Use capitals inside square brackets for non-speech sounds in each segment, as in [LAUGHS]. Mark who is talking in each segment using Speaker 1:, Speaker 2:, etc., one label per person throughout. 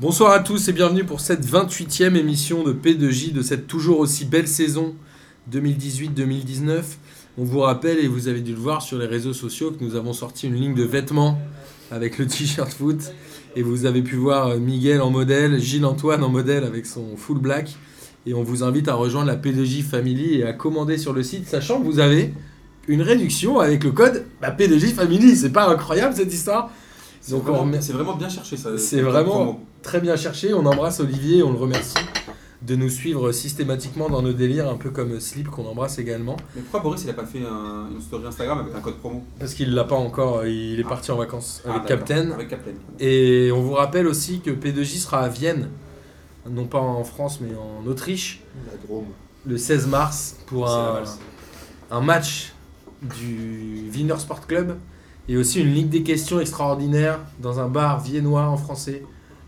Speaker 1: Bonsoir à tous et bienvenue pour cette 28e émission de P2J de cette toujours aussi belle saison 2018-2019. On vous rappelle, et vous avez dû le voir sur les réseaux sociaux, que nous avons sorti une ligne de vêtements avec le t-shirt foot. Et vous avez pu voir euh, Miguel en modèle, Gilles-Antoine en modèle avec son full black. Et on vous invite à rejoindre la P2J Family et à commander sur le site, sachant que vous avez une réduction avec le code bah, P2J Family. C'est pas incroyable cette histoire Donc on remer-
Speaker 2: C'est vraiment bien cherché ça.
Speaker 1: C'est vraiment très bien cherché. On embrasse Olivier et on le remercie de nous suivre systématiquement dans nos délires, un peu comme Slip qu'on embrasse également.
Speaker 2: Mais pourquoi Boris il a pas fait un- une story Instagram avec un code promo
Speaker 1: Parce qu'il l'a pas encore, il est parti en vacances avec
Speaker 2: Ah, d'accord.
Speaker 1: Captain.
Speaker 2: Avec Captain.
Speaker 1: Et on vous rappelle aussi que P2J sera à Vienne, non pas en France mais en Autriche,
Speaker 3: La Drôme.
Speaker 1: le 16 mars pour
Speaker 2: C'est la
Speaker 1: un,
Speaker 2: valse.
Speaker 1: un match du Wiener Sport Club et aussi une ligue des questions extraordinaire dans un bar viennois en français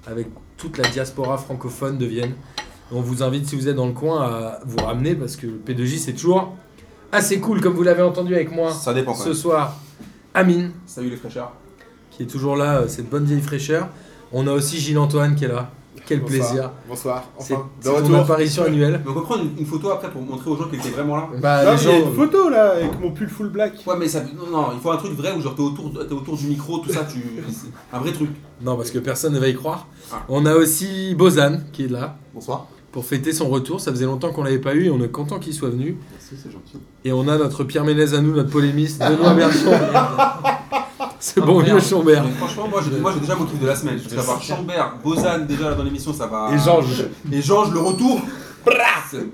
Speaker 1: avec toute la diaspora francophone de Vienne. On vous invite si vous êtes dans le coin à vous ramener parce que le P2J c'est toujours assez cool comme vous l'avez entendu avec moi
Speaker 2: Ça dépend quand
Speaker 1: Ah. ce
Speaker 2: même.
Speaker 1: soir. Amine
Speaker 2: Salut les fraîcheurs.
Speaker 1: qui est toujours là, euh, cette bonne vieille fraîcheur. On a aussi Gilles-Antoine qui est là. Quel
Speaker 3: Bonsoir.
Speaker 1: plaisir.
Speaker 3: Bonsoir,
Speaker 1: C'est
Speaker 3: enfin, de
Speaker 1: c'est ton
Speaker 3: retour.
Speaker 1: apparition annuelle.
Speaker 2: Mais on peut prendre une, une photo après pour montrer aux gens qu'il était vraiment là.
Speaker 1: Bah,
Speaker 3: Non,
Speaker 1: les
Speaker 3: mais il y a
Speaker 1: gens-
Speaker 3: une photo là avec mon pull full black.
Speaker 2: Ouais mais ça non, non, il faut un truc vrai où genre t'es autour de- t'es autour du micro tout
Speaker 1: [LAUGHS]
Speaker 2: ça tu c'est un vrai truc.
Speaker 1: Non, parce que personne ne va y croire.
Speaker 2: Ah.
Speaker 1: On a aussi Bozan qui est là
Speaker 3: Bonsoir.
Speaker 1: pour fêter son retour. Ça faisait longtemps qu'on l'avait pas eu et on est content qu'il soit venu.
Speaker 2: Merci c'est gentil.
Speaker 1: Et on a notre Pierre Ménez à nous,
Speaker 3: [LAUGHS]
Speaker 1: notre polémiste, Benoît Berchon. Ce bon
Speaker 4: Ah,
Speaker 1: vieux
Speaker 4: merde.
Speaker 1: Chambert.
Speaker 2: Mais franchement moi j'ai moi j'ai déjà mon kiff de la semaine. Je vais avoir Chambert, Bozan déjà là dans l'émission ça va.
Speaker 3: Ah.
Speaker 1: Et Georges.
Speaker 2: Et Georges le retour. Brrrah C'est-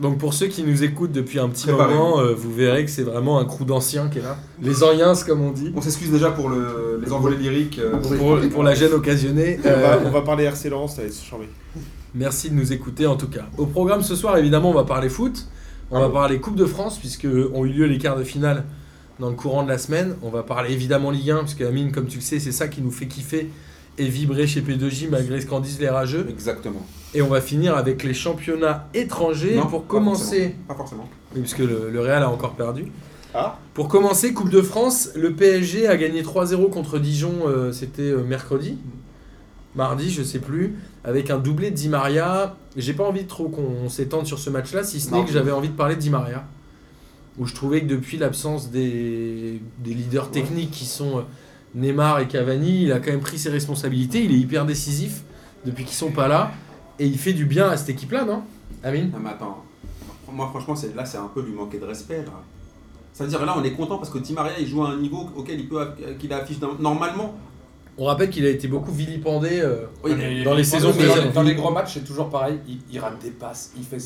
Speaker 1: Donc pour ceux qui nous écoutent depuis un petit
Speaker 2: Préparez-vous.
Speaker 1: moment, euh, vous verrez que c'est vraiment un crew d'anciens qui est là. Les anciens comme on dit.
Speaker 2: On s'excuse déjà pour le, les envolées lyriques. euh,
Speaker 1: Pour, pour la
Speaker 3: [LAUGHS]
Speaker 1: gêne occasionnée.
Speaker 3: On, va,
Speaker 1: Euh,
Speaker 3: on va parler RC Laurent, ça va être charmé.
Speaker 1: Merci de nous écouter en tout cas. Au programme ce soir, évidemment, on va parler foot, on va parler Coupe de France, puisque ont eu lieu les quarts de finale dans le courant de la semaine. On va parler évidemment Ligue 1, puisque Amine, comme tu le sais, c'est ça qui nous fait kiffer et vibrer chez P2J malgré ce qu'en disent les rageux.
Speaker 2: Exactement.
Speaker 1: Et on va finir avec les championnats étrangers
Speaker 2: Non,
Speaker 1: pour
Speaker 2: pas
Speaker 1: commencer.
Speaker 2: Pas forcément.
Speaker 1: Oui, puisque le, le Real a encore perdu.
Speaker 3: Ah.
Speaker 1: Pour commencer, Coupe de France, le PSG a gagné 3-0 contre Dijon, euh, c'était euh, mercredi, mardi, je sais plus, avec un doublé de Di Maria. J'ai pas envie de trop qu'on s'étende sur ce match-là, si ce n'est
Speaker 2: Non.
Speaker 1: que j'avais envie de parler de Di Maria, où je trouvais que depuis l'absence des, des leaders techniques qui sont euh, Neymar et Cavani, il a quand même pris ses responsabilités, il est hyper décisif depuis qu'ils sont pas là, et il fait du bien à cette équipe-là, non Amine
Speaker 2: Non mais attends, moi franchement c'est là c'est un peu lui manquer de respect là. Ça veut dire là on est content parce que Di Maria il joue à un niveau auquel il peut euh, qu'il affiche d'un- normalement.
Speaker 1: On rappelle qu'il a été beaucoup vilipendé. euh,
Speaker 2: Oui,
Speaker 1: Dans les saisons
Speaker 4: mais dans, les-
Speaker 1: précédentes.
Speaker 4: dans les grands matchs, c'est toujours pareil. Il, il rate des passes, il fait.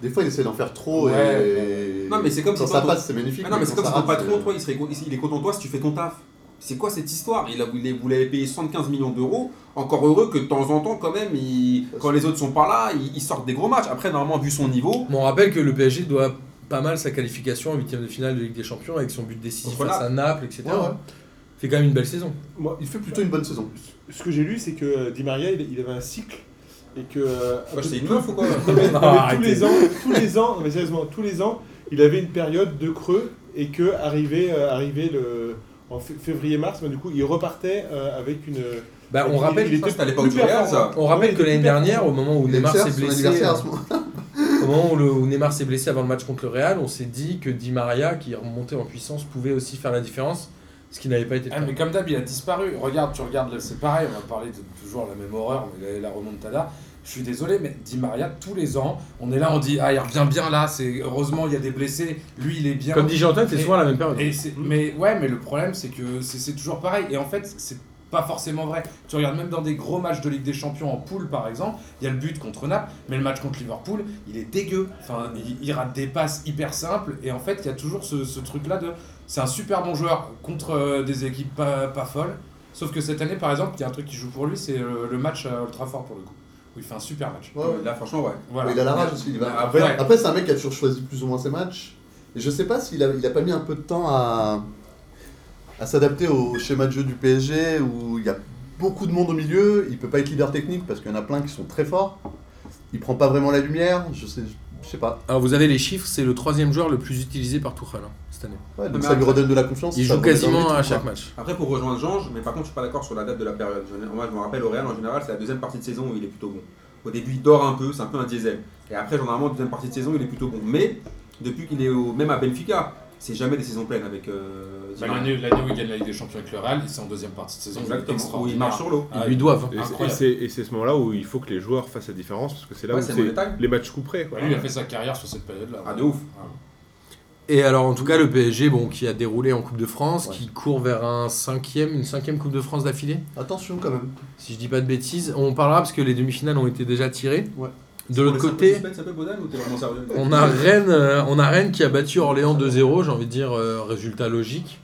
Speaker 5: Des fois, il essaie d'en faire trop
Speaker 4: Ouais.
Speaker 5: et.
Speaker 2: Non, mais c'est comme
Speaker 5: quand
Speaker 2: si
Speaker 5: ça
Speaker 2: quand on-
Speaker 5: passe, c'est magnifique.
Speaker 2: Ah non mais c'est
Speaker 5: quand
Speaker 2: comme si
Speaker 5: ça
Speaker 2: ton
Speaker 5: rate, euh,
Speaker 2: patron
Speaker 5: c'est-
Speaker 2: toi il, serait, con- il est content de toi si tu fais ton taf. C'est quoi cette histoire il a, il est- Vous l'avez payé 75 millions d'euros. Encore heureux que de temps en temps quand même, il- quand les autres sont pas là, il, il sortent des gros matchs. Après normalement vu son niveau,
Speaker 1: Bon, on rappelle que le PSG doit pas mal sa qualification en huitième de finale de Ligue des Champions avec son but décisif
Speaker 2: Voilà.
Speaker 1: face à Naples, etc.
Speaker 5: Ouais, ouais.
Speaker 1: Fait quand même une belle saison.
Speaker 3: Moi,
Speaker 5: Il fait plutôt une bonne saison.
Speaker 3: ce que j'ai lu, c'est que euh, Di Maria, il, il avait un cycle et que. euh,
Speaker 2: Moi,
Speaker 5: Ah,
Speaker 3: un peu
Speaker 2: j'étais une
Speaker 3: [LAUGHS] tous-
Speaker 2: meuf ou quoi
Speaker 3: Non, mais- non, mais
Speaker 1: Arrêtez.
Speaker 3: tous les ans, tous les ans, non, mais sérieusement, tous les ans, il avait une période de creux et que arrivé, euh, arrivé le en f- février-mars, bah, du coup, il repartait euh, avec une.
Speaker 2: Ah,
Speaker 1: Bah, on
Speaker 3: il-
Speaker 1: rappelle,
Speaker 3: il était
Speaker 2: ça, c'était à l'époque du Real, ça.
Speaker 1: on rappelle
Speaker 3: Ouais, il
Speaker 1: que
Speaker 3: était
Speaker 1: l'année
Speaker 3: hyper
Speaker 1: dernière,
Speaker 3: fort.
Speaker 1: au moment où
Speaker 5: Il
Speaker 1: Neymar
Speaker 5: sert
Speaker 1: s'est
Speaker 5: son
Speaker 1: blessé,
Speaker 5: anniversaire à
Speaker 1: euh,
Speaker 5: ce moment.
Speaker 1: au moment où, le- où Neymar s'est blessé avant le match contre le Real, on s'est dit que Di Maria, qui est remonté en puissance, pouvait aussi faire la différence, ce qui n'avait pas été le
Speaker 4: Ah,
Speaker 1: cas.
Speaker 4: mais comme d'hab, il a disparu. Regarde, tu regardes, là, c'est pareil. On va parler de toujours la même horreur, mais la, la remontada. Je suis désolé, mais Di Maria, tous les ans, on est là, on dit Ah, il revient bien là. C'est Heureusement, il y a des blessés. Lui, il est bien.
Speaker 1: Comme dit Jean-Antoine, c'est
Speaker 4: Et-
Speaker 1: souvent à la même période.
Speaker 4: Et c'est- mais ouais, mais le problème c'est que c'est c'est toujours pareil. Et en fait, c'est pas forcément vrai. Tu regardes même dans des gros matchs de Ligue des Champions en poule par exemple, il y a le but contre Naples, mais le match contre Liverpool, il est dégueu. Enfin, il, il rate des passes hyper simples. Et en fait, il y a toujours ce, ce truc-là de. C'est un super bon joueur contre euh, des équipes pas, pas folles. Sauf que cette année, par exemple, il y a un truc qui joue pour lui, c'est euh, le match à Ultra Fort pour le coup. Où il fait un super match.
Speaker 5: Ouais, ouais.
Speaker 2: là franchement ouais. Ah,
Speaker 4: Voilà.
Speaker 5: Il a la rage aussi. Il va...
Speaker 4: Après,
Speaker 5: Après, c'est un mec qui a toujours choisi plus ou moins ses matchs. Et je sais pas s'il a, il a pas mis un peu de temps à, à s'adapter au schéma de jeu du PSG où il y a beaucoup de monde au milieu. Il peut pas être leader technique parce qu'il y en a plein qui sont très forts. Il prend pas vraiment la lumière. Je sais, Je sais pas.
Speaker 1: Alors vous avez les chiffres, c'est le troisième joueur le plus utilisé par Tuchel hein, cette année.
Speaker 5: Ouais,
Speaker 2: Mais
Speaker 5: donc ça lui
Speaker 2: après-
Speaker 5: redonne de la confiance.
Speaker 1: Il
Speaker 5: ça
Speaker 1: joue
Speaker 5: remet dans les
Speaker 1: quasiment
Speaker 5: trucs,
Speaker 1: à
Speaker 5: quoi.
Speaker 1: chaque match.
Speaker 2: Après, pour rejoindre Jange, mais par contre, je suis pas d'accord sur la date de la période. Je- Moi, je me rappelle, au Real, en général, c'est la deuxième partie de saison où il est plutôt bon. Au début, il dort un peu, c'est un peu un diesel. Et après, généralement, la deuxième partie de saison, il est plutôt bon. Mais depuis qu'il est au, même à Benfica, c'est jamais des saisons pleines avec. euh,
Speaker 4: Bah,
Speaker 2: Zidane.
Speaker 4: L'année l'année où il gagne la Ligue des Champions avec le Real, c'est en deuxième partie de saison.
Speaker 2: Exactement. Où il
Speaker 4: extraordinaire.
Speaker 2: marche sur l'eau.
Speaker 1: Ils
Speaker 4: Ah,
Speaker 1: lui doivent. hein.
Speaker 6: Et c'est- Et
Speaker 4: Incroyable.
Speaker 6: c'est et c'est ce moment-là où il faut que les joueurs fassent la différence parce que c'est là
Speaker 2: Ouais,
Speaker 6: où
Speaker 2: c'est
Speaker 6: c'est
Speaker 2: le money time.
Speaker 6: les matchs couperés. Quoi.
Speaker 4: Lui, il a fait sa carrière sur cette période-là.
Speaker 2: Ah, de ouf.
Speaker 1: Et alors, en tout cas, le PSG, bon, qui a déroulé en Coupe de France, qui court vers un cinquième, une cinquième Coupe de France d'affilée,
Speaker 5: Attention quand même.
Speaker 1: si je dis pas de bêtises. On parlera parce que les demi-finales ont été déjà tirées.
Speaker 5: Ouais.
Speaker 1: De l'autre côté,
Speaker 2: Ça peut Bodan ou t'es vraiment sérieux
Speaker 1: on a Rennes, euh, on a Rennes qui a battu Orléans 2-0. J'ai envie de dire euh, résultat logique.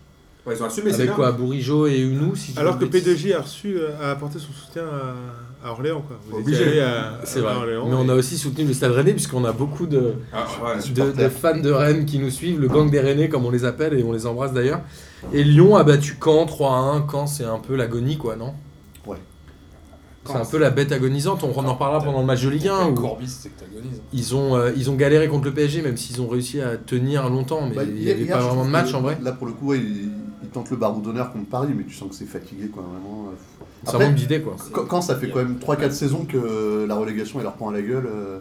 Speaker 2: Ouais, ils ont assumé, c'est
Speaker 1: avec
Speaker 2: bien.
Speaker 1: quoi, Bourigeau et Unou, si je dis
Speaker 6: Alors
Speaker 1: pas
Speaker 6: que
Speaker 1: de bêtises.
Speaker 6: P2J a reçu, euh, a apporté son soutien à, à Orléans. Quoi. Vous étiez
Speaker 2: Obligé.
Speaker 6: allé à,
Speaker 1: C'est
Speaker 6: à
Speaker 1: vrai.
Speaker 6: euh, Orléans.
Speaker 1: Mais on a aussi soutenu le Stade Rennais puisqu'on a beaucoup de,
Speaker 2: Ah, ouais.
Speaker 1: de, de fans de Rennes qui nous suivent, le gang des Rennais comme on les appelle et on les embrasse d'ailleurs. Et Lyon a battu Caen 3-1. Caen c'est un peu l'agonie quoi, non
Speaker 5: Ouais.
Speaker 1: C'est un peu la bête agonisante. On en reparlera pendant le match de Ligue 1
Speaker 4: Quel
Speaker 1: où
Speaker 4: courbiste, c'est que t'agonises.
Speaker 1: ils ont, euh, ils ont galéré contre le PSG même s'ils ont réussi à tenir longtemps. Mais
Speaker 5: Bah,
Speaker 1: il n'y
Speaker 5: hier-
Speaker 1: avait
Speaker 5: hier,
Speaker 1: pas
Speaker 5: je
Speaker 1: vraiment de
Speaker 5: trouve
Speaker 1: match
Speaker 5: que
Speaker 1: en vrai.
Speaker 5: Là pour le coup, ouais, il, il tente le barreau d'honneur contre Paris, mais tu sens que c'est fatigué quoi, vraiment.
Speaker 1: Ça
Speaker 5: Après-
Speaker 1: manque d'idées quoi.
Speaker 5: Quand, quand ça fait quand même 3-4 saisons que euh, la relégation elle leur prend à la gueule. euh,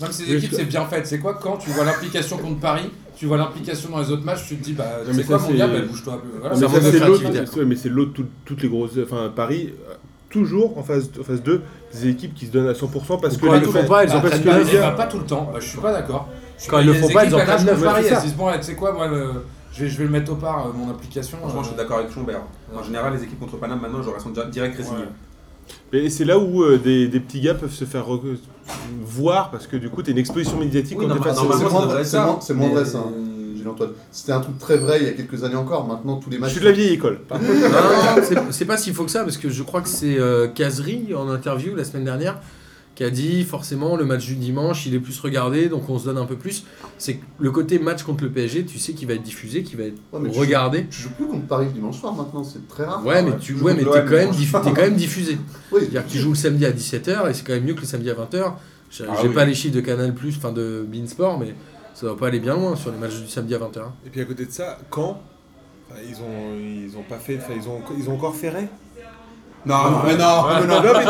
Speaker 4: Non, mais ces
Speaker 1: Oui,
Speaker 4: équipes,
Speaker 1: je-
Speaker 4: c'est bien fait. C'est quoi quand tu vois l'implication contre Paris, tu vois l'implication dans les autres matchs, tu te dis, bah,
Speaker 6: Non, mais
Speaker 4: tu sais
Speaker 6: ça,
Speaker 4: quoi, mon
Speaker 6: c'est-
Speaker 4: gars, bah, bouge-toi un peu. Voilà,
Speaker 6: Ah, Mais
Speaker 1: Ça
Speaker 6: ça,
Speaker 1: manque de
Speaker 6: c'est l'autre,
Speaker 1: créativité,
Speaker 6: ouais, mais c'est l'autre, tout- toutes les grosses. Enfin, Paris, euh, toujours en phase, en phase 2, des équipes qui se donnent à 100% parce
Speaker 1: Pourquoi
Speaker 6: que.
Speaker 1: ils
Speaker 6: les-
Speaker 1: le font pas Elles en
Speaker 6: parce
Speaker 1: prennent
Speaker 6: que
Speaker 1: neuf.
Speaker 6: les
Speaker 4: Et bah,
Speaker 6: gars-
Speaker 4: pas tout le temps. Bah, je suis pas d'accord. Je suis
Speaker 1: Quand
Speaker 4: pas-
Speaker 1: ils le
Speaker 4: il y a
Speaker 1: font
Speaker 4: des
Speaker 1: pas, ils
Speaker 4: équipes,
Speaker 1: en
Speaker 4: elles
Speaker 1: prennent
Speaker 4: lâchent
Speaker 1: neuf,
Speaker 4: contre Paris.
Speaker 1: c'est
Speaker 4: Elles
Speaker 1: ça.
Speaker 4: se disent, bon, eh, tu sais quoi, moi, le- je, vais, je vais le mettre au par, euh, mon implication.
Speaker 2: Franchement, je suis
Speaker 4: euh,
Speaker 2: d'accord avec Chombert. En général, les équipes contre Paname, maintenant, j'aurais sont déjà direct résignées.
Speaker 4: Ouais.
Speaker 6: Et c'est là où euh, des, des petits gars peuvent se faire rec- voir parce que du coup, t'as une exposition médiatique
Speaker 2: Oui,
Speaker 6: quand
Speaker 2: non,
Speaker 6: t'es face à-
Speaker 2: normalement,
Speaker 5: c'est
Speaker 2: ça
Speaker 5: moins
Speaker 2: devrait
Speaker 5: vrai-
Speaker 2: être
Speaker 5: c'est
Speaker 2: ça.
Speaker 5: moins- c'est moins vrai, ça, hein.
Speaker 2: Mais- euh,
Speaker 5: Gilles Antoine. C'était un truc très vrai il y a quelques années encore. Maintenant tous les
Speaker 6: Je
Speaker 3: bah,
Speaker 5: matchs.
Speaker 6: suis de la vieille école.
Speaker 1: Non, non, non, c'est- c'est pas s'il faut que ça, parce que je crois que c'est euh, Kazri en interview la semaine dernière qui a dit forcément le match du dimanche il est plus regardé donc on se donne un peu plus. C'est que le côté match contre le PSG, tu sais qu'il va être diffusé, qu'il va être
Speaker 5: Ouais, Oh, mais tu-
Speaker 1: regardé.
Speaker 5: Tu joues plus contre Paris le dimanche soir maintenant, c'est très rare.
Speaker 1: Ouais, mais tu
Speaker 2: tu
Speaker 1: ouais,
Speaker 2: joues
Speaker 1: mais
Speaker 2: contre
Speaker 1: t'es
Speaker 2: l'OM,
Speaker 1: quand, même
Speaker 2: moi.
Speaker 1: diff- t'es quand même diffusé.
Speaker 5: Oui.
Speaker 1: C'est-à-dire que tu joues le samedi à 17h et c'est quand même mieux que le samedi à 20h. J'ai
Speaker 2: Ah
Speaker 1: j'ai
Speaker 2: oui.
Speaker 1: pas les chiffres de Canal, enfin de Beansport, mais ça va pas aller bien loin sur les matchs du samedi à hein. 20h.
Speaker 3: Et puis à côté de ça, quand ils ont, ils ont pas fait, enfin, ils ont, ils ont encore ferré.
Speaker 2: Non, non, mais non.
Speaker 3: Ah, mais non, non, mais non,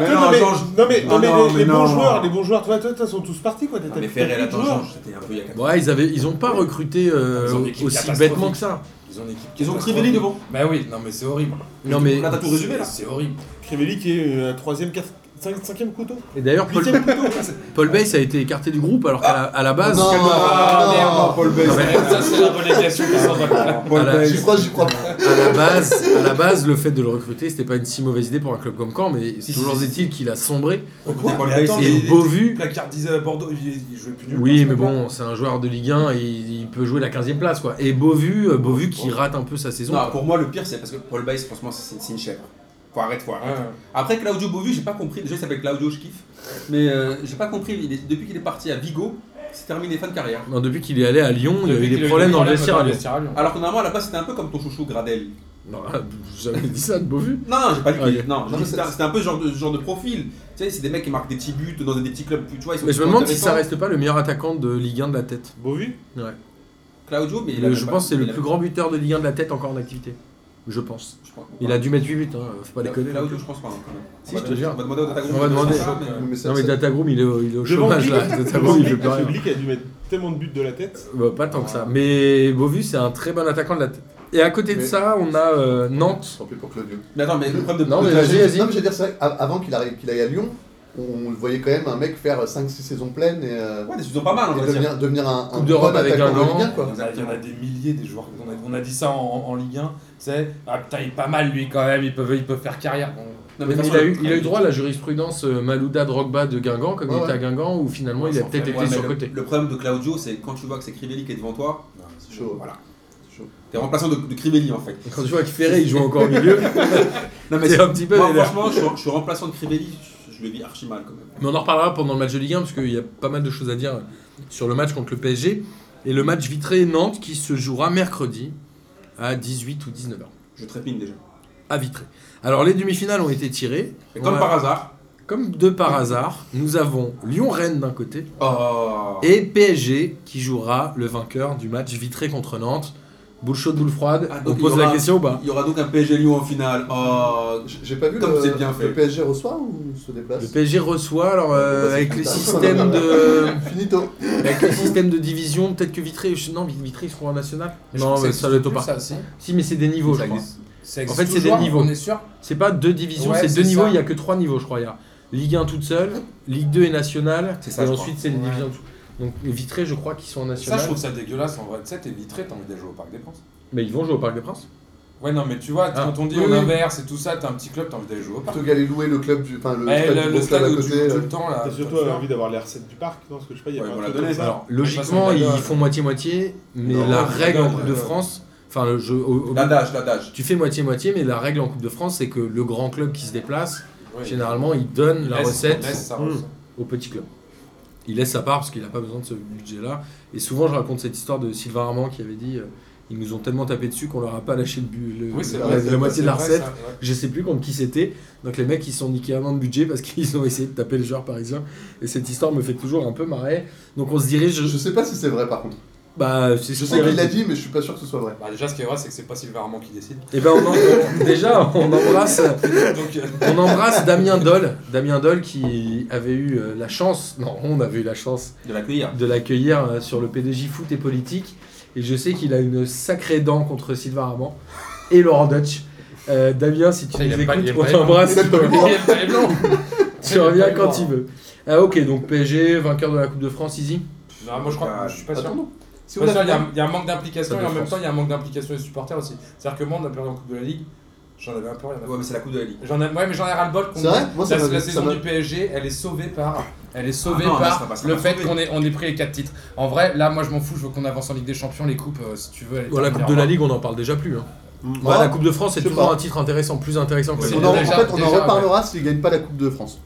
Speaker 2: Mais
Speaker 6: [LAUGHS]
Speaker 3: non,
Speaker 2: non,
Speaker 3: mais,
Speaker 2: Jange.
Speaker 3: non, mais,
Speaker 2: Ah
Speaker 3: non, mais
Speaker 2: non,
Speaker 3: les,
Speaker 2: mais
Speaker 3: les
Speaker 2: non.
Speaker 3: bons joueurs, les bons joueurs, toi, toi, toi, sont tous partis
Speaker 6: Ah,
Speaker 3: quoi. T'as-
Speaker 2: Ah, Mais
Speaker 3: t'as-
Speaker 2: Ferré,
Speaker 3: t'as
Speaker 2: la
Speaker 3: plus de joueurs.
Speaker 2: tangente, c'était un peu il y a quatre ans.
Speaker 1: Ouais, ils avaient ils ont pas recruté euh,
Speaker 4: Ils ont une équipe
Speaker 1: aussi
Speaker 4: catastrophique.
Speaker 1: bêtement que ça.
Speaker 4: Ils ont une équipe.
Speaker 2: Ils ont
Speaker 4: catastrophique.
Speaker 2: Crivelli devant.
Speaker 4: Bah oui, non, mais c'est horrible.
Speaker 1: Non mais
Speaker 2: Là, t'as tout résumé, là.
Speaker 4: C'est horrible.
Speaker 3: Crivelli qui est euh, un troisième, quatri- cinq- cinquième couteau.
Speaker 1: et d'ailleurs Paul,
Speaker 3: Huitième couteau.
Speaker 1: Paul Bay, ça a été écarté du groupe alors qu'à la, à la base,
Speaker 5: Non,
Speaker 4: Ah, merde.
Speaker 5: non, Paul Bay.
Speaker 4: Non, mais Ça, c'est la relégation qui s'en va.
Speaker 1: à la,
Speaker 5: J'y crois, j'y crois.
Speaker 1: à la base, à la base, le fait de le recruter, c'était pas une si mauvaise idée pour un club comme Caen, mais
Speaker 4: Si,
Speaker 1: toujours
Speaker 4: si,
Speaker 1: est-il qu'il a sombré.
Speaker 2: Écoutez, Paul Bay,
Speaker 4: attends,
Speaker 2: c'est-
Speaker 1: Et
Speaker 4: il-
Speaker 1: Beauvu,
Speaker 4: Placardisé à Bordeaux, il, il jouait plus nulle
Speaker 1: oui,
Speaker 4: part,
Speaker 1: mais
Speaker 4: ce mec-là.
Speaker 1: bon, c'est un joueur de Ligue 1, et il, il peut jouer la 15e place quoi. Et Beauvu, euh, Beauvu qui rate un peu sa saison.
Speaker 2: Non, Ah, pour moi, le pire, c'est parce que Paul Bay, franchement, c'est c'est une chèvre. Faut arrêter, faut arrêter.
Speaker 4: Ouais.
Speaker 2: Après Claudio Bovu, j'ai pas compris. Déjà, il s'appelle Claudio, je kiffe. Mais euh, j'ai pas compris. il est- depuis qu'il est parti à Vigo, c'est terminé fin de carrière.
Speaker 1: Non, depuis qu'il est allé à Lyon, il y
Speaker 4: Depuis
Speaker 1: avait
Speaker 4: qu'il
Speaker 1: des problèmes dans le vestiaire à Lyon.
Speaker 4: à Lyon.
Speaker 2: Alors que normalement, à la base, c'était un peu comme ton chouchou Gradel.
Speaker 1: Non, [LAUGHS] j'ai jamais dit ça de Beauvu.
Speaker 2: Non, non, j'ai pas dit. qu'il-
Speaker 1: Ok.
Speaker 2: Non, j'ai dit
Speaker 5: Non, mais
Speaker 2: c'était un- c'était un peu ce genre de, ce genre de profil. Tu sais, c'est des mecs qui marquent des petits buts dans des petits clubs. Tu vois, ils sont
Speaker 1: Mais je me
Speaker 2: plutôt
Speaker 1: demande si ça
Speaker 2: intéressants.
Speaker 1: reste pas le meilleur attaquant de Ligue 1 de la tête.
Speaker 3: Beauvu
Speaker 2: Claudio, mais il
Speaker 1: Le-
Speaker 2: a
Speaker 1: je
Speaker 2: pas-
Speaker 1: pense que c'est
Speaker 2: il
Speaker 1: le
Speaker 2: a-
Speaker 1: plus grand buteur de Ligue 1 de la tête encore en activité. Je pense.
Speaker 2: je pense-
Speaker 1: Il a dû mettre 8 buts, hein, faut pas déconner.
Speaker 2: Claudio, je pense pas. non, quand même.
Speaker 1: Si,
Speaker 2: On
Speaker 1: je
Speaker 2: va-
Speaker 1: te jure.
Speaker 2: On va demander au Datagroom.
Speaker 1: On va
Speaker 2: de
Speaker 1: demander.
Speaker 2: faire ça, mais-
Speaker 5: Mais ça-
Speaker 1: Non mais
Speaker 5: ça-
Speaker 1: Datagroom il est au, il est au
Speaker 3: Devant
Speaker 1: chômage
Speaker 3: qui
Speaker 6: [LAUGHS]
Speaker 1: là. Datagroom il fait plus rien.
Speaker 3: Public a dû mettre tellement de buts de la tête.
Speaker 1: Bah, pas tant que ça. Mais Beauvu c'est un très bon attaquant de la tête. Et à côté de
Speaker 5: Mais-
Speaker 1: ça on a euh, Nantes.
Speaker 5: Tant pis pour Claudio.
Speaker 2: Mais attends, mais le problème de.
Speaker 1: Non, mais
Speaker 5: Non,
Speaker 1: vas-y, vas-y.
Speaker 5: mais je veux dire, c'est vrai qu'avant qu'il arrive, qu'il aille à Lyon, on le voyait quand même un mec faire 5-6 saisons pleines et, euh,
Speaker 2: Ouais, des saisons pas mal, on
Speaker 5: et
Speaker 2: va dire.
Speaker 5: devenir, devenir un, un
Speaker 1: Coupe d'Europe
Speaker 5: bon
Speaker 1: avec
Speaker 5: attaquant
Speaker 1: un
Speaker 5: de
Speaker 1: grand.
Speaker 5: Ligue 1, quoi.
Speaker 4: Il y en a- il y en a des milliers des joueurs. On a, on a dit ça en, en Ligue 1. C'est ah putain, il est pas mal lui quand même. Il peut, il peut faire carrière. Bon.
Speaker 2: Non,
Speaker 1: Mais
Speaker 2: Ah, de toute
Speaker 1: il, a
Speaker 2: façon,
Speaker 1: eu,
Speaker 2: le-
Speaker 1: il a eu droit à la jurisprudence euh, Malouda Drogba de Guingamp, comme il
Speaker 5: Ouais,
Speaker 1: était
Speaker 5: ouais.
Speaker 1: à Guingamp, où finalement
Speaker 4: Ouais,
Speaker 1: il a
Speaker 4: ça en
Speaker 1: peut-être
Speaker 4: fait-
Speaker 1: été
Speaker 4: ouais, mais
Speaker 1: surcoté.
Speaker 2: Le problème de Claudio, c'est quand tu vois que c'est Crivelli qui est devant toi,
Speaker 5: C'est chaud.
Speaker 2: voilà.
Speaker 5: C'est chaud.
Speaker 2: T'es remplaçant de, de Crivelli en fait.
Speaker 1: Quand tu vois que Ferré il joue encore au milieu,
Speaker 2: Non
Speaker 1: c'est un petit peu.
Speaker 2: Moi,
Speaker 1: vénère.
Speaker 2: franchement, je, suis- je suis remplaçant de Crivelli, je, je le vis archi mal quand même.
Speaker 1: Mais on en reparlera pendant le match de Ligue 1 parce qu'il y a pas mal de choses à dire sur le match contre le PSG et le match Vitré-Nantes qui se jouera mercredi à 18 ou 19h
Speaker 2: Je trépigne déjà.
Speaker 1: à Vitré. Alors les demi-finales ont été tirées.
Speaker 2: Et
Speaker 1: On
Speaker 2: comme
Speaker 1: a-
Speaker 2: par hasard,
Speaker 1: comme de par hasard, nous avons Lyon-Rennes d'un côté
Speaker 2: Oh
Speaker 1: et PSG qui jouera le vainqueur du match Vitré contre Nantes. Boule chaude, boule froide.
Speaker 2: Ah,
Speaker 1: On
Speaker 2: donc il y
Speaker 1: pose la
Speaker 2: aura-
Speaker 1: question ou pas
Speaker 2: Il y aura donc un PSG Lyon en finale. Oh
Speaker 5: J- J'ai pas vu
Speaker 2: Comme
Speaker 5: le,
Speaker 2: c'est bien
Speaker 5: le
Speaker 2: fait.
Speaker 5: PSG reçoit ou se déplace
Speaker 1: Le PSG reçoit alors euh,
Speaker 5: Bah, c'est
Speaker 1: avec
Speaker 5: plus
Speaker 1: les
Speaker 5: tard.
Speaker 1: systèmes de
Speaker 5: Finito.
Speaker 1: avec les systèmes de division. Peut-être que Vitré, je- non Vitré ils seront en national.
Speaker 4: Mais je crois
Speaker 1: Non
Speaker 4: que
Speaker 1: mais
Speaker 4: existe
Speaker 1: ça doit être au
Speaker 4: plus,
Speaker 1: par-
Speaker 4: ça aussi.
Speaker 1: Si mais c'est des niveaux.
Speaker 4: Ça
Speaker 1: je crois.
Speaker 4: existe- ça
Speaker 1: En
Speaker 4: existe
Speaker 1: fait, c'est des
Speaker 4: toujours,
Speaker 1: niveaux.
Speaker 4: On est sûr
Speaker 1: C'est pas deux divisions,
Speaker 4: Ouais,
Speaker 1: c'est deux
Speaker 4: c'est
Speaker 1: niveaux.
Speaker 4: ça.
Speaker 1: Il y a que trois niveaux, je crois. Il y a Ligue 1 toute seule, Ligue 2 et nationale.
Speaker 4: C'est ça,
Speaker 1: Et
Speaker 4: je
Speaker 1: ensuite
Speaker 4: crois.
Speaker 1: c'est une
Speaker 4: Ouais.
Speaker 1: division. en dessous. Donc Vitré, je crois qu'ils sont en
Speaker 4: Ça,
Speaker 1: nationale.
Speaker 4: je trouve ça dégueulasse en vrai. Tu sais, t'es vitré, t'as envie d'aller jouer au Parc des Princes.
Speaker 1: Mais ils vont jouer au Parc des Princes.
Speaker 4: Ouais, non, mais tu vois,
Speaker 1: Ah.
Speaker 4: quand on dit
Speaker 1: Oui,
Speaker 4: on
Speaker 1: oui.
Speaker 4: inverse et tout ça, t'as un petit club, t'as envie d'aller jouer au Parc.
Speaker 5: Plutôt qu'aller louer le club du. Enfin, le
Speaker 4: Eh,
Speaker 5: stade
Speaker 4: le,
Speaker 5: du
Speaker 4: le
Speaker 5: bon
Speaker 4: stade
Speaker 5: club à
Speaker 4: où tu joues
Speaker 5: côté.
Speaker 4: tout
Speaker 5: euh,
Speaker 4: le
Speaker 6: Ah,
Speaker 4: temps là.
Speaker 3: T'as surtout
Speaker 4: comme ça.
Speaker 3: envie d'avoir les recettes du parc, non Parce que je sais pas, il y a
Speaker 2: Ouais,
Speaker 3: pas un
Speaker 2: voilà,
Speaker 3: truc comme
Speaker 2: donnez,
Speaker 3: ça.
Speaker 2: alors.
Speaker 1: Logiquement,
Speaker 4: Ouais, parce qu'on
Speaker 1: ils
Speaker 4: gagne.
Speaker 1: font moitié-moitié, mais
Speaker 2: Non,
Speaker 1: la
Speaker 2: on
Speaker 1: règle en
Speaker 2: gagne,
Speaker 1: Coupe de
Speaker 2: ouais.
Speaker 1: France, enfin, le jeu, au- au-
Speaker 2: L'adage, l'adage.
Speaker 1: tu fais moitié-moitié, mais la règle en Coupe de France, c'est que le grand club qui se déplace,
Speaker 4: Ouais.
Speaker 1: généralement, il donne la
Speaker 4: Laisse-
Speaker 1: recette
Speaker 4: laisse sa
Speaker 1: Mm.
Speaker 4: recette.
Speaker 1: au petit club. Il laisse sa part parce qu'il n'a pas besoin de ce budget-là. Et souvent, je raconte cette histoire de Sylvain Armand qui avait dit euh, ils nous ont tellement tapé dessus qu'on leur a pas lâché le, bu- le-
Speaker 4: Oui, c'est
Speaker 1: la,
Speaker 4: vrai,
Speaker 1: la
Speaker 4: c'est-
Speaker 1: moitié de la
Speaker 4: c'est vrai,
Speaker 1: recette.
Speaker 4: ça, ouais.
Speaker 1: Je sais plus contre qui c'était. Donc les mecs, ils se sont niqués un an de budget parce [LAUGHS] qu'ils ont essayé de taper le joueur parisien. Et cette histoire me fait toujours un peu marrer. Donc on se dirige.
Speaker 5: Je sais pas si c'est vrai par contre.
Speaker 1: Bah, c'est
Speaker 5: Je
Speaker 1: ce
Speaker 5: sais
Speaker 1: avait
Speaker 5: qu'il l'a dit, mais je suis pas sûr que ce soit vrai.
Speaker 4: Bah, déjà, ce qui est vrai, c'est que c'est pas Sylvain Armand qui décide.
Speaker 1: Eh ben on en- déjà on embrasse
Speaker 4: Donc, euh,
Speaker 1: on embrasse Damien Doll, Damien Doll qui avait eu euh, la chance, non on avait eu la chance
Speaker 2: De l'accueillir.
Speaker 1: de l'accueillir euh, sur le PDJ foot et politique et je sais qu'il a une sacrée dent contre Sylvain Armand et Laurent Dutch. Euh, Damien si tu
Speaker 4: Il
Speaker 1: nous
Speaker 4: aime pas- il
Speaker 1: écoutes
Speaker 4: aime
Speaker 1: on
Speaker 4: pas les blancs.
Speaker 1: t'embrasse,
Speaker 5: Il aime pas les blancs.
Speaker 1: [LAUGHS] tu reviens quand tu veux. Ah ok donc PSG vainqueur de la Coupe de France Easy.
Speaker 4: non, moi, je crois que je suis pas sûr.
Speaker 5: Attends, non. C'est où
Speaker 4: Pas
Speaker 5: la
Speaker 4: sûr, Il y,
Speaker 5: finale
Speaker 4: a- il y a un manque d'implication
Speaker 1: Stade
Speaker 4: et
Speaker 1: de
Speaker 4: en même
Speaker 1: France.
Speaker 4: temps, il y a un manque d'implication des supporters aussi. C'est-à-dire que moi, on a perdu en Coupe de la Ligue, j'en avais un peu rien à
Speaker 2: Ouais, mais c'est la Coupe de la Ligue.
Speaker 4: J'en ai, ouais, mais j'en ai ras le bol. qu'on-
Speaker 5: C'est vrai Moi, ça
Speaker 4: la,
Speaker 5: m'a-
Speaker 4: la
Speaker 5: ça
Speaker 4: saison
Speaker 5: m'a-
Speaker 4: du PSG, elle est sauvée par, elle est sauvée
Speaker 2: Ah non, mais ça
Speaker 4: par
Speaker 2: va, ça
Speaker 4: le
Speaker 2: va
Speaker 4: fait
Speaker 2: sauver.
Speaker 4: qu'on ait, on ait pris les quatre titres. En vrai, là, moi, je m'en fous. Je veux qu'on avance en Ligue des Champions, les coupes, euh, si tu veux. elles
Speaker 1: Bon, la
Speaker 4: terminent,
Speaker 1: Coupe de
Speaker 4: au
Speaker 1: la
Speaker 4: revoir.
Speaker 1: Ligue on en parle déjà plus. hein.
Speaker 5: Ouais,
Speaker 1: la Coupe de France c'est
Speaker 5: Je sais
Speaker 1: toujours
Speaker 5: pas.
Speaker 1: un titre intéressant, plus intéressant que
Speaker 4: Ouais,
Speaker 1: la
Speaker 5: On
Speaker 1: Ligue
Speaker 5: en, en
Speaker 1: des
Speaker 4: déjà-
Speaker 5: fait, on en
Speaker 4: déjà,
Speaker 5: reparlera s'il gagne pas la Coupe de France.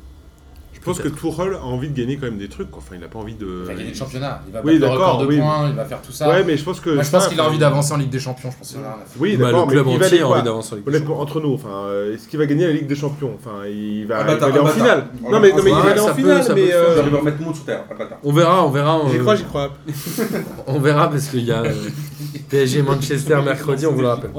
Speaker 6: Je pense que Tourol a envie de gagner quand même des trucs. quoi. Enfin, il a pas envie de.
Speaker 4: Il va gagner le championnat. Il va
Speaker 6: Oui,
Speaker 4: battre le
Speaker 6: d'accord,
Speaker 4: record de
Speaker 6: oui.
Speaker 4: points. Il va faire tout ça.
Speaker 6: Ouais, mais je pense que.
Speaker 4: Moi, je
Speaker 6: ça,
Speaker 4: pense qu'il a
Speaker 6: enfin,
Speaker 4: envie d'avancer en Ligue des Champions. Je pense qu'il en a rien à foutre.
Speaker 6: Oui,
Speaker 1: Bah,
Speaker 6: d'accord,
Speaker 1: le club
Speaker 6: mais il va aller
Speaker 1: entier a
Speaker 6: quoi
Speaker 1: envie d'avancer en Ligue des
Speaker 6: Honnêtement,
Speaker 1: Champions.
Speaker 6: entre nous, enfin, euh, est-ce qu'il va gagner la Ligue des Champions Enfin, il va,
Speaker 2: Ah,
Speaker 4: bah,
Speaker 2: bâtard,
Speaker 6: il va aller
Speaker 2: ah,
Speaker 6: en
Speaker 2: bâtard.
Speaker 6: finale.
Speaker 2: Oh,
Speaker 6: Non, mais, non, mais il
Speaker 1: ouais,
Speaker 6: va aller
Speaker 1: ça
Speaker 6: en
Speaker 1: peut-
Speaker 6: finale,
Speaker 1: ça peut
Speaker 6: mais.
Speaker 1: le faire.
Speaker 6: euh,
Speaker 2: J'arrive à remettre tout le monde sur terre, pas de bâtard.
Speaker 1: On verra, on verra.
Speaker 6: J'y
Speaker 1: euh,
Speaker 6: crois, j'y crois.
Speaker 1: [LAUGHS] On verra parce qu'il y a euh, PSG Manchester mercredi, on vous le rappelle.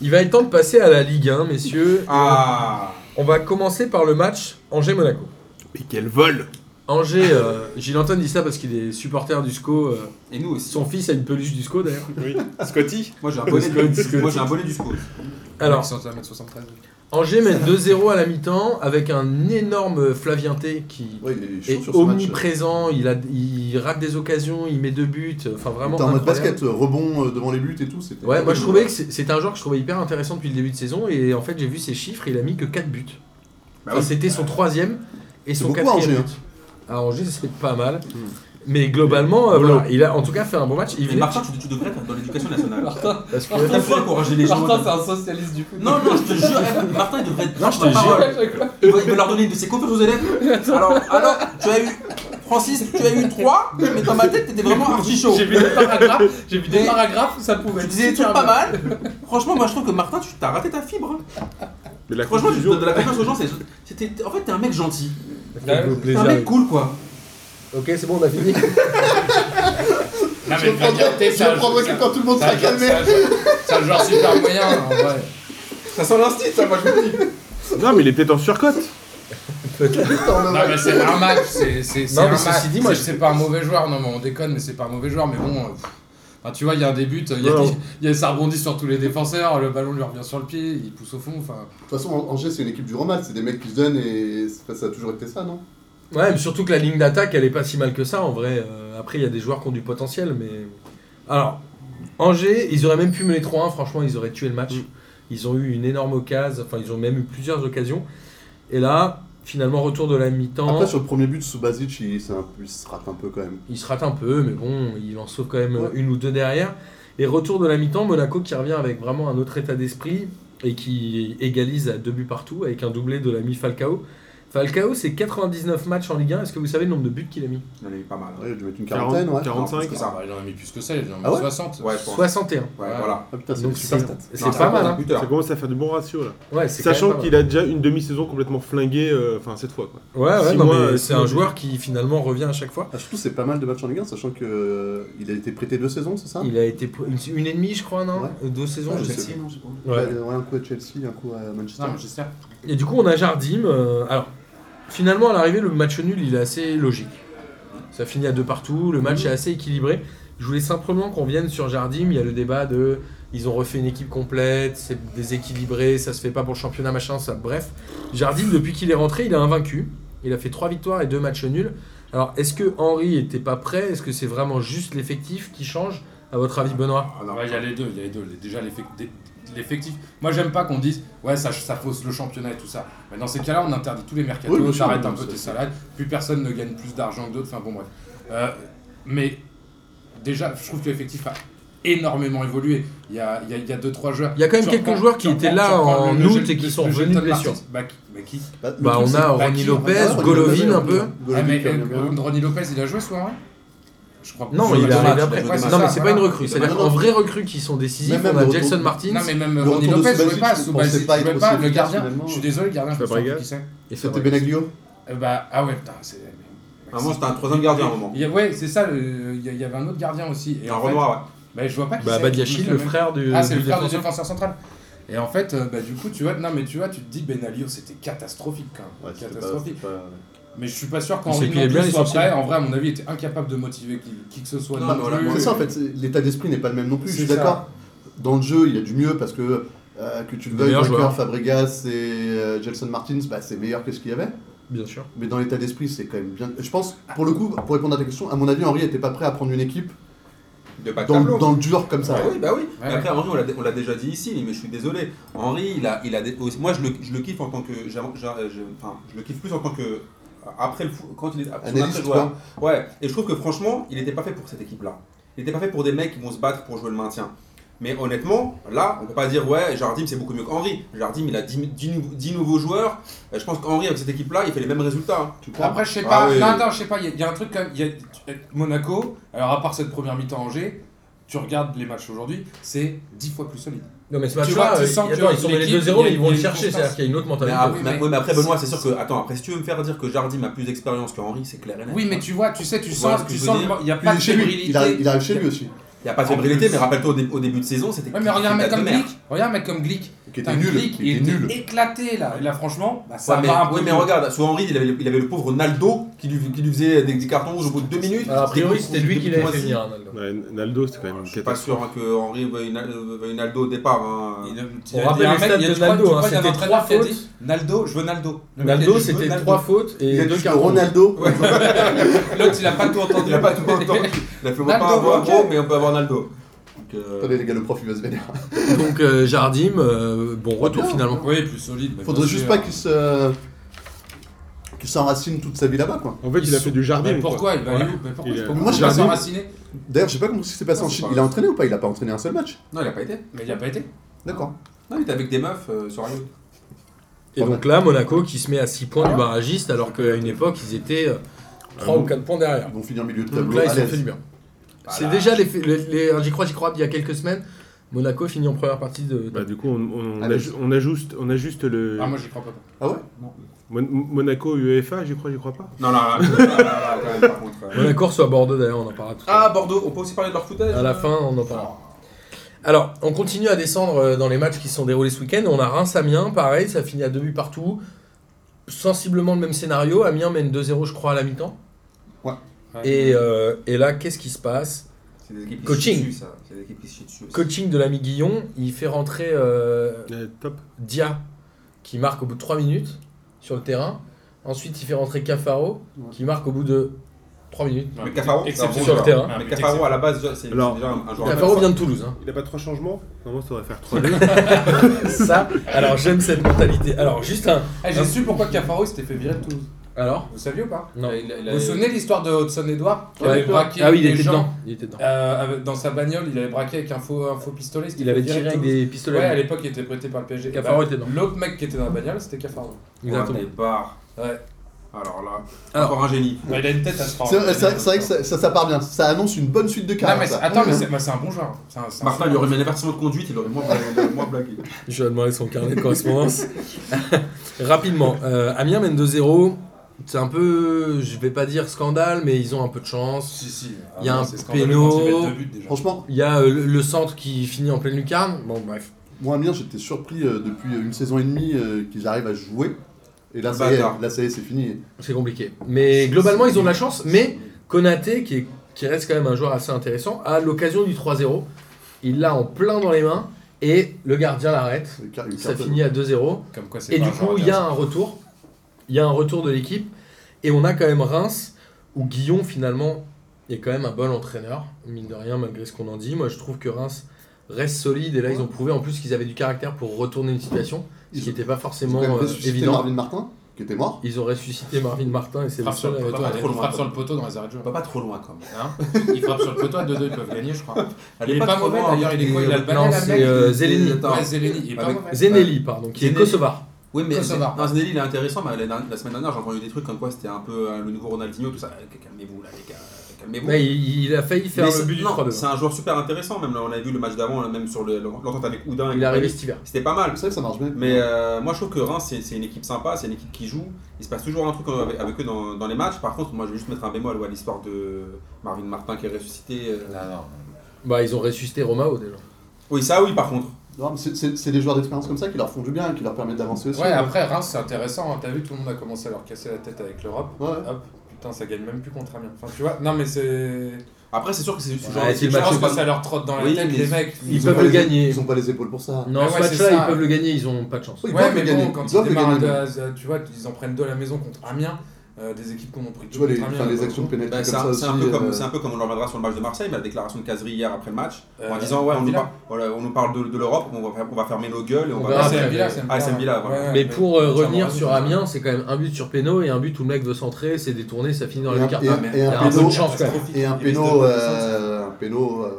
Speaker 1: Il va être temps de passer à la Ligue 1, messieurs.
Speaker 2: Ah
Speaker 1: On va commencer par le match Angers-Monaco.
Speaker 6: Mais quel vol
Speaker 1: Angers, euh, Gilles Antoine dit ça parce qu'il est supporter du SCO. euh,
Speaker 2: Et nous aussi.
Speaker 1: son fils a une peluche du SCO d'ailleurs.
Speaker 3: Oui.
Speaker 6: Scotty
Speaker 2: Moi j'ai un
Speaker 6: [LAUGHS]
Speaker 2: bonnet
Speaker 1: Scott, Scott.
Speaker 2: du- moi, j'ai un bonnet du scout.
Speaker 1: Alors,
Speaker 4: Ils sont à 73.
Speaker 1: Angers mène 2-0 à la mi-temps avec un énorme Flavien T qui
Speaker 5: Ouais, il est chaud
Speaker 1: est
Speaker 5: sur ce match.
Speaker 1: omniprésent. Il, a, il rate des occasions, il met deux buts. Enfin, vraiment.
Speaker 5: T'es en mode
Speaker 1: incroyable.
Speaker 5: basket, euh, rebond euh, devant les buts et tout. c'était-
Speaker 1: Ouais, moi je trouvais que c'est- c'était un joueur que je trouvais hyper intéressant depuis le début de saison et en fait j'ai vu ses chiffres, il a mis que 4 buts.
Speaker 2: Bah
Speaker 1: Enfin,
Speaker 2: oui.
Speaker 1: C'était son troisième et son
Speaker 5: beaucoup à
Speaker 1: quatrième
Speaker 5: Angers,
Speaker 1: but. À Angers, c'est pas mal. Mais globalement, euh,
Speaker 6: Voilà.
Speaker 1: voilà, il a en tout cas fait un bon match. Il
Speaker 2: Mais
Speaker 1: venait
Speaker 2: Martin, tu, tu devrais être dans l'éducation nationale.
Speaker 6: [LAUGHS]
Speaker 4: Martin,
Speaker 1: parce que-
Speaker 2: Il faut Euh, encourager les gens.
Speaker 4: c'est un socialiste du coup.
Speaker 2: Non, non, je te jure, eh, Martin, il devrait être.
Speaker 1: Non, je te
Speaker 2: Ma parole.
Speaker 1: jure.
Speaker 2: Il va il va leur donner de ses conférences aux élèves. Alors, alors, tu as eu. Francis, tu as eu 3, mais dans ma tête, t'étais vraiment archi chaud.
Speaker 4: J'ai vu des paragraphes. J'ai vu des
Speaker 2: Mais-
Speaker 4: paragraphes où ça pouvait.
Speaker 2: Tu
Speaker 4: être
Speaker 2: disais des
Speaker 4: super
Speaker 2: trucs pas
Speaker 4: bien.
Speaker 2: mal. Franchement, moi je trouve que Martin, tu t'as raté ta fibre. hein.
Speaker 6: Mais la
Speaker 2: Franchement, tu
Speaker 6: conclusion-
Speaker 2: donnes de la confiance aux gens. c'est- c'était- En fait, t'es un mec gentil.
Speaker 1: Ça fait
Speaker 2: T'es
Speaker 1: plaisir.
Speaker 2: un mec cool quoi.
Speaker 1: Ok, c'est bon, on a fini.
Speaker 4: Non,
Speaker 5: Je
Speaker 4: Ah, mais
Speaker 5: le prendrai,
Speaker 4: Flavien,
Speaker 5: je le prendrai
Speaker 4: ça-
Speaker 5: que quand tout le monde
Speaker 4: ça-
Speaker 5: sera calmé.
Speaker 4: ça- C'est un joueur super moyen en vrai.
Speaker 2: Ça sent l'instit, ça, moi je vous dis.
Speaker 6: Non, mais il est peut-être en surcote.
Speaker 5: Putain,
Speaker 4: Non
Speaker 5: le-
Speaker 4: mais c'est un match, c'est c'est c'est
Speaker 1: Non,
Speaker 4: un
Speaker 1: mais
Speaker 4: match.
Speaker 1: ceci dit, moi,
Speaker 4: C'est-
Speaker 1: je-
Speaker 4: c'est pas un mauvais joueur, non mais on déconne, mais c'est pas un mauvais joueur, mais bon. euh, pff. Enfin, tu vois, il y a un début, il y a,
Speaker 6: Non.
Speaker 4: il y a- ça rebondit sur tous les défenseurs, le ballon lui revient sur le pied, il pousse au fond. Enfin,
Speaker 5: De toute façon, Angers, c'est une équipe du Romal, c'est des mecs qui se donnent et c'est- ça a toujours été ça, non
Speaker 1: Ouais, mais surtout que la ligne d'attaque, elle est pas si mal que ça en vrai. Euh, après, il y a des joueurs qui ont du potentiel, mais. Alors, Angers, ils auraient même pu mener 3-1, franchement, ils auraient tué le
Speaker 5: Mm.
Speaker 1: match. Ils ont eu une énorme occasion, enfin, ils ont même eu plusieurs occasions. Et là, finalement, retour de la mi-temps.
Speaker 5: Après, sur le premier but, Subasic, il, c'est un peu- il se rate un peu quand même.
Speaker 1: Il se rate un peu, mais bon, il en sauve quand même
Speaker 5: Ouais.
Speaker 1: une ou deux derrière. Et retour de la mi-temps, Monaco qui revient avec vraiment un autre état d'esprit et qui égalise à deux buts partout avec un doublé de l'ami Falcao. Falcao, c'est 99 matchs en Ligue 1. Est-ce que vous savez le nombre de buts qu'il a mis
Speaker 2: Il y en a eu pas mal. hein.
Speaker 5: Ouais, je vais mettre une quarantaine, ouais.
Speaker 6: 45.
Speaker 2: C'est
Speaker 4: Ah,
Speaker 2: ça.
Speaker 4: bah, il en a mis plus que ça, il en a mis
Speaker 5: Ah ouais
Speaker 4: 60.
Speaker 2: Ouais, je pense. Ouais,
Speaker 1: 61.
Speaker 4: Ouais.
Speaker 2: voilà.
Speaker 5: Ah putain, c'est
Speaker 1: Donc
Speaker 5: plus
Speaker 1: c'est
Speaker 5: ça.
Speaker 1: c'est
Speaker 2: Non,
Speaker 1: pas mal.
Speaker 2: un
Speaker 1: hein.
Speaker 2: buteur.
Speaker 6: Ça commence à faire de bons ratios là.
Speaker 1: Ouais, c'est quand
Speaker 6: Sachant
Speaker 1: même pas
Speaker 6: qu'il a déjà une demi-saison complètement flinguée, euh, enfin cette fois quoi.
Speaker 1: mal. Ouais, ouais,
Speaker 6: six
Speaker 1: non,
Speaker 6: mois,
Speaker 1: mais
Speaker 6: euh,
Speaker 1: c'est
Speaker 6: six
Speaker 1: un
Speaker 6: mois.
Speaker 1: joueur qui finalement revient à chaque fois.
Speaker 5: Ah, surtout, c'est pas mal de matchs en Ligue 1, sachant que euh, il a été prêté deux saisons, c'est ça
Speaker 1: Il a été pr- une, une et demie, je crois, non
Speaker 5: Ouais.
Speaker 1: Ou Deux saisons,
Speaker 6: Ah,
Speaker 5: Ouais,
Speaker 1: je
Speaker 5: je
Speaker 1: sais
Speaker 5: sais.
Speaker 1: plus.
Speaker 5: Il
Speaker 1: Ouais.
Speaker 5: a- ouais, un coup à Chelsea, un coup à Manchester.
Speaker 4: Non, mais j'espère.
Speaker 1: Et du coup, on a Jardim. euh, alors, finalement, à l'arrivée, le match nul, il est assez logique. Ça finit à deux partout, le
Speaker 5: Mhm.
Speaker 1: match est assez équilibré. Je voulais simplement qu'on vienne sur Jardim. Il y a le débat de. Ils ont refait une équipe complète, c'est déséquilibré, ça se fait pas pour le championnat, machin, ça. Bref. Jardim, depuis qu'il est rentré, il a invaincu. Il a fait trois victoires et deux matchs nuls. Alors, est-ce que Henry était pas prêt Est-ce que c'est vraiment juste l'effectif qui change À votre avis, Benoît
Speaker 2: Ah, non.
Speaker 4: Ouais, il y a les deux, il y a les deux. Les- Déjà, l'effect- des- l'effectif. Moi, j'aime pas qu'on dise, ouais, ça, ça fausse le championnat et tout ça. Mais dans ces cas-là, on interdit tous les mercatos,
Speaker 5: Oui, bien sûr,
Speaker 4: t'arrêtes
Speaker 5: oui,
Speaker 4: un peu
Speaker 5: ça,
Speaker 4: tes
Speaker 5: c'est-
Speaker 4: salades, plus personne ne gagne plus d'argent que d'autres. Enfin, bon, bref. Euh, mais déjà, je trouve que l'effectif a énormément évolué. Il y a, il y a, il y a deux, trois joueurs.
Speaker 1: Il y a quand même
Speaker 4: Tu
Speaker 1: quelques
Speaker 4: reprends-
Speaker 1: joueurs qui
Speaker 4: tu
Speaker 1: étaient
Speaker 4: reprends-
Speaker 1: là
Speaker 4: tu reprends
Speaker 1: en
Speaker 4: le- le
Speaker 1: août
Speaker 4: jeune-
Speaker 1: et qui
Speaker 4: le-
Speaker 1: sont
Speaker 4: le jeune
Speaker 1: revenus
Speaker 4: Tom
Speaker 1: blessure.
Speaker 4: Martins. Bah, qui- bah, qui
Speaker 5: le
Speaker 1: Bah,
Speaker 5: truc,
Speaker 1: on
Speaker 5: c'est-
Speaker 1: a
Speaker 4: bah,
Speaker 1: Ronny
Speaker 4: qui-
Speaker 1: Lopez,
Speaker 5: Ah, Ronny
Speaker 1: Golovin
Speaker 5: Lopez,
Speaker 1: un peu.
Speaker 4: Ah,
Speaker 5: Golovin,
Speaker 4: mais
Speaker 5: qui revient bien.
Speaker 4: euh, Ronny Lopez, il a joué ce soir hein Je crois
Speaker 1: Non,
Speaker 4: je
Speaker 1: il est
Speaker 4: crois-
Speaker 1: arrivé
Speaker 4: je
Speaker 1: après.
Speaker 4: crois- ouais, c'est
Speaker 1: non, mais
Speaker 4: ça,
Speaker 1: c'est pas
Speaker 4: voilà.
Speaker 1: une recrue. C'est-à-dire
Speaker 5: Non, non.
Speaker 1: qu'en vraie recrue qui sont décisifs,
Speaker 5: Même, même
Speaker 1: on a
Speaker 5: le
Speaker 1: Jackson
Speaker 5: retour-
Speaker 1: Martins
Speaker 4: Non, mais même
Speaker 5: Le
Speaker 4: Ronny
Speaker 5: retour de
Speaker 4: Lopez jouait
Speaker 5: Subasic,
Speaker 4: pas.
Speaker 5: je
Speaker 4: Subasic
Speaker 5: pensais pas être
Speaker 4: jouait
Speaker 5: aussi
Speaker 4: pas. Le
Speaker 5: efficace,
Speaker 4: gardien,
Speaker 5: finalement.
Speaker 4: je suis désolé, le gardien, je me souviens
Speaker 6: Fabregas.
Speaker 4: plus qui c'est.
Speaker 1: et
Speaker 5: C'était
Speaker 1: Fabrice.
Speaker 5: Benaglio
Speaker 4: Euh, Bah, ah ouais, putain, c'est.
Speaker 2: À un moment, c'était un troisième gardien à un moment.
Speaker 4: Il y a- ouais, c'est ça, le- il y, a- il y avait un autre gardien aussi.
Speaker 2: Et
Speaker 4: Et
Speaker 2: un
Speaker 4: en fait,
Speaker 2: Renoir,
Speaker 4: bah, je vois pas qui
Speaker 1: Bah,
Speaker 4: c'est.
Speaker 1: Badiachil, le
Speaker 4: Je me
Speaker 1: frère du.
Speaker 4: souviens même- Ah, c'est
Speaker 1: du
Speaker 4: le frère du
Speaker 1: défenseur.
Speaker 4: défenseur central. Et en fait, euh, bah, du coup, tu vois, non, mais tu vois, tu te dis Benalio, c'était catastrophique quand même.
Speaker 5: Ouais, c'était pas-
Speaker 4: catastrophique.
Speaker 5: c'était pas-
Speaker 4: Mais je suis pas sûr
Speaker 1: Il
Speaker 4: qu'en
Speaker 1: s'est plié bien les
Speaker 4: soit
Speaker 1: sourcils.
Speaker 4: prêt. En vrai, à mon avis, il était incapable de motiver qui, qui que ce soit.
Speaker 2: Non,
Speaker 4: non
Speaker 2: mais voilà,
Speaker 4: plus.
Speaker 2: moi,
Speaker 5: C'est ça en fait, c'est- l'état d'esprit n'est pas le même non plus, je suis
Speaker 4: C'est ça.
Speaker 5: d'accord. Dans le jeu, il y a du mieux parce que euh, que tu le
Speaker 1: Des
Speaker 5: veuilles,
Speaker 1: meilleurs
Speaker 5: Walker,
Speaker 1: joueurs.
Speaker 5: Fabregas et euh, Gelson Martins, bah, c'est meilleur que ce qu'il y avait.
Speaker 1: Bien sûr.
Speaker 5: Mais dans l'état d'esprit, c'est quand même bien. Je pense, pour le coup, pour répondre à ta question, à mon avis, Henri était pas prêt à prendre une équipe
Speaker 2: ouais. De bas de
Speaker 5: dans,
Speaker 2: tableau.
Speaker 5: dans le dur comme ça.
Speaker 2: Ah oui, bah oui.
Speaker 4: Ouais,
Speaker 2: Mais après, Henri, on l'a- on l'a déjà dit ici, mais je suis désolé. Henri, il a, il a des- aussi- moi, je le, je le kiffe en tant que. j'ai- j'ai- j'ai- enfin, je le kiffe plus en tant que. Après le fou- quand il est après son
Speaker 5: Analyste,
Speaker 2: après-joueur. Ouais, et je trouve que franchement, il n'était pas fait pour cette équipe-là. Il n'était pas fait pour des mecs qui vont se battre pour jouer le maintien. Mais honnêtement, là, on peut pas dire, ouais, Jardim, c'est beaucoup mieux qu'Henri. Jardim, il a 10, nouveaux joueurs. Euh, Je pense qu'Henri, avec cette équipe-là, il fait les mêmes résultats. hein.
Speaker 5: Tu crois
Speaker 4: Après, je sais
Speaker 2: Ah
Speaker 4: pas.
Speaker 2: oui.
Speaker 4: non, attends, je sais pas. Il y, a- il y a un truc quand même. il y a- euh, Monaco, alors à part cette première mi-temps Angers, tu regardes les matchs aujourd'hui, c'est 10 fois plus solide.
Speaker 1: Non, mais ce
Speaker 4: Tu vois,
Speaker 1: match-là,
Speaker 4: tu
Speaker 1: euh,
Speaker 4: sens
Speaker 1: attends,
Speaker 4: que
Speaker 1: ils sont menés
Speaker 4: l'équipe,
Speaker 1: 2-0, mais
Speaker 4: il y a-
Speaker 1: ils vont
Speaker 4: il y a
Speaker 1: le
Speaker 4: une
Speaker 1: chercher.
Speaker 4: constance.
Speaker 1: C'est-à-dire qu'il y a une autre
Speaker 2: Mais,
Speaker 1: mentalité.
Speaker 2: ah,
Speaker 4: oui,
Speaker 2: mais-
Speaker 4: mais-
Speaker 2: ouais, mais après, Benoît, c'est sûr que. Attends, après, si tu veux me faire dire que Jardim a plus d'expérience qu'Henri, c'est clair et net.
Speaker 4: Oui, mais tu vois, tu sais, tu
Speaker 2: Voilà
Speaker 4: sens,
Speaker 2: ce que
Speaker 4: tu
Speaker 2: je veux
Speaker 4: sens,
Speaker 2: dire.
Speaker 4: il n'y a
Speaker 5: Il
Speaker 4: pas
Speaker 5: est
Speaker 4: de
Speaker 5: chez lui,
Speaker 4: fébrilité.
Speaker 5: il arrive, il arrive chez lui aussi.
Speaker 2: Il n'y a pas de fébrilité,
Speaker 4: plus.
Speaker 2: mais rappelle-toi, au, dé- au début de saison, c'était.
Speaker 4: Ouais, mais regarde un mec
Speaker 2: c'était
Speaker 4: comme
Speaker 2: de merde.
Speaker 4: Glick. Regarde un mec comme Glick.
Speaker 5: Qui
Speaker 4: Putain,
Speaker 5: était nul.
Speaker 4: Glick,
Speaker 5: Il était nul.
Speaker 4: éclaté là. Et là, franchement, bah, ça
Speaker 2: Ouais, mais,
Speaker 4: va un peu
Speaker 2: ouais, mais
Speaker 4: mieux.
Speaker 2: regarde, sous Henri, il avait, il avait le pauvre Naldo qui lui, qui lui faisait des, des cartons rouges au bout de deux minutes.
Speaker 1: Alors, Ah, Bah, a priori, c'était lui qui
Speaker 2: l'a
Speaker 1: l'avait fait venir, Arnaldo.
Speaker 6: Ouais, Naldo, c'était quand même
Speaker 2: Je
Speaker 6: une
Speaker 2: suis pas sûr hein, que Henri veuille Na- euh, veuille Naldo au départ. hein.
Speaker 4: Il-
Speaker 1: On
Speaker 4: il y a-
Speaker 1: rappelle
Speaker 4: il y a un
Speaker 1: les
Speaker 4: mec-
Speaker 1: stats
Speaker 4: il y a-
Speaker 1: de
Speaker 4: je crois-
Speaker 1: Naldo,
Speaker 4: je crois
Speaker 1: hein,
Speaker 4: qu'il y a un
Speaker 1: c'était
Speaker 4: entraîneur
Speaker 1: trois
Speaker 4: qui a
Speaker 1: fautes.
Speaker 4: dit, Naldo, je veux Naldo. Le mec a dit, je
Speaker 1: Naldo,
Speaker 4: veux
Speaker 1: c'était
Speaker 4: Naldo.
Speaker 1: trois fautes
Speaker 5: Il
Speaker 1: et
Speaker 5: a
Speaker 1: deux
Speaker 5: dit que
Speaker 1: cartons.
Speaker 5: [LAUGHS] Ronaldo.
Speaker 2: Ouais.
Speaker 4: L'autre, il a pas tout entendu.
Speaker 2: Il a pas
Speaker 4: [LAUGHS]
Speaker 2: tout entendu. Il a fait on va
Speaker 4: Naldo,
Speaker 2: pas avoir
Speaker 4: ok.
Speaker 2: gros, mais on peut avoir Naldo. Donc, euh,
Speaker 5: Attendez les gars, le prof il va se vénérer.
Speaker 1: Donc, euh, Jardim, euh, bon retour
Speaker 5: bien.
Speaker 1: finalement.
Speaker 4: Oui, plus solide. mais
Speaker 5: Faudrait
Speaker 4: bien
Speaker 5: juste
Speaker 4: sûr.
Speaker 5: pas qu'il se. qu'il s'enracine toute sa vie là-bas quoi.
Speaker 6: En fait,
Speaker 4: Ils
Speaker 6: il a
Speaker 4: sont-
Speaker 6: fait du jardin.
Speaker 4: Mais
Speaker 6: quoi.
Speaker 4: Bah, pourquoi il va aller
Speaker 6: Ouais.
Speaker 4: où Mais pourquoi
Speaker 6: Il est-
Speaker 5: Moi,
Speaker 4: Moi,
Speaker 5: je
Speaker 4: je pas
Speaker 5: pensais-
Speaker 4: s'enraciner.
Speaker 5: D'ailleurs, je sais pas comment ce qui s'est passé
Speaker 2: Non,
Speaker 5: en
Speaker 2: c'est
Speaker 5: Chine.
Speaker 2: pas
Speaker 5: Il a entraîné ou pas Il a pas entraîné un seul match.
Speaker 2: Non, il a pas été.
Speaker 4: Mais il a pas été.
Speaker 1: Euh,
Speaker 5: D'accord.
Speaker 2: Non, il était avec des meufs euh, sur un yacht.
Speaker 1: Et donc là, Monaco qui se met à 6 points du barragiste, alors qu'à une époque, ils étaient euh, 3 ou 4 points derrière.
Speaker 5: Ils vont finir milieu de
Speaker 1: Donc
Speaker 5: tableau.
Speaker 1: là, ils
Speaker 5: à
Speaker 1: se sont
Speaker 5: l'aise.
Speaker 1: fait du bien. C'est
Speaker 2: Voilà.
Speaker 1: déjà les, les, les- j'y crois, j'y crois, il y a quelques semaines, Monaco finit en première partie de.
Speaker 6: Bah, du coup, on, on, on
Speaker 5: Allez.
Speaker 6: aju- on ajuste, on ajuste le
Speaker 4: Ah, moi, j'y crois pas.
Speaker 5: Ah ouais
Speaker 6: Mon- Monaco UEFA, j'y crois, j'y crois pas.
Speaker 2: Non, non, non, non, non, non, non, quand même, par contre. euh.
Speaker 1: Monaco soit Bordeaux d'ailleurs, on en parlera tout à
Speaker 2: Ah,
Speaker 1: l'heure.
Speaker 2: Bordeaux, on peut aussi parler de leur footage
Speaker 5: Ah.
Speaker 1: À la fin, on
Speaker 2: Oh,
Speaker 1: en parlera. Alors, on continue à descendre euh, dans les matchs qui se sont déroulés ce week-end. On a Reims-Amiens, pareil, ça finit à deux buts partout. Sensiblement le même scénario. Amiens mène 2-0, je crois, à la mi-temps. Et, euh, et là, qu'est-ce qui se passe
Speaker 2: C'est des équipes qui
Speaker 1: Coaching.
Speaker 2: se chient dessus, ça. C'est des équipes qui se chient dessus. aussi.
Speaker 1: Coaching de l'ami Guillon, il fait rentrer euh,
Speaker 6: Eh, top.
Speaker 1: Dia, qui marque au bout de 3 minutes sur le terrain. Ensuite, il fait rentrer Cafaro, qui marque au bout de 3 minutes.
Speaker 2: Mais Cafaro,
Speaker 4: Exception
Speaker 1: sur le terrain.
Speaker 4: Ah,
Speaker 2: Mais Cafaro, à la base, déjà, c'est c'est
Speaker 6: Alors,
Speaker 2: déjà un un joueur.
Speaker 1: Cafaro vient de Toulouse. hein. [LAUGHS]
Speaker 6: Il a pas trois changements Normalement, ça devrait faire trois.
Speaker 1: Ça, alors j'aime cette mentalité. Alors, juste un.
Speaker 4: Eh, J'ai su pourquoi Cafaro s'était fait virer de Toulouse.
Speaker 1: Alors
Speaker 4: Vous saviez ou pas
Speaker 1: Non.
Speaker 2: Il a- il a-
Speaker 4: Vous vous souvenez de l'histoire de Hudson Edward Qui
Speaker 1: Ouais.
Speaker 4: avait braqué
Speaker 1: Ah oui, il
Speaker 4: des
Speaker 1: était
Speaker 4: gens
Speaker 1: dedans. Il était dedans.
Speaker 4: euh, avec- dans sa bagnole, il avait braqué avec un faux, un faux pistolet. c'était
Speaker 1: Il avait
Speaker 4: fait
Speaker 1: tiré
Speaker 4: virer
Speaker 1: avec
Speaker 4: tout.
Speaker 1: des
Speaker 4: Ouais, à
Speaker 1: pistolets.
Speaker 4: l'époque, il était prêté par le PSG. Et
Speaker 1: Cafaro
Speaker 4: bah,
Speaker 1: était dedans.
Speaker 4: L'autre mec qui était dans la bagnole, c'était Cafaro.
Speaker 1: Exactement.
Speaker 2: Un départ.
Speaker 4: Ouais.
Speaker 2: Alors là,
Speaker 1: Alors.
Speaker 2: encore un génie.
Speaker 4: Bah, il a une tête à se
Speaker 5: C'est vrai, c'est vrai- c'est vrai que ça, ça, ça part bien. Ça annonce une bonne suite de
Speaker 4: Non,
Speaker 5: carrière.
Speaker 4: mais c'est-
Speaker 5: ça.
Speaker 4: attends, mais c'est bah, c'est un bon joueur. C'est un- c'est un
Speaker 2: Martin
Speaker 4: bon
Speaker 2: lui aurait
Speaker 4: joueur.
Speaker 2: mis un avertissement de conduite, il aurait moins blagué. moins blagué.
Speaker 1: Je vais demander son carnet de correspondance. [LAUGHS] Rapidement, euh, Amiens mène 2-0. C'est un peu, je vais pas dire scandale, mais ils ont un peu de chance.
Speaker 4: [LAUGHS] Si, si.
Speaker 1: Il y a
Speaker 4: Ah,
Speaker 1: un
Speaker 4: c'est scandaleux
Speaker 1: péno.
Speaker 4: quand ils mettent deux buts, déjà.
Speaker 5: Franchement,
Speaker 1: Il y a euh, le- le centre qui finit en pleine lucarne. Bon, bref.
Speaker 5: moi, Amiens, j'étais surpris euh, depuis une saison et demie euh, qu'ils arrivent à jouer. Et là, ça y est,
Speaker 2: Bâtard.
Speaker 5: là, ça y est, c'est fini.
Speaker 1: C'est compliqué. Mais globalement, ils ont de la chance. Mais Konaté, qui, est- qui reste quand même un joueur assez intéressant, a l'occasion du 3-0. Il l'a en plein dans les mains et le gardien l'arrête.
Speaker 5: Le Euh, car- le
Speaker 1: Ça
Speaker 5: carton.
Speaker 1: finit à 2-0.
Speaker 4: Comme quoi, c'est
Speaker 1: Et
Speaker 4: pas
Speaker 1: du
Speaker 4: un joueur
Speaker 1: coup, il y a
Speaker 4: intéressant.
Speaker 1: un retour. Il y a un retour de l'équipe. Et on a quand même Reims, où Guillon, finalement, est quand même un bon entraîneur, mine de rien, malgré ce qu'on en dit. Moi, je trouve que Reims reste solide. Et là, ils ont prouvé en plus qu'ils avaient du caractère pour retourner une situation, ce
Speaker 5: Ils
Speaker 1: qui
Speaker 5: ont-
Speaker 1: n'était pas
Speaker 5: Ils ont
Speaker 1: forcément
Speaker 5: quand même
Speaker 1: euh,
Speaker 5: ressuscité
Speaker 1: évident.
Speaker 5: Marvin Martin, qui était mort.
Speaker 1: Ils ont ressuscité Marvin Martin et c'est le
Speaker 4: Frappe sur
Speaker 1: seul à
Speaker 4: le-
Speaker 1: retour.
Speaker 4: frappe-
Speaker 2: à
Speaker 4: Il
Speaker 2: retour.
Speaker 4: frappe sur le poteau dans les arrêts de jeu.
Speaker 2: On
Speaker 1: Bah.
Speaker 2: va pas trop loin quand même.
Speaker 4: Hein il frappe sur le poteau à 2-2, ils peuvent gagner, je crois.
Speaker 2: Elle
Speaker 4: Il est pas
Speaker 2: trop
Speaker 4: mauvais
Speaker 2: loin,
Speaker 4: d'ailleurs, il est quoi Il a le
Speaker 1: Non,
Speaker 4: balai, la
Speaker 1: c'est,
Speaker 4: mec
Speaker 1: euh,
Speaker 2: il est-
Speaker 1: Zeleny.
Speaker 2: attends.
Speaker 4: Ouais, Zeleny, il est pas
Speaker 2: Avec
Speaker 4: mauvais.
Speaker 1: Zenelli, pardon, qui est
Speaker 2: Zenelli.
Speaker 1: kosovar.
Speaker 2: Oui, mais
Speaker 4: Kosovar.
Speaker 2: non, Zenelli, il est intéressant. Mais la, la semaine dernière, j'ai entendu des trucs comme quoi c'était un peu euh, le nouveau Ronaldinho, tout ça. Euh, Calmez-vous là, les gars. euh, Calmez-vous.
Speaker 1: Ouais, il, il a failli faire
Speaker 2: Mais
Speaker 1: le
Speaker 2: c'est-
Speaker 1: but du
Speaker 2: non,
Speaker 1: 3
Speaker 2: c'est un joueur super intéressant. Même là, on a vu le match d'avant, là, même sur le- l'entente avec Oudin. et
Speaker 1: Il est arrivé
Speaker 2: compagnie.
Speaker 1: cet hiver.
Speaker 2: C'était pas mal.
Speaker 5: C'est vrai que ça marche bien.
Speaker 2: Mais euh, moi, je trouve que Reims, c'est c'est une équipe sympa, c'est une équipe qui joue. Il se passe toujours un truc avec, avec eux dans, dans les matchs. Par contre, moi, je vais juste mettre un bémol ouais, à l'histoire de Marvin Martin qui est ressuscité. euh.
Speaker 4: Non, non.
Speaker 1: Bah, ils ont ressuscité Romao déjà.
Speaker 2: Oui, ça, oui, par contre.
Speaker 5: Non, mais c'est- c'est c'est des joueurs d'expérience comme ça qui leur font du bien, qui leur permettent d'avancer aussi.
Speaker 4: Ouais, après Reims, c'est intéressant. hein. T'as vu, tout le monde a commencé à leur casser la tête avec l'Europe.
Speaker 5: Ouais.
Speaker 4: Hop, putain, ça gagne même plus contre Amiens. Enfin, tu vois, non, mais c'est.
Speaker 2: Après, c'est sûr que c'est ce genre
Speaker 1: Ouais, c'est le
Speaker 2: d'équipe-
Speaker 4: Je
Speaker 1: match
Speaker 4: pense
Speaker 1: est
Speaker 4: que ça leur trotte dans la
Speaker 2: Oui,
Speaker 4: tête,
Speaker 2: mais
Speaker 4: les mecs.
Speaker 5: Ils
Speaker 1: Ils
Speaker 5: ont
Speaker 1: peuvent
Speaker 5: pas
Speaker 1: le
Speaker 5: les-
Speaker 1: gagner.
Speaker 5: Ils ont pas les épaules pour ça.
Speaker 1: Non,
Speaker 4: Ah
Speaker 1: ce
Speaker 4: ouais, c'est
Speaker 1: match-là,
Speaker 4: ça.
Speaker 1: ils peuvent le gagner, ils ont pas de chance.
Speaker 5: Ils
Speaker 4: Ouais,
Speaker 5: doivent
Speaker 4: mais
Speaker 5: le gagner.
Speaker 4: bon, quand
Speaker 5: Ils
Speaker 4: ils
Speaker 5: doivent le
Speaker 4: démarrent,
Speaker 5: gagner,
Speaker 4: à- à- tu vois, ils en prennent deux à la maison contre Amiens. euh, des équipes qu'on a pris
Speaker 5: Tu vois, les,
Speaker 4: contre
Speaker 5: enfin,
Speaker 4: Amiens,
Speaker 5: les
Speaker 4: quoi.
Speaker 5: actions de pénalité
Speaker 2: Bah,
Speaker 5: comme
Speaker 2: c'est
Speaker 5: ça
Speaker 2: un,
Speaker 5: aussi.
Speaker 2: c'est un peu comme,
Speaker 5: euh,
Speaker 2: c'est un peu comme on en reviendra sur le match de Marseille, mais la déclaration de Casery hier après le match, en
Speaker 4: Euh,
Speaker 2: disant ouais, on, nous
Speaker 4: Villa.
Speaker 2: par- voilà, on nous parle de, de l'Europe, on va, faire- on va fermer nos gueules et on,
Speaker 1: On
Speaker 2: va.
Speaker 1: verra
Speaker 4: Ah,
Speaker 2: passer.
Speaker 4: c'est
Speaker 1: après,
Speaker 4: Villa,
Speaker 1: mais-
Speaker 4: c'est
Speaker 2: Ah, c'est Villa, ouais.
Speaker 1: Mais pour euh,
Speaker 4: Ça
Speaker 1: revenir
Speaker 4: m'en
Speaker 1: sur
Speaker 4: rajoute.
Speaker 1: Amiens, c'est quand même un but sur Péno et un but où le mec veut centrer, c'est détourné, ça finit dans
Speaker 5: Et
Speaker 1: les
Speaker 5: un-
Speaker 1: cartes.
Speaker 5: et un-
Speaker 1: Il y
Speaker 5: et un
Speaker 1: a un peu
Speaker 5: péno
Speaker 1: de chance quand même.
Speaker 5: Et un
Speaker 4: Il risque de
Speaker 5: péno,
Speaker 4: pas
Speaker 5: euh, un péno, euh,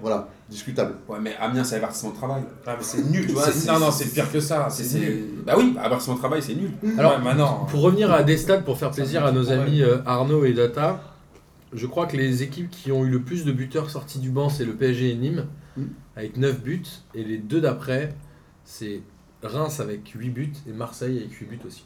Speaker 5: voilà, discutable.
Speaker 2: Ouais, mais Amiens, c'est avertissement de travail.
Speaker 4: Ah, mais c'est nul, tu vois.
Speaker 2: C'est-
Speaker 4: c'est-
Speaker 2: c'est-
Speaker 4: Non, non, c'est pire que ça.
Speaker 2: C'est- c'est-
Speaker 4: C'est nul.
Speaker 2: Bah oui, avertissement de travail, c'est nul.
Speaker 1: Alors,
Speaker 4: Alors,
Speaker 5: hein.
Speaker 4: maintenant.
Speaker 1: Pour revenir à des stats, pour faire
Speaker 4: Ça
Speaker 1: plaisir
Speaker 4: marche,
Speaker 1: à nos
Speaker 4: ouais.
Speaker 1: amis euh, Arnaud et Data, je crois que les équipes qui ont eu le plus de buteurs sortis du banc, c'est le PSG et Nîmes,
Speaker 5: Mm.
Speaker 1: avec 9 buts. Et les deux d'après, c'est Reims avec 8 buts et Marseille avec 8 buts aussi.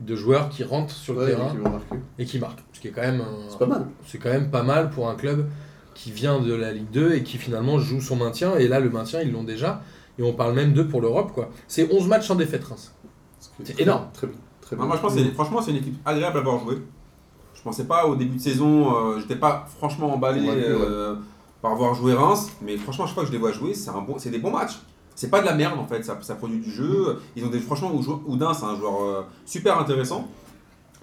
Speaker 1: De joueurs qui rentrent sur le
Speaker 5: Ouais,
Speaker 1: terrain
Speaker 5: qui vont marquer.
Speaker 1: et qui marquent. Ce qui est quand même, un-
Speaker 5: C'est pas mal.
Speaker 1: c'est quand même pas mal pour un club qui vient de la Ligue 2 et qui finalement joue son maintien. Et là, le maintien, ils l'ont déjà. Et on parle même d'eux pour l'Europe. quoi. C'est 11 matchs sans défaite, Reims. C'est
Speaker 5: Très-
Speaker 1: énorme.
Speaker 5: Très, très
Speaker 2: Non,
Speaker 5: bien.
Speaker 2: Ah, moi, je pense que c'est- franchement, c'est une équipe agréable à avoir joué. Je pensais pas au début de saison, euh, j'étais pas franchement emballé
Speaker 5: Convaincu, ouais.
Speaker 2: euh, par voir jouer Reims, mais franchement, à chaque fois que je les vois jouer, c'est un bon, c'est des bons matchs. C'est pas de la merde en fait, ça, ça produit du jeu. Ils ont des, franchement, Oujou- Oudin, c'est un joueur euh, super intéressant.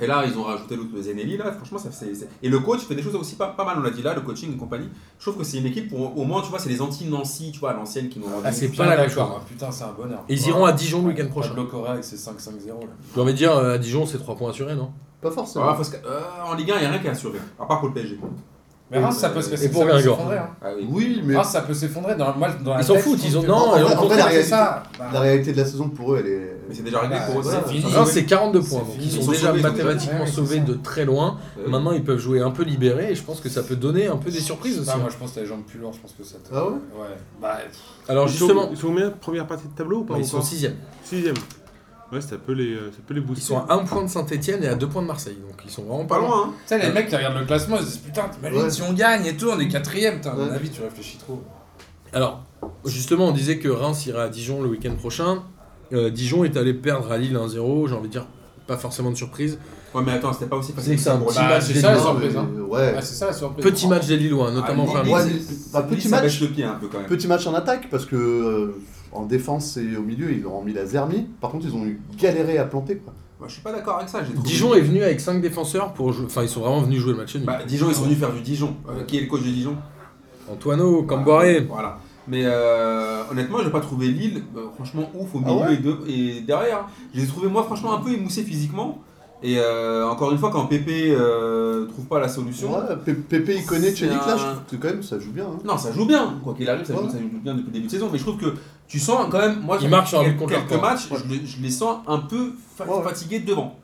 Speaker 2: Et là, ils ont rajouté l'autre Zenelli, là, franchement, ça c'est. c'est- Et le coach fait des choses aussi pas, pas mal, on l'a dit là, le coaching et compagnie. Je trouve que c'est une équipe pour au moins, tu vois, c'est les anti-Nancy, tu vois, à l'ancienne qui nous rendent.
Speaker 1: Ah, c'est
Speaker 4: c'est
Speaker 1: pas
Speaker 4: pas
Speaker 1: la même
Speaker 4: d'accord. Putain, c'est un bonheur.
Speaker 1: Ils iront à Dijon le
Speaker 4: Ouais,
Speaker 1: week-end prochain.
Speaker 4: Pablo Correa avec ses 5-5-0. là.
Speaker 1: J'ai envie de dire, euh, à Dijon, c'est 3 points assurés, non
Speaker 5: Pas
Speaker 2: Ah,
Speaker 5: forcément.
Speaker 2: faut se ca- euh, en Ligue 1, il n'y a rien qui est assuré, à part pour le PSG.
Speaker 4: Mais Reims, ça peut se
Speaker 1: Et
Speaker 4: ça
Speaker 1: pour
Speaker 4: peut
Speaker 1: Guingamp.
Speaker 4: s'effondrer, hein.
Speaker 2: Ah oui.
Speaker 5: oui, mais
Speaker 4: Reims, ça peut s'effondrer. Dans, moi, dans la
Speaker 1: Ils s'en
Speaker 4: tête,
Speaker 1: foutent,
Speaker 4: je
Speaker 1: ils
Speaker 4: trouve
Speaker 1: ont-
Speaker 4: que-
Speaker 1: non,
Speaker 4: En vrai, en
Speaker 5: en vrai,
Speaker 4: vrai,
Speaker 5: la Bah,
Speaker 4: c'est ça. Bah,
Speaker 5: la réalité de la saison pour eux, elle est.
Speaker 2: Mais c'est déjà réglé
Speaker 1: Bah,
Speaker 4: Ah,
Speaker 2: pour eux.
Speaker 4: c'est
Speaker 2: voilà.
Speaker 4: fini.
Speaker 1: Non, c'est 42 points.
Speaker 4: C'est
Speaker 1: donc
Speaker 4: fini.
Speaker 1: ils sont
Speaker 2: Ils sont
Speaker 1: déjà
Speaker 2: sauvés, ils sont
Speaker 1: mathématiquement
Speaker 4: déjà- ouais,
Speaker 1: sauvés
Speaker 4: c'est ça.
Speaker 1: de très loin.
Speaker 2: Euh,
Speaker 1: Maintenant, ils peuvent jouer un peu libérés et je pense que ça peut donner un peu des surprises aussi. hein.
Speaker 4: Bah, moi, je pense que les jambes plus lourdes, je pense que ça. te-
Speaker 5: Ah ouais
Speaker 4: Ouais. Bah,
Speaker 1: Alors,
Speaker 6: Ils sont-
Speaker 1: justement, Bah,
Speaker 6: Ils sont combien Première partie de tableau ou pas
Speaker 1: ils sont
Speaker 6: encore
Speaker 1: 6
Speaker 6: Sixième. Ouais, ça peut les, euh, ça peut les
Speaker 1: Ils
Speaker 6: booster.
Speaker 1: sont à 1 point de Saint-Etienne et à 2 points de Marseille. Donc, ils sont vraiment
Speaker 2: Pas loin, hein.
Speaker 4: tu sais, les mecs qui regardent le classement, ils se disent Putain, t'imagines
Speaker 5: Ouais.
Speaker 4: si on gagne et tout, on est quatrième. Putain, à mon
Speaker 5: Ouais.
Speaker 4: avis, tu réfléchis trop.
Speaker 1: Alors, justement, on disait que Reims ira à Dijon le week-end prochain. Euh, Dijon est allé perdre à Lille 1-0. J'ai envie de dire, pas forcément de surprise.
Speaker 2: Ouais, mais attends, c'était pas aussi
Speaker 1: C'est
Speaker 2: facile.
Speaker 1: que c'est un
Speaker 2: pour
Speaker 1: petit
Speaker 2: Lille.
Speaker 4: Bah,
Speaker 1: match
Speaker 4: c'est
Speaker 1: des
Speaker 4: ça la
Speaker 1: Lillois,
Speaker 4: surprise. hein.
Speaker 5: Euh, ouais.
Speaker 4: Ah, c'est ça la surprise.
Speaker 1: Petit match des Lillois, notamment
Speaker 2: Ah,
Speaker 1: vers
Speaker 2: Lille,
Speaker 1: Nice.
Speaker 5: Ouais,
Speaker 2: c'est-
Speaker 5: bah,
Speaker 2: Lille,
Speaker 5: petit
Speaker 2: ça
Speaker 5: match.
Speaker 2: baisse le pied un peu quand même.
Speaker 5: Petit match en attaque parce que euh, en défense et au milieu, ils leur ont mis la zermie. Par contre, ils ont eu galéré à planter. Quoi.
Speaker 2: Moi, je suis pas d'accord avec ça. j'ai trouvé-
Speaker 1: Dijon est venu avec 5 défenseurs pour jouer. Enfin, ils sont vraiment venus jouer le match nul.
Speaker 2: Bah, Dijon, ils sont venus faire du Dijon. Euh, qui est le coach de Dijon
Speaker 1: Antoine, Camboiré.
Speaker 2: Voilà. Mais euh, honnêtement, j'ai pas trouvé Lille euh, franchement ouf au
Speaker 5: Ah
Speaker 2: milieu
Speaker 5: ouais
Speaker 2: hein. et, de- et derrière. Je les ai trouvés, moi, franchement, un peu émoussés physiquement. Et euh, encore une fois, quand Pépé euh, trouve pas la solution,
Speaker 5: Ouais, P- Pépé, il connaît
Speaker 2: C'est
Speaker 5: Tchelnik là,
Speaker 2: un-
Speaker 5: je trouve que quand même ça joue bien. hein.
Speaker 2: non, ça joue bien. Quoi qu'il arrive, ça joue,
Speaker 5: Ouais.
Speaker 2: ça joue bien depuis le début de saison. Mais je trouve que tu sens quand même, moi,
Speaker 1: Il
Speaker 2: je-
Speaker 1: marche sur un but
Speaker 2: quelques,
Speaker 1: contre la
Speaker 2: quelques
Speaker 1: Croix.
Speaker 2: matchs, je, les- je les sens un peu fa-
Speaker 5: Ouais, ouais.
Speaker 2: fatigués devant.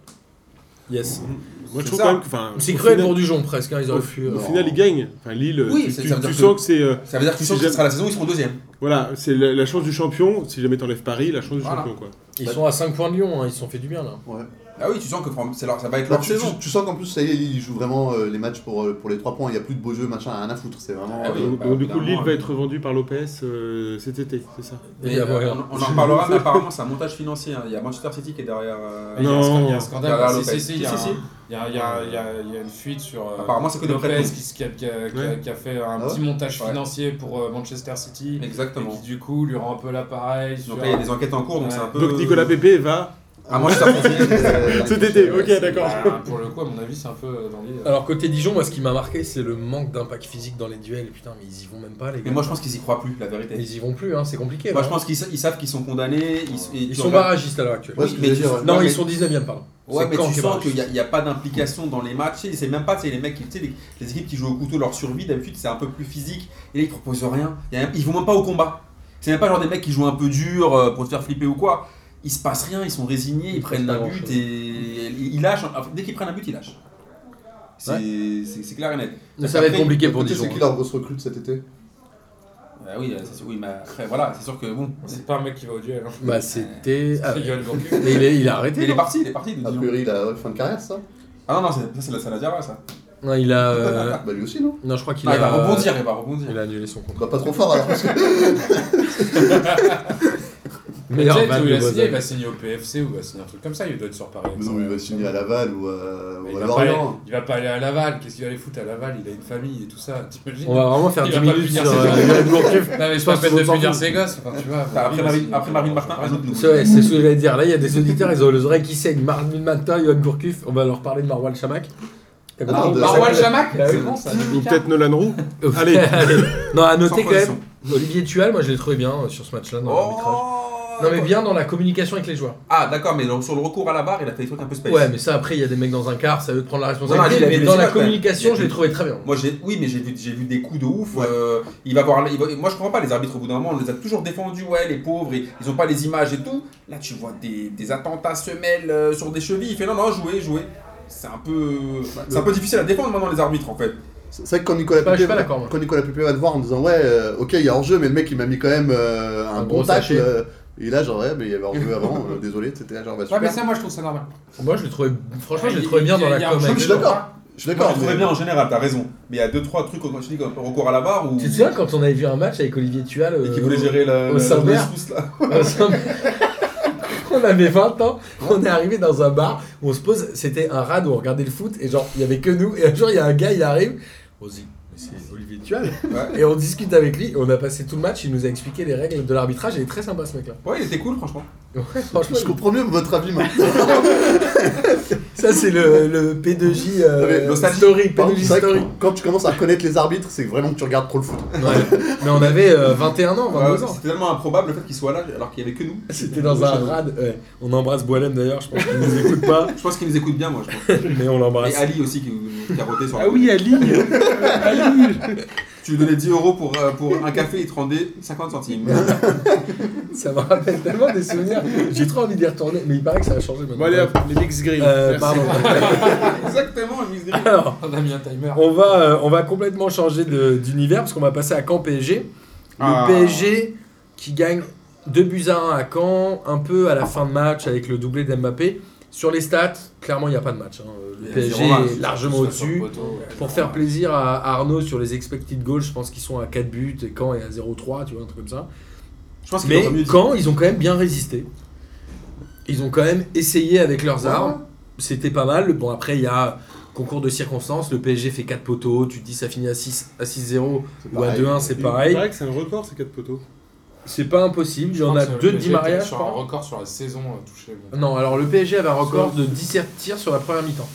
Speaker 1: Yes.
Speaker 6: Moi, je
Speaker 2: C'est
Speaker 6: trouve
Speaker 2: ça.
Speaker 6: quand même que. enfin,
Speaker 1: C'est
Speaker 6: au
Speaker 1: cruel
Speaker 6: final-
Speaker 1: pour Dijon presque, hein, ils auraient
Speaker 6: Au,
Speaker 1: pu.
Speaker 6: au
Speaker 1: euh,
Speaker 6: final, ils gagnent. Enfin, Lille,
Speaker 2: Oui,
Speaker 6: tu,
Speaker 2: ça-
Speaker 6: tu-
Speaker 2: ça veut
Speaker 6: tu
Speaker 2: dire
Speaker 6: sens que c'est. euh,
Speaker 2: Ça veut dire que tu
Speaker 6: Si
Speaker 2: sens que ce
Speaker 6: jamais-
Speaker 2: sera la saison où ils seront deuxième.
Speaker 6: voilà, c'est la, la chance du champion. Si jamais t'enlèves Paris, la chance du
Speaker 2: Voilà.
Speaker 6: champion, quoi.
Speaker 1: Ils sont à 5 points de Lyon, hein, ils se sont fait du bien là.
Speaker 5: Ouais.
Speaker 2: Ah oui, tu sens que fran- c'est leur- ça va être
Speaker 5: Bah,
Speaker 2: leur
Speaker 5: tu, tu-
Speaker 2: saison.
Speaker 5: tu sens qu'en plus, ça y est, Lille il joue vraiment euh, les matchs pour, euh, pour les 3 points. Il n'y a plus de beaux jeux, machin, rien à foutre. C'est vraiment.
Speaker 2: Ah oui.
Speaker 5: euh,
Speaker 6: Donc,
Speaker 2: bah,
Speaker 6: donc, du
Speaker 2: au bout
Speaker 6: coup,
Speaker 2: d'un
Speaker 6: Lille
Speaker 2: moment,
Speaker 6: va être vendu par Lopez euh, cet été, c'est ça
Speaker 1: Et,
Speaker 2: Et,
Speaker 1: euh,
Speaker 2: euh,
Speaker 1: voilà.
Speaker 2: on, on en reparlera, mais apparemment, c'est un montage financier. hein. Il y a Manchester City qui est derrière. euh,
Speaker 4: Il y a un
Speaker 6: Non.
Speaker 4: scan- il y a un
Speaker 2: Derrière
Speaker 4: scandale. Si,
Speaker 2: Lopez.
Speaker 4: si, si, il y a
Speaker 2: Si, si,
Speaker 4: un- il y a- il y a- il y a- il y a une fuite sur. euh,
Speaker 2: Apparemment, c'est que des
Speaker 4: Lopez
Speaker 2: prélèvements.
Speaker 4: qui, s- qui a, qui a- qui a-
Speaker 6: Ouais.
Speaker 4: qui a fait un
Speaker 5: Ah
Speaker 4: petit montage
Speaker 2: Ouais.
Speaker 4: financier pour euh, Manchester City. Et
Speaker 2: Exactement.
Speaker 4: qui, du coup, lui rend un peu l'appareil. sur-
Speaker 2: Donc là, il y a des enquêtes en cours, donc
Speaker 4: Ouais.
Speaker 2: c'est un peu.
Speaker 6: Donc, Nicolas Pépé va.
Speaker 2: À [LAUGHS]
Speaker 5: [LAUGHS]
Speaker 2: Manchester City.
Speaker 5: euh,
Speaker 6: Cet été, ok,
Speaker 4: C'est-
Speaker 6: d'accord.
Speaker 4: bah, Pour le coup, à mon avis, c'est un peu euh, dans les.
Speaker 1: Alors côté Dijon, moi ce qui m'a marqué c'est le manque d'impact physique dans les duels. Putain mais ils y vont même pas les
Speaker 2: Mais
Speaker 1: gars.
Speaker 2: moi, je pense qu'ils y croient plus, la vérité.
Speaker 1: Ils y vont plus, hein, c'est compliqué.
Speaker 2: Moi,
Speaker 1: là.
Speaker 2: je pense qu'ils sa- ils savent qu'ils sont condamnés. Ils, s- et tu
Speaker 1: Ils sont
Speaker 2: regardes-
Speaker 1: barragistes à l'heure actuelle.
Speaker 5: Ouais, ce que
Speaker 2: mais
Speaker 5: je veux
Speaker 2: tu-
Speaker 5: dire, ouais.
Speaker 1: Non,
Speaker 2: Ouais, mais-
Speaker 1: ils sont 19 e pardon.
Speaker 2: Ouais,
Speaker 1: C'est
Speaker 2: mais
Speaker 1: Caen
Speaker 2: tu
Speaker 1: qui est
Speaker 2: sens
Speaker 1: barragiste.
Speaker 2: qu'il n'y a, pas d'implication dans les matchs. tu sais, C'est même pas tu sais, les mecs qui, tu sais, les, les équipes qui jouent au couteau, leur survie, d'habitude, c'est un peu plus physique. Et là, ils te proposent rien. Il y a- ils vont même pas au combat. C'est même pas genre des mecs qui jouent un peu dur euh, pour te faire flipper ou quoi. Il se passe rien, ils sont résignés, ils,
Speaker 1: Ils
Speaker 2: prennent
Speaker 1: prennent
Speaker 2: un
Speaker 1: pas
Speaker 2: but
Speaker 1: grand-chose.
Speaker 2: et ils ils lâchent. Enfin, dès qu'ils prennent un but, ils lâchent. C'est c'est- c'est clair et net.
Speaker 1: Mais ça va être
Speaker 2: Après,
Speaker 1: compliqué pour
Speaker 5: Peut-être
Speaker 1: Dijon. hein.
Speaker 5: C'est qui leur grosse recrute cet été
Speaker 2: Ah oui, euh, c'est sûr, oui, mais après, voilà, c'est sûr que bon. c'est-
Speaker 4: C'est pas un mec qui va au duel. hein. [LAUGHS]
Speaker 1: Bah c'était.
Speaker 4: Je
Speaker 1: ah,
Speaker 4: rigole, donc.
Speaker 1: mais il, est- il a arrêté.
Speaker 2: Mais il est
Speaker 1: non
Speaker 2: parti, il est parti. nous
Speaker 5: A
Speaker 2: disons.
Speaker 5: priori, il a ouais, fin de carrière, ça
Speaker 2: Ah non, non, c'est- ça, c'est la Saladiara, ça.
Speaker 1: Non, il a.
Speaker 2: [LAUGHS]
Speaker 1: euh,
Speaker 5: Bah lui aussi, non
Speaker 1: Non, je crois qu'il
Speaker 2: Ah,
Speaker 1: a.
Speaker 2: il va rebondir, il va rebondir.
Speaker 1: Il a annulé son contrat.
Speaker 5: Bah pas trop fort alors. Parce que...
Speaker 4: Mais
Speaker 1: Meilleur
Speaker 4: James,
Speaker 1: van
Speaker 4: où
Speaker 1: de
Speaker 4: il va signer,
Speaker 1: Bozan.
Speaker 4: il va signer au PFC ou il va signer un truc comme ça, il doit être sur Paris.
Speaker 5: Mais non, il va signer à Laval ou à,
Speaker 4: Mais Il
Speaker 5: ou à
Speaker 4: va, pas aller,
Speaker 5: Lorient.
Speaker 4: il va pas aller à Laval, qu'est-ce qu'il va aller foutre à Laval Il a une famille et tout ça, t'imagines
Speaker 1: On va vraiment faire
Speaker 4: Il
Speaker 1: 10
Speaker 4: va pas
Speaker 1: minutes
Speaker 4: finir
Speaker 1: sur
Speaker 4: ses
Speaker 1: euh,
Speaker 4: journées.
Speaker 1: Lionel Gourcuff.
Speaker 4: Non mais
Speaker 1: Je
Speaker 4: c'est pas
Speaker 1: pense
Speaker 4: fait
Speaker 1: qu'ils
Speaker 4: de
Speaker 1: vont s'en
Speaker 4: punir
Speaker 1: foutre.
Speaker 4: ses gosses, enfin tu vois.
Speaker 2: Enfin, Après Marvin, après Marvin Martin, un autre nouveau.
Speaker 1: C'est vrai, c'est ce que j'allais dire. Là, il y a des auditeurs, ils ont le oreille qui saigne. Marvin Matin, Johan Gourcuff, on va leur parler de Marwal Chamak. T'as compris
Speaker 5: Ah, de-
Speaker 4: Marwan
Speaker 5: Ça-
Speaker 4: Chamak
Speaker 1: Bah
Speaker 4: C'est
Speaker 1: oui.
Speaker 4: bon ça
Speaker 6: Ou peut-être Nolan Roux.
Speaker 1: Allez.
Speaker 2: [LAUGHS]
Speaker 6: Allez.
Speaker 1: non, à noter
Speaker 2: Sans
Speaker 1: quand même,
Speaker 2: transition.
Speaker 1: Olivier Tual, moi je l'ai trouvé bien euh, sur ce match-là dans l'arbitrage.
Speaker 2: Oh
Speaker 1: Non, mais bien dans la communication avec les joueurs.
Speaker 2: Ah, d'accord, mais donc, sur le recours à la barre, il a fait des trucs un peu space.
Speaker 1: Ouais, mais ça après, il y a des mecs dans un quart, ça veut prendre la
Speaker 2: Non,
Speaker 1: responsabilité.
Speaker 2: non, il a
Speaker 1: mais
Speaker 2: mis
Speaker 1: dans
Speaker 2: des
Speaker 1: la
Speaker 2: images, quand même. Il
Speaker 1: communication,
Speaker 2: a
Speaker 1: je l'ai
Speaker 2: mis-
Speaker 1: trouvé très bien.
Speaker 2: Moi, j'ai, oui, mais j'ai vu, j'ai vu des coups de ouf.
Speaker 5: Ouais.
Speaker 2: euh, il va voir, il va- moi, je comprends pas les arbitres au bout d'un moment. On les a toujours défendus, ouais, les pauvres. et ils ont pas les images et tout. Là, tu vois des, des attentats semelles euh, sur des chevilles. Il fait non, non, jouez, jouez. C'est un peu, c'est un peu difficile à défendre maintenant les arbitres en fait.
Speaker 5: C'est vrai que quand Nicolas,
Speaker 1: Bah, je suis
Speaker 5: Pépé,
Speaker 1: pas d'accord, moi.
Speaker 5: quand Nicolas Pépé va te voir en disant ouais euh, ok il y a hors-jeu mais le mec il m'a mis quand même euh, un,
Speaker 1: Un
Speaker 5: bon
Speaker 1: gros
Speaker 5: tacle
Speaker 1: sachet.
Speaker 5: euh, et là genre ouais mais il y avait hors-jeu avant euh, désolé c'était genre bah,
Speaker 4: Ouais
Speaker 5: super.
Speaker 4: mais ça moi je trouve ça normal.
Speaker 1: Moi, je l'ai trouvé. Franchement, je l'ai
Speaker 4: Il-
Speaker 1: trouvé bien
Speaker 4: il-
Speaker 1: dans
Speaker 4: il y
Speaker 1: la
Speaker 4: a un
Speaker 1: com.
Speaker 4: jeu,
Speaker 1: avec
Speaker 5: je
Speaker 1: les
Speaker 5: suis
Speaker 1: joueurs.
Speaker 5: d'accord je suis
Speaker 2: Moi, je
Speaker 5: d'accord
Speaker 2: le trouvais
Speaker 5: mais-
Speaker 2: bien en général, t'as raison. Mais il y a deux, trois trucs, comme je dis, comme recours à la barre ou.
Speaker 1: Tu te souviens quand on avait vu un match avec Olivier Tual
Speaker 2: Et
Speaker 1: euh,
Speaker 2: qui voulait gérer la.
Speaker 1: au
Speaker 2: la-
Speaker 1: Sauber.
Speaker 2: le sous, là.
Speaker 1: au- au sein- On avait 20 ans, on est arrivé dans un bar où on se pose, c'était un rad où on regardait le foot et genre il y avait que nous et un jour il y a un gars il arrive, on se dit mais c'est Olivier Tual
Speaker 2: Ouais.
Speaker 1: et on discute avec lui, on a passé tout le match, il nous a expliqué les règles de l'arbitrage, il est très sympa ce mec là.
Speaker 2: Ouais, il était cool, franchement.
Speaker 1: Ouais, franchement,
Speaker 5: je comprends mieux votre avis maintenant
Speaker 1: ça c'est le, le P2J euh,
Speaker 5: Non, mais
Speaker 2: nostalgie.
Speaker 1: story,
Speaker 5: Par contre,
Speaker 1: P2J
Speaker 5: c'est vrai que
Speaker 1: story.
Speaker 5: quand tu commences à reconnaître les arbitres c'est vraiment que tu regardes trop le foot
Speaker 1: Ouais. Mais on avait euh, 21 ans,
Speaker 2: Ouais,
Speaker 1: 22 ans.
Speaker 2: C'était tellement improbable le fait qu'il soit là alors qu'il y avait que nous.
Speaker 1: C'était dans un rad, ouais. on embrasse Boilem d'ailleurs, je pense qu'il nous écoute pas,
Speaker 2: Je pense qu'il nous écoute bien, moi, je pense.
Speaker 1: mais on l'embrasse.
Speaker 2: Et Ali aussi qui, qui a roté sur la-
Speaker 6: Ah oui, Ali Ali
Speaker 2: Tu lui donnais 10 euros pour, euh, pour un café, il te rendait 50 centimes.
Speaker 1: Ça me rappelle tellement des souvenirs. J'ai trop envie d'y retourner, mais il paraît que ça a changé maintenant.
Speaker 6: Bon, allez hop, les Knicks grillent.
Speaker 1: Euh,
Speaker 6: Merci.
Speaker 1: pardon.
Speaker 2: Exactement, un mix de-
Speaker 1: [LAUGHS] Alors,
Speaker 4: On a mis un timer.
Speaker 1: on va, euh, on va complètement changer de- d'univers parce qu'on va passer à Caen PSG. Le
Speaker 2: Ah.
Speaker 1: PSG qui gagne 2 buts à 1 à Caen, un peu à la fin de match avec le doublé d'Mbappé. Sur les stats, clairement, il n'y a pas de match. hein. Le PSG
Speaker 2: zéro match.
Speaker 1: est largement au-dessus. Pour faire plaisir à à Arnaud sur les expected goals, je pense qu'ils sont à 4 buts et Caen est à 0-3, tu vois, un truc comme ça.
Speaker 2: Je pense qu'il
Speaker 1: Mais
Speaker 2: aurait mieux dit-
Speaker 1: quand ils ont quand même bien résisté. Ils ont quand même essayé avec leurs armes. C'était pas mal. Bon, après, il y a concours de circonstances. Le PSG fait 4 poteaux. Tu te dis, ça finit à 6 à 6-0 ou à 2-1, c'est
Speaker 6: Il
Speaker 1: pareil.
Speaker 6: paraît que c'est un record ces 4 poteaux.
Speaker 1: C'est pas impossible. J'en ai deux de 10 mariages.
Speaker 4: Sur un record sur la saison euh, touchée. bon.
Speaker 1: Non, alors le PSG avait un record de 17 tirs sur la première mi-temps.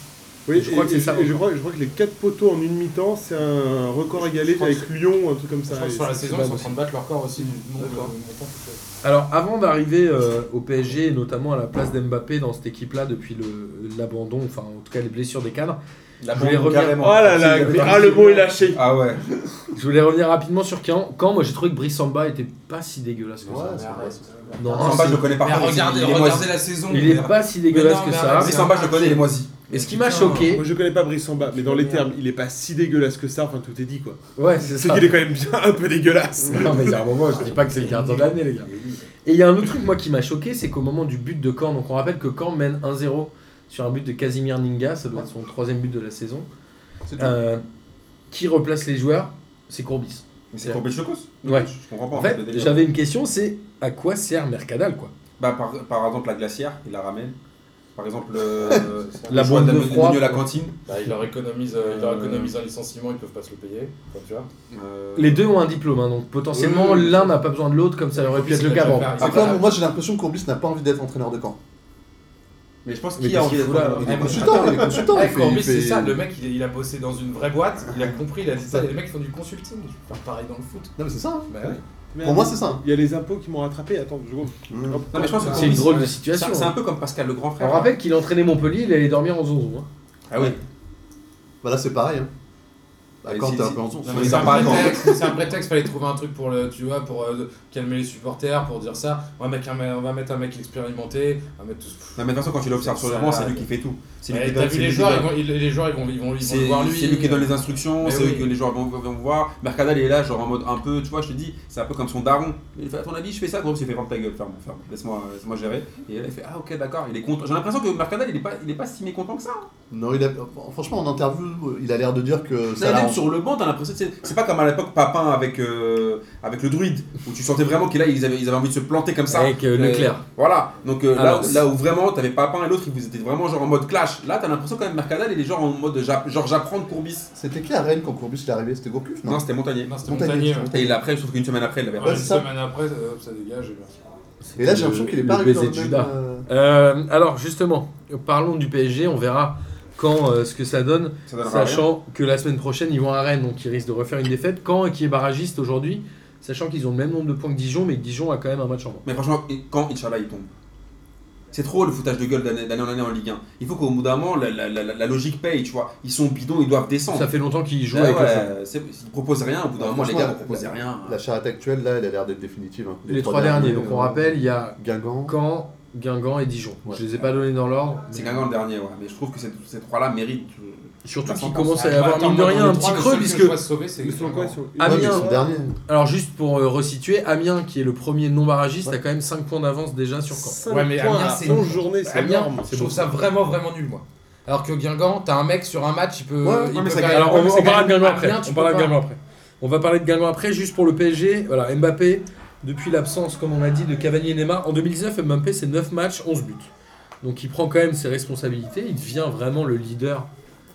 Speaker 3: Oui,
Speaker 1: Je
Speaker 3: et-
Speaker 1: crois que c'est
Speaker 3: et-
Speaker 1: ça,
Speaker 3: et
Speaker 1: encore.
Speaker 3: je, crois, je crois que les 4 poteaux en une mi-temps, c'est un record à Galette
Speaker 4: crois que
Speaker 3: avec Lyon, un truc comme
Speaker 4: Je
Speaker 3: ça.
Speaker 4: crois que
Speaker 3: Et
Speaker 4: sur la
Speaker 3: c'est-
Speaker 4: saison,
Speaker 1: pas
Speaker 4: ils sont en
Speaker 1: possible.
Speaker 4: train de battre leur corps aussi. du nombre de-
Speaker 2: D'accord.
Speaker 4: montant que c'est.
Speaker 1: Alors avant d'arriver euh, au PSG et notamment à la place d'Mbappé dans cette équipe-là depuis le- l'abandon, enfin en tout cas les blessures des cadres,
Speaker 2: La
Speaker 1: voulais
Speaker 2: bombe,
Speaker 1: revenir-
Speaker 2: carrément.
Speaker 3: Oh là là,
Speaker 2: Il y avait
Speaker 3: ah,
Speaker 2: un-
Speaker 3: le mot est lâché.
Speaker 2: Ah ouais.
Speaker 1: je voulais revenir rapidement sur Caen. Caen, moi j'ai trouvé que Brissamba était pas si dégueulasse que ça.
Speaker 5: Ouais, c'est vrai.
Speaker 1: Non,
Speaker 2: Samba, je le connais par
Speaker 4: Mais
Speaker 2: cœur,
Speaker 4: regardez,
Speaker 2: il est
Speaker 4: regardez
Speaker 2: moisi.
Speaker 4: la saison.
Speaker 1: il est pas si dégueulasse
Speaker 4: Mais non,
Speaker 1: que
Speaker 4: mais
Speaker 1: ça.
Speaker 4: arrête,
Speaker 2: Samba, je le connais, il est moisi.
Speaker 1: Et ce qui m'a
Speaker 4: Putain.
Speaker 1: choqué,
Speaker 3: Moi je connais pas Brissamba, mais dans les
Speaker 4: Merde.
Speaker 3: termes, il est pas si dégueulasse que ça, enfin tout est dit quoi.
Speaker 1: ouais c'est
Speaker 3: C'est
Speaker 1: ça.
Speaker 3: qu'il est quand même bien un peu dégueulasse.
Speaker 1: [LAUGHS] Non mais il y a un moment, je dis pas que c'est le gardien de l'année les gars. Et il y a un autre truc moi qui m'a choqué, c'est qu'au moment du but de Caen, donc on rappelle que Caen mène 1-0 sur un but de Casimir Ninga, ça doit être son troisième but de la saison. Euh, qui replace les joueurs C'est Courbis.
Speaker 2: Mais c'est Courbet Chocos
Speaker 1: Ouais.
Speaker 2: Je comprends pas.
Speaker 1: En
Speaker 2: le
Speaker 1: fait,
Speaker 2: délire.
Speaker 1: j'avais une question, c'est à quoi sert Mercadal quoi
Speaker 2: Bah, par, par exemple, la glacière, il la ramène. Par exemple, euh,
Speaker 1: La
Speaker 2: le choix
Speaker 1: bombe de
Speaker 2: d'amener
Speaker 1: froid.
Speaker 2: Menu à la cantine.
Speaker 4: Bah, il leur économise, euh, il leur
Speaker 2: Euh.
Speaker 4: économise un licenciement, ils peuvent pas se le payer. Enfin, tu vois.
Speaker 2: Euh,
Speaker 1: Les deux ont un diplôme, hein, donc potentiellement
Speaker 4: Oui, oui, oui.
Speaker 1: l'un n'a pas besoin de l'autre, comme ça aurait pu être le cas avant.
Speaker 4: C'est
Speaker 5: Après, euh,
Speaker 4: pas-
Speaker 5: moi j'ai l'impression que Courbis n'a pas envie d'être entraîneur de camp.
Speaker 2: Mais je pense
Speaker 1: Mais
Speaker 2: qu'il a
Speaker 1: parce
Speaker 2: envie
Speaker 1: qu'il
Speaker 2: d'être
Speaker 1: faut là,
Speaker 2: là.
Speaker 5: Il est consultant, il est consultant.
Speaker 4: Ouais,
Speaker 5: il fait-
Speaker 4: Ah, Corbis,
Speaker 5: il
Speaker 4: c'est
Speaker 5: fait-
Speaker 4: ça, le mec il, il a bossé dans une vraie boîte, il a compris, il a dit ça, il y a des mecs qui font du consulting, je peux faire pareil dans le foot.
Speaker 5: Non, mais c'est ça. hein.
Speaker 4: Bah, ouais.
Speaker 5: Pour moi, c'est ça. hein.
Speaker 3: Il y a les impôts qui m'ont rattrapé, attends, je vois.
Speaker 5: Mm.
Speaker 3: Hop.
Speaker 2: Non, mais je pense que
Speaker 1: C'est une
Speaker 2: Courbis,
Speaker 1: drôle de
Speaker 2: c'est-
Speaker 1: situation.
Speaker 2: C'est un
Speaker 1: hein.
Speaker 2: peu comme Pascal le grand frère.
Speaker 1: On rappelle qu'il entraînait Montpellier, il allait dormir en zonzon. hein.
Speaker 2: Ah oui.
Speaker 5: Bah là, c'est pareil. hein. Bah,
Speaker 2: Mais
Speaker 5: Quand
Speaker 2: si-
Speaker 5: t'es un
Speaker 2: si-
Speaker 5: peu en zone,
Speaker 2: non,
Speaker 5: c'est-
Speaker 2: mais
Speaker 4: C'est
Speaker 2: ça
Speaker 4: un,
Speaker 2: parle quand
Speaker 4: prétexte, Ah, c'est un prétexte, fallait trouver un truc pour le, tu vois, pour euh, calmer les supporters, pour dire ça. On va mettre un, mec- on va mettre un mec expérimenté, on va mettre tout.
Speaker 2: Non, mais de toute façon, quand tu l'observes sur le banc, c'est lui qui fait tout. C'est lui
Speaker 4: Mais
Speaker 2: qui
Speaker 4: T'as
Speaker 2: donne
Speaker 4: vu
Speaker 2: c'est
Speaker 4: les
Speaker 2: lui qui
Speaker 4: joueurs, ils
Speaker 2: donne-
Speaker 4: vont, ils- les joueurs ils vont, ils vont, ils vont le
Speaker 2: C'est
Speaker 4: voir lui.
Speaker 2: c'est lui qui
Speaker 1: euh,
Speaker 2: donne les
Speaker 4: Mais
Speaker 2: instructions, c'est
Speaker 4: oui.
Speaker 2: eux que les joueurs vont, vont voir. Mercadal il est là, genre en mode un peu, tu vois, je te dis, c'est un peu comme son daron. Il fait, à ton avis, je fais ça, gros, il fait ferme ta gueule, ferme, ferme, laisse-moi laisse gérer. Et là, il fait, ah ok, d'accord, il est content. J'ai l'impression que Mercadal il est pas, il est pas si mécontent que ça. hein.
Speaker 5: Non, il a... franchement, en interview, il a l'air de dire que ça
Speaker 2: Non,
Speaker 5: l'a
Speaker 2: même sur le banc, t'as l'impression que c'est- c'est pas comme à l'époque Papin avec, euh, avec le druide, où tu sentais vraiment qu'il a- ils avaient, ils avaient envie de se planter comme ça.
Speaker 1: Avec euh, Leclerc.
Speaker 2: Voilà, donc euh, là,
Speaker 1: Alors,
Speaker 2: là où vraiment t'avais Papin et l'autre, ils vous étaient vraiment genre en mode clash. Là, t'as l'impression quand même Mercadal il est genre en mode j'a- genre j'apprends de Courbis.
Speaker 5: C'était qui à Rennes quand Courbis il est arrivé C'était Gourcuff
Speaker 2: Non,
Speaker 5: Non,
Speaker 2: c'était Montagnier.
Speaker 4: Non, c'était Montagnier. ouais.
Speaker 2: Et il après, sauf qu'une semaine après, il avait
Speaker 4: Ouais,
Speaker 5: Ouais,
Speaker 4: euh. une
Speaker 5: c'est ça.
Speaker 4: semaine après, ça, hop, ça dégage. et merci.
Speaker 5: Et là, j'ai l'impression qu'il est pas
Speaker 1: Le
Speaker 5: arrivé dans
Speaker 1: baiser
Speaker 5: le
Speaker 1: de
Speaker 5: même,
Speaker 1: Judas.
Speaker 5: euh,
Speaker 1: Euh, alors justement, parlons du PSG, on verra quand euh, ce que ça donne,
Speaker 2: Ça donnera rien.
Speaker 1: sachant que la semaine prochaine ils vont à Rennes, donc ils risquent de refaire une défaite. Quand qui est barragiste aujourd'hui, sachant qu'ils ont le même nombre de points que Dijon, mais que Dijon a quand même un match en moins.
Speaker 2: Mais franchement, quand Inch'Allah il tombe C'est trop le foutage de gueule d'année d'année en année en Ligue 1. Il faut qu'au bout d'un moment, la, la- la- la logique paye, tu vois. Ils sont bidons, ils doivent descendre.
Speaker 1: Ça fait longtemps qu'ils jouent
Speaker 2: Ah
Speaker 1: avec le fond.
Speaker 2: ouais, c'est- ils proposent rien, au bout d'un
Speaker 5: Ouais,
Speaker 2: moment, les
Speaker 5: franchement,
Speaker 2: gars ne
Speaker 5: la-
Speaker 2: proposent rien.
Speaker 5: La charrette actuelle, là, elle a l'air d'être définitive. hein.
Speaker 1: Les, trois derniers, donc on
Speaker 5: euh,
Speaker 1: rappelle, il y a
Speaker 5: Guingamp.
Speaker 1: Caen, Guingamp et Dijon.
Speaker 5: Ouais.
Speaker 1: Je les ai pas donnés dans l'ordre.
Speaker 2: C'est Guingamp le dernier, ouais. Mais je trouve que ces, ces trois-là méritent. euh,
Speaker 1: Surtout
Speaker 2: Bah,
Speaker 1: qu'il
Speaker 2: sans
Speaker 1: commence
Speaker 2: penser.
Speaker 1: à y avoir,
Speaker 4: Ah, Attends,
Speaker 1: mine de
Speaker 4: moi, dans
Speaker 1: rien, un
Speaker 4: les
Speaker 1: petit
Speaker 4: trois, le
Speaker 1: creux,
Speaker 4: seul que
Speaker 1: puisque...
Speaker 4: je vois se sauver, c'est
Speaker 3: Ils sont quoi ils sont-
Speaker 1: Ah,
Speaker 5: Ouais, mais
Speaker 1: Amiens,
Speaker 5: ils sont derniers.
Speaker 1: Alors juste pour euh, resituer, Amiens, qui est le premier non-barragiste, a quand même 5 points d'avance déjà sur Caen.
Speaker 3: Cinq
Speaker 4: Ouais, mais
Speaker 3: points
Speaker 4: Amiens,
Speaker 3: à
Speaker 4: c'est-
Speaker 3: 11 journées, c'est
Speaker 4: Amiens,
Speaker 3: énorme.
Speaker 4: je trouve ça vraiment vraiment nul moi. Alors que Guingamp, t'as un mec sur un match, il peut.
Speaker 2: Ouais,
Speaker 4: il
Speaker 2: ouais, mais
Speaker 4: peut
Speaker 2: ça
Speaker 4: faire-
Speaker 2: gagne.
Speaker 1: Alors
Speaker 4: Ouais,
Speaker 1: on,
Speaker 4: mais ça
Speaker 1: on parle
Speaker 4: gagne.
Speaker 1: de Guingamp après.
Speaker 4: Amiens, tu
Speaker 1: on
Speaker 4: peux
Speaker 1: parle de
Speaker 4: pas.
Speaker 1: Guingamp après. On va parler de Guingamp après, juste pour le PSG. Voilà, Mbappé, depuis l'absence, comme on a dit, de Cavani et Neymar, en 2019, Mbappé, c'est 9 matchs, 11 buts. Donc il prend quand même ses responsabilités, il devient vraiment le leader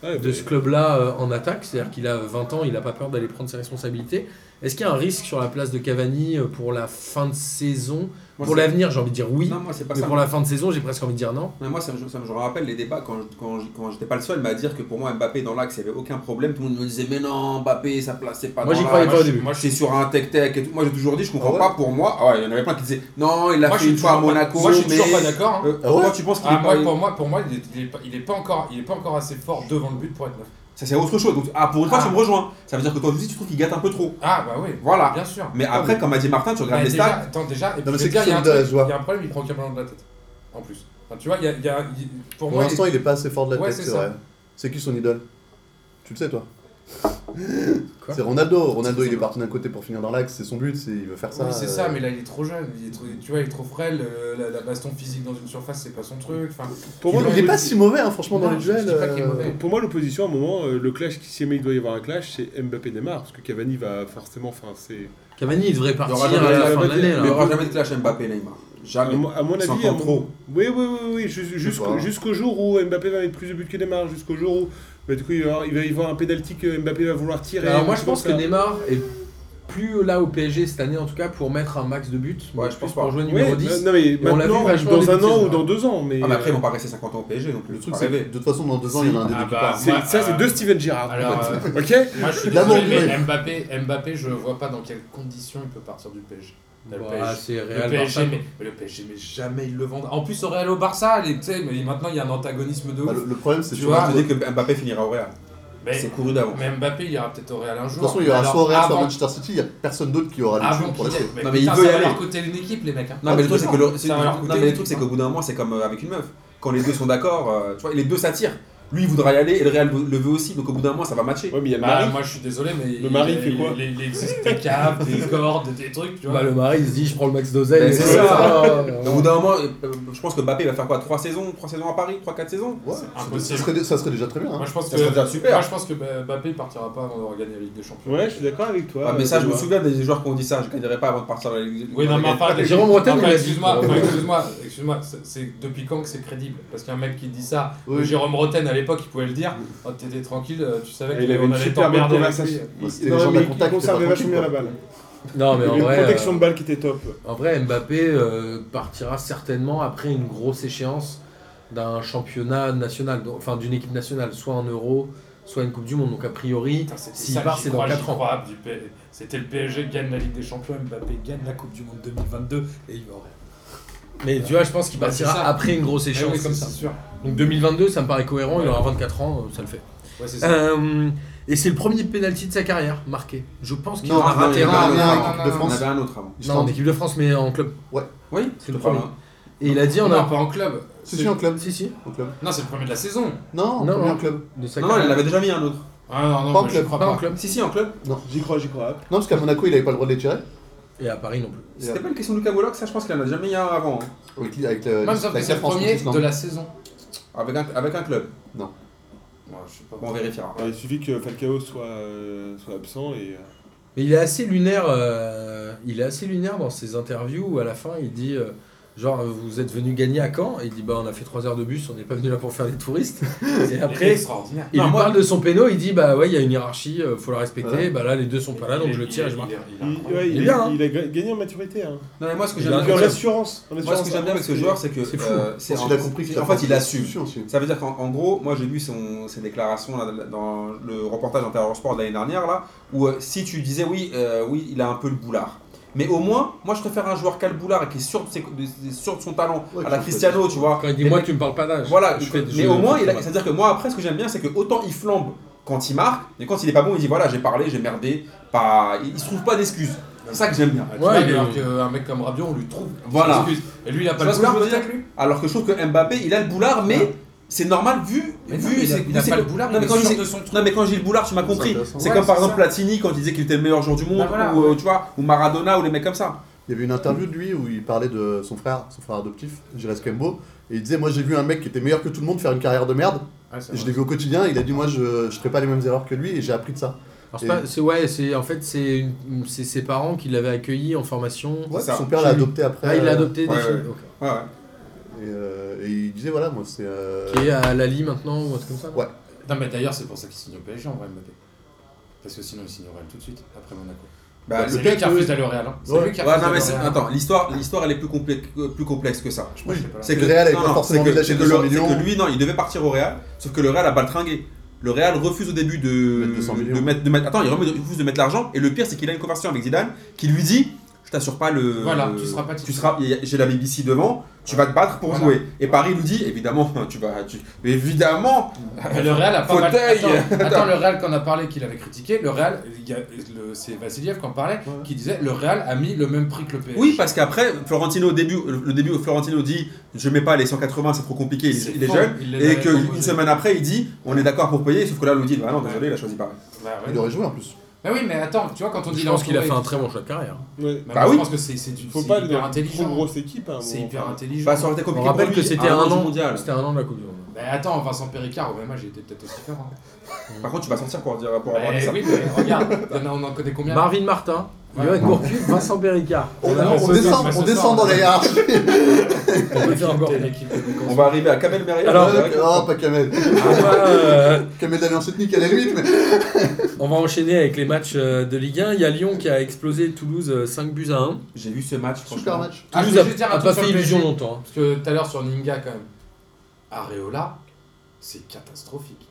Speaker 3: Ouais,
Speaker 1: de ce club-là euh, en attaque, c'est-à-dire qu'il a 20 ans, il n'a pas peur d'aller prendre ses responsabilités. Est-ce qu'il y a un risque sur la place de Cavani euh, pour la fin de saison
Speaker 2: moi,
Speaker 1: Pour
Speaker 2: c'est-
Speaker 1: l'avenir, j'ai envie de dire oui,
Speaker 2: Non, moi, c'est pas
Speaker 1: mais
Speaker 2: ça.
Speaker 1: pour la fin de saison, j'ai presque envie de dire non.
Speaker 2: Mais moi, ça me, ça me- je me rappelle les débats quand, quand, quand j'étais pas le seul, mais à dire que pour moi, Mbappé dans l'axe, il n'y avait aucun problème. Tout le monde me disait, mais non, Mbappé, ça place, c'est pas
Speaker 1: Moi,
Speaker 2: dans
Speaker 1: j'y croyais
Speaker 2: l'axe.
Speaker 1: pas au début.
Speaker 2: Moi, je suis sur un tech-tech et tout. Moi, j'ai toujours dit, je comprends
Speaker 5: Ah ouais
Speaker 2: pas pour moi. Ah ouais, il y en avait plein qui disaient, non, il l'a
Speaker 4: Moi, je
Speaker 2: fait
Speaker 4: suis
Speaker 2: une fois à
Speaker 4: toujours pas-
Speaker 2: Monaco.
Speaker 4: Moi je suis
Speaker 2: mais-
Speaker 4: toujours pas d'accord. hein.
Speaker 2: Euh,
Speaker 5: Ah ouais
Speaker 2: Pourquoi tu penses qu'il
Speaker 4: Ah,
Speaker 2: est
Speaker 4: moi,
Speaker 2: pas-
Speaker 4: pour moi, pour moi, il est, il est pas, il est pas encore, il est pas encore assez fort devant le but pour être neuf.
Speaker 2: Ça, c'est autre chose. Donc, ah, pour une fois,
Speaker 4: Ah.
Speaker 2: tu me rejoins. Ça veut dire que toi aussi, tu trouves qu'il gâte un peu trop.
Speaker 4: Ah bah oui.
Speaker 2: Voilà.
Speaker 4: Bien sûr.
Speaker 2: Mais après, comme a dit Martin, tu
Speaker 4: Bah,
Speaker 2: regardes les
Speaker 4: déjà,
Speaker 2: stats.
Speaker 4: attends déjà. Et puis,
Speaker 5: mais
Speaker 4: je
Speaker 5: c'est
Speaker 4: veux dire, il y a un
Speaker 5: Christophe
Speaker 4: truc-
Speaker 5: Dallas,
Speaker 4: il
Speaker 5: ouais.
Speaker 4: y a un problème, il prend qu'un ballon de la tête. En plus. Enfin, tu vois, il y a, il y a- il- pour,
Speaker 5: Pour
Speaker 4: moi.
Speaker 5: l'instant, il est pas assez fort de la
Speaker 4: Ouais,
Speaker 5: tête,
Speaker 4: c'est
Speaker 5: c'est
Speaker 4: ça.
Speaker 5: vrai. C'est qui son idole Tu le sais, toi
Speaker 1: Quoi
Speaker 5: C'est Ronaldo. Ronaldo, il est parti d'un côté pour finir dans l'axe, c'est son but, c'est- il veut faire ça.
Speaker 4: oui, c'est
Speaker 5: euh,
Speaker 4: ça, mais là il est trop jeune, il est trop- tu vois, il est trop frêle, euh, la, la baston physique dans une surface c'est pas son truc. Enfin,
Speaker 3: Pour
Speaker 5: Il
Speaker 3: moi,
Speaker 5: est- il est pas si mauvais, hein, franchement, dans
Speaker 4: Non,
Speaker 5: les
Speaker 4: je- je
Speaker 5: duels.
Speaker 4: dis pas qu'il est
Speaker 5: euh,
Speaker 4: mauvais.
Speaker 3: Pour moi, l'opposition, à un moment, euh, le clash qui s'y met, il doit y avoir un clash, c'est Mbappé-Neymar, parce que Cavani va forcément. Enfin, c'est.
Speaker 1: Cavani, il devrait
Speaker 2: aura
Speaker 1: partir
Speaker 2: jamais
Speaker 1: à la
Speaker 2: la
Speaker 1: fin de
Speaker 3: bataille,
Speaker 1: l'année.
Speaker 2: Il
Speaker 1: là.
Speaker 2: n'y aura jamais de clash Mbappé Neymar.
Speaker 3: À
Speaker 2: Jamais.
Speaker 3: mon à mon
Speaker 2: Ils
Speaker 3: avis,
Speaker 2: s'entendent
Speaker 3: à mon-
Speaker 2: trop.
Speaker 3: Oui, oui, oui, oui, jus-
Speaker 5: pas,
Speaker 3: jusqu'au
Speaker 5: hein.
Speaker 3: jusqu'au jour où Mbappé va mettre plus de buts que Neymar, jusqu'au jour où. bah, du coup, il va, y avoir- il va y avoir un pénalty que Mbappé va vouloir tirer.
Speaker 1: Alors moi
Speaker 3: ou
Speaker 1: je pense que
Speaker 3: comme ça.
Speaker 1: Neymar est plus là au PSG cette année en tout cas pour mettre un max de buts, mais
Speaker 2: Ouais, je
Speaker 1: plus
Speaker 2: pense
Speaker 1: pour
Speaker 2: pas.
Speaker 1: jouer numéro
Speaker 6: Ouais,
Speaker 1: 10.
Speaker 6: Non, mais
Speaker 1: on l'a vu
Speaker 6: maintenant,
Speaker 1: vachement
Speaker 6: dans un
Speaker 1: débutée,
Speaker 6: an
Speaker 1: hein.
Speaker 6: ou dans deux ans. Mais
Speaker 2: Ah,
Speaker 4: euh,
Speaker 2: mais après, ils
Speaker 3: euh,
Speaker 2: vont pas rester 50 ans au PSG, donc
Speaker 5: Le
Speaker 2: le
Speaker 5: truc, c'est que de toute façon, dans deux ans, il y en a un des
Speaker 4: Ah
Speaker 5: deux qui
Speaker 4: bah,
Speaker 5: part.
Speaker 6: C'est-
Speaker 4: moi,
Speaker 6: ça, c'est
Speaker 4: euh,
Speaker 6: deux Steven Gerrard.
Speaker 4: Alors, euh,
Speaker 6: Ok
Speaker 4: moi je suis
Speaker 5: Là,
Speaker 4: désolé,
Speaker 5: non,
Speaker 4: mais
Speaker 5: ouais.
Speaker 4: Mbappé, Mbappé, je vois pas dans quelles conditions il peut partir du PSG. Le
Speaker 1: Bah,
Speaker 4: PSG.
Speaker 1: c'est
Speaker 4: Le
Speaker 1: Real Barça,
Speaker 4: PSG,
Speaker 1: quoi.
Speaker 4: mais, mais le PSG, mais jamais ils le vendent. En plus, au Real au Barça, les- tu sais, mais maintenant il y a un antagonisme de
Speaker 5: Bah,
Speaker 4: ouf.
Speaker 5: le, le problème, c'est
Speaker 4: Tu
Speaker 5: que-
Speaker 4: vois,
Speaker 2: Je te dis que Mbappé finira au Real.
Speaker 4: mais,
Speaker 2: C'est couru d'avance.
Speaker 4: mais Mbappé, il ira peut-être au Real un
Speaker 5: de
Speaker 4: jour.
Speaker 5: toute façon, il y aura
Speaker 4: Alors,
Speaker 5: soit Real, soit
Speaker 4: avant-
Speaker 5: Manchester City, il n'y a personne d'autre qui aura les
Speaker 4: Avant
Speaker 5: thunes pour
Speaker 4: qu'il y ait-
Speaker 5: l'acheter.
Speaker 4: mais
Speaker 2: Non, mais il
Speaker 4: putain,
Speaker 2: veut y
Speaker 4: ça va
Speaker 2: aller.
Speaker 4: leur coûter une équipe, les mecs. hein.
Speaker 1: Non, mais le truc, c'est que le- c'est-
Speaker 4: Ça va leur
Speaker 1: non,
Speaker 2: Non, mais le truc, c'est qu'au bout d'un moment, c'est comme euh, avec une meuf. Quand les deux sont d'accord, euh, tu vois, les deux s'attirent. Lui, il voudra y aller et le Real le veut aussi, donc au bout d'un moment, ça va matcher.
Speaker 6: Ouais, mais il y a le
Speaker 4: Bah,
Speaker 6: mari.
Speaker 4: moi je suis désolé, mais.
Speaker 6: Le mari
Speaker 4: il-
Speaker 6: fait
Speaker 4: il-
Speaker 6: quoi
Speaker 4: il- Il existe des caves, des cordes, des trucs, tu vois.
Speaker 1: Bah, le mari il se dit je prends le max d'oseille.
Speaker 2: Mais
Speaker 1: et
Speaker 2: c'est
Speaker 1: puis,
Speaker 2: ça.
Speaker 1: euh,
Speaker 2: Au bout d'un moment, euh, euh, je pense que Mbappé va faire quoi 3 saisons 3 saisons à Paris 3-4 saisons
Speaker 5: Ouais, ça
Speaker 4: impossible.
Speaker 5: serait, ça serait déjà très bien. hein.
Speaker 4: Moi je pense
Speaker 2: Ça serait
Speaker 4: que.
Speaker 2: déjà super.
Speaker 4: Moi je pense que bah, Mbappé il partira pas avant d'avoir gagné la Ligue des Champions.
Speaker 6: Ouais, je suis d'accord avec toi.
Speaker 2: Ah, mais ça, je me
Speaker 6: Thomas.
Speaker 2: souviens des joueurs qui ont dit ça, je gagnerai pas avant de partir de la Ligue
Speaker 4: Oui, non, mais enfin,
Speaker 1: Jérôme Bretagne, il l'a
Speaker 4: enfin,
Speaker 1: dit.
Speaker 4: excuse-moi, enfin, excuse-moi, excuse-moi, c'est- c'est depuis quand que c'est crédible Parce qu'un mec qui dit ça,
Speaker 5: Oui.
Speaker 4: Jérôme Roten à l'époque, il pouvait le dire, oh, t'étais tranquille, euh, tu savais
Speaker 6: Et Il
Speaker 4: que
Speaker 6: avait
Speaker 4: on
Speaker 6: une
Speaker 4: allait
Speaker 6: super bonne
Speaker 4: t'emmerder avec lui.
Speaker 6: conversation.
Speaker 5: Bah,
Speaker 6: Il-
Speaker 5: c'était les gens
Speaker 6: Non,
Speaker 5: de la
Speaker 6: mais il
Speaker 5: contact,
Speaker 6: conservait
Speaker 5: c'était
Speaker 6: vachement bien la
Speaker 5: tranquille,
Speaker 6: balle.
Speaker 1: Non, mais en
Speaker 6: Une
Speaker 1: vrai.
Speaker 6: protection
Speaker 1: euh,
Speaker 6: de balle qui était top.
Speaker 1: En vrai, Mbappé euh, partira certainement après une grosse échéance d'un championnat national, donc- enfin d'une équipe nationale, soit un euro, soit une Coupe du Monde. Donc a priori,
Speaker 4: Putain, c'était
Speaker 1: S'il
Speaker 4: ça que
Speaker 1: part,
Speaker 4: j'y
Speaker 1: c'est dans
Speaker 4: crois,
Speaker 1: quatre
Speaker 4: j'y
Speaker 1: ans.
Speaker 4: crois, du P- C'était le PSG gagne la Ligue des Champions, Mbappé gagne la Coupe du Monde 2022 et il va au Real.
Speaker 1: mais tu vois, je pense qu'il
Speaker 4: Bah,
Speaker 1: partira
Speaker 4: c'est ça.
Speaker 1: après une grosse
Speaker 4: Eh
Speaker 1: échéance
Speaker 4: oui,
Speaker 1: comme ça.
Speaker 4: C'est sûr.
Speaker 1: Donc 2022, ça me paraît cohérent, il
Speaker 4: Ouais.
Speaker 1: aura 24 ans, euh, ça le fait.
Speaker 4: Ouais, c'est ça.
Speaker 1: Euh, et c'est le premier penalty de sa carrière marqué. Je pense qu'il
Speaker 5: Non,
Speaker 1: en a
Speaker 5: non, il
Speaker 1: raté
Speaker 5: y en a
Speaker 1: un.
Speaker 5: un, il y en a un
Speaker 4: Non,
Speaker 5: en Coupe
Speaker 4: non,
Speaker 5: de
Speaker 4: non,
Speaker 2: On
Speaker 5: France.
Speaker 2: avait un autre avant.
Speaker 5: J'étais
Speaker 1: Non, en
Speaker 5: en-
Speaker 1: équipe de France, mais en club.
Speaker 2: Oui,
Speaker 1: C'est le
Speaker 2: je te parle,
Speaker 1: premier.
Speaker 2: hein.
Speaker 1: Et il a dit on
Speaker 4: non,
Speaker 1: a.
Speaker 4: pas en club.
Speaker 5: Si, si, en club.
Speaker 1: Si, si.
Speaker 5: Au club.
Speaker 4: Non, c'est le premier de la saison.
Speaker 5: Non,
Speaker 1: Non,
Speaker 5: non,
Speaker 1: non.
Speaker 5: en club.
Speaker 1: De sa
Speaker 2: Non, non,
Speaker 1: carrière.
Speaker 2: il en avait déjà mis un autre.
Speaker 4: Ah non, non,
Speaker 5: Pas en
Speaker 4: moi, je
Speaker 5: club,
Speaker 4: crois
Speaker 1: Pas en
Speaker 4: pas.
Speaker 1: club.
Speaker 2: Si, si, en club.
Speaker 6: J'y crois, j'y crois.
Speaker 5: Non, parce qu'à Monaco, il n'avait pas le droit de les tirer.
Speaker 1: Et à Paris non plus.
Speaker 5: Et euh,
Speaker 2: C'était pas une question de Camoulox, ça, je pense qu'il en a jamais mis un avant. hein.
Speaker 5: Avec, avec le,
Speaker 4: Moi, je trouve que
Speaker 5: avec
Speaker 4: c'est
Speaker 5: la
Speaker 4: le
Speaker 5: France
Speaker 4: premier
Speaker 5: contre
Speaker 4: de la saison.
Speaker 2: Avec un, avec un club.
Speaker 4: Moi, je sais pas.
Speaker 2: Bon, on vérifiera.
Speaker 6: Ah, Il suffit que Falcao soit, euh, soit absent et. euh,
Speaker 1: Mais il est assez lunaire, euh, il est assez lunaire dans ses interviews où à la fin il dit euh, genre euh, vous êtes venu gagner à Caen et il dit bah on a fait 3 heures de bus, on n'est pas venu là pour faire des
Speaker 5: [LAUGHS]
Speaker 1: touristes. et
Speaker 4: Il est
Speaker 1: après
Speaker 4: extraordinaire.
Speaker 1: il
Speaker 2: Non,
Speaker 1: lui
Speaker 2: moi-
Speaker 1: parle de son péno, il dit bah ouais il y a une hiérarchie, euh, faut la respecter,
Speaker 5: Ouais.
Speaker 1: bah là les deux sont pas là donc je le tire et je marque.
Speaker 6: Il,
Speaker 4: marque.
Speaker 6: ouais,
Speaker 1: Il est
Speaker 6: il,
Speaker 1: bien, hein.
Speaker 6: il a ga- gagné en maturité. Hein.
Speaker 2: Non, mais moi, ce que
Speaker 1: Il
Speaker 2: j'aime
Speaker 1: a
Speaker 2: bien
Speaker 1: un
Speaker 6: Et en
Speaker 2: avec ce-
Speaker 6: assurance. En
Speaker 2: moi, ce
Speaker 6: assurance, hein.
Speaker 2: que j'aime bien avec ce
Speaker 6: c'est-
Speaker 2: joueur, c'est que.
Speaker 1: C'est fou.
Speaker 2: euh, c'est
Speaker 5: Parce
Speaker 2: un-
Speaker 5: qu'il a compris qu'il
Speaker 2: En fait, il assume.
Speaker 5: Aussi, aussi.
Speaker 2: Ça veut dire qu'en en gros, moi j'ai lu son, ses déclarations là, dans le reportage Intérieur Sport de l'année dernière, là, où euh, si tu disais oui, euh, oui, il a un peu le boulard. Mais au moins, moi je préfère un joueur qui a le boulard et qui est sûr de, ses- de- de- sûr de son talent,
Speaker 5: Ouais,
Speaker 2: à la
Speaker 5: qui fait-
Speaker 2: Cristiano, tu vois.
Speaker 1: Quand il dit
Speaker 2: Mais-
Speaker 1: moi tu me parles pas d'âge.
Speaker 2: Voilà,
Speaker 1: je fais-
Speaker 2: mais
Speaker 1: je-
Speaker 2: au moins, il a- Ah,
Speaker 1: je-
Speaker 2: c'est-à-dire que moi après, ce que j'aime bien, c'est que autant il flambe quand il marque, mais quand il est pas bon, il dit voilà, j'ai parlé, j'ai merdé, pas... il, il se trouve pas d'excuses. C'est ça que j'aime bien.
Speaker 4: Ouais, tu
Speaker 1: Ouais,
Speaker 4: vois,
Speaker 1: il euh, est-
Speaker 4: alors qu'un mec comme Rabiot, on lui trouve.
Speaker 2: Voilà.
Speaker 4: Excuse. Et lui, il a pas
Speaker 2: Tu vois
Speaker 4: le
Speaker 2: ce que je
Speaker 4: boulard
Speaker 2: veux dire
Speaker 4: peut-être, lui
Speaker 2: Alors que je trouve que Mbappé, il a le boulard, mais
Speaker 4: Ouais.
Speaker 2: c'est normal vu.
Speaker 4: Mais non,
Speaker 2: vu
Speaker 4: mais il a-
Speaker 2: c'est-
Speaker 4: il a
Speaker 2: c'est-
Speaker 4: pas le boulard,
Speaker 2: non, mais
Speaker 4: il est
Speaker 2: quand je
Speaker 4: sûr
Speaker 2: dis-
Speaker 4: de son truc.
Speaker 2: Non mais quand j'ai le boulard, tu m'as compris.
Speaker 5: intéressant.
Speaker 2: C'est
Speaker 4: Ouais,
Speaker 2: comme par
Speaker 4: c'est
Speaker 2: exemple
Speaker 4: ça.
Speaker 2: Platini quand il disait qu'il était le meilleur joueur du monde,
Speaker 4: Bah voilà,
Speaker 2: ou, euh,
Speaker 4: ouais.
Speaker 2: tu vois, ou Maradona, ou les mecs comme ça.
Speaker 5: Il y avait une interview de lui où il parlait de son frère, son frère adoptif, Jerez Kembo, et il disait Moi j'ai vu un mec qui était meilleur que tout le monde faire une carrière de merde,
Speaker 4: Ah, c'est
Speaker 5: et je
Speaker 4: vrai.
Speaker 5: l'ai vu au quotidien, il a dit Moi je, je ferai pas les mêmes erreurs que lui, et j'ai appris de ça.
Speaker 1: Alors, c'est pas- c'est ouais, c'est en fait c'est une- c'est ses parents qui l'avaient accueilli en formation.
Speaker 5: Ouais,
Speaker 2: C'est ça.
Speaker 5: son père l'a
Speaker 1: J'ai lu.
Speaker 5: adopté après.
Speaker 1: Ah, il l'a
Speaker 5: euh,
Speaker 1: adopté
Speaker 2: ouais,
Speaker 1: des filles,
Speaker 2: ouais.
Speaker 1: ok.
Speaker 2: Ouais, ouais.
Speaker 4: Bah,
Speaker 5: Et, euh, et il disait Voilà, moi c'est. euh,
Speaker 1: Qui est à Lali maintenant ou un truc comme ça. non
Speaker 5: Ouais.
Speaker 4: Non, mais d'ailleurs, c'est pour ça qu'il signe au PSG en vrai, Mbappé. Parce que sinon, il signe au Real tout de suite, après Monaco.
Speaker 2: Bah,
Speaker 4: c'est
Speaker 2: le-
Speaker 4: lui
Speaker 5: fait
Speaker 4: qui a
Speaker 5: que-
Speaker 4: refusé d'aller au Real. hein. C'est
Speaker 5: Ouais.
Speaker 4: lui qui a
Speaker 2: Ouais,
Speaker 4: refusé
Speaker 2: non mais
Speaker 4: d'aller
Speaker 2: c'est-
Speaker 4: au Real.
Speaker 2: attends, l'histoire, l'histoire elle est plus complexe, euh, plus complexe que ça.
Speaker 4: Je pense que c'est pas là.
Speaker 5: C'est que le Real avait
Speaker 2: non,
Speaker 5: pas
Speaker 2: non,
Speaker 5: forcément
Speaker 2: c'est
Speaker 5: envie de
Speaker 2: que,
Speaker 5: lâcher
Speaker 2: c'est que
Speaker 5: 200
Speaker 2: le- c'est
Speaker 5: millions.
Speaker 2: que lui, non, il devait partir au Real, sauf que le Real a baltringué. Le Real refuse au début de,
Speaker 5: Mettre 200 millions.
Speaker 2: de mettre, de mettre- Attends, il remet- il refuse de mettre l'argent, et le pire, c'est qu'il a une conversation avec Zidane qui lui dit Je t'assure pas le.
Speaker 4: Voilà, tu seras pas
Speaker 2: tu
Speaker 4: titulaire.
Speaker 2: seras- il y a- J'ai la BBC devant, tu vas te battre pour
Speaker 4: Voilà.
Speaker 2: jouer. Et Paris lui dit Évidemment, [LAUGHS] tu vas. Tu, évidemment
Speaker 4: Mais le Real a pas mal...
Speaker 2: Fauteuil.
Speaker 4: attends, attends, le Real qu'on a parlé, qu'il avait critiqué, le Real, il y a- le- c'est Vassiliev qui en parlait, qui disait le Real a mis le même prix que le PSG.
Speaker 2: Oui, parce qu'après, Florentino, au début, le début, où Florentino dit Je mets pas les 180, c'est trop compliqué, il,
Speaker 4: C'est
Speaker 2: il est
Speaker 4: faux,
Speaker 2: jeune.
Speaker 4: il les
Speaker 2: Et
Speaker 4: avait
Speaker 2: qu'une
Speaker 4: proposés.
Speaker 2: semaine après, il dit On est d'accord pour payer, sauf que là, on lui dit Bah non, désolé, il a choisi Paris.
Speaker 4: Bah, ouais.
Speaker 5: Il aurait joué en plus.
Speaker 4: Bah oui, mais attends, tu vois, quand on dit
Speaker 1: Je
Speaker 4: là,
Speaker 1: pense
Speaker 4: on
Speaker 1: qu'il a fait
Speaker 4: trouvait-
Speaker 1: un très bon choix de carrière.
Speaker 6: Ouais.
Speaker 4: Bah,
Speaker 2: Bah
Speaker 4: moi,
Speaker 2: oui.
Speaker 4: Je pense que c'est c'est du-
Speaker 6: Faut
Speaker 4: c'est
Speaker 6: pas aller
Speaker 4: hyper
Speaker 6: dans une trop
Speaker 4: intelligent.
Speaker 6: grosse équipe. hein,
Speaker 4: C'est
Speaker 6: bon,
Speaker 4: hyper
Speaker 6: enfin.
Speaker 4: intelligent.
Speaker 2: Bah, ça aurait été
Speaker 1: On
Speaker 2: compliqué.
Speaker 1: rappelle
Speaker 2: pour
Speaker 1: que
Speaker 2: lui,
Speaker 1: c'était
Speaker 2: à
Speaker 1: un
Speaker 2: du
Speaker 1: an,
Speaker 2: mondial.
Speaker 1: c'était un an de la Coupe du Monde.
Speaker 4: Bah attends, Vincent Péricard, au même âge, il était peut-être aussi fort. hein.
Speaker 2: Par contre, tu vas sortir pour, dire, pour
Speaker 4: Bah
Speaker 2: avoir dit ça.
Speaker 4: oui, mais regarde, il y en a- on en connaît combien
Speaker 1: Marvin Martin, Johan Gourcuff, Vincent Béricard.
Speaker 5: On,
Speaker 4: Ah,
Speaker 5: on
Speaker 4: ce soir,
Speaker 5: descend,
Speaker 4: mais ce
Speaker 5: on descend
Speaker 4: soir,
Speaker 5: dans
Speaker 4: on
Speaker 5: la
Speaker 4: va-
Speaker 5: hiérarchie.
Speaker 1: On peut faire encore.
Speaker 4: l'équipe de Besançon.
Speaker 2: On va arriver à Kamel euh, Merrier.
Speaker 1: Alors,
Speaker 2: Ouais,
Speaker 4: euh,
Speaker 2: ouais.
Speaker 5: Ah, pas Kamel.
Speaker 1: On va, euh,
Speaker 5: Kamel d'Alliance Ethnique à la limite, mais.
Speaker 1: on va enchaîner avec les matchs euh, de Ligue 1. Il y a Lyon qui a explosé Toulouse euh, 5 buts à 1.
Speaker 2: J'ai vu ce match,
Speaker 5: Super
Speaker 2: franchement.
Speaker 5: match.
Speaker 4: Ah,
Speaker 1: Toulouse
Speaker 4: je voulais
Speaker 1: a-
Speaker 4: juste dire un
Speaker 1: a
Speaker 4: truc
Speaker 1: pas
Speaker 4: sur
Speaker 1: fait
Speaker 4: le
Speaker 1: illusion
Speaker 4: PSG,
Speaker 1: longtemps. hein.
Speaker 4: Parce que tout à l'heure sur Ninga, quand même, Areola, c'est catastrophique.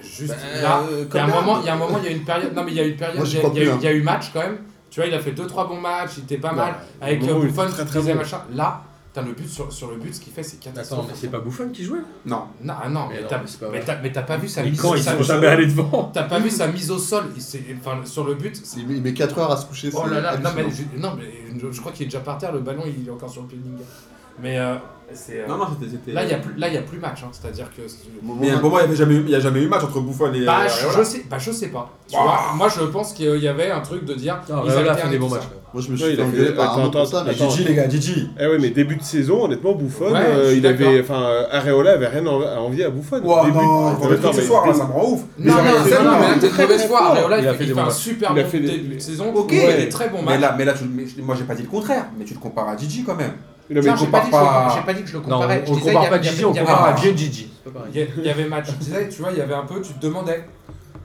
Speaker 4: Juste
Speaker 2: Bah,
Speaker 4: là,
Speaker 2: euh,
Speaker 4: il y a
Speaker 2: quand
Speaker 4: un
Speaker 2: même.
Speaker 4: moment, il y a un moment, il y a une période. Non, mais il y a eu une période,
Speaker 5: Moi,
Speaker 4: il
Speaker 5: j'y
Speaker 4: y a-
Speaker 5: crois
Speaker 4: il y, a
Speaker 5: plus,
Speaker 4: eu-
Speaker 5: hein.
Speaker 4: il y a eu match quand même. Tu vois, il a fait 2-3 bons matchs, il était pas mal. Avec euh,
Speaker 6: au moment où il
Speaker 4: le
Speaker 6: était
Speaker 4: fun,
Speaker 6: très, très bon.
Speaker 4: machin. Là, putain, le but sur, sur le but, ce qu'il fait, c'est
Speaker 1: Attends, mais
Speaker 4: catastrophique.
Speaker 1: c'est pas Bouffon qui jouait
Speaker 2: Non.
Speaker 4: Non, ah non,
Speaker 1: Mais
Speaker 4: mais,
Speaker 1: non,
Speaker 4: t'as-
Speaker 1: mais c'est pas
Speaker 4: mais
Speaker 1: vrai.
Speaker 4: t'as mais t'as pas vu sa
Speaker 1: Les
Speaker 4: mise
Speaker 1: camps,
Speaker 4: au
Speaker 1: ils
Speaker 4: sol.
Speaker 1: sont jamais allés devant.
Speaker 4: T'as pas vu sa mise au sol. il s'est- Enfin, sur le but, c'est-
Speaker 5: Il met 4 heures à se coucher.
Speaker 4: Oh
Speaker 5: c'est
Speaker 4: là là, non mais,
Speaker 5: hallucinant.
Speaker 4: je, non, mais je, je crois qu'il est déjà par terre, le ballon il est encore sur le pied de Ninga. Mais euh, c'est. euh,
Speaker 2: Non, non, c'était- c'était.
Speaker 4: là il n'y a, plus- là, il y a plus match, hein, c'est-à-dire que.
Speaker 5: Bon,
Speaker 2: Mais à un
Speaker 5: bon,
Speaker 2: moment, il n'y a jamais eu- il y a jamais eu match entre Bouffon et. euh,
Speaker 4: Bah,
Speaker 2: Areola.
Speaker 4: je, je sais, bah, je sais pas. Tu vois, moi je pense qu'il y avait un truc de dire.
Speaker 1: Non,
Speaker 4: ils
Speaker 1: Areola a
Speaker 4: alternent
Speaker 1: fait des
Speaker 4: et
Speaker 1: bons
Speaker 4: tout
Speaker 1: matchs.
Speaker 4: ça.
Speaker 5: Moi, je me
Speaker 6: Ouais,
Speaker 5: suis
Speaker 6: il
Speaker 5: fait
Speaker 6: a fait-
Speaker 5: engueuler par un
Speaker 6: attends,
Speaker 5: mot pour ça,
Speaker 6: attends,
Speaker 5: mais
Speaker 6: attends.
Speaker 5: Gigi-
Speaker 2: Gigi, les gars, Gigi.
Speaker 6: Eh ouais, mais début de saison, honnêtement, Bouffon,
Speaker 4: Ouais,
Speaker 6: euh,
Speaker 4: je suis
Speaker 6: il avait,
Speaker 4: d'accord.
Speaker 6: enfin, euh, Areola avait rien en- à envier à Bouffon.
Speaker 2: Wow,
Speaker 6: Début-
Speaker 2: non,
Speaker 6: Attends,
Speaker 2: le truc
Speaker 6: attends,
Speaker 2: ce
Speaker 6: mais-
Speaker 2: soir, là, ça me rend ouf.
Speaker 4: Non, non,
Speaker 2: j'arrive
Speaker 4: mais
Speaker 2: tellement,
Speaker 4: non, mais là
Speaker 2: hein.
Speaker 4: t'es de mauvaise foi. Areola
Speaker 1: Il
Speaker 4: il,
Speaker 1: a
Speaker 4: fait,
Speaker 1: fait des
Speaker 4: il fait
Speaker 1: bons
Speaker 4: un
Speaker 1: matchs.
Speaker 4: super
Speaker 6: Il a
Speaker 4: bon
Speaker 6: fait des-
Speaker 4: début de saison.
Speaker 2: Ok.
Speaker 4: il fait des très bons
Speaker 2: Mais
Speaker 4: matchs.
Speaker 2: là, mais là tu- mais je- moi, j'ai pas dit le contraire, mais tu le compares à Gigi quand même.
Speaker 6: Non, mais
Speaker 4: Tiens,
Speaker 2: je
Speaker 4: j'ai
Speaker 2: compare
Speaker 4: pas, dit que je le-
Speaker 2: pas-
Speaker 4: j'ai pas dit que je le
Speaker 1: Non,
Speaker 4: comparais. je
Speaker 1: on ne
Speaker 4: disais, il y
Speaker 1: compare
Speaker 4: a-
Speaker 1: pas
Speaker 4: il y a-
Speaker 1: Gigi, on
Speaker 4: il y a-
Speaker 1: compare
Speaker 2: pas-
Speaker 1: à vieux Gigi.
Speaker 4: Il y a- il y avait match. Je disais, tu vois, il y avait un peu, tu te demandais.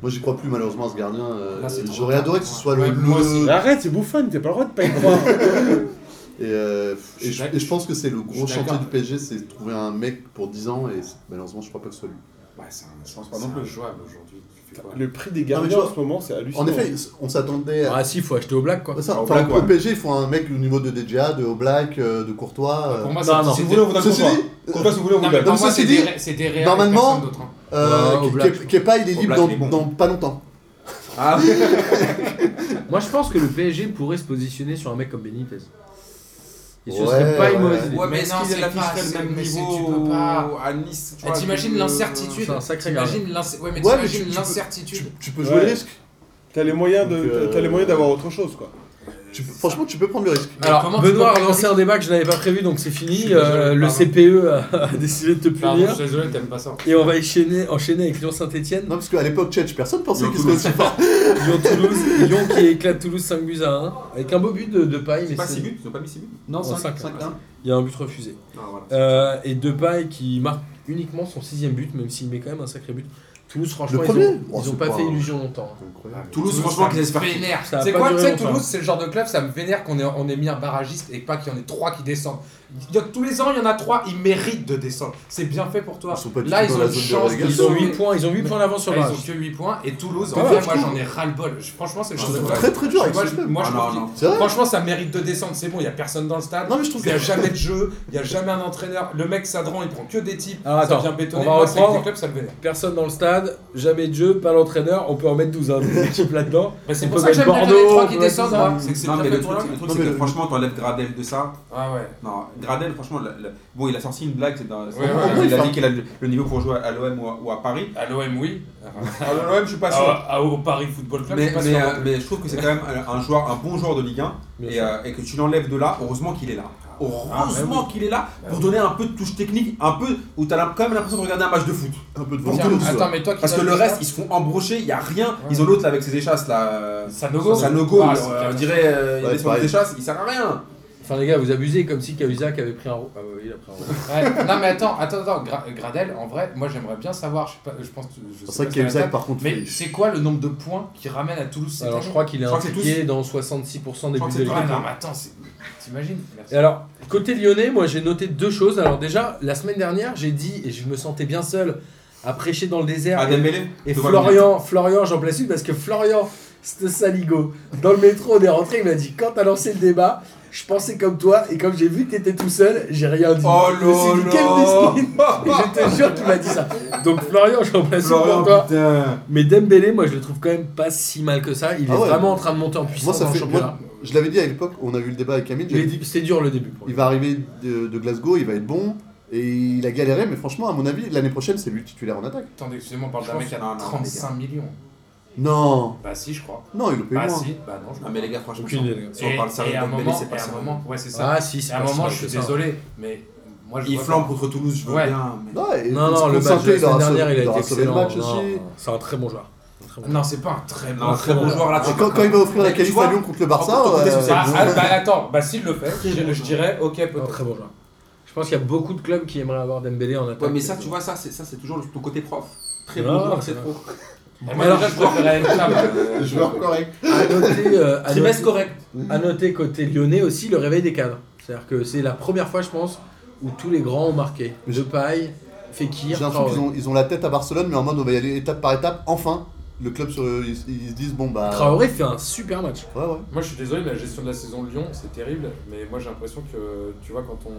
Speaker 5: Moi, j'y crois plus, malheureusement, ce gardien. euh,
Speaker 4: Là, c'est trop
Speaker 5: J'aurais
Speaker 4: tard.
Speaker 5: adoré que ce soit
Speaker 4: Ouais,
Speaker 5: le.
Speaker 4: moi
Speaker 5: le-
Speaker 4: aussi. ah,
Speaker 6: Arrête, c'est Bouffon, t'as pas le droit de pas y croire.
Speaker 5: Et, euh, et je,
Speaker 4: d'accord.
Speaker 5: et je pense que c'est le
Speaker 4: Je
Speaker 5: gros
Speaker 4: suis
Speaker 5: chantier
Speaker 4: d'accord.
Speaker 5: du PSG, c'est de trouver un mec pour 10 ans, et c'est- malheureusement, je crois pas que ce soit lui.
Speaker 2: Ouais, c'est un- je pense pas
Speaker 4: C'est
Speaker 2: non plus.
Speaker 4: injouable aujourd'hui. Tu fais quoi
Speaker 6: Le prix des
Speaker 5: mais tu
Speaker 6: gardiens
Speaker 5: vois,
Speaker 6: en ce moment, c'est hallucinant.
Speaker 5: En effet, on s'attendait à.
Speaker 1: Ah si, faut acheter au black quoi.
Speaker 5: Ça,
Speaker 2: au
Speaker 5: enfin,
Speaker 2: Black,
Speaker 5: au
Speaker 2: ouais.
Speaker 5: PSG, il faut un mec au niveau de DGA, de Oblak, euh, de Courtois. euh,
Speaker 4: Ah, Pour moi,
Speaker 1: non,
Speaker 4: c'est-
Speaker 1: non.
Speaker 2: Si vous
Speaker 4: c'était-
Speaker 2: voulez, on vous donne
Speaker 5: Ceci
Speaker 2: Courtois.
Speaker 5: dit,
Speaker 2: Courtois, si vous voulez, on vous
Speaker 4: Non,
Speaker 2: le
Speaker 4: mais
Speaker 2: donne.
Speaker 4: pour
Speaker 5: Donc,
Speaker 4: moi,
Speaker 5: ceci
Speaker 4: c'est
Speaker 5: dit,
Speaker 4: des ré- c'est des réels et
Speaker 5: normalement,
Speaker 4: personne d'autre, hein.
Speaker 5: euh,
Speaker 1: Ouais,
Speaker 5: Ke-
Speaker 1: Oblak, je
Speaker 5: Ke-
Speaker 1: pense.
Speaker 5: Kepa, il est libre
Speaker 2: Oblak,
Speaker 5: dans,
Speaker 2: il est bon.
Speaker 5: dans pas longtemps.
Speaker 2: Ah,
Speaker 1: Moi je pense que le PSG pourrait se positionner sur un mec comme Benitez. Et ce
Speaker 5: Ouais,
Speaker 1: serait pas une
Speaker 5: ouais.
Speaker 1: mauvaise idée.
Speaker 2: Ouais,
Speaker 4: Mais
Speaker 2: mais est-ce
Speaker 4: non,
Speaker 2: qu'il
Speaker 4: c'est
Speaker 2: est affiché
Speaker 4: pas-
Speaker 2: le même
Speaker 4: mais c'est-
Speaker 2: niveau
Speaker 4: tu peux pas-
Speaker 2: à Nice tu
Speaker 4: Et
Speaker 2: vois,
Speaker 4: t'imagines
Speaker 2: que-
Speaker 4: l'incertitude
Speaker 1: C'est un sacré
Speaker 4: T'imagines l'inc- ouais, mais
Speaker 5: Ouais, mais
Speaker 4: t'imagines
Speaker 5: tu- tu
Speaker 4: l'incertitude.
Speaker 5: Tu peux
Speaker 6: Ouais.
Speaker 5: jouer le risque.
Speaker 6: T'as les moyens de-
Speaker 5: Donc, euh,
Speaker 6: t'as les moyens d'avoir autre chose, quoi.
Speaker 5: Tu peux- franchement, tu peux prendre le risque.
Speaker 4: Mais
Speaker 1: Alors,
Speaker 4: comment tu
Speaker 1: Benoît a
Speaker 4: comprends-
Speaker 1: lancé un débat que je n'avais pas prévu, donc c'est
Speaker 4: Je suis
Speaker 1: fini.
Speaker 4: désolé,
Speaker 1: Euh, le
Speaker 4: pardon.
Speaker 1: CPE a, [LAUGHS] a décidé de te
Speaker 4: Pardon, je
Speaker 1: punir.
Speaker 4: suis désolé, t'aimes pas ça.
Speaker 1: Et on va enchaîner, enchaîner avec Lyon Saint-Etienne,
Speaker 5: Non, parce qu'à l'époque, Tchetch, personne pensait
Speaker 2: Yo,
Speaker 5: qu'il serait aussi fort.
Speaker 1: Lyon Toulouse, Lyon qui éclate Toulouse 5 buts à 1, avec un beau but de, de paille, mais
Speaker 2: C'est pas
Speaker 1: c'est-
Speaker 2: 6 buts, ils ont pas mis 6 buts.
Speaker 5: Non,
Speaker 1: cinq,
Speaker 5: cinq,
Speaker 1: cinq,
Speaker 5: cinq,
Speaker 2: ouais.
Speaker 5: un.
Speaker 1: il y a un but refusé.
Speaker 2: Ah, voilà.
Speaker 1: Euh, et Depay qui marque uniquement son sixième but, même s'il met quand même un sacré but. Toulouse, franchement,
Speaker 5: Le
Speaker 1: ils
Speaker 5: premier
Speaker 1: ont,
Speaker 5: Oh,
Speaker 1: ils ont
Speaker 5: c'est
Speaker 1: pas
Speaker 5: pas
Speaker 1: fait
Speaker 5: un-
Speaker 1: illusion longtemps. hein.
Speaker 5: C'est incroyable.
Speaker 2: Toulouse, franchement,
Speaker 4: ça
Speaker 2: qu'ils espèrent.
Speaker 4: me vénère.
Speaker 1: Ça a
Speaker 4: C'est
Speaker 1: pas
Speaker 4: quoi, tu
Speaker 1: duré
Speaker 4: sais,
Speaker 1: longtemps.
Speaker 4: Toulouse, c'est le genre de club, ça me vénère qu'on ait, on ait mis un barragiste et pas qu'il y en ait trois qui descendent. Il y a- tous les ans, il y en a trois, ils méritent de descendre. C'est bien fait pour toi.
Speaker 5: Ils sont pas du
Speaker 4: Là,
Speaker 5: tout
Speaker 4: ils
Speaker 5: dans
Speaker 4: ont
Speaker 5: la
Speaker 4: une
Speaker 5: zone de
Speaker 4: chance,
Speaker 1: Ils
Speaker 5: relégation.
Speaker 1: ont 8 points, ils ont 8
Speaker 4: Mais-
Speaker 1: points d'avance sur
Speaker 4: Ah,
Speaker 1: le
Speaker 4: ils ont
Speaker 1: match.
Speaker 4: que 8 points et Toulouse,
Speaker 1: Pas
Speaker 4: en
Speaker 1: mal,
Speaker 4: vrai,
Speaker 1: je
Speaker 4: moi
Speaker 1: trouve.
Speaker 4: j'en ai ras-le-bol. Je- Franchement, c'est le
Speaker 2: Je
Speaker 4: genre de
Speaker 2: trouve
Speaker 4: club.
Speaker 5: Très très dur
Speaker 4: Tu
Speaker 5: avec
Speaker 4: vois,
Speaker 5: ce
Speaker 4: je-
Speaker 5: système.
Speaker 4: moi, je
Speaker 2: Ah,
Speaker 4: trouve
Speaker 2: non,
Speaker 4: qu'il-
Speaker 2: non.
Speaker 5: C'est vrai
Speaker 4: Franchement, ça mérite de descendre, c'est bon, il n'y a personne dans le stade.
Speaker 5: Non, mais je trouve
Speaker 4: Il n'y a
Speaker 5: que.
Speaker 4: jamais de jeu, il n'y a jamais un entraîneur. Le mec Sadran, il prend que des types.
Speaker 1: Alors,
Speaker 4: ça
Speaker 1: attends,
Speaker 4: vient bétonner.
Speaker 1: on va
Speaker 4: Moi, c'est que
Speaker 1: reprendre.
Speaker 4: des clubs, ça le vénère.
Speaker 1: Personne dans le stade, jamais de jeu, pas l'entraîneur, on peut en mettre 12 hein, des équipes là-dedans.
Speaker 4: Mais c'est
Speaker 1: On
Speaker 4: pour
Speaker 1: peut
Speaker 4: ça que j'aime
Speaker 1: mettre
Speaker 4: bien qu'il y en ait
Speaker 1: Bordeaux,
Speaker 4: trois
Speaker 1: on
Speaker 4: qui
Speaker 1: peut mettre
Speaker 4: descendent.
Speaker 1: tout ça.
Speaker 4: moi. C'est que c'est
Speaker 2: Non,
Speaker 4: bien
Speaker 2: mais
Speaker 4: fait
Speaker 2: le
Speaker 4: pour
Speaker 2: truc,
Speaker 4: eux.
Speaker 2: c'est- le truc,
Speaker 5: Non,
Speaker 2: c'est
Speaker 5: mais
Speaker 2: que
Speaker 5: le-
Speaker 2: franchement, t'enlèves Gradel de ça.
Speaker 4: Ah ouais.
Speaker 2: Non, Gradel, franchement, le- le- bon, il a sorti une blague, c'est dans. en
Speaker 4: ouais,
Speaker 2: gros,
Speaker 5: ouais,
Speaker 2: il a
Speaker 5: enfin.
Speaker 2: dit qu'il a le le niveau pour jouer à l'OM ou, à- ou à Paris.
Speaker 4: À l'OM, oui.
Speaker 2: À l'OM, je suis pas
Speaker 4: Ah,
Speaker 2: sûr.
Speaker 4: ah, au Paris Football Club,
Speaker 2: Mais,
Speaker 4: c'est pas
Speaker 2: mais,
Speaker 4: sûr.
Speaker 2: euh, mais je trouve que c'est quand même un un joueur, un bon joueur de Ligue 1
Speaker 1: Bien
Speaker 2: et,
Speaker 1: sûr.
Speaker 2: euh, et que tu l'enlèves de là, heureusement qu'il est là.
Speaker 4: Ah, bah
Speaker 2: Heureusement qu'il est là
Speaker 4: Bah
Speaker 2: pour
Speaker 4: oui.
Speaker 2: donner un peu de touche technique, un peu où t'as la- quand même l'impression de regarder un match de foot.
Speaker 5: Un peu de
Speaker 4: Tiens,
Speaker 5: volonté.
Speaker 4: attends, mais toi qui
Speaker 2: Parce que
Speaker 4: donnes
Speaker 2: le
Speaker 4: des
Speaker 2: reste,
Speaker 4: stats,
Speaker 2: ils se font embrocher, il n'y a rien. Ils ont l'autre là avec ses échasses là. euh,
Speaker 4: Sanogo.
Speaker 2: Sanogo,
Speaker 4: Ah,
Speaker 2: il-
Speaker 4: c'est
Speaker 2: euh,
Speaker 4: clair.
Speaker 2: on dirait euh, il
Speaker 5: Ouais,
Speaker 2: est sur les
Speaker 5: pareil.
Speaker 2: échasses, il sert à rien.
Speaker 1: Enfin les gars, vous abusez comme si Cahuzac avait pris un rouge. Ah oui, il a pris un rouge.
Speaker 4: Ouais. Non, mais attends, attends, attends. Gra- Gradel, en vrai, moi j'aimerais bien savoir. Je, sais pas, je pense. que- Je sais
Speaker 5: C'est
Speaker 4: pas
Speaker 5: vrai que
Speaker 4: si t'as la
Speaker 5: Kevzak,
Speaker 4: table,
Speaker 5: par contre,
Speaker 4: Mais
Speaker 5: il-
Speaker 4: c'est quoi le nombre de points qu'il ramène à Toulouse cette
Speaker 1: Alors je
Speaker 4: année
Speaker 1: crois qu'il est
Speaker 2: Je crois que c'est
Speaker 1: impliqué dans 66% des
Speaker 2: Je crois
Speaker 1: buts
Speaker 2: que
Speaker 1: de
Speaker 2: c'est
Speaker 1: l'équipe.
Speaker 4: Ouais, non, mais attends, c'est- t'imagines Merci.
Speaker 1: Et alors, côté lyonnais, moi j'ai noté deux choses. Alors déjà, la semaine dernière, j'ai dit, et je me sentais bien seul, à prêcher dans le désert.
Speaker 5: Ah,
Speaker 2: Adel Mele,
Speaker 1: et et
Speaker 2: te vois venir.
Speaker 1: Florian, Florian, j'en place une parce que Florian, ce saligo, dans le métro, on est rentré, il m'a dit, quand t'as lancé le débat, je pensais comme toi, et comme j'ai vu que t'étais tout seul, j'ai rien dit.
Speaker 2: Oh
Speaker 1: Je me suis dit, quel
Speaker 2: lolo
Speaker 1: mesquine Et
Speaker 2: [LAUGHS]
Speaker 1: je te jure qu'il m'a dit ça. Donc Florian, j'en place une pour
Speaker 2: Florian,
Speaker 1: toi.
Speaker 2: putain
Speaker 1: Mais Dembélé, moi je le trouve quand même pas si mal que ça. Il
Speaker 5: Ah
Speaker 1: est
Speaker 5: ouais.
Speaker 1: vraiment en train de monter en puissance
Speaker 5: Moi, ça
Speaker 1: dans le
Speaker 5: fait.
Speaker 1: championnat.
Speaker 5: moi, Je l'avais dit à l'époque, on a eu le débat avec Camille,
Speaker 1: Il
Speaker 5: j'avais
Speaker 1: est-
Speaker 5: dit
Speaker 1: C'est dur le début. Pour lui.
Speaker 5: Il va arriver de, de Glasgow, il va être bon. Et il a galéré, mais franchement, à mon avis, l'année prochaine, c'est lui le titulaire en attaque.
Speaker 4: Attendez, excusez-moi, on parle
Speaker 2: Je
Speaker 4: d'un
Speaker 2: pense-
Speaker 4: mec à
Speaker 2: non, non,
Speaker 4: 35 millions.
Speaker 5: Non,
Speaker 4: Bah si, je crois.
Speaker 5: non, il le paye
Speaker 1: Ah,
Speaker 4: Bah
Speaker 5: moins.
Speaker 4: si, bah non, je
Speaker 2: Non mais les gars, franchement,
Speaker 1: Aucune idée, les gars.
Speaker 2: si on parle
Speaker 4: et, et
Speaker 2: sérieux
Speaker 4: à un
Speaker 2: de Dembélé,
Speaker 4: moment,
Speaker 2: c'est pas
Speaker 4: et à un
Speaker 2: ça.
Speaker 4: moment, ouais, c'est ça.
Speaker 1: Ah si,
Speaker 4: Et
Speaker 1: c'est
Speaker 4: à un
Speaker 1: pas si
Speaker 4: moment,
Speaker 1: mal
Speaker 4: je suis
Speaker 1: que ça.
Speaker 4: désolé, mais moi je
Speaker 2: Il
Speaker 4: vois
Speaker 2: flambe
Speaker 4: pas.
Speaker 2: contre Toulouse, je veux
Speaker 4: Ouais.
Speaker 2: bien. mais-
Speaker 5: Non, et
Speaker 1: Non,
Speaker 5: contre
Speaker 1: non, le match
Speaker 5: Saint-Étienne,
Speaker 1: de la semaine
Speaker 5: aura sauvé-
Speaker 1: dernière, il a
Speaker 5: aura
Speaker 1: été
Speaker 5: sauvé
Speaker 1: excellent.
Speaker 5: le match
Speaker 1: Non,
Speaker 5: aussi.
Speaker 1: non, C'est un très bon joueur. très bon.
Speaker 4: Non, c'est pas un très bon,
Speaker 2: Non,
Speaker 4: très
Speaker 2: très
Speaker 4: bon
Speaker 2: bon.
Speaker 4: joueur là.
Speaker 5: Ah, quand, quand il va offrir la
Speaker 4: Mais tu
Speaker 5: qualif
Speaker 4: vois,
Speaker 5: à Lyon contre le Barça,
Speaker 2: en côté
Speaker 5: euh,
Speaker 2: social.
Speaker 4: Ah, ah, bah, attends, bah s'il le fait,
Speaker 1: Très
Speaker 4: je,
Speaker 1: bon
Speaker 4: je dirais ok,
Speaker 1: Non,
Speaker 4: peut-être.
Speaker 1: très bon joueur. Je pense qu'il y a beaucoup de clubs qui aimeraient avoir Dembélé en attaque.
Speaker 2: Ouais, mais ça, tu vois, ça, c'est ça, c'est toujours le- ton côté prof. Très
Speaker 1: Ah,
Speaker 2: bon joueur, c'est
Speaker 1: ça [LAUGHS]
Speaker 2: trop.
Speaker 4: Et Moi, déjà, je préférais Encham.
Speaker 5: le joueur correct.
Speaker 1: À noter, euh, à
Speaker 4: Trimestre
Speaker 1: noter-
Speaker 4: correct.
Speaker 1: à noter côté lyonnais aussi le réveil des cadres. C'est-à-dire que c'est la première fois, je pense, où tous les grands ont marqué.
Speaker 5: Mais je-
Speaker 1: Depay, Fekir,
Speaker 5: J'ai l'impression
Speaker 1: Traoré.
Speaker 5: qu'ils ont, ils ont la tête à Barcelone, mais en mode on va y aller étape par étape. Enfin, le club, sur, ils, ils se disent bon bah.
Speaker 1: Traoré fait un super match.
Speaker 5: Ouais, ouais.
Speaker 4: Moi, je suis désolé, mais la gestion de la saison de Lyon, c'est terrible. Mais moi, j'ai l'impression que, tu vois, quand on.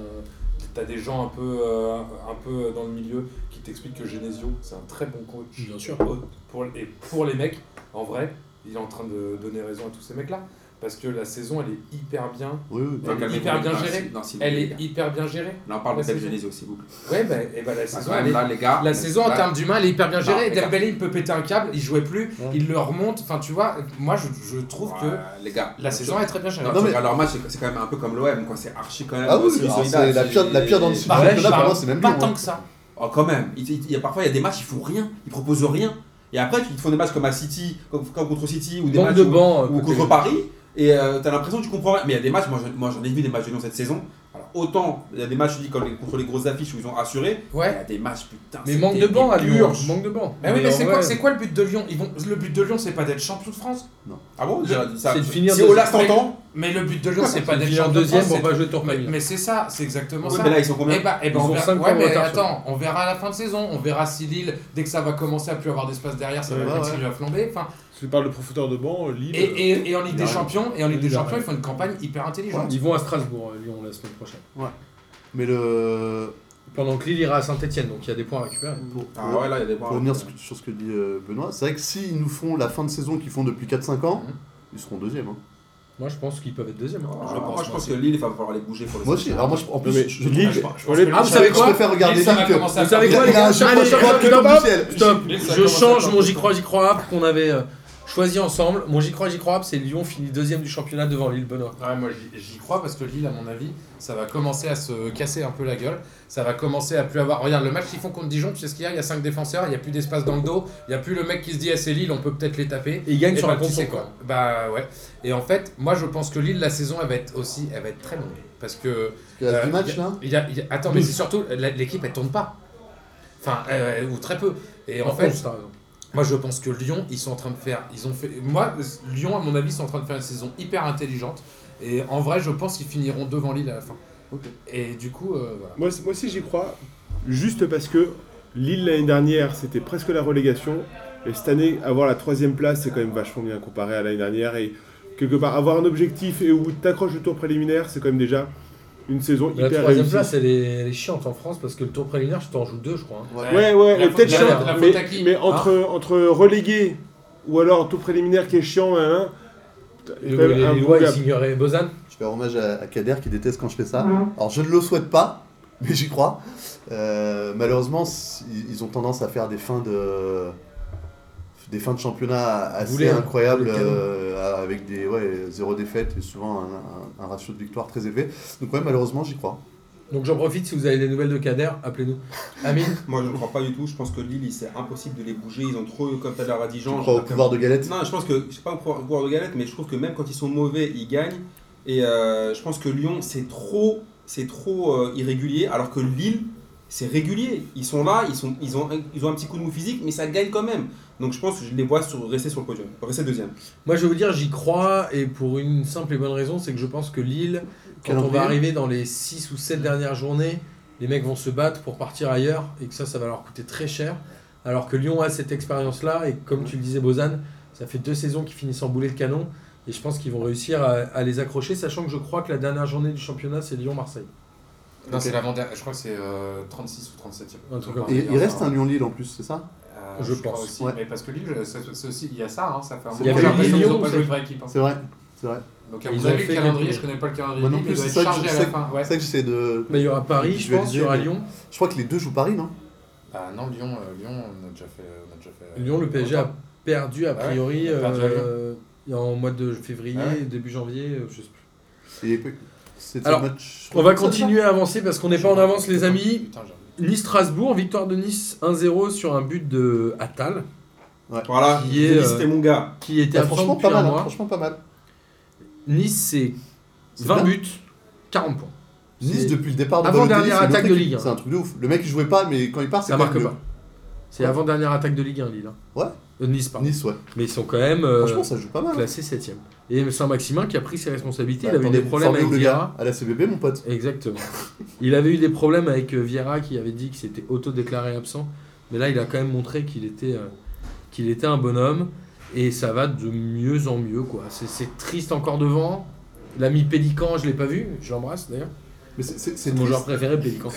Speaker 4: T'as des gens un peu, euh, un peu dans le milieu qui t'expliquent que Genesio, c'est un très bon coach.
Speaker 1: Bien sûr.
Speaker 4: Pour, et pour les mecs, en vrai, il est en train de donner raison à tous ces mecs-là. Parce que la saison, elle est hyper bien.
Speaker 5: Oui, oui.
Speaker 4: Elle est hyper bien gérée. Elle est hyper bien gérée.
Speaker 2: Là, on parle de
Speaker 4: La
Speaker 2: Pep
Speaker 4: saison.
Speaker 2: Genesio, s'il vous plaît.
Speaker 4: Ouais, bah,
Speaker 1: Ah,
Speaker 4: et bah, la
Speaker 2: Parce
Speaker 4: saison,
Speaker 2: que
Speaker 4: elle est-
Speaker 2: là, les gars.
Speaker 4: La saison en
Speaker 2: là,
Speaker 4: termes d'humain, elle est hyper bien
Speaker 2: Non,
Speaker 4: gérée.
Speaker 2: mais car-
Speaker 4: Dembélé, il peut péter un câble, il jouait plus,
Speaker 5: Ouais.
Speaker 4: il le remonte. Enfin, tu vois, moi, je, je trouve
Speaker 2: ouais,
Speaker 4: que
Speaker 2: Les gars.
Speaker 4: la saison est très bien gérée.
Speaker 5: Non,
Speaker 2: Non,
Speaker 5: mais-
Speaker 2: mais leur match, c'est- c'est quand même un peu comme l'OM, quoi. C'est archi quand même.
Speaker 5: Ah oui,
Speaker 2: aussi
Speaker 5: alors
Speaker 2: solidaire,
Speaker 5: c'est la pire- la pire dans le
Speaker 4: Par
Speaker 5: Ouais,
Speaker 4: contre,
Speaker 5: là, pour
Speaker 4: bah,
Speaker 5: moi, c'est même
Speaker 4: pas
Speaker 5: mieux,
Speaker 4: tant
Speaker 5: hein.
Speaker 4: que ça.
Speaker 2: Oh, quand même. Il, il- il y a, parfois, il y a des matchs, ils font rien. Ils proposent rien. Et après, ils te font des matchs comme à City, comme, comme contre City, ou des
Speaker 1: Manque
Speaker 2: matchs
Speaker 1: de
Speaker 2: où-
Speaker 1: banc. euh,
Speaker 2: ou
Speaker 1: côté-
Speaker 2: contre Paris. Et euh, t'as l'impression que tu comprends rien. Mais il y a des matchs, moi je- moi, j'en ai vu des matchs de Lyon cette saison. Alors, autant il y a des matchs, je dis, comme les- contre les grosses affiches où ils ont assuré. Il y
Speaker 4: Ouais.
Speaker 2: a des matchs, putain.
Speaker 1: Mais
Speaker 2: c'était
Speaker 1: manque de
Speaker 2: des
Speaker 1: banc à Lyon.
Speaker 2: purges.
Speaker 1: Manque de banc.
Speaker 4: Mais oui, mais
Speaker 1: en
Speaker 4: c'est
Speaker 1: vrai,
Speaker 4: quoi, c'est quoi le but de Lyon Ils vont... Le but de Lyon, c'est pas d'être champion de France.
Speaker 2: Ah bon
Speaker 1: C'est
Speaker 2: ça-
Speaker 1: de finir
Speaker 2: Si
Speaker 1: deuxième.
Speaker 2: Olas t'entend
Speaker 4: Mais le but de
Speaker 1: Ah,
Speaker 4: Lyon, c'est pas d'être
Speaker 1: Finir
Speaker 4: champion de
Speaker 1: deuxième
Speaker 4: France.
Speaker 1: pour
Speaker 4: c'est-
Speaker 1: pas jouer tour
Speaker 4: Mais, mais c'est ça, c'est exactement
Speaker 2: Ouais,
Speaker 4: ça.
Speaker 2: mais là, ils sont combien
Speaker 4: Eh bah, eh bah,
Speaker 1: Ils
Speaker 4: on
Speaker 1: ont
Speaker 4: verra,
Speaker 1: cinq
Speaker 4: ouais,
Speaker 1: points de
Speaker 4: mais
Speaker 1: retard sur
Speaker 4: attends, on verra à la fin de saison, on verra si Lille, dès que ça va commencer à plus avoir d'espace derrière, ça
Speaker 5: Ouais,
Speaker 4: va
Speaker 5: ouais.
Speaker 4: continuer à flamber. Enfin,
Speaker 6: Tu parles de profondeur de banc, euh, Lille.
Speaker 4: et, et- et en Ligue des Champions, et en Ligue des
Speaker 1: Il a
Speaker 4: Champions,
Speaker 1: rien.
Speaker 4: ils font une campagne hyper intelligente.
Speaker 1: Ils vont à Strasbourg, euh, Lyon, la semaine prochaine.
Speaker 5: Mais le.
Speaker 1: Pendant que Lille ira à Saint-Etienne, donc il y a des points à récupérer.
Speaker 5: Pour,
Speaker 2: Ah ouais, là, il y a des
Speaker 5: pour
Speaker 2: points.
Speaker 5: revenir sur- sur ce que dit euh, Benoît, c'est vrai que s'ils nous font la fin de saison qu'ils font depuis 4-5 ans,
Speaker 4: Mhm.
Speaker 5: ils seront deuxième. hein.
Speaker 1: Moi, je pense qu'ils peuvent être deuxième.
Speaker 2: Ah,
Speaker 1: hein.
Speaker 2: moi,
Speaker 4: pense,
Speaker 2: je
Speaker 4: moi
Speaker 2: pense que Lille, il va falloir les bouger pour les
Speaker 5: Moi aussi, alors moi je, en plus,
Speaker 6: Non, mais
Speaker 5: je, je-
Speaker 6: Lille,
Speaker 5: je-
Speaker 4: pense-
Speaker 6: je relève-
Speaker 1: Ah, vous savez
Speaker 5: je
Speaker 1: quoi
Speaker 5: préfère regarder
Speaker 4: Lille, ça va
Speaker 5: Lille que-
Speaker 4: commencer à
Speaker 1: Vous savez
Speaker 5: Il
Speaker 4: flamber.
Speaker 1: quoi, les
Speaker 5: a- il a
Speaker 1: gars
Speaker 5: un choix
Speaker 1: Allez,
Speaker 5: je crois,
Speaker 1: stop,
Speaker 5: que dans
Speaker 1: stop,
Speaker 5: le ciel.
Speaker 1: Stop,
Speaker 4: Lille, ça
Speaker 1: je
Speaker 4: commence à
Speaker 1: change
Speaker 4: faire
Speaker 1: mon
Speaker 4: peur.
Speaker 1: J crois, J crois app qu'on avait euh, choisi ensemble. Mon J crois, J crois app, c'est Lyon finit deuxième du championnat devant Lille, Benoît.
Speaker 4: Ouais, moi j'y- j'y crois parce que Lille, à mon avis, ça va commencer à se casser un peu la gueule. Ça va commencer à plus avoir. Regarde le match qu'ils font contre Dijon, tu sais ce qu'il y a Il y a 5 défenseurs, il n'y a plus d'espace dans le dos, il n'y a plus le mec qui se dit Ah, c'est Lille, on peut peut-être les taper.
Speaker 1: Et il gagne
Speaker 4: Et
Speaker 1: sur
Speaker 4: bah,
Speaker 1: un
Speaker 4: tu
Speaker 1: contre
Speaker 4: sais quoi. Bah ouais. Et en fait, moi je pense que Lille, la saison, elle va être aussi, elle va être très longue. Parce que.
Speaker 5: Il y a
Speaker 4: euh,
Speaker 5: 10 matchs là
Speaker 4: il y a- il y a- Attends, mais c'est surtout, la- l'équipe, elle tourne pas. Enfin, euh, ou très peu. Et en fait, moi, je pense que Lyon, ils sont en train de faire. Ils ont fait. Moi, Lyon, à mon avis, sont en train de faire une saison hyper intelligente. Et en vrai, je pense qu'ils finiront devant Lille à la fin.
Speaker 5: Ok.
Speaker 4: Et du coup, euh, voilà.
Speaker 6: Moi, moi aussi, j'y crois. Juste parce que Lille l'année dernière, c'était presque la relégation. Et cette année, avoir la troisième place, c'est quand même vachement bien comparé à l'année dernière. Et quelque part, avoir un objectif et où t'accroches le tour préliminaire, c'est quand même déjà une saison
Speaker 1: La
Speaker 6: hyper
Speaker 1: troisième
Speaker 6: réussie.
Speaker 1: place, elle est, elle est chiante en France parce que le tour préliminaire, je t'en joue deux, je crois. hein.
Speaker 6: Ouais, ouais, et
Speaker 4: La faute-
Speaker 6: peut-être
Speaker 4: la-
Speaker 6: chiant,
Speaker 4: la hein faute
Speaker 6: mais,
Speaker 4: à qui
Speaker 6: mais entre, entre relégué ou alors tour préliminaire qui est chiant, hein, hein, il y a quand
Speaker 1: Le-
Speaker 6: même
Speaker 1: les
Speaker 6: un
Speaker 1: les
Speaker 6: bon
Speaker 1: lois,
Speaker 6: gap.
Speaker 1: ils ignoraient Bozan.
Speaker 5: Je fais hommage à, à Kader qui déteste quand je fais ça. Alors je ne le souhaite pas, [LAUGHS] mais j'y crois. Euh, malheureusement, c- ils ils ont tendance à faire des fins de des fins de championnat assez
Speaker 1: Vous voulez, hein,
Speaker 5: incroyables
Speaker 1: vous voulez le canon.
Speaker 5: euh, avec des ouais, zéro défaite et souvent un, un- un ratio de victoire très élevé. Donc ouais, malheureusement, j'y crois.
Speaker 1: Donc j'en profite, si vous avez des nouvelles de Kader, appelez-nous. Amine,
Speaker 2: Moi, je ne crois pas du tout. Je pense que Lille, il- c'est impossible de les bouger. Ils ont trop, comme t'as l'air à
Speaker 5: Je
Speaker 2: Dijon.
Speaker 5: crois au pouvoir de galette.
Speaker 2: Non, je pense que, je sais pas au pouvoir- au pouvoir de galette, mais je trouve que même quand ils sont mauvais, ils gagnent. Et euh, je pense que Lyon, c'est trop, c'est trop euh, irrégulier, alors que Lille, c'est régulier. Ils sont là, ils, sont, ils, ont un, ils ont un petit coup de mou physique, mais ça gagne quand même. Donc je pense que je les vois sur, rester sur le podium, rester deuxième.
Speaker 1: moi je vais vous dire, j'y crois et pour une simple et bonne raison, c'est que je pense que Lille, quand on
Speaker 5: Calendrier.
Speaker 1: va arriver dans les 6 ou 7 dernières journées, les mecs vont se battre pour partir ailleurs et que ça, ça va leur coûter très cher. Alors que Lyon a cette expérience-là et comme tu le disais, Bozan, ça fait deux saisons qu'ils finissent en boulet de canon et je pense qu'ils vont réussir à, à les accrocher, sachant que je crois que la dernière journée du championnat, c'est Lyon-Marseille.
Speaker 4: Non,
Speaker 5: Ok.
Speaker 4: c'est l'avant-dernière. Je crois que c'est euh, 36 ou 37 e
Speaker 1: Un truc comme ça.
Speaker 5: Et il reste un Lyon-Lille en plus, c'est ça
Speaker 1: je pense,
Speaker 4: Euh, Aussi.
Speaker 5: ouais.
Speaker 4: Mais parce que Lille, je- c'est c'est aussi, il y a ça, hein, ça fait un
Speaker 5: Il
Speaker 4: moment.
Speaker 5: y
Speaker 4: J'ai
Speaker 5: avait
Speaker 4: l'impression qu'ils
Speaker 1: Lyon,
Speaker 4: n'ont pas
Speaker 1: c'est-
Speaker 4: joué de vraie équipe. hein.
Speaker 5: C'est vrai, c'est vrai.
Speaker 4: Donc à
Speaker 1: Ils
Speaker 4: mon
Speaker 1: ont
Speaker 4: avis,
Speaker 1: fait
Speaker 4: le calendrier,
Speaker 1: quelque-
Speaker 4: je connais pas le calendrier,
Speaker 5: Moi non
Speaker 4: mais il
Speaker 5: plus,
Speaker 4: doit
Speaker 5: c'est
Speaker 4: être
Speaker 5: ça que
Speaker 4: chargé
Speaker 5: je-
Speaker 4: à
Speaker 5: c'est-
Speaker 4: la fin. Ouais.
Speaker 5: c'est ça que j'essaie de.
Speaker 1: Mais Bah, il y aura Paris, je pense, il y aura
Speaker 5: Visualiser,
Speaker 1: Lyon.
Speaker 5: Je crois que les deux jouent Paris, non
Speaker 4: Bah non, Lyon, euh, Lyon, on a déjà fait. on a déjà fait, euh,
Speaker 1: Lyon, le PSG a
Speaker 4: longtemps.
Speaker 1: perdu Ah a
Speaker 4: Ouais,
Speaker 1: priori
Speaker 4: on a perdu à Lyon.
Speaker 1: euh, en mois de février,
Speaker 4: Ah ouais.
Speaker 1: début janvier, euh, je sais plus.
Speaker 5: Et c'était
Speaker 1: Alors,
Speaker 5: le match.
Speaker 1: On va continuer à avancer parce qu'on n'est pas en avance, les amis.
Speaker 4: Putain, j'ai-
Speaker 1: Nice-Strasbourg, victoire de Nice 1-0 sur un but de Attal.
Speaker 2: Voilà,
Speaker 1: Qui est,
Speaker 2: Denis,
Speaker 1: euh,
Speaker 2: c'était mon gars.
Speaker 1: Qui était
Speaker 5: Bah,
Speaker 1: absent
Speaker 5: franchement,
Speaker 1: depuis
Speaker 5: pas
Speaker 1: un
Speaker 5: mal, hein,
Speaker 1: mois.
Speaker 5: franchement pas mal.
Speaker 1: Nice, c'est
Speaker 5: C'est
Speaker 1: 20
Speaker 5: bien.
Speaker 1: buts, 40 points.
Speaker 5: Nice
Speaker 1: C'est-
Speaker 5: depuis le départ de
Speaker 1: Avant
Speaker 5: Balotelli,
Speaker 1: dernière
Speaker 5: c'est une
Speaker 1: attaque
Speaker 5: autre
Speaker 1: de
Speaker 5: équipe.
Speaker 1: Ligue, hein.
Speaker 5: C'est un truc de ouf. Le mec il jouait pas, mais quand il part, c'est
Speaker 1: Ça
Speaker 5: quand
Speaker 1: marque
Speaker 5: même
Speaker 1: pas. C'est
Speaker 5: Ouais.
Speaker 1: avant-dernière attaque de Ligue 1, Lille. hein.
Speaker 5: Ouais.
Speaker 1: Euh, nice,
Speaker 5: mieux.
Speaker 1: pardon.
Speaker 5: Nice, ouais.
Speaker 1: Mais ils sont quand même euh,
Speaker 5: Franchement, ça joue pas mal. hein.
Speaker 1: classés 7 Et Saint-Maximin qui a pris ses responsabilités, il
Speaker 5: Bah,
Speaker 1: avait eu
Speaker 5: attendez,
Speaker 1: des problèmes avec
Speaker 5: formidable, le
Speaker 1: Vieira.
Speaker 5: gars. À la CBB, mon pote.
Speaker 1: Exactement. il avait eu des problèmes avec euh, Vieira qui avait dit que c'était auto-déclaré absent. Mais là, il a quand même montré qu'il était, euh, qu'il était un bonhomme. Et ça va de mieux en mieux. quoi. C'est- C'est triste encore devant. L'ami Pélican, je l'ai pas vu. Je l'embrasse d'ailleurs.
Speaker 5: Mais c'est- c'est
Speaker 1: C'est
Speaker 5: c'est
Speaker 1: mon
Speaker 5: triste.
Speaker 1: joueur préféré, Pélican.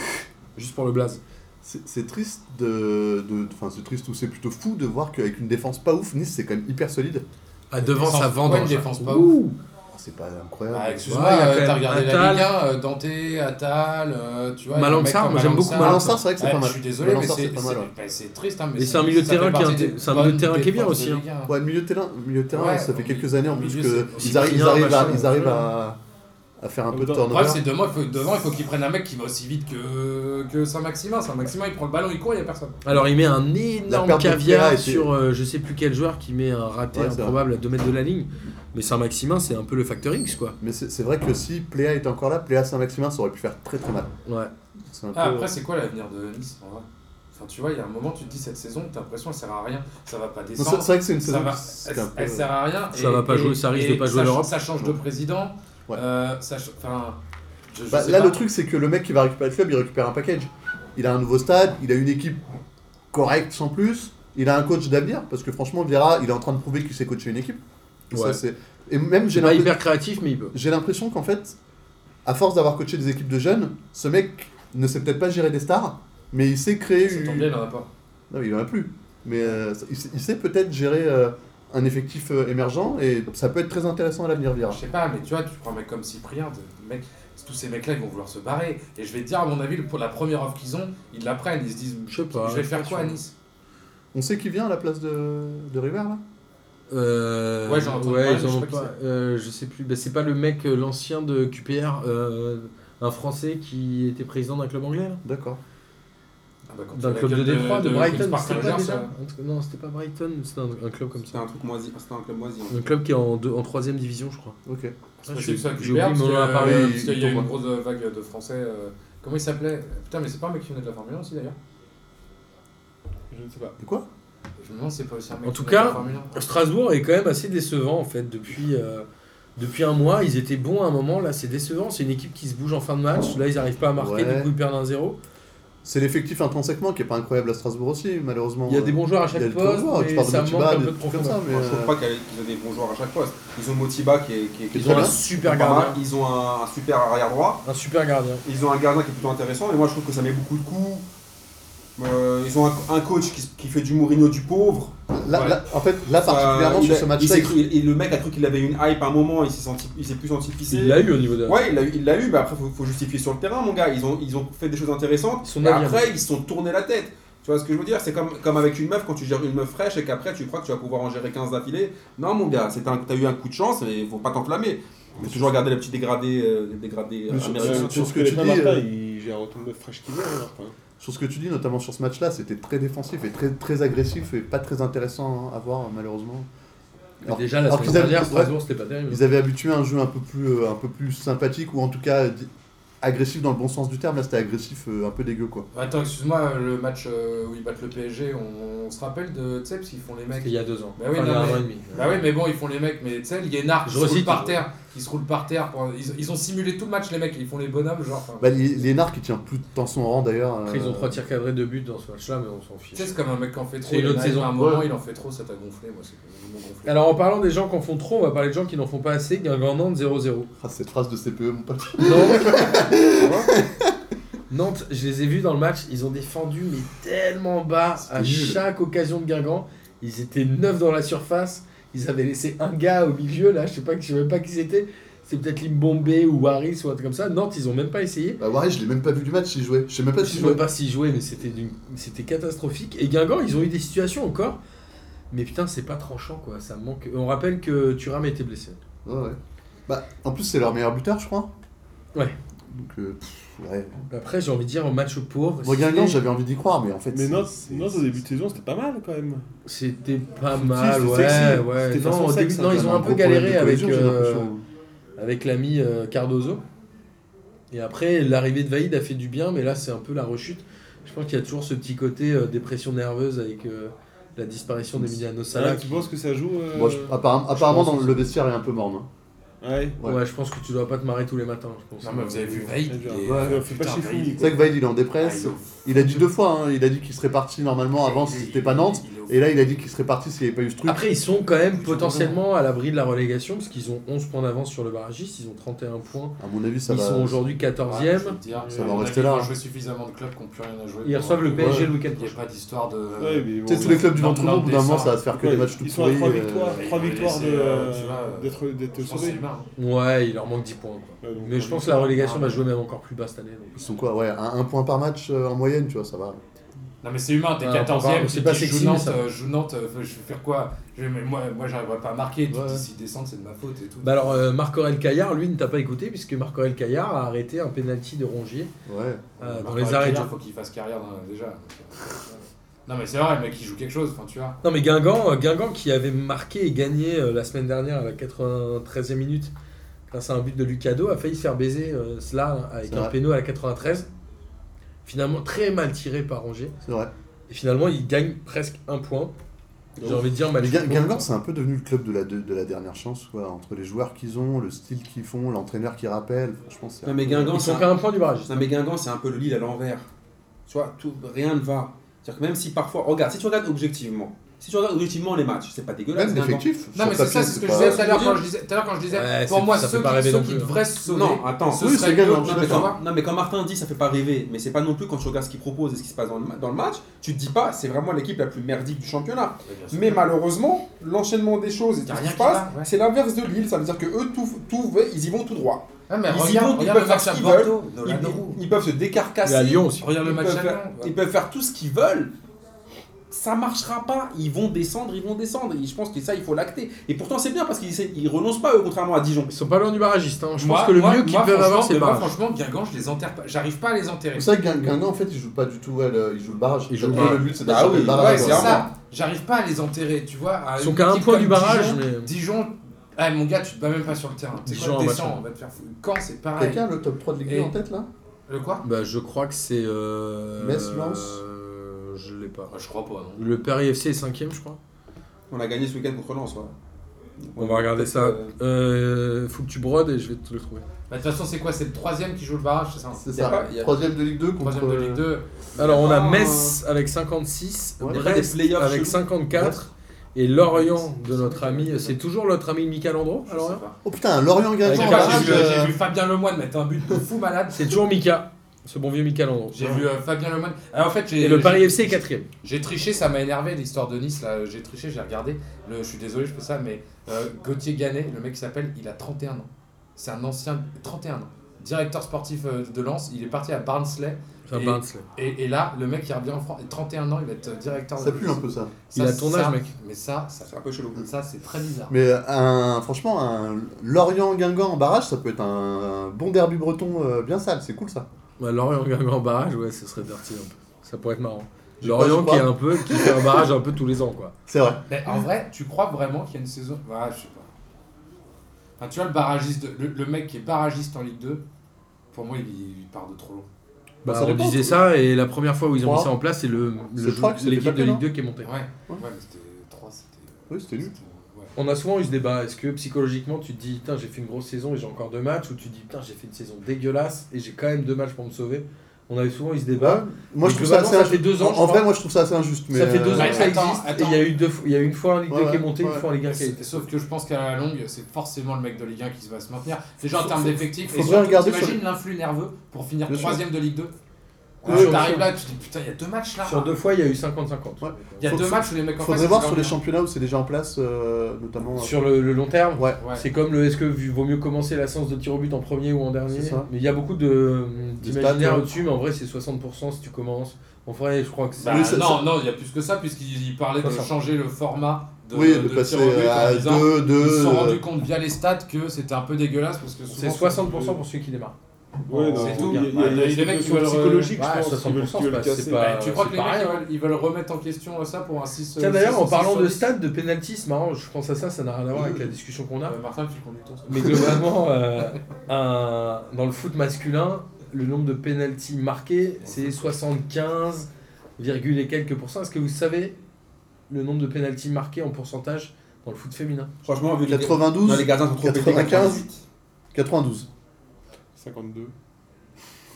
Speaker 1: Juste pour le blaze.
Speaker 5: C'est c'est triste de. de- Enfin, c'est triste ou c'est plutôt fou de voir qu'avec une défense pas ouf, Nice c'est quand même hyper solide.
Speaker 1: Ah, devant sa
Speaker 4: Ouais, une
Speaker 1: vendange.
Speaker 4: défense pas ouf.
Speaker 1: Ouh.
Speaker 5: Oh, C'est pas incroyable.
Speaker 4: Ah,
Speaker 1: Ouais,
Speaker 4: excuse-moi,
Speaker 1: il y a
Speaker 4: euh,
Speaker 1: quand même
Speaker 4: t'as regardé la
Speaker 1: Attal.
Speaker 4: Ligue 1, euh, Dante, Attal, euh, tu vois.
Speaker 1: Malangsar, moi, j'aime beaucoup
Speaker 5: Malensar,
Speaker 1: Malangsar,
Speaker 5: c'est vrai que c'est
Speaker 4: Ouais,
Speaker 5: pas mal.
Speaker 4: Je suis désolé, mais
Speaker 5: Malangsar,
Speaker 4: c'est
Speaker 5: pas mal.
Speaker 4: c'est-
Speaker 5: ouais.
Speaker 4: bah, c'est triste. Hein, mais
Speaker 1: Et c'est un milieu de
Speaker 4: ça fait
Speaker 1: terrain qui est
Speaker 4: partie
Speaker 1: inté-
Speaker 4: des
Speaker 1: c'est un milieu de terrain
Speaker 4: bonnes
Speaker 1: qui est bien
Speaker 4: défenses de
Speaker 1: aussi, hein.
Speaker 4: Ligue 1.
Speaker 5: Ouais, milieu de terrain, milieu de terrain
Speaker 4: Ouais,
Speaker 5: ça fait
Speaker 4: au
Speaker 5: quelques
Speaker 4: milieu-
Speaker 5: années en
Speaker 4: au
Speaker 5: plus
Speaker 4: milieu,
Speaker 5: que
Speaker 4: c'est-
Speaker 5: ils, arri- ils
Speaker 1: Cyprien,
Speaker 5: arrivent, à,
Speaker 1: machin,
Speaker 5: ils arrivent
Speaker 1: ouais.
Speaker 5: à, à faire un peu de
Speaker 3: Attends,
Speaker 4: Le
Speaker 5: turnover.
Speaker 4: problème, c'est devant, il faut, devant, il faut qu'il prenne un mec qui va aussi vite que, que Saint-Maximin. Saint-Maximin, il prend le ballon, il court, il n'y a personne.
Speaker 1: Alors il met un
Speaker 5: La
Speaker 1: énorme
Speaker 5: perte de Pereira
Speaker 1: caviar
Speaker 5: était-
Speaker 1: sur euh, je sais plus quel joueur qui met un raté
Speaker 5: Ouais, c'est vrai.
Speaker 1: improbable à 2 mètres de la ligne. Mais Saint-Maximin, c'est un peu le facteur X quoi.
Speaker 5: Mais c'est c'est vrai que si Pléa était encore là, Pléa Saint-Maximin, ça aurait pu faire très très mal.
Speaker 1: Ouais.
Speaker 5: C'est un
Speaker 4: Ah,
Speaker 5: peu-
Speaker 4: après, c'est quoi l'avenir de Nice en vrai Enfin, tu vois, il y a un moment, tu te dis cette saison, t'as l'impression qu'elle sert à rien. Ça va pas
Speaker 5: Non,
Speaker 4: descendre.
Speaker 5: C'est c'est vrai que c'est une
Speaker 4: ça
Speaker 5: saison
Speaker 4: va,
Speaker 5: qui- c'est
Speaker 4: elle,
Speaker 5: un peu-
Speaker 4: elle sert à rien.
Speaker 1: Ça va pas jouer, ça risque
Speaker 4: et
Speaker 1: de pas
Speaker 4: ça
Speaker 1: jouer
Speaker 4: ch-
Speaker 1: l'Europe.
Speaker 4: Ça change de président.
Speaker 5: Ouais.
Speaker 4: euh, ça ch- enfin, je- je
Speaker 5: Bah,
Speaker 4: sais
Speaker 5: là,
Speaker 4: pas.
Speaker 5: le truc, c'est que le mec qui va récupérer le club, il récupère un package. Il a un nouveau stade, il a une équipe correcte sans plus, il a un coach d'avenir, parce que franchement, Vieira, il est en train de prouver qu'il sait coacher une équipe. Et ça,
Speaker 1: Ouais.
Speaker 5: c'est- Et même,
Speaker 1: C'est
Speaker 5: j'ai
Speaker 1: pas
Speaker 5: l'impression-
Speaker 1: hyper créatif, mais il peut.
Speaker 5: j'ai l'impression qu'en fait, à force d'avoir coaché des équipes de jeunes, ce mec ne sait peut-être pas gérer des stars, mais il sait créer.
Speaker 4: Ça
Speaker 5: une-
Speaker 4: tombe bien, il en a pas.
Speaker 5: Non, il en a plus. Mais euh, ça- il sait, il sait peut-être gérer euh, un effectif euh, émergent, et ça peut être très intéressant à l'avenir, Vieira.
Speaker 4: Je sais pas, mais tu vois, tu prends un mec comme Cyprien, de- mec, tous ces mecs-là, ils vont vouloir se barrer. Et je vais te dire, à mon avis, pour la première offre qu'ils ont, ils la prennent. Ils se disent,
Speaker 1: Je sais pas.
Speaker 4: je vais faire quoi à Nice
Speaker 5: On sait qui vient à la place de, de River, là
Speaker 1: Euh,
Speaker 4: Ouais, j'en entends
Speaker 1: ouais,
Speaker 4: parler,
Speaker 1: ils
Speaker 4: mais
Speaker 1: en
Speaker 4: je sais
Speaker 1: ont
Speaker 4: pas qui
Speaker 1: pas. Euh, je sais plus. Bah, c'est pas le mec, euh, l'ancien de QPR, euh, un français qui était président d'un club anglais là
Speaker 5: D'accord.
Speaker 4: Ah bah, quand tu
Speaker 1: D'un
Speaker 4: as la
Speaker 1: club de
Speaker 4: gueule
Speaker 1: Détroit, de,
Speaker 4: de
Speaker 1: Brighton.
Speaker 4: Queen's Park
Speaker 1: C'était pas
Speaker 4: Rangers, hein.
Speaker 1: déjà
Speaker 4: ça.
Speaker 1: Un truc- Non, c'était pas Brighton, c'était un, un club comme
Speaker 2: C'était
Speaker 1: ça.
Speaker 2: un truc moisi, c'était un club moisi. hein. en fait.
Speaker 1: Un club qui est en, deux, en 3 division, je crois.
Speaker 5: Ok.
Speaker 4: C'est pas
Speaker 1: J'ai-
Speaker 4: juste ça que
Speaker 1: j'ai
Speaker 4: je perds,
Speaker 1: oublié, mais on en a
Speaker 4: parce que,
Speaker 1: parlé,
Speaker 4: euh,
Speaker 5: il-
Speaker 4: parce qu'il
Speaker 5: il
Speaker 4: y a eu une
Speaker 5: tombe.
Speaker 4: grosse vague de Français. euh, Comment il s'appelait Putain, mais c'est pas un mec qui venait de la Formule 1 aussi d'ailleurs
Speaker 3: Je ne sais pas.
Speaker 5: De quoi
Speaker 4: Je me demande si c'est pas aussi un mec
Speaker 1: En
Speaker 4: qui
Speaker 1: tout
Speaker 4: venait de la
Speaker 1: cas,
Speaker 4: Formule 1.
Speaker 1: Strasbourg est quand même assez décevant en fait depuis, euh, depuis un mois. Ils étaient bons à un moment, là c'est décevant. C'est une équipe qui se bouge en fin de match. Là ils n'arrivent pas à marquer,
Speaker 5: Ouais.
Speaker 1: du coup ils perdent un 0.
Speaker 5: C'est l'effectif intrinsèquement qui est pas incroyable à Strasbourg aussi, malheureusement.
Speaker 1: Il y a des bons joueurs à
Speaker 5: Il y a
Speaker 1: chaque
Speaker 5: des
Speaker 1: poste,
Speaker 5: joueurs, tu
Speaker 1: mais
Speaker 5: parles de
Speaker 1: ça manque
Speaker 5: Motiba,
Speaker 1: un
Speaker 5: des
Speaker 1: peu de
Speaker 5: trucs comme
Speaker 1: profondeur.
Speaker 5: ça, mais.
Speaker 2: Moi, je trouve
Speaker 5: euh,
Speaker 2: pas qu'il y a- qu'ils ont des bons joueurs à chaque poste. Ils ont Motiba qui est, qui est- qui est
Speaker 1: Ils ont
Speaker 5: Très
Speaker 1: un
Speaker 5: bien.
Speaker 1: super
Speaker 2: pas mal.
Speaker 1: gardien.
Speaker 2: Ils ont un, un super arrière droit.
Speaker 1: Un super gardien.
Speaker 2: Ils ont un gardien qui est plutôt intéressant. Et moi, je trouve que ça met beaucoup de coups. Euh, ils ont un, un coach qui, s- qui fait du Mourinho du pauvre.
Speaker 5: Là,
Speaker 4: Ouais.
Speaker 5: là, en fait, là, particulièrement
Speaker 2: Euh, il
Speaker 5: sur
Speaker 2: a-
Speaker 5: ce
Speaker 2: il
Speaker 5: match-là,
Speaker 2: s'est cru- il- Le mec a cru qu'il avait une hype à un moment. Il s'est senti- il s'est plus senti pissé.
Speaker 1: Il l'a eu au niveau de.
Speaker 2: Ouais, il l'a eu, il l'a eu, mais après, faut, faut justifier sur le terrain, mon gars. Ils ont, ils ont fait des choses intéressantes.
Speaker 1: Ils sont
Speaker 2: et
Speaker 1: navires.
Speaker 2: après, ils se sont tournés la tête. Tu vois ce que je veux dire C'est comme, comme avec une meuf, quand tu gères une meuf fraîche et qu'après, tu crois que tu vas pouvoir en gérer 15 d'affilée. Non, mon gars, c'est un- t'as eu un coup de chance et faut pas t'enflammer. Faut toujours regarder les petits dégradés, euh, les dégradés
Speaker 5: Mais sur-
Speaker 2: américains.
Speaker 5: sur-
Speaker 2: tu vois.
Speaker 5: ce que
Speaker 3: les
Speaker 5: tu
Speaker 3: frères
Speaker 5: dis,
Speaker 3: Martin,
Speaker 5: euh,
Speaker 3: il gère autant de fraîche qu'il veut, alors, quoi.
Speaker 5: sur ce que tu dis, notamment sur ce match-là, c'était très défensif et très, très agressif et pas très intéressant à voir, malheureusement.
Speaker 1: Mais déjà la
Speaker 5: alors
Speaker 1: semaine
Speaker 5: qu'ils avaient-
Speaker 1: dernière,
Speaker 5: ouais.
Speaker 1: Strasbourg c'était pas terrible.
Speaker 5: Ils avaient habitué à un jeu un peu plus, euh, un peu plus sympathique ou en tout cas di- agressif dans le bon sens du terme. Là, c'était agressif, euh, un peu dégueu, quoi.
Speaker 4: Bah, Attends, excuse-moi, le match euh, où ils battent le PSG, on, on se rappelle de. Tu sais, parce qu'ils font les mecs.
Speaker 1: C'était il y a deux ans.
Speaker 4: Bah oui,
Speaker 1: Enfin, il y a
Speaker 4: non,
Speaker 1: un
Speaker 4: mais-
Speaker 1: an et demi.
Speaker 4: Bah oui, mais bon, ils font les mecs, mais tu sais, Liénard,
Speaker 1: Je
Speaker 4: qui se roule
Speaker 1: recite,
Speaker 4: par
Speaker 1: ouais.
Speaker 4: terre. Ils se roulent par terre. pour- Ils, ils ont simulé tout le match, les mecs, ils font les bonhommes, genre. enfin,
Speaker 5: Bah, Li- Liénard qui tient plus de temps son rang d'ailleurs.
Speaker 1: Après, ils
Speaker 5: euh,
Speaker 1: ont trois tirs cadrés, deux buts dans ce match-là, mais on s'en
Speaker 4: Tu
Speaker 1: fiche.
Speaker 4: sais, c'est comme un mec qui en fait trop.
Speaker 1: C'est une
Speaker 4: il y en
Speaker 1: autre
Speaker 4: a
Speaker 1: saison.
Speaker 4: À un moment,
Speaker 1: Ouais.
Speaker 4: il en fait trop, ça t'a gonflé. Moi, c'est ils m'ont gonflé.
Speaker 1: Alors en parlant des gens qui en font trop, on va parler de gens qui n'en font pas assez. Guingamp Nantes 0-0. [LAUGHS]
Speaker 5: Ah, cette phrase de CPE, mon pote. [LAUGHS]
Speaker 1: Nantes, [LAUGHS] Nantes, je les ai vus dans le match, ils ont défendu mais tellement bas à
Speaker 5: C'était nul.
Speaker 1: chaque occasion de Guingamp. Ils étaient neuf dans la surface, ils avaient laissé un gars au milieu là, je sais pas, je sais même pas qui c'était. C'est peut-être Limbombé ou Harris ou un truc comme ça. Nantes, ils ont même pas essayé.
Speaker 5: Bah, ouais, je l'ai même pas vu du match, il jouait. Je sais même pas
Speaker 1: Je
Speaker 5: s'il
Speaker 1: sais
Speaker 5: jouait.
Speaker 1: pas s'ils jouaient, mais c'était d'une- c'était catastrophique. Et Guingamp, ils ont eu des situations encore. Mais putain, c'est pas tranchant quoi, ça manque. On rappelle que Thuram était blessé.
Speaker 5: Ouais, ouais. Bah, en plus, c'est leur meilleur buteur, je crois.
Speaker 1: Ouais.
Speaker 5: Donc, euh, pff, ouais.
Speaker 1: Après, j'ai envie de dire au match pour.
Speaker 5: Moi, Guingamp, j'avais envie d'y croire, mais en fait.
Speaker 3: Mais
Speaker 5: c'est-
Speaker 3: Nantes,
Speaker 5: c'est-
Speaker 3: Nantes, au début de saison, c'était pas mal quand même.
Speaker 1: C'était pas
Speaker 5: Si,
Speaker 1: mal,
Speaker 5: c'était
Speaker 1: ouais.
Speaker 5: sexy.
Speaker 1: ouais.
Speaker 5: C'était
Speaker 1: Non,
Speaker 5: façon
Speaker 1: au début,
Speaker 5: sexe,
Speaker 1: non,
Speaker 5: hein,
Speaker 1: ils
Speaker 5: t'avais
Speaker 1: ont un peu
Speaker 5: gros problème
Speaker 1: galéré
Speaker 5: de
Speaker 1: avec,
Speaker 5: cohésion, j'ai
Speaker 1: euh,
Speaker 5: l'impression.
Speaker 1: avec l'ami euh, Cardozo. Et après, l'arrivée de Vaïd a fait du bien, mais là, c'est un peu la rechute. Je pense qu'il y a toujours ce petit côté euh, dépression nerveuse avec euh, la disparition d'Emiliano Sala.
Speaker 3: Ah, tu penses que ça joue euh,
Speaker 5: Moi, je- apparemment, apparemment,
Speaker 1: pense
Speaker 5: dans le vestiaire est un peu morne.
Speaker 3: Ouais.
Speaker 5: ouais.
Speaker 1: ouais. je pense que tu dois pas te marrer tous les matins, je pense.
Speaker 4: Non, mais vous avez vu Veil
Speaker 3: Ouais,
Speaker 4: et-
Speaker 3: ouais, fais pas
Speaker 4: putain,
Speaker 3: chez
Speaker 4: Veil,
Speaker 3: Founi,
Speaker 5: C'est vrai que Vail, il est en dépresse.
Speaker 4: il est au-
Speaker 5: Il a dit deux fois, hein, il a dit qu'il serait parti normalement avant si
Speaker 4: il est-
Speaker 5: c'était pas Nantes.
Speaker 4: il est au-
Speaker 5: Et là, il a dit qu'il serait parti s'il n'y avait pas eu ce truc.
Speaker 1: Après, ils sont quand même potentiellement à l'abri de la relégation, parce qu'ils ont 11 points d'avance sur le barragiste, ils ont 31 points.
Speaker 5: À mon avis, ça
Speaker 1: Ils
Speaker 5: va.
Speaker 1: sont aujourd'hui
Speaker 4: Ouais, je
Speaker 1: 14e.
Speaker 4: veux dire,
Speaker 5: Ça va
Speaker 4: à mon
Speaker 5: rester
Speaker 4: avis,
Speaker 5: là.
Speaker 4: Ils ont joué suffisamment de clubs qui n'ont plus rien à jouer. euh,
Speaker 1: Ils reçoivent le PSG le week-end
Speaker 4: Il n'y a
Speaker 1: prochain.
Speaker 4: pas d'histoire de. euh,
Speaker 3: Ouais, mais bon,
Speaker 5: Tu sais, tous les clubs du
Speaker 4: Non,
Speaker 5: ventre au bout d'un moment,
Speaker 4: non,
Speaker 5: ça va se faire que des matchs tout
Speaker 3: Ils sont à
Speaker 5: pourris.
Speaker 3: 3
Speaker 5: euh,
Speaker 3: victoires,
Speaker 4: ils
Speaker 3: trois
Speaker 4: vont les
Speaker 3: victoires
Speaker 4: laisser,
Speaker 3: de,
Speaker 4: euh, tu vois,
Speaker 3: d'être, d'être
Speaker 4: Je pense que
Speaker 3: sauvés.
Speaker 4: c'est humain.
Speaker 1: Ouais, il leur manque 10 points. quoi.
Speaker 3: Ouais, donc,
Speaker 1: Mais je
Speaker 3: euh,
Speaker 1: pense que la relégation va jouer même encore plus bas cette année. donc.
Speaker 5: Ils sont quoi Ouais, un, un point par match euh, en moyenne, tu vois, ça va.
Speaker 4: Non, mais c'est humain, t'es
Speaker 1: Ouais,
Speaker 4: 14ème.
Speaker 1: c'est pas sexy,
Speaker 4: Je joue
Speaker 1: mais
Speaker 4: Nantes,
Speaker 1: ça-
Speaker 4: euh, je joue Nantes, euh, je vais faire quoi je vais- mais Moi, moi j'arriverai pas à marquer.
Speaker 1: Ouais.
Speaker 4: D'ici descendre, c'est de ma faute et tout.
Speaker 1: Bah alors, euh, Marc-Aurel Caillard, lui, ne t'a pas écouté, puisque Marc-Aurel Caillard a arrêté un pénalty de Rongier
Speaker 5: Ouais.
Speaker 1: euh, dans
Speaker 4: Marc
Speaker 1: les
Speaker 4: Aurèle
Speaker 1: arrêts de
Speaker 4: Pillard,
Speaker 1: jeu.
Speaker 4: faut qu'il fasse carrière dans- déjà. euh. Non, mais c'est vrai, le mec, il joue quelque chose, enfin, tu vois.
Speaker 1: Non, mais Guingamp, euh, Guingamp qui avait marqué et gagné euh, la semaine dernière à la 93e minute grâce à un but de Lucado, a failli se faire baiser euh, cela avec
Speaker 5: C'est
Speaker 1: un
Speaker 5: vrai.
Speaker 1: péno à la 93. Finalement, très mal tiré par Rongier.
Speaker 5: C'est vrai.
Speaker 1: Et finalement, il gagne presque un point. J'ai
Speaker 5: Donc,
Speaker 1: envie de dire,
Speaker 5: Mais
Speaker 1: match
Speaker 5: Ga-
Speaker 1: pour.
Speaker 5: Guingamp, c'est un peu devenu le club de la, de, de la dernière chance, quoi. Entre les joueurs qu'ils ont, le style qu'ils font, l'entraîneur qui rappelle. Franchement, c'est.
Speaker 2: Non, mais Guingamp,
Speaker 1: Ils
Speaker 2: c'est
Speaker 1: sont
Speaker 2: un-
Speaker 1: qu'à un point du barrage.
Speaker 2: Non, mais Guingamp, c'est un peu le Lille à l'envers. Tu vois, tout, rien ne va. C'est-à-dire que même si parfois, regarde, si tu regardes objectivement, si tu regardes objectivement les matchs, c'est pas dégueulasse.
Speaker 5: Même
Speaker 2: Guingamp.
Speaker 5: l'effectif.
Speaker 4: Non,
Speaker 5: sur
Speaker 4: mais c'est
Speaker 5: papier,
Speaker 4: ça, c'est ce que je
Speaker 5: pas-
Speaker 4: disais tout à l'heure quand je disais, tout à l'heure quand je disais,
Speaker 1: Ouais,
Speaker 4: pour
Speaker 1: c'est-
Speaker 4: moi,
Speaker 1: ça
Speaker 4: ceux
Speaker 1: fait pas rêver
Speaker 4: qui, ceux
Speaker 1: non
Speaker 4: qui
Speaker 1: plus, hein.
Speaker 4: devraient se sauver,
Speaker 2: Non, attends.
Speaker 4: ce
Speaker 5: Oui, c'est
Speaker 4: serait
Speaker 5: bien,
Speaker 4: eux.
Speaker 5: non, je
Speaker 4: Non,
Speaker 5: suis
Speaker 4: mais tu
Speaker 5: d'accord.
Speaker 4: vois,
Speaker 2: Non, mais quand Martin dit ça fait pas rêver, mais c'est pas non plus quand tu regardes ce qu'il propose et ce qui se passe dans le, ma- dans le match, tu te dis pas c'est vraiment l'équipe la plus merdique du championnat. Mais malheureusement, l'enchaînement des choses et
Speaker 4: Y a
Speaker 2: tout ce qui
Speaker 4: rien
Speaker 2: se
Speaker 4: qui
Speaker 2: passe,
Speaker 4: va, ouais.
Speaker 2: c'est l'inverse de Lille. Ça veut dire que eux, tout, tout, ils y vont tout droit.
Speaker 4: Ah, mais
Speaker 2: Ils y
Speaker 4: regarde,
Speaker 2: vont, ils
Speaker 4: regarde
Speaker 2: peuvent
Speaker 4: le
Speaker 2: faire
Speaker 4: match
Speaker 2: ce
Speaker 4: à
Speaker 2: qu'ils
Speaker 4: Bordeaux,
Speaker 2: veulent. Ils,
Speaker 4: Nolano.
Speaker 2: ils- ils peuvent se décarcasser.
Speaker 1: Et à Lyon aussi.
Speaker 4: Regarde le
Speaker 2: ils
Speaker 4: match
Speaker 2: peuvent
Speaker 4: à
Speaker 2: faire-
Speaker 4: Lyon.
Speaker 2: Ils peuvent faire tout ce qu'ils veulent. Ça marchera pas. Ils vont descendre, ils vont descendre. Et je pense que ça, il faut l'acter. Et pourtant, c'est bien parce qu'ils essaient- ils renoncent pas, eux, contrairement à Dijon.
Speaker 1: Ils sont pas loin du barragiste. hein. Je
Speaker 4: Moi-
Speaker 1: pense que le
Speaker 4: moi-
Speaker 1: mieux qu'ils
Speaker 4: moi,
Speaker 1: peuvent avoir,
Speaker 4: franchement,
Speaker 1: c'est le
Speaker 4: moi,
Speaker 1: barrage.
Speaker 4: Franchement, Guingamp, je les enterre pas. J'arrive pas à les enterrer.
Speaker 5: C'est vrai que Guin- Guingamp, en fait, il joue pas du tout. ouais, le- il joue le barrage.
Speaker 1: Il joue le
Speaker 5: Et
Speaker 1: barrage.
Speaker 5: but, c'est
Speaker 2: Bah
Speaker 5: d'attraper
Speaker 2: oui,
Speaker 5: le
Speaker 2: ouais,
Speaker 5: barrage.
Speaker 4: c'est
Speaker 2: clairement.
Speaker 4: ça. J'arrive pas à les enterrer, tu vois. à
Speaker 1: Ils sont
Speaker 4: une
Speaker 1: qu'à un
Speaker 4: équipe
Speaker 1: point
Speaker 4: comme
Speaker 1: du barrage,
Speaker 4: Dijon,
Speaker 1: mais-
Speaker 4: Dijon, ah mon gars, tu te bats même pas sur le terrain. Tu sais
Speaker 1: Dijon,
Speaker 4: quoi,
Speaker 1: un
Speaker 4: descends,
Speaker 1: match.
Speaker 4: on va te faire fou- Quand c'est pareil.
Speaker 5: Quelqu'un a le top 3 de Ligue
Speaker 4: Et-
Speaker 5: 2 en tête, là
Speaker 4: Le quoi
Speaker 1: Bah, je crois que c'est. Euh...
Speaker 5: Metz, Lens
Speaker 1: euh, Je l'ai pas.
Speaker 4: Je crois pas, non.
Speaker 1: Le Paris FC est cinquième, je crois.
Speaker 2: On a gagné ce week-end contre Lens. ouais.
Speaker 1: On va regarder ça.
Speaker 2: Euh,
Speaker 1: Euh, faut que tu brodes et je vais te le trouver.
Speaker 4: Bah, De toute façon, c'est quoi C'est le troisième qui joue le barrage, c'est ça
Speaker 5: C'est
Speaker 2: Y a
Speaker 5: ça.
Speaker 2: pas- y a-
Speaker 5: Troisième de Ligue 2 contre.
Speaker 4: Troisième de Ligue 2.
Speaker 1: euh, Alors, on a
Speaker 4: Ah,
Speaker 1: Metz avec 56,
Speaker 5: Ouais,
Speaker 1: Brest
Speaker 2: des playoffs
Speaker 1: avec
Speaker 2: chelous.
Speaker 1: 54 et Lorient de notre ami. C'est toujours notre ami Michael Andro hein à
Speaker 4: Je sais
Speaker 1: Lorient
Speaker 4: pas.
Speaker 5: Oh putain, Lorient
Speaker 1: Avec
Speaker 4: J'ai
Speaker 5: Guingamp.
Speaker 1: le
Speaker 5: en
Speaker 4: vu-
Speaker 1: barrage,
Speaker 5: barrage,
Speaker 4: J'ai vu- j'ai
Speaker 5: euh,
Speaker 4: vu Fabien Lemoine mettre un but de fou malade.
Speaker 1: C'est toujours Mika, ce bon vieux Michael Andro.
Speaker 4: J'ai vu euh, Fabien Lemoine. Ah, en fait, j'ai.
Speaker 1: Et le
Speaker 4: j'ai-
Speaker 1: Paris FC est quatrième.
Speaker 4: J'ai triché, ça m'a énervé l'histoire de Nice là. J'ai triché, j'ai regardé. Le, je suis désolé, je fais ça, mais euh, Gauthier Gannet, le mec qui s'appelle, il a 31 ans. C'est un ancien 31 ans. Directeur sportif euh, de Lens, il est parti à Barnsley.
Speaker 1: C'est un
Speaker 4: Et-
Speaker 1: Barnsley.
Speaker 4: Et, et là, le mec qui revient en France, 31 ans, il va être euh, directeur
Speaker 5: Ça
Speaker 4: de
Speaker 5: pue un peu ça.
Speaker 1: Il a ton
Speaker 4: ça-
Speaker 1: âge, mec.
Speaker 4: Mais ça, ça,
Speaker 2: hein. C'est un peu chelou.
Speaker 4: ça, c'est très bizarre.
Speaker 5: Mais euh, un, franchement, un Lorient-Guingamp en barrage, ça peut être un, un bon derby breton euh, bien sale, c'est cool ça.
Speaker 1: Bah, Lorient gagne en barrage, ouais, ce serait dirty un peu. Ça pourrait être marrant.
Speaker 5: Je
Speaker 1: Lorient
Speaker 5: crois,
Speaker 1: qui
Speaker 5: je
Speaker 1: est
Speaker 5: crois.
Speaker 1: un peu, qui fait un barrage un peu tous les ans, quoi.
Speaker 5: C'est vrai.
Speaker 4: Mais en vrai, tu crois vraiment qu'il y a une saison Bah, je sais pas. Enfin, tu vois, le barragiste, de- le, le mec qui est barragiste en Ligue 2, pour moi, il, il part de trop loin.
Speaker 1: Bah,
Speaker 5: ça
Speaker 1: on
Speaker 5: dépend.
Speaker 1: disait ça, et la première fois où ils ont mis
Speaker 5: Trois.
Speaker 1: ça en place, c'est le-
Speaker 5: C'est
Speaker 1: le
Speaker 5: trois qui
Speaker 1: jou-
Speaker 5: s'était
Speaker 1: l'équipe de
Speaker 5: tapé,
Speaker 1: Ligue
Speaker 5: non
Speaker 1: 2 qui est montée.
Speaker 4: Ouais, ouais,
Speaker 5: Ouais.
Speaker 4: mais c'était 3, c'était.
Speaker 5: Oui, c'était nul.
Speaker 4: Ouais.
Speaker 1: On a souvent eu ce débat. Est-ce que psychologiquement, tu te dis, putain, j'ai fait une grosse saison et j'ai encore deux matchs, ou tu te dis, putain, j'ai fait une saison dégueulasse et j'ai quand même deux matchs pour me sauver On avait souvent eu ce débat.
Speaker 5: Moi,
Speaker 1: Mais
Speaker 5: je trouve ça
Speaker 1: globalement,
Speaker 5: assez
Speaker 1: ça fait deux ans,
Speaker 5: En,
Speaker 1: je
Speaker 5: en
Speaker 1: crois.
Speaker 5: vrai, moi, je trouve ça assez injuste. Mais
Speaker 1: ça fait deux ans
Speaker 5: euh,
Speaker 1: que ça
Speaker 4: attends,
Speaker 1: existe,
Speaker 4: attends.
Speaker 1: et il y a eu deux, fois- il y a eu une fois en Ligue 2
Speaker 5: Ouais,
Speaker 1: qui est montée,
Speaker 5: ouais.
Speaker 1: une fois en Ligue 1 qui est.
Speaker 4: Sa- Sauf que je pense qu'à la longue, c'est forcément le mec de Ligue 1 qui va se maintenir. Déjà en
Speaker 5: Faut-
Speaker 4: termes
Speaker 5: faut-
Speaker 4: d'effectifs, et
Speaker 5: faudrait
Speaker 4: surtout,
Speaker 5: regarder
Speaker 4: t'imagines l'influx nerveux pour finir
Speaker 5: Bien sûr.
Speaker 4: troisième de Ligue 2
Speaker 1: Ouais,
Speaker 4: Tu
Speaker 1: bien
Speaker 4: t'arrives
Speaker 1: sûr.
Speaker 4: là, tu te dis putain, il y a deux matchs là.
Speaker 1: Sur deux fois, il y a eu 50-50.
Speaker 5: Ouais.
Speaker 4: Il y a
Speaker 5: Faut-
Speaker 4: deux matchs où les mecs en face.
Speaker 5: faudrait
Speaker 4: ils
Speaker 5: voir
Speaker 4: sont
Speaker 5: sur les
Speaker 4: bien.
Speaker 5: championnats où c'est déjà en place, euh, notamment. euh,
Speaker 1: Sur le, le long terme,
Speaker 5: Ouais.
Speaker 4: Ouais.
Speaker 1: c'est comme le est-ce que vaut mieux commencer la séance de tir au but en premier ou en dernier
Speaker 5: C'est ça.
Speaker 1: Mais il y a beaucoup de d'imaginaire
Speaker 5: stats, ouais.
Speaker 1: au-dessus, mais en vrai, c'est 60% si tu commences. En vrai, je crois que c'est.
Speaker 4: Bah,
Speaker 5: Oui, ça-
Speaker 4: non,
Speaker 5: ça-
Speaker 4: non, il y a plus que ça, puisqu'il il parlait de
Speaker 1: Ça, ça-
Speaker 4: changer le format de,
Speaker 5: oui,
Speaker 4: de
Speaker 5: de,
Speaker 4: tir
Speaker 5: passer
Speaker 4: au but en
Speaker 5: à
Speaker 4: disant,
Speaker 5: 2,
Speaker 4: Ils se sont
Speaker 5: 2.
Speaker 4: rendus compte via les stats que c'était un peu dégueulasse parce que
Speaker 1: C'est
Speaker 4: souvent,
Speaker 1: 60% pour celui qui démarre.
Speaker 6: Ouais,
Speaker 4: C'est
Speaker 6: non,
Speaker 4: tout.
Speaker 6: Il y a- il y a, il y a
Speaker 4: Les
Speaker 6: des
Speaker 4: mecs qui
Speaker 6: notions
Speaker 4: veulent-
Speaker 6: psychologiques,
Speaker 1: ouais,
Speaker 6: je pense, qui
Speaker 1: 60%,
Speaker 6: veulent, qui veulent
Speaker 1: c'est pas-
Speaker 6: casser.
Speaker 1: c'est
Speaker 4: Bah,
Speaker 1: pas-
Speaker 4: tu crois
Speaker 1: c'est
Speaker 4: que les mecs
Speaker 1: pareil,
Speaker 4: ils
Speaker 1: hein.
Speaker 4: veulent- ils veulent remettre en question ça pour un euh, 6
Speaker 1: Tiens, d'ailleurs, en
Speaker 4: 6,
Speaker 1: parlant de
Speaker 4: 6,
Speaker 1: stade, de penalty, c'est marrant, je pense à ça, ça n'a rien à voir avec la discussion qu'on a.
Speaker 4: euh, Martin qui conduit ton
Speaker 1: Mais globalement, euh, un- dans le foot masculin, le nombre de pénalties marqués, c'est 75, virgule et quelques pourcents. Est-ce que vous savez le nombre de pénalties marqués en pourcentage dans le foot féminin
Speaker 2: Franchement, vu les, non, les
Speaker 5: 92,
Speaker 2: gardiens sont trop pétés,
Speaker 5: 95.
Speaker 2: 98.
Speaker 5: 92.
Speaker 6: 52.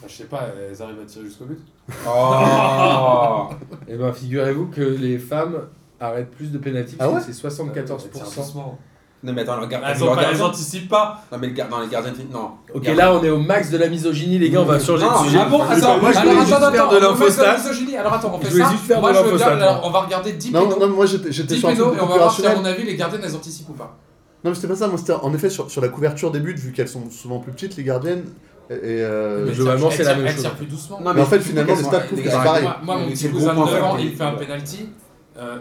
Speaker 4: Bah, je sais pas, elles arrivent à tirer jusqu'au but.
Speaker 2: Oh
Speaker 1: Eh bien, figurez-vous que les femmes arrêtent plus de pénalties,
Speaker 5: Ah
Speaker 1: parce que c'est
Speaker 4: Elles tirent
Speaker 1: 74%.
Speaker 4: doucement.
Speaker 2: Non, mais attends, le gardien.
Speaker 4: Elles Bah, ont pas- elles anticipent pas.
Speaker 2: Non, mais le gardien, les gardiens de filles, non.
Speaker 1: Ok,
Speaker 2: Garde-
Speaker 1: là, on est au max de la misogynie, les gars, on va changer de
Speaker 2: Non,
Speaker 1: sujet.
Speaker 2: ah bon,
Speaker 6: attends,
Speaker 2: attends,
Speaker 1: moi, je
Speaker 4: Alors
Speaker 1: voulais juste
Speaker 4: attends,
Speaker 1: faire
Speaker 4: attends,
Speaker 1: de
Speaker 4: on fait
Speaker 1: l'infostat.
Speaker 4: comme misogynie. Alors attends, on
Speaker 1: Je
Speaker 4: fait
Speaker 1: voulais
Speaker 4: ça.
Speaker 1: juste faire
Speaker 4: Moi
Speaker 1: de
Speaker 4: je veux bien,
Speaker 1: l'infostat, moi.
Speaker 4: alors, on va regarder 10
Speaker 5: Non,
Speaker 4: pédos.
Speaker 5: non, mais moi j'étais j'étais
Speaker 4: 10
Speaker 5: sur un
Speaker 4: pédos
Speaker 5: truc
Speaker 4: et
Speaker 5: plus
Speaker 4: on va voir si à
Speaker 5: rationnel.
Speaker 4: mon avis les gardiennes elles anticipent ou pas.
Speaker 5: Non, mais c'était pas ça, moi c'était en effet sur, sur la couverture des buts, vu qu'elles sont souvent plus petites, les gardiennes. Et, et, euh,
Speaker 1: Mais
Speaker 4: Elles
Speaker 1: globalement,
Speaker 4: tirent-
Speaker 1: c'est la
Speaker 4: elles
Speaker 1: même
Speaker 4: tirent-
Speaker 1: chose.
Speaker 4: Elles tirent plus doucement.
Speaker 2: Non,
Speaker 5: mais en fait,
Speaker 2: surtout
Speaker 5: finalement,
Speaker 2: qu'elles
Speaker 5: les
Speaker 2: sont-
Speaker 5: stats prouvent que c'est
Speaker 2: gardiens-
Speaker 5: pareil.
Speaker 4: Moi, moi, mon
Speaker 2: Mais
Speaker 4: petit
Speaker 2: c'est le
Speaker 4: cousin de
Speaker 2: gros point
Speaker 4: 9 ans,
Speaker 2: faible.
Speaker 4: il fait un penalty. euh,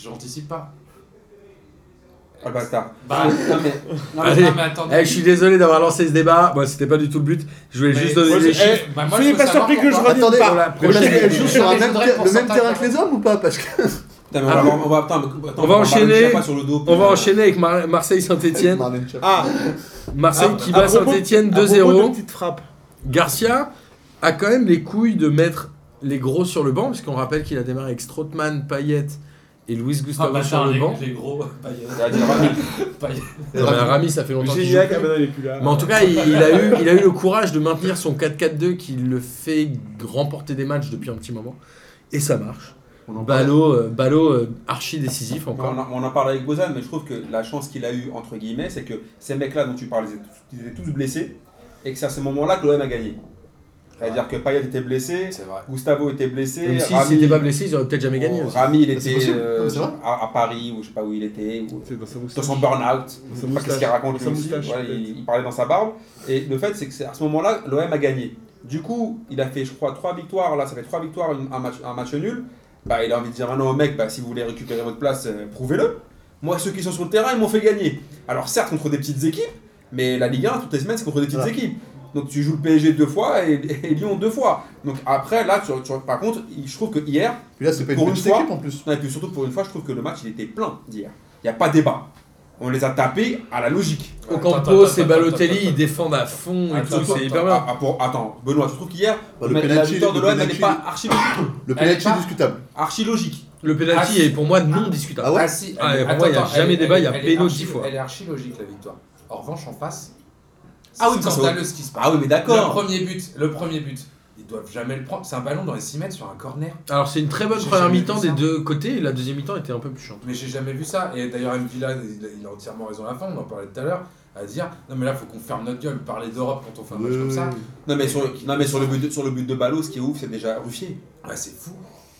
Speaker 4: J'anticipe pas.
Speaker 2: Ah, le bâtard.
Speaker 4: Bah,
Speaker 2: Non, mais.
Speaker 4: non,
Speaker 1: Allez.
Speaker 4: mais, non, mais attendez.
Speaker 1: Eh, je suis désolé d'avoir lancé ce débat, Bon, c'était pas du tout le but. Je voulais
Speaker 4: Mais-
Speaker 1: juste donner
Speaker 6: Moi,
Speaker 1: des
Speaker 6: je-
Speaker 1: chiffres.
Speaker 6: eh,
Speaker 4: Bah, moi, je
Speaker 6: Soyez
Speaker 4: veux
Speaker 6: pas
Speaker 4: savoir
Speaker 6: surpris que je
Speaker 4: pourquoi.
Speaker 6: revienne
Speaker 5: Attendez,
Speaker 1: Pour
Speaker 6: pas.
Speaker 1: la
Speaker 5: Mais parce
Speaker 1: prochaine.
Speaker 5: qu'elles jouent sur un
Speaker 4: Mais je
Speaker 5: même
Speaker 4: voudrais
Speaker 5: ter-
Speaker 4: pour
Speaker 5: le même
Speaker 4: certains,
Speaker 5: terrain
Speaker 4: quand
Speaker 5: que les hommes ou pas Parce que
Speaker 2: Putain, mais on va-
Speaker 1: Ah,
Speaker 2: on va- attends, mais- attends,
Speaker 1: On va enchaîner.
Speaker 2: pas sur le dos,
Speaker 1: On va
Speaker 2: putain.
Speaker 1: enchaîner avec Mar- Marseille-Saint-Etienne.
Speaker 5: Marlène Schiappa.
Speaker 6: Ah,
Speaker 1: Marseille qui
Speaker 6: à
Speaker 1: bat
Speaker 6: propos-
Speaker 1: Saint-Etienne
Speaker 6: à propos de
Speaker 1: 2-0.
Speaker 6: petites frappes.
Speaker 1: Garcia a quand même les couilles de mettre les gros sur le banc, puisqu'on rappelle qu'il a démarré avec Strootman, Payet et Luis
Speaker 4: Ah,
Speaker 1: Gustavo
Speaker 4: bah,
Speaker 1: sur
Speaker 4: les-
Speaker 1: le banc.
Speaker 4: Les gros. bah, il y a-
Speaker 2: Ça va dire, ouais,
Speaker 1: Non, mais Rami, ça fait longtemps qu'il joue.
Speaker 6: Gignac, ah bah non, il est plus là.
Speaker 1: Mais en tout cas, il, il a eu, il a eu le courage de maintenir son 4-4-2 qui le fait remporter des matchs depuis un petit moment. Et ça marche.
Speaker 5: On en parle.
Speaker 1: Ballot, euh, ballot euh, archi décisif
Speaker 2: on
Speaker 1: encore.
Speaker 2: en- on en parle avec Bozan, mais je trouve que la chance qu'il a eu entre guillemets, c'est que ces mecs-là dont tu parles, ils étaient tous- ils étaient tous blessés, et que c'est à ce moment-là que l'OM a gagné. C'est-à-dire que Payet était blessé,
Speaker 4: C'est vrai.
Speaker 2: Gustavo était blessé,
Speaker 1: Même s'ils
Speaker 2: Rami-
Speaker 1: n'étaient pas blessés, ils auraient peut-être jamais gagné. aussi.
Speaker 2: Rami, il
Speaker 5: C'est
Speaker 2: était
Speaker 5: possible,
Speaker 2: euh,
Speaker 5: c'est vrai.
Speaker 2: à, à Paris, ou je sais pas où il était, ou-
Speaker 6: C'est dans sa
Speaker 2: dans
Speaker 6: moustache.
Speaker 2: son burn-out,
Speaker 6: Dans sa
Speaker 2: je sais pas
Speaker 6: moustache.
Speaker 2: qu'est-ce qu'il raconte lui
Speaker 6: Dans sa
Speaker 2: aussi,
Speaker 6: moustache,
Speaker 2: voilà,
Speaker 6: peut-être.
Speaker 2: il, il parlait dans sa barbe, et le fait c'est que c'est à ce moment-là, l'OM a gagné. Du coup, il a fait je crois trois victoires, là ça fait trois victoires, une- un match, un match nul, bah il a envie de dire maintenant au mec, bah, si vous voulez récupérer votre place, euh, prouvez-le. Moi ceux qui sont sur le terrain, ils m'ont fait gagner. Alors certes contre des petites équipes, mais la Ligue 1, toutes les semaines, c'est contre des petites
Speaker 5: Voilà.
Speaker 2: équipes. Donc tu joues le PSG deux fois et, [LAUGHS] et Lyon deux fois. Donc après, là, tu- tu- par contre, il- je trouve que hier,
Speaker 5: Puis là, c'est pas une
Speaker 2: Pour une
Speaker 5: petite
Speaker 2: fois-
Speaker 5: équipe en plus.
Speaker 2: non, et puis surtout pour une fois, je trouve que le match il était plein d'hier. Il n'y a pas débat. On les a tapés à la logique.
Speaker 4: Attends,
Speaker 1: Ocampo,
Speaker 4: attends,
Speaker 1: c'est
Speaker 4: attends,
Speaker 1: Balotelli,
Speaker 4: attends,
Speaker 1: ils défendent à fond et
Speaker 4: Attends,
Speaker 1: tout,
Speaker 4: attends,
Speaker 1: c'est hyper
Speaker 4: attends.
Speaker 1: bien.
Speaker 2: Ah, ah, pour- attends, Benoît, je trouve qu'hier,
Speaker 5: Bah,
Speaker 2: le- la
Speaker 5: le penalty,
Speaker 2: victoire de
Speaker 5: le
Speaker 2: l'OM, elle n'est
Speaker 5: penalty.
Speaker 2: pas archi,
Speaker 5: Le
Speaker 4: Elle est
Speaker 5: penalty
Speaker 4: pas-
Speaker 5: discutable.
Speaker 2: archi logique.
Speaker 1: Le
Speaker 4: Ah,
Speaker 1: penalty
Speaker 4: si.
Speaker 1: est pour moi non discutable.
Speaker 5: Ah ouais
Speaker 4: Ah si,
Speaker 1: Ah,
Speaker 4: elle-
Speaker 1: et pour moi, il y a
Speaker 4: attends,
Speaker 1: jamais
Speaker 4: elle-
Speaker 1: débat,
Speaker 4: elle-
Speaker 1: il y a
Speaker 4: elle est
Speaker 1: péno
Speaker 4: archi-
Speaker 1: dix fois.
Speaker 4: Elle est archi logique la victoire. En revanche, en face,
Speaker 2: Ah oui,
Speaker 4: c'est
Speaker 2: ça, ça-
Speaker 4: scandaleux ce qui se passe.
Speaker 2: Ah oui, mais
Speaker 4: Le
Speaker 2: d'accord.
Speaker 4: premier but, le premier but, ils doivent jamais le prendre. C'est un ballon dans les 6 mètres sur un corner.
Speaker 1: Alors c'est une très bonne
Speaker 4: J'ai
Speaker 1: première
Speaker 4: jamais
Speaker 1: mi-temps
Speaker 4: vu
Speaker 1: des
Speaker 4: ça.
Speaker 1: deux côtés, et la deuxième mi-temps était un peu plus chiante.
Speaker 4: Mais j'ai jamais vu ça. Et d'ailleurs, Mvila, il, il a entièrement raison à la fin, on en parlait tout à l'heure, à dire non, mais là, faut qu'on ferme notre gueule. Parler d'Europe quand on fait un match
Speaker 5: Oui,
Speaker 4: comme
Speaker 5: oui,
Speaker 4: ça,
Speaker 5: oui.
Speaker 2: Non, mais sur, non, mais sur le, but de, sur le but de Ballot, ce qui est ouf, c'est déjà Ruffier.
Speaker 4: bah, c'est fou.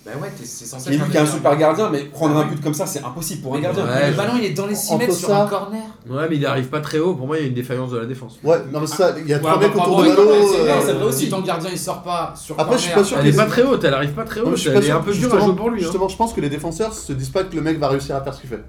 Speaker 4: Bah ouais, t'es- c'est censé
Speaker 2: C'est lui
Speaker 4: un
Speaker 2: qui est un
Speaker 4: meilleur
Speaker 2: super
Speaker 4: gardien.
Speaker 2: gardien, mais prendre un but comme ça, c'est impossible pour un gardien.
Speaker 1: Ouais,
Speaker 4: le
Speaker 1: je-
Speaker 4: ballon, il est dans les 6
Speaker 5: Entre
Speaker 4: mètres sur
Speaker 5: ça-
Speaker 4: un corner.
Speaker 1: Ouais, mais il arrive pas très haut, pour moi il y a une défaillance de la défense.
Speaker 5: Ouais, non, mais ça, il y a
Speaker 4: Ouais,
Speaker 5: trois
Speaker 4: bah,
Speaker 5: mecs autour
Speaker 4: pardon,
Speaker 5: de
Speaker 4: mais non, mais c'est vrai,
Speaker 5: Malo.
Speaker 4: c'est vrai
Speaker 5: euh,
Speaker 4: aussi. ton gardien il sort pas sur
Speaker 5: Après, je suis pas sûr
Speaker 1: Elle
Speaker 5: que
Speaker 1: est
Speaker 5: les-
Speaker 1: pas très haute, elle arrive pas très
Speaker 5: Non, mais
Speaker 1: haute,
Speaker 5: je suis
Speaker 1: elle
Speaker 5: pas
Speaker 1: est
Speaker 5: sûr-
Speaker 1: un peu dure à
Speaker 5: justement-
Speaker 1: jouer pour lui. hein.
Speaker 5: Justement, je pense que les défenseurs se disent pas que le mec va réussir à faire ce qu'il fait.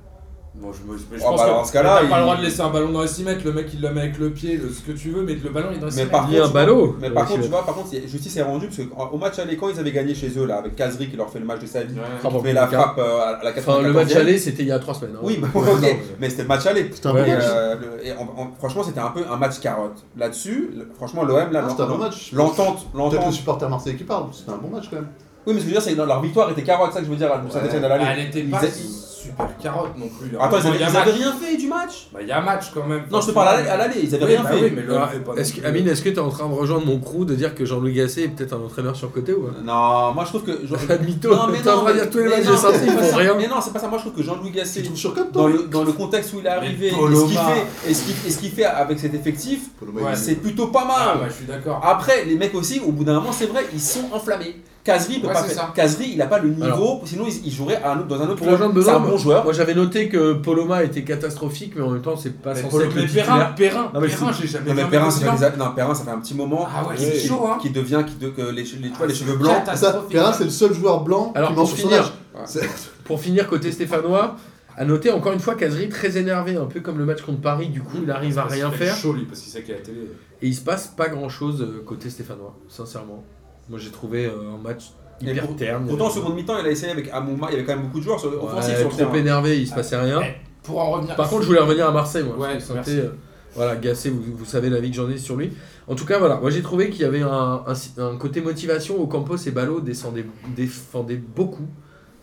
Speaker 4: Bon, je, me-
Speaker 1: Oh,
Speaker 4: mais je
Speaker 2: Ah,
Speaker 4: pense
Speaker 2: bah,
Speaker 4: que
Speaker 2: dans ce cas-là,
Speaker 4: t'as
Speaker 2: il-
Speaker 4: pas le droit de laisser un ballon dans les 6 mètres, le mec il le met avec le pied, le- ce que tu veux, mais le ballon il est dans les 6
Speaker 2: Mais
Speaker 4: mètres.
Speaker 2: par
Speaker 1: Il y a un
Speaker 2: contre,
Speaker 1: ballot.
Speaker 2: Mais par contre, tu vois, par contre, justice est rendue, parce qu'au match aller, quand ils avaient gagné chez eux, là, avec Kazri qui leur fait le match de sa vie,
Speaker 4: Ouais.
Speaker 1: Ah, bon,
Speaker 2: mais la
Speaker 1: Lucas.
Speaker 2: frappe euh, à la 94
Speaker 1: Enfin, le match aller, c'était il y a trois semaines. hein.
Speaker 2: Oui, bah,
Speaker 1: Ouais,
Speaker 2: ok,
Speaker 1: non,
Speaker 2: mais c'était le match aller.
Speaker 5: C'était un
Speaker 1: Ouais,
Speaker 5: bon
Speaker 2: Et,
Speaker 5: match.
Speaker 2: euh, le- et on- on- franchement, c'était un peu un match carotte. Là-dessus, le- franchement, l'OM, là,
Speaker 5: Ah, C'était un bon match.
Speaker 2: l'entente,
Speaker 5: Peut-être le
Speaker 2: l'entente.
Speaker 5: supporter marseillais qui parle. C'était un bon match quand même.
Speaker 2: Oui, mais ce que je veux dire, c'est que leur victoire était carotte, c'est ça que je veux dire, là, ça détient à
Speaker 4: Bah,
Speaker 2: l'aller.
Speaker 4: elle était
Speaker 2: Ils
Speaker 4: pas
Speaker 2: a-
Speaker 4: super carotte non plus. hein.
Speaker 2: Attends, ils
Speaker 4: il
Speaker 2: avaient,
Speaker 4: y a
Speaker 2: ils avaient
Speaker 4: match.
Speaker 2: rien fait du match
Speaker 4: Bah, il y a match quand même.
Speaker 2: Non, je te parle à l'aller- à l'aller, ils avaient
Speaker 4: Oui,
Speaker 2: rien
Speaker 4: bah
Speaker 2: fait.
Speaker 4: oui, mais le
Speaker 1: Alors,
Speaker 4: fait pas
Speaker 1: Est-ce
Speaker 4: non
Speaker 1: que,
Speaker 4: plus.
Speaker 1: Amine, est-ce que t'es en train de rejoindre mon crew de dire que Jean-Louis Gasset est peut-être un entraîneur surcoté ou pas
Speaker 2: Non, moi je trouve
Speaker 1: [LAUGHS]
Speaker 2: que.
Speaker 1: Pas de mytho, t'es en train de dire tous les
Speaker 2: mais
Speaker 1: matchs
Speaker 2: non,
Speaker 1: de Saint-Cyr,
Speaker 2: c'est
Speaker 1: ils
Speaker 2: pas
Speaker 1: font
Speaker 2: ça.
Speaker 1: rien.
Speaker 2: Mais non, c'est pas ça. Moi je trouve que Jean-Louis Gasset,
Speaker 5: Tu trouves sur comme
Speaker 2: dans
Speaker 5: toi
Speaker 2: le, dans le contexte où il est arrivé, et ce qu'il
Speaker 4: Coloma.
Speaker 2: fait, et ce qu'il- et ce qu'il fait avec cet effectif,
Speaker 5: Polo Maïs.
Speaker 4: Ouais,
Speaker 2: c'est plutôt pas
Speaker 4: Ah,
Speaker 2: mal.
Speaker 4: bah, je suis d'accord.
Speaker 2: Après, les mecs aussi, au bout d'un moment, c'est vrai, ils sont enflammés. Kazri, peut
Speaker 4: Ouais,
Speaker 2: pas
Speaker 4: c'est ça.
Speaker 2: faire. Kazri, il a pas le niveau,
Speaker 1: Alors.
Speaker 2: sinon il, il jouerait à un autre- dans un autre
Speaker 1: Pour
Speaker 2: club.
Speaker 1: rejoindre
Speaker 2: C'est un
Speaker 1: Benoît,
Speaker 2: bon joueur.
Speaker 1: Moi j'avais noté que Poloma était catastrophique, mais en même temps c'est pas
Speaker 4: Mais
Speaker 1: censé
Speaker 4: Polo-
Speaker 1: être le
Speaker 4: mais Perrin,
Speaker 1: titulaire.
Speaker 4: Perrin,
Speaker 1: Non, mais
Speaker 4: Perrin, j'ai jamais
Speaker 2: Non, mais
Speaker 4: vu un
Speaker 2: Perrin,
Speaker 4: mec
Speaker 2: ça
Speaker 4: aussi
Speaker 2: fait des a- non, Perrin, ça fait un petit moment.
Speaker 4: Ah ouais,
Speaker 2: qui-
Speaker 4: c'est
Speaker 2: qui-
Speaker 4: chaud, hein.
Speaker 2: Qui devient, qui de- que les, les, tu vois, les cheveux blancs.
Speaker 4: blanc.
Speaker 5: C'est ça, Perrin, c'est le seul joueur blanc
Speaker 1: Alors,
Speaker 5: qui mange
Speaker 1: pour
Speaker 5: son
Speaker 1: finir,
Speaker 5: âge. C'est-
Speaker 1: Pour finir, côté Stéphanois, À noter encore une fois Kazri très énervé, un peu comme le match contre Paris, du coup il arrive à
Speaker 4: Parce qu'il
Speaker 1: rien
Speaker 4: fait
Speaker 1: faire
Speaker 4: chaud, lui, parce qu'il sait qu'il y a la télé.
Speaker 1: et il se passe pas grand chose côté stéphanois, sincèrement. Moi j'ai trouvé euh, un match
Speaker 2: Et
Speaker 1: hyper
Speaker 2: pour-
Speaker 4: hein.
Speaker 1: terne.
Speaker 2: Autant en seconde mi-temps, il a essayé avec Amouma, il y avait quand même beaucoup de joueurs sur-
Speaker 1: Ouais,
Speaker 2: offensifs sur le
Speaker 1: trop
Speaker 2: terrain.
Speaker 1: énervé, il se passait rien.
Speaker 4: Eh, Pour en revenir.
Speaker 1: Par contre, je voulais revenir à Marseille, moi.
Speaker 4: Ouais,
Speaker 1: parce que
Speaker 4: merci.
Speaker 1: c'était, euh, voilà, Gassé, vous, vous savez la vie que j'en ai sur lui. En tout cas, voilà, moi j'ai trouvé qu'il y avait un, un- un côté motivation où Campos et Ballot descendaient, défendaient beaucoup,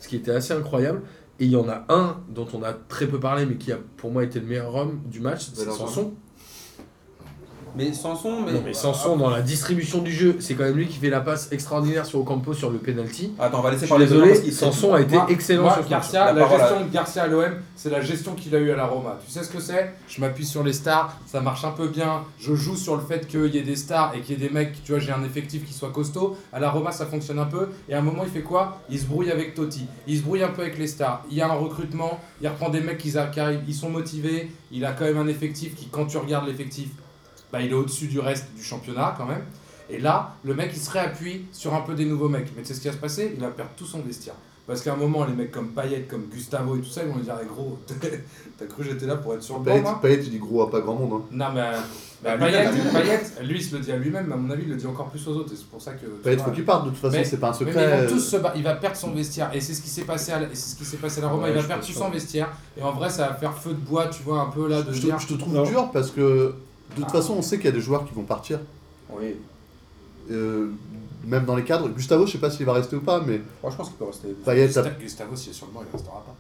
Speaker 1: ce qui était assez incroyable. Et il y en a un dont on a très peu parlé, mais qui a pour moi été le meilleur homme du match, c'est
Speaker 5: Valère
Speaker 1: Sanson.
Speaker 2: Mais Sanson, mais.
Speaker 1: Non, mais Sanson, dans la distribution du jeu, c'est quand même lui qui fait la passe extraordinaire sur Ocampo sur le penalty.
Speaker 2: Attends, on va
Speaker 1: Je
Speaker 2: laisser
Speaker 1: suis
Speaker 2: parler de Lens,
Speaker 1: désolé,
Speaker 2: qui-
Speaker 1: Sanson a été
Speaker 4: Moi-
Speaker 1: excellent
Speaker 4: moi,
Speaker 1: sur ce match.
Speaker 4: Garcia,
Speaker 2: La
Speaker 4: la,
Speaker 2: parole
Speaker 4: gestion de Garcia à l'OM, c'est la gestion qu'il a eue à la Roma. Tu sais ce que c'est Je m'appuie sur les stars, ça marche un peu bien. Je joue sur le fait qu'il y ait des stars et qu'il y ait des mecs, tu vois, j'ai un effectif qui soit costaud. À la Roma, ça fonctionne un peu. Et à un moment, il fait quoi Il se brouille avec Totti. Il se brouille un peu avec les stars. Il y a un recrutement, il reprend des mecs qui a- qui arrivent, ils sont motivés. Il a quand même un effectif qui, quand tu regardes l'effectif, bah, il est au-dessus du reste du championnat quand même. Et là, le mec, il se réappuie sur un peu des nouveaux mecs. Mais tu sais ce qui va se passer Il va perdre tout son vestiaire. Parce qu'à un moment, les mecs comme Payet, comme Gustavo et tout ça, ils vont lui dire Eh, Gros, [LAUGHS] t'as cru que j'étais là pour être sur le banc
Speaker 5: Payet,
Speaker 4: moi
Speaker 5: Payet, tu dis gros à pas grand monde. hein.
Speaker 4: Non, mais.
Speaker 2: Bah,
Speaker 4: Bah,
Speaker 2: lui,
Speaker 4: Payet,
Speaker 2: lui.
Speaker 4: Payet, lui, il se le dit à lui-même, mais à mon avis, il le dit encore plus aux autres. Et c'est pour ça que. tu
Speaker 5: Payet,
Speaker 4: vois,
Speaker 5: faut qu'il parte, de toute façon,
Speaker 4: Mais-
Speaker 5: c'est pas un
Speaker 4: mais
Speaker 5: secret.
Speaker 4: ils vont tous se battre. Il va perdre son vestiaire. Et c'est ce qui s'est passé à la, et c'est ce qui s'est passé à la Roma.
Speaker 1: Ouais,
Speaker 4: il
Speaker 1: je
Speaker 4: va perdre
Speaker 1: suis
Speaker 4: tout
Speaker 1: pas
Speaker 4: son vestiaire. Et en vrai, ça va faire feu de bois, tu vois, un peu là, de
Speaker 5: Je
Speaker 4: dire.
Speaker 5: te, je te trouve
Speaker 6: Non.
Speaker 5: dur parce que de toute façon, on sait qu'il y a des joueurs qui vont partir.
Speaker 2: Oui.
Speaker 5: Euh, même dans les cadres. Gustavo, je sais pas s'il va rester ou pas, mais
Speaker 2: Moi, je pense qu'il peut rester.
Speaker 5: Payet, ça-
Speaker 4: Gustavo, Gustavo, s'il est sur le banc, il restera pas.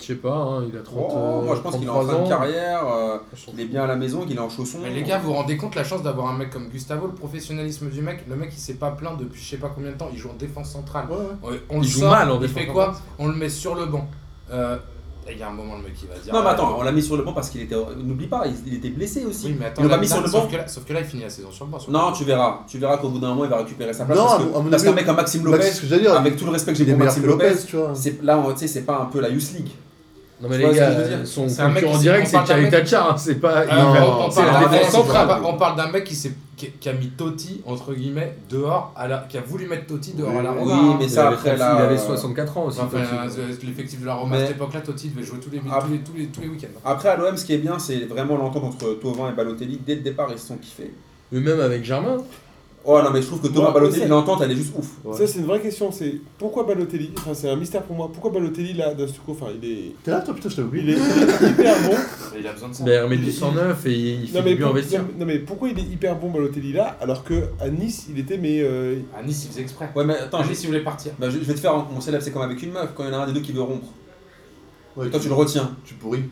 Speaker 1: Je sais pas, hein, il a euh, 30
Speaker 2: Oh, moi, je pense qu'il est en fin de carrière, euh, qu'il est bien à la maison, qu'il est en chaussons.
Speaker 4: Mais les gars, vous vous rendez compte la chance d'avoir un mec comme Gustavo, le professionnalisme du mec Le mec, il s'est pas plaint depuis je sais pas combien de temps. Il joue en défense centrale.
Speaker 6: Ouais, ouais.
Speaker 4: Ouais, On
Speaker 1: Il
Speaker 4: le
Speaker 1: joue
Speaker 4: sort,
Speaker 1: mal hein, en
Speaker 4: Il
Speaker 1: défense
Speaker 4: fait quoi On le met sur le banc. Euh, et Il y a un moment, le mec, il va dire.
Speaker 2: Non, mais attends, on l'a mis sur le banc parce qu'il était. N'oublie pas, il, il était blessé aussi.
Speaker 4: euh, Oui, mais attends,
Speaker 2: Il l'a
Speaker 4: là,
Speaker 2: pas mis sur le
Speaker 4: sauf
Speaker 2: banc.
Speaker 4: que là- Sauf que là, il finit la saison sur le banc. sur le
Speaker 2: Non, tu verras. Tu verras qu'au bout d'un moment, il va récupérer sa place.
Speaker 5: Non,
Speaker 2: parce
Speaker 5: à mon- à
Speaker 2: que-
Speaker 5: mon
Speaker 2: parce
Speaker 5: avis,
Speaker 2: qu'un mec comme Maxime
Speaker 5: Max,
Speaker 2: Lopez,
Speaker 5: ce que j'allais dire.
Speaker 2: avec tout le respect que j'ai
Speaker 5: il est
Speaker 2: pour
Speaker 5: meilleur que
Speaker 2: Maxime
Speaker 5: Lopez,
Speaker 2: Lopez,
Speaker 5: tu vois.
Speaker 2: c'est- là, on- tu sais, c'est pas un peu la Youth League.
Speaker 1: Non mais
Speaker 2: Tu
Speaker 1: les
Speaker 2: vois ce
Speaker 1: gars,
Speaker 2: que je veux dire
Speaker 1: son
Speaker 4: C'est un mec
Speaker 1: concurrent
Speaker 4: qui
Speaker 1: direct
Speaker 4: s'est
Speaker 1: c'est
Speaker 4: comparé-
Speaker 1: Charlie Tachar, hein, c'est pas...
Speaker 4: Euh,
Speaker 5: Non,
Speaker 4: on, on
Speaker 1: c'est la
Speaker 4: parle d'un mec,
Speaker 1: défense centrale.
Speaker 4: on parle- on parle d'un mec qui, s'est- qui, qui a mis Totti, entre guillemets, dehors, à la, qui a voulu mettre Totti dehors à la
Speaker 2: Oui,
Speaker 4: Roma. hein.
Speaker 2: mais
Speaker 1: il,
Speaker 2: ça,
Speaker 1: avait
Speaker 2: après,
Speaker 1: 36,
Speaker 2: là,
Speaker 1: il avait
Speaker 2: euh,
Speaker 1: 64 ans aussi.
Speaker 4: Enfin,
Speaker 1: Totti.
Speaker 4: euh, l'effectif de la Roma
Speaker 2: Mais-
Speaker 4: à cette époque-là, Totti devait jouer tous les,
Speaker 2: Ah.
Speaker 4: tous les, tous les, tous les week-ends.
Speaker 2: Après, à l'OM, ce qui est bien, c'est vraiment l'entente entre Tovin et Balotelli. Dès le départ, ils se sont kiffés.
Speaker 1: Mais même avec Germain,
Speaker 2: Oh non, mais je trouve que Thomas
Speaker 6: Ouais,
Speaker 2: Balotelli,
Speaker 6: c'est-
Speaker 2: l'entente, elle est juste ouf.
Speaker 6: Ouais.
Speaker 3: Ça, c'est une vraie question. C'est pourquoi Balotelli Enfin, c'est un mystère pour moi. Pourquoi Balotelli, là, d'un seul coup, enfin, il est,
Speaker 5: T'es là, toi, putain, je t'ai
Speaker 3: il est,
Speaker 5: oublié.
Speaker 3: il est hyper bon.
Speaker 4: Mais il a besoin de ça.
Speaker 1: ben, il remet du 109 et [LAUGHS] il fait du bien
Speaker 3: pour-
Speaker 1: investir.
Speaker 3: non, mais pourquoi il est hyper bon Balotelli là, alors que à Nice, il était, mais. euh,
Speaker 4: À Nice, il faisait exprès.
Speaker 2: Ouais, mais attends,
Speaker 4: À
Speaker 2: je,
Speaker 4: Nice, il voulait partir.
Speaker 2: bah, je- je vais te faire mon célèbre, c'est comme avec une meuf, quand il y en a un des deux qui veut rompre.
Speaker 5: Ouais,
Speaker 2: Toi, tu le retiens.
Speaker 5: tu pourris.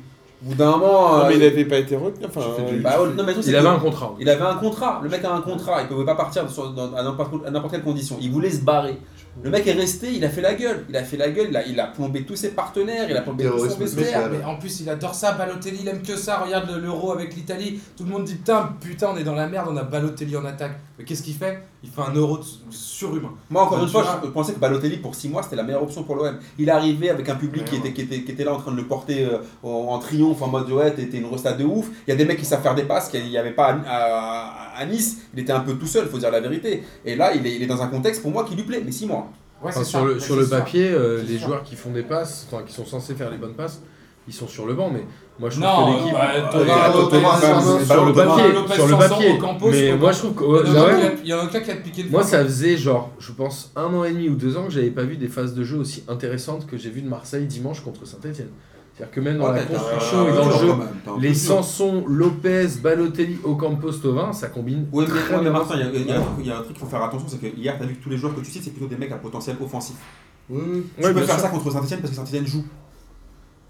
Speaker 2: Au bout d'un moment.
Speaker 3: non,
Speaker 2: euh,
Speaker 3: mais il avait pas été retenu. Enfin,
Speaker 5: Tu fais du-
Speaker 3: euh,
Speaker 2: bah, oh, non, mais le truc, c'est
Speaker 1: Il
Speaker 2: que-
Speaker 1: avait un contrat.
Speaker 2: il avait un contrat. Le mec a un contrat. Il pouvait pas partir sur- dans- à n'importe à n'importe quelle condition. Il voulait se barrer. Le mec est resté, il a fait la gueule. Il a fait la gueule, il a, il a plombé tous ses partenaires, il a plombé tout son
Speaker 5: Terrorisme
Speaker 2: vestiaire.
Speaker 1: hein.
Speaker 5: social.
Speaker 4: Mais en plus, il adore ça, Balotelli, il aime que ça. Regarde le- l'euro avec l'Italie. Tout le monde dit putain, putain, on est dans la merde, on a Balotelli en attaque. Mais qu'est-ce qu'il fait Il fait un euro de- surhumain.
Speaker 2: Moi, encore
Speaker 4: Bah,
Speaker 2: une
Speaker 4: tu
Speaker 2: fois,
Speaker 4: vois.
Speaker 2: je pensais que Balotelli, pour 6 mois, c'était la meilleure option pour l'OM. Il est arrivé avec un public
Speaker 4: Ouais,
Speaker 2: qui,
Speaker 4: ouais.
Speaker 2: Était, qui, était, qui était là en train de le porter euh, en, en triomphe, en mode ouais, t'es t'es une resta de ouf. Il y a des mecs qui savent faire des passes, qu'il n'y avait pas à, à- à Nice. Il était un peu tout seul, faut dire la vérité. Et là, il est, il est dans un contexte pour moi qui lui plaît, mais 6 mois.
Speaker 4: Ouais,
Speaker 1: Enfin,
Speaker 4: c'est
Speaker 1: sur
Speaker 4: ça.
Speaker 1: le,
Speaker 4: Ouais,
Speaker 1: sur
Speaker 4: c'est
Speaker 1: le
Speaker 4: ça.
Speaker 1: papier, euh,
Speaker 4: C'est
Speaker 1: les
Speaker 4: ça.
Speaker 1: joueurs qui font des passes, enfin qui sont censés faire les bonnes passes, ils sont sur le banc. Mais moi je trouve
Speaker 4: Non,
Speaker 1: que l'équipe.
Speaker 4: bah, Thomas,
Speaker 5: euh,
Speaker 4: Lopez,
Speaker 5: Thomas,
Speaker 4: Sanson,
Speaker 5: Thomas,
Speaker 4: Sanson,
Speaker 1: sur le
Speaker 4: Thomas,
Speaker 1: papier,
Speaker 4: Lopez,
Speaker 1: sur le
Speaker 4: Sanson,
Speaker 1: papier.
Speaker 4: Ocampos,
Speaker 1: mais
Speaker 4: Ocampos.
Speaker 1: moi je trouve que.
Speaker 4: Il y en a
Speaker 1: ouais,
Speaker 4: un qui a- il y en a un qui a piqué de
Speaker 1: Moi,
Speaker 4: fois.
Speaker 1: ça faisait genre, je pense, un an et demi ou deux ans que j'avais pas vu des phases de jeu aussi intéressantes que j'ai vu de Marseille dimanche contre Saint-Etienne. C'est-à-dire que même dans
Speaker 2: Ouais,
Speaker 1: la
Speaker 2: t'as-
Speaker 1: construction
Speaker 2: t'as-
Speaker 1: et dans le
Speaker 2: t'as-
Speaker 1: jeu,
Speaker 2: t'as- t'as-
Speaker 1: les
Speaker 2: t'as-
Speaker 1: Sanson, Lopez, Balotelli, Ocampos, Tovin, ça combine
Speaker 2: Ouais, mais,
Speaker 1: très
Speaker 2: ouais, mais
Speaker 1: bien.
Speaker 2: Martin, il y a- il y, a un truc- il y a un truc qu'il faut faire attention c'est que hier, t'as vu que tous les joueurs que tu cites, c'est plutôt des mecs à potentiel offensif.
Speaker 5: Oui,
Speaker 2: tu
Speaker 1: Ouais,
Speaker 2: peux
Speaker 1: bien
Speaker 2: faire
Speaker 1: sûr.
Speaker 2: ça contre Saint-Etienne parce que Saint-Etienne joue.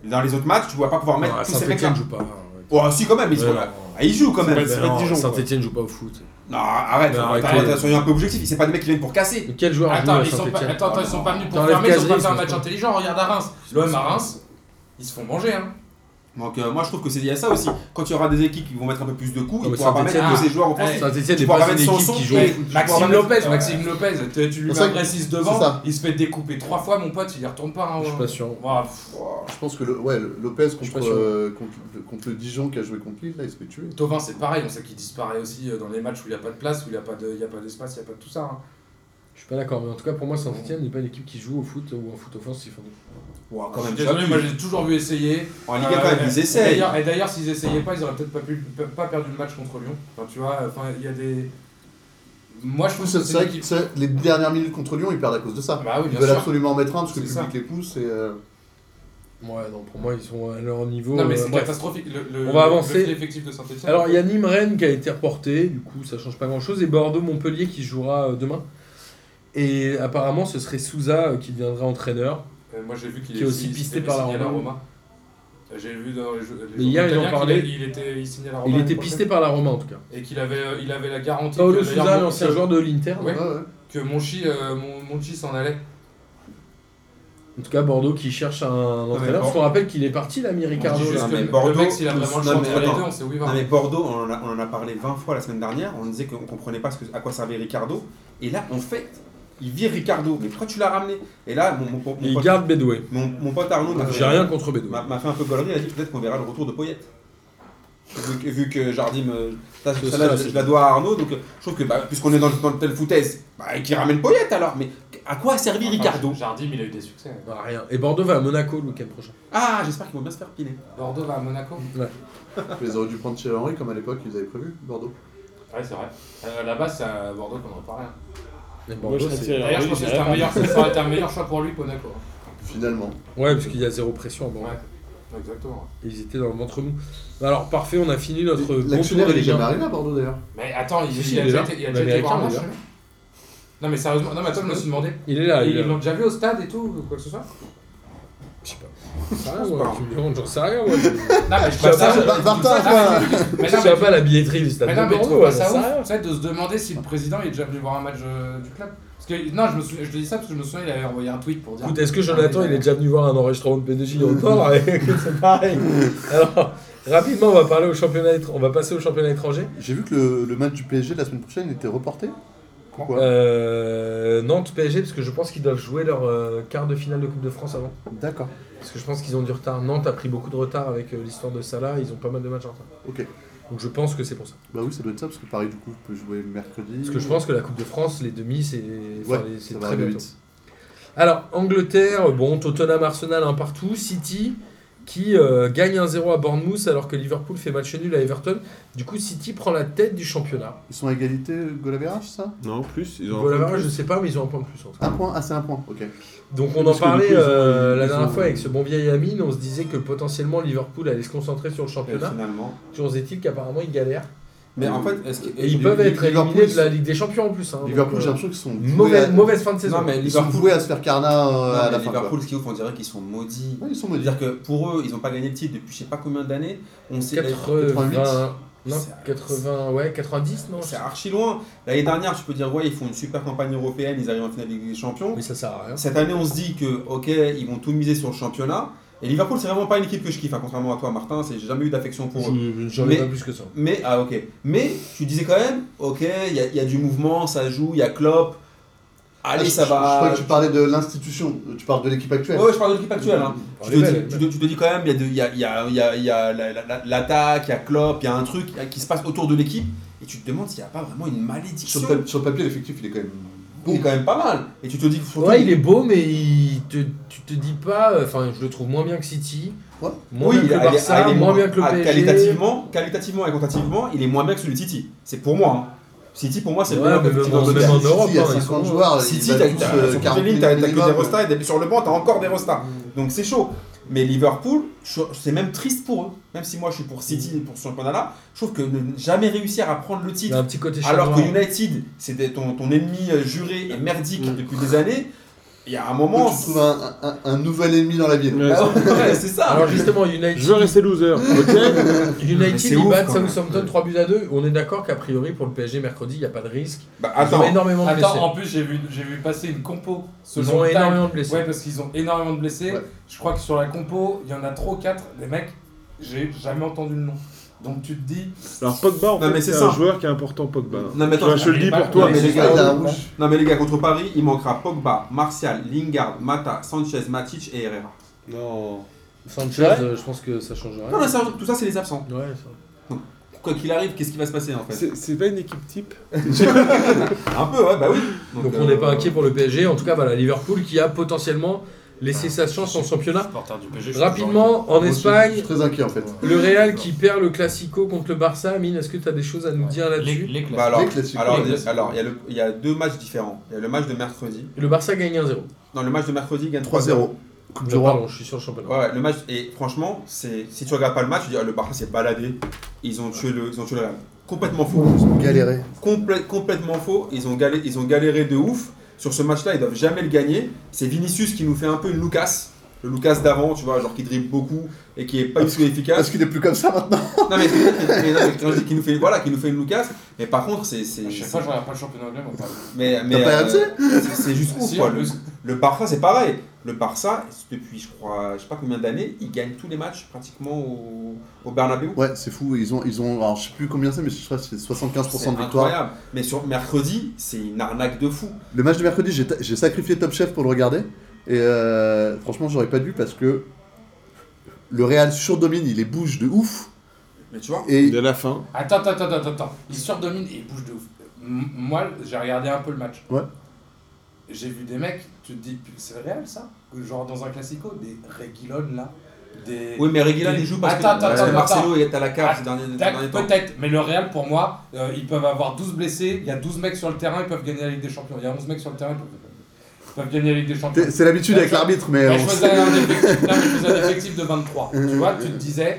Speaker 2: Dans les autres matchs, tu vas pas pouvoir mettre
Speaker 1: Ah,
Speaker 2: tous ces mecs-là.
Speaker 1: Saint-Etienne joue pas.
Speaker 2: Oh, si, quand même, ils,
Speaker 1: Ouais,
Speaker 2: sont là. Ah, ils jouent quand même.
Speaker 3: pas- c'est pas Dijon, quoi.
Speaker 1: Saint-Etienne joue pas au foot.
Speaker 2: Non, arrête,
Speaker 1: Mais arrête,
Speaker 2: arrête, arrête,
Speaker 1: les-
Speaker 2: soyons un peu objectif. C'est pas des mecs qui viennent pour casser.
Speaker 1: Mais Quel joueur
Speaker 4: Attends,
Speaker 1: joue
Speaker 4: ils
Speaker 1: à
Speaker 4: sont pas,
Speaker 1: Saint-Etienne
Speaker 4: attends, attends, ils sont pas venus pour
Speaker 1: T'enlèves
Speaker 4: fermer, ils ont pas
Speaker 1: Cazerie,
Speaker 4: fait un
Speaker 1: ils
Speaker 4: match
Speaker 1: sont-
Speaker 4: intelligent. Regarde à Reims. L'OM à Reims, ils se font manger. Hein.
Speaker 2: Donc, euh, moi, je trouve que c'est lié à ça aussi. Quand il y aura des équipes qui vont mettre un peu plus de
Speaker 1: Non,
Speaker 2: coups, il
Speaker 1: mais
Speaker 2: pourra pas mettre
Speaker 1: Saint-Etienne,
Speaker 2: tous
Speaker 4: ah,
Speaker 2: ces joueurs
Speaker 4: eh,
Speaker 2: offensifs.
Speaker 1: Saint-Etienne
Speaker 2: Tu
Speaker 1: n'est
Speaker 2: pourras
Speaker 1: pas une
Speaker 2: mettre
Speaker 1: équipe
Speaker 2: Sanson,
Speaker 1: qui joue au
Speaker 4: Mais
Speaker 1: foot.
Speaker 4: Maxime
Speaker 2: Ouais.
Speaker 4: Lopez,
Speaker 2: Ouais.
Speaker 4: Maxime Lopez, tu, tu lui
Speaker 5: C'est
Speaker 4: mets
Speaker 5: ça
Speaker 4: un
Speaker 5: que-
Speaker 4: vrai 6
Speaker 5: c'est
Speaker 4: devant,
Speaker 5: ça.
Speaker 4: il se fait découper trois fois, mon pote, il y retourne pas. Hein,
Speaker 1: Je suis
Speaker 4: ouais.
Speaker 1: pas sûr.
Speaker 4: Ouais, pff,
Speaker 5: Je pense que le- ouais, le- Lopez
Speaker 1: suis pas
Speaker 5: contre,
Speaker 1: sûr.
Speaker 5: euh, contre, contre le Dijon qui a joué contre Lille, là, il se fait tuer.
Speaker 4: Thauvin, c'est pareil, on sait qu'il disparaît aussi euh, dans les matchs où il n'y a pas de place, où il n'y a pas de- il y a pas d'espace, il n'y a pas de tout ça. hein.
Speaker 1: Je suis pas d'accord, mais en tout cas pour moi Saint-Etienne n'est pas une équipe qui joue au foot ou en foot offensif.
Speaker 2: Ouah,
Speaker 4: Je
Speaker 2: Oh, quand
Speaker 4: suis
Speaker 2: même,
Speaker 4: désolé,
Speaker 2: Chapuis.
Speaker 4: moi j'ai toujours vu essayer. Euh,
Speaker 2: En Ligue 1, quand même, ils
Speaker 4: Et
Speaker 2: essayent.
Speaker 4: d'ailleurs- Et d'ailleurs, s'ils essayaient pas, ils auraient peut-être pas, pu- pe- pas perdu le match contre Lyon. Enfin, tu vois, enfin, il y a des. Moi, je trouve que
Speaker 5: C'est
Speaker 4: c'est
Speaker 5: vrai
Speaker 4: l'équipe-
Speaker 5: que c'est- les dernières minutes contre Lyon, ils perdent à cause de ça.
Speaker 4: Bah oui,
Speaker 5: Ils
Speaker 4: bien
Speaker 5: veulent
Speaker 4: sûr.
Speaker 5: absolument en mettre un parce que le
Speaker 4: C'est
Speaker 5: public les pousse et. euh,
Speaker 1: Ouais, non, pour moi ils sont à leur niveau.
Speaker 4: Non, mais
Speaker 1: euh,
Speaker 4: c'est
Speaker 1: bref.
Speaker 4: catastrophique. Le, le-
Speaker 1: On va
Speaker 4: le-
Speaker 1: avancer.
Speaker 4: L'effectif de Saint-Etienne.
Speaker 1: Alors il y a Nîmes-Rennes qui a été reporté, du coup ça change pas grand chose, et Bordeaux-Montpellier qui jouera euh, demain. Et apparemment ce serait Souza euh, qui deviendra entraîneur.
Speaker 4: euh, moi, j'ai vu qu'il
Speaker 1: Qui est aussi
Speaker 4: il- il
Speaker 1: pisté
Speaker 4: avait
Speaker 1: par la
Speaker 4: signé à
Speaker 1: Roma.
Speaker 4: Euh, J'ai vu dans les jeux. les
Speaker 1: Mais hier,
Speaker 4: journaux
Speaker 1: ils en
Speaker 4: italiens qu'il
Speaker 1: parlaient.
Speaker 4: a- Il était il signait à la Roma.
Speaker 1: Il
Speaker 4: l'année
Speaker 1: était
Speaker 4: prochaine.
Speaker 1: pisté par la Roma en tout cas.
Speaker 4: Et qu'il avait, euh, il avait la garantie.
Speaker 1: Paolo
Speaker 4: que- d'ailleurs,
Speaker 1: Souza,
Speaker 4: Mon-
Speaker 1: l'ancien joueur de l'Inter.
Speaker 4: Ouais.
Speaker 5: ouais, ouais.
Speaker 4: Que Monchi, euh, Mon- Monchi s'en allait.
Speaker 1: En tout cas Bordeaux qui cherche un entraîneur,
Speaker 2: mais
Speaker 1: parce
Speaker 2: bon.
Speaker 1: qu'on rappelle qu'il est parti là,
Speaker 4: On dit
Speaker 1: Ricardo.
Speaker 4: juste
Speaker 2: non,
Speaker 4: que
Speaker 2: mais
Speaker 4: le- le
Speaker 2: Bordeaux,
Speaker 4: mec, s'il a vraiment
Speaker 2: non,
Speaker 4: le choix
Speaker 2: mais
Speaker 4: entre les deux,
Speaker 2: attends.
Speaker 4: on sait où il va.
Speaker 2: Non mais Bordeaux, on en, a, on en a parlé 20 fois la semaine dernière, on disait qu'on comprenait pas ce que- à quoi servait Ricardo, et là en fait, il vire Ricardo, mais pourquoi tu l'as ramené Et là, mon, mon- mon-
Speaker 1: Et
Speaker 2: mon
Speaker 1: il
Speaker 2: pote,
Speaker 1: garde Bedoué.
Speaker 2: mon, mon pote Arnaud m'a
Speaker 1: J'ai
Speaker 2: fait,
Speaker 1: rien contre Bedoué.
Speaker 2: m'a- m'a fait un peu gollerie, il a dit peut-être qu'on verra le retour de Poyette. Vu, que- vu que Jardim, euh, ça,
Speaker 1: Ce
Speaker 2: ça,
Speaker 1: sera
Speaker 2: là, je,
Speaker 1: assez.
Speaker 2: je la dois à Arnaud, donc euh, je trouve que bah, puisqu'on est dans, dans telle foutaise, bah, qu'il ramène Poyette alors, mais à quoi a servi Ricardo
Speaker 4: Jardim, il a eu des succès.
Speaker 1: Ah, rien. Et Bordeaux va à Monaco le week-end prochain.
Speaker 2: Ah, j'espère qu'ils vont bien se faire piler.
Speaker 4: Bordeaux va à Monaco.
Speaker 5: Ils auraient dû prendre Thierry Henry comme à l'époque ils avaient prévu, Bordeaux.
Speaker 4: Ouais, c'est vrai. Euh, là-bas, c'est à Bordeaux qu'on en parlait. hein.
Speaker 1: Et
Speaker 3: Moi, je
Speaker 1: Bordeaux,
Speaker 3: serais
Speaker 1: Ah c'est-
Speaker 3: Thierry
Speaker 4: D'ailleurs, je
Speaker 3: Henry,
Speaker 4: pense que
Speaker 3: j'irais
Speaker 4: c'était un
Speaker 3: pas.
Speaker 4: meilleur- ça aurait été un meilleur choix pour lui, Monaco.
Speaker 5: Finalement.
Speaker 1: Ouais, parce qu'il y a zéro pression à Bordeaux.
Speaker 4: Ouais, exactement.
Speaker 1: Ils étaient dans le ventre mou. Bah Alors parfait, on a fini notre bon tour
Speaker 5: L'actionnaire
Speaker 1: de
Speaker 5: il est
Speaker 1: Ligue
Speaker 5: jamais
Speaker 1: 1.
Speaker 5: arrivé à Bordeaux d'ailleurs.
Speaker 4: Mais attends, il,
Speaker 1: Si, Bah,
Speaker 4: il
Speaker 1: il
Speaker 4: a
Speaker 1: est
Speaker 4: déjà
Speaker 1: là.
Speaker 4: été, il a
Speaker 1: Le
Speaker 4: déjà été voir un match.
Speaker 1: Américain,
Speaker 4: lui Non, mais sérieusement, non, mais attends, je me suis demandé.
Speaker 1: Il est là,
Speaker 4: Ils
Speaker 1: Ah, il est
Speaker 4: ils
Speaker 1: là.
Speaker 4: l'ont déjà vu au stade et tout, ou quoi que ce soit
Speaker 1: Je sais pas. J'en sais rien, moi. Tu me demandes, j'en sais rien, moi.
Speaker 4: Non, mais je
Speaker 1: Ça
Speaker 4: passe
Speaker 1: va,
Speaker 4: ça.
Speaker 1: ça
Speaker 4: je-
Speaker 5: va, va,
Speaker 4: tout ça,
Speaker 1: ah,
Speaker 5: va,
Speaker 4: ça,
Speaker 5: va.
Speaker 4: c'est- Mais
Speaker 1: Je
Speaker 4: non,
Speaker 1: sais
Speaker 4: mais-
Speaker 1: pas la billetterie du stade
Speaker 4: mais non,
Speaker 1: de
Speaker 4: mais tu
Speaker 1: Bordeaux.
Speaker 4: trouves pas
Speaker 1: ouais, j'en
Speaker 4: ça
Speaker 1: sais
Speaker 4: ouf,
Speaker 1: rien.
Speaker 4: tu sais, de se demander si le président est déjà venu voir un match euh, du club. Parce que, non, je me souviens, je te dis ça parce que je me souviens, il avait envoyé un tweet pour dire. Ah,
Speaker 1: Écoute, est-ce que Jonathan, il est déjà venu voir un enregistrement de PDJ encore
Speaker 4: [LAUGHS]
Speaker 1: C'est pareil. Alors, rapidement, on va parler au championnat, étr- on va passer au championnat étranger.
Speaker 5: J'ai vu que le, le match du PSG de la semaine prochaine était reporté. Pourquoi
Speaker 1: Euh, Nantes PSG, parce que je pense qu'ils doivent jouer leur euh, quart de finale de Coupe de France avant.
Speaker 5: D'accord.
Speaker 1: Parce que je pense qu'ils ont du retard. Nantes a pris beaucoup de retard avec euh, l'histoire de Salah. Ils ont pas mal de matchs en retard.
Speaker 5: Ok.
Speaker 1: Donc je pense que c'est pour ça.
Speaker 5: Bah oui, ça doit être ça parce que Paris du coup peut jouer mercredi.
Speaker 1: Parce que je pense que la Coupe de France, les demi, c'est enfin,
Speaker 5: Ouais,
Speaker 1: les- c'est
Speaker 5: ça va
Speaker 1: très
Speaker 5: arriver
Speaker 1: bientôt.
Speaker 5: vite.
Speaker 1: Alors, Angleterre, bon, Tottenham, Arsenal, un partout. City qui euh, gagne 1-0 à Bournemouth alors que Liverpool fait match nul à Everton. Du coup, City prend la tête du championnat.
Speaker 5: Ils sont à égalité, Golavérage, ça
Speaker 6: Non, plus, ils ont un
Speaker 1: Voilà,
Speaker 6: peu
Speaker 1: je
Speaker 6: plus.
Speaker 1: sais pas, mais ils ont un point de plus. en tout cas.
Speaker 5: Un point Ah, c'est un point, ok.
Speaker 1: Donc, on en
Speaker 6: Parce que du
Speaker 1: parlait
Speaker 6: coup, ils ont-
Speaker 1: euh, la
Speaker 6: ils
Speaker 1: dernière
Speaker 6: ont-
Speaker 1: fois avec ce bon vieil Amine. On se disait que potentiellement Liverpool allait se concentrer sur le
Speaker 2: Et
Speaker 1: championnat.
Speaker 2: finalement. Euh,
Speaker 1: Chose est-il qu'apparemment ils galèrent.
Speaker 2: Mais en fait, est-ce que-
Speaker 1: Et ils
Speaker 2: Li-
Speaker 1: peuvent
Speaker 2: Li-
Speaker 1: être éliminés de la Ligue des Champions en plus. hein.
Speaker 5: Liverpool,
Speaker 1: Donc,
Speaker 5: j'ai
Speaker 1: euh,
Speaker 5: l'impression qu'ils sont voués
Speaker 1: mauvaise,
Speaker 5: à-
Speaker 1: mauvaise fin de saison.
Speaker 2: Non, mais
Speaker 5: Ils sont
Speaker 2: Liverpool,
Speaker 5: voués à se faire carnat euh,
Speaker 2: Non,
Speaker 5: à
Speaker 2: mais
Speaker 5: la fin. quoi.
Speaker 2: Liverpool, ce qui est ouf, on dirait qu'ils sont maudits.
Speaker 5: Ouais, ils sont maudits.
Speaker 2: C'est-à-dire que pour eux, ils n'ont pas gagné le titre depuis je sais pas combien d'années. On sait.
Speaker 1: 80, non,
Speaker 2: C'est-
Speaker 1: 80, ouais, 90, non
Speaker 2: C'est archi loin. L'année dernière, tu peux dire, ouais, ils font une super campagne européenne, ils arrivent en finale de Ligue des Champions.
Speaker 1: Mais ça sert à rien.
Speaker 2: Cette année, on se dit que, ok, ils vont tout miser sur le championnat. Et Liverpool, c'est vraiment pas une équipe que je kiffe, hein, contrairement à toi, Martin. c'est- J'ai jamais eu d'affection pour eux.
Speaker 1: Je- euh, J'en ai
Speaker 2: Mais-
Speaker 1: pas plus que ça.
Speaker 2: Mais, ah, ok. Mais, tu disais quand même, ok, il y, a- il y a du mouvement, ça joue, il y a Klopp. Allez,
Speaker 5: Ah,
Speaker 2: ça
Speaker 5: je, je crois
Speaker 2: va.
Speaker 5: que tu parlais de l'institution, tu parles de l'équipe actuelle.
Speaker 2: Ouais, ouais, je parle de l'équipe actuelle. hein. Tu te,
Speaker 1: Elle est belle,
Speaker 2: dis, tu, te, tu te dis quand même, il y a de- il y a, il y a- il y a- il y a la- la- la- l'attaque, il y a Klopp, il y a un truc qui se passe autour de l'équipe, et tu te demandes s'il n'y a pas vraiment une
Speaker 5: Sur,
Speaker 2: malédiction.
Speaker 5: le pa- sur le papier, l'effectif, il est quand même
Speaker 2: Il est
Speaker 5: bon.
Speaker 2: quand même pas mal. Et tu te dis, surtout,
Speaker 1: Ouais, il est beau, mais il te, tu te dis pas. euh, Enfin, je le trouve moins bien que City,
Speaker 5: Ouais.
Speaker 1: moins
Speaker 2: oui,
Speaker 1: bien que
Speaker 2: il
Speaker 1: le
Speaker 2: est-
Speaker 1: Barça,
Speaker 2: il est- il est
Speaker 1: moins bien que le
Speaker 2: ah,
Speaker 1: PSG.
Speaker 2: Qualitativement, qualitativement et quantitativement, il est moins bien que celui de City. C'est pour moi. hein. City, pour moi, c'est
Speaker 1: Ouais,
Speaker 2: le meilleur
Speaker 1: mais
Speaker 2: effectif
Speaker 1: même en-
Speaker 2: de
Speaker 1: même
Speaker 2: la-
Speaker 1: en
Speaker 5: City,
Speaker 1: Europe,
Speaker 5: il y a
Speaker 1: hein, ils
Speaker 5: 50
Speaker 1: sont-
Speaker 5: joueurs. ils
Speaker 2: City,
Speaker 5: battent
Speaker 2: t'as
Speaker 5: tous,
Speaker 2: t'as-
Speaker 5: euh,
Speaker 2: sur toutes
Speaker 5: 40
Speaker 2: les lignes, t'as t'as que des
Speaker 5: minimum. Mm.
Speaker 2: restats, et des- sur le banc, t'as encore des restats. Donc c'est chaud. Mais Liverpool, je- c'est même triste pour eux. Même si moi je suis pour City et pour ce championnat-là, je trouve que ne jamais réussir à prendre le
Speaker 1: Il y a
Speaker 2: titre,
Speaker 1: un petit côté
Speaker 2: alors
Speaker 1: chinois.
Speaker 2: que United, c'était ton, ton ennemi euh, juré et merdique
Speaker 5: hein. Mm.
Speaker 2: depuis des années, il y a un
Speaker 5: Faut que
Speaker 2: moment.
Speaker 5: Tu trouves un, un- un nouvel ennemi dans la ville.
Speaker 6: Ouais.
Speaker 2: Ah [LAUGHS] ouais, c'est ça.
Speaker 1: Alors justement, United,
Speaker 6: Je veux rester loser,
Speaker 1: [LAUGHS]
Speaker 6: ok
Speaker 2: Mais
Speaker 1: United
Speaker 2: c'est
Speaker 1: ils
Speaker 2: ouf,
Speaker 1: battent
Speaker 2: quand même.
Speaker 1: Southampton 3 buts à 2. On est d'accord qu'a priori pour le PSG mercredi, il n'y a pas de risque.
Speaker 2: Bah,
Speaker 1: Ils ont
Speaker 2: attends,
Speaker 1: énormément de
Speaker 4: Attends,
Speaker 1: blessés.
Speaker 4: en plus, j'ai vu, j'ai vu passer une compo.
Speaker 1: Ils
Speaker 4: selon
Speaker 1: ont
Speaker 4: le time.
Speaker 1: énormément de blessés.
Speaker 4: Ouais, parce qu'ils ont énormément de blessés.
Speaker 5: Ouais.
Speaker 4: Je crois que sur la compo, il y en a trop 4. Des mecs, j'ai jamais entendu le nom. Donc tu te dis.
Speaker 6: Alors Pogba, en
Speaker 2: Non,
Speaker 6: fait,
Speaker 2: mais
Speaker 6: c'est
Speaker 2: c'est
Speaker 6: un
Speaker 2: ça.
Speaker 6: joueur qui est important, Pogba.
Speaker 2: Non, mais
Speaker 6: Tu
Speaker 2: attends,
Speaker 6: vois, je te le
Speaker 4: mais
Speaker 6: dis
Speaker 4: pas-
Speaker 6: pour toi.
Speaker 2: mais
Speaker 5: Mais les
Speaker 2: c'est
Speaker 5: gars, il a un
Speaker 2: horrible.
Speaker 5: rouge.
Speaker 2: non mais les gars, contre Paris, il manquera Pogba, Martial, Lingard, Mata, Sanchez, Matic et Herrera.
Speaker 6: Non.
Speaker 1: Sanchez,
Speaker 6: Ouais.
Speaker 1: euh, je pense que ça change rien.
Speaker 2: Non, non, ça- tout ça, c'est les absents.
Speaker 1: Ouais, ça.
Speaker 2: quoi qu'il arrive, qu'est-ce qui va se passer en fait
Speaker 6: C'est c'est pas une équipe type.
Speaker 2: Un peu, ouais, bah oui.
Speaker 1: Donc on n'est pas
Speaker 2: euh,
Speaker 1: inquiet pour le PSG. En tout cas, voilà, Liverpool qui a potentiellement laissé sa chance en championnat.
Speaker 4: Supporter du PSG, je suis
Speaker 1: Rapidement, en
Speaker 5: Moi, je suis- Je suis
Speaker 1: Espagne,
Speaker 5: très inquiet en fait.
Speaker 1: le Real qui perd le Classico contre le Barça. Mine, est-ce que tu as des choses à nous dire
Speaker 4: toujours inquiet.
Speaker 1: là-dessus
Speaker 4: Les, les classes.
Speaker 2: Bah alors,
Speaker 5: Les classiques.
Speaker 2: alors,
Speaker 5: Les
Speaker 2: il alors, il y, a le- il y a deux matchs différents. Il y a le match de mercredi.
Speaker 1: Le Barça gagne 1-0.
Speaker 2: Non, le match de mercredi gagne 3-0.
Speaker 5: 3-0. Coupe du
Speaker 1: Euh,
Speaker 5: Roi.
Speaker 1: Pardon, je suis sur le championnat.
Speaker 2: Ouais, ouais, le match. Et franchement, c'est si tu regardes pas le match, tu dis ah, le Barça s'est baladé. Ils ont tué le, ils ont tué le Real. Complètement faux.
Speaker 5: Galéré.
Speaker 2: Complè- complètement faux. Ils ont, galé- ils ont galéré de ouf. Sur ce match-là, ils doivent jamais le gagner. C'est Vinicius qui nous fait un peu une Lucas. Le Lucas d'avant, tu vois, genre qui dribble beaucoup et qui est pas du tout efficace.
Speaker 5: Est-ce qu'il est plus comme ça maintenant
Speaker 2: Non mais, mais- mais- non, mais quand je dis qu'il nous fait, voilà, qui nous fait une Lucas. Mais par contre, c'est, c'est,
Speaker 4: À chaque fois, je regarde pas le championnat anglais, moi.
Speaker 2: mais, mais, euh,
Speaker 5: pas RMC
Speaker 2: c'est- c'est juste ouf,
Speaker 4: Si,
Speaker 2: quoi.
Speaker 4: en
Speaker 2: Le,
Speaker 4: plus.
Speaker 2: le Barça, c'est pareil. Le Barça, depuis, je crois, je sais pas combien d'années, il gagne tous les matchs pratiquement au, au Bernabeu.
Speaker 5: Ouais, c'est fou. Ils ont, ils ont, alors je sais plus combien c'est, mais je crois que c'est 75% de victoire.
Speaker 2: incroyable. Mais sur mercredi, c'est une arnaque de fou.
Speaker 5: Le match de mercredi, j'ai ta- j'ai sacrifié Top Chef pour le regarder. Et euh, franchement, j'aurais pas dû parce que le Real surdomine, il les bouge de ouf.
Speaker 2: Mais tu vois,
Speaker 5: Et
Speaker 6: De la fin.
Speaker 4: Attends, attends, attends, attends, attends. Il surdomine et il bouge de ouf. M- Moi, j'ai regardé un peu le match.
Speaker 5: Ouais.
Speaker 4: J'ai vu des mecs, tu te dis, c'est réel ça Genre dans un classico, des Reguilon là. Des...
Speaker 2: oui, mais Reguilon, il joue parce
Speaker 4: Attends,
Speaker 2: que,
Speaker 4: attends,
Speaker 2: parce que
Speaker 4: attends,
Speaker 2: Marcelo est à la cave
Speaker 4: Ah,
Speaker 2: ces derniers, ces
Speaker 4: Tac,
Speaker 2: derniers temps.
Speaker 4: Peut-être, mais le Real pour moi, euh, ils peuvent avoir 12 blessés, il y a 12 mecs sur le terrain, ils peuvent gagner la Ligue des Champions. Il y a 11 mecs sur le terrain, ils peuvent, ils peuvent gagner la Ligue des Champions.
Speaker 5: t'es- c'est Euh, l'habitude avec l'arbitre, mais
Speaker 4: Mais
Speaker 5: on
Speaker 4: je faisais un effectif, non, mais je faisais un effectif de 23. Tu vois, tu te disais,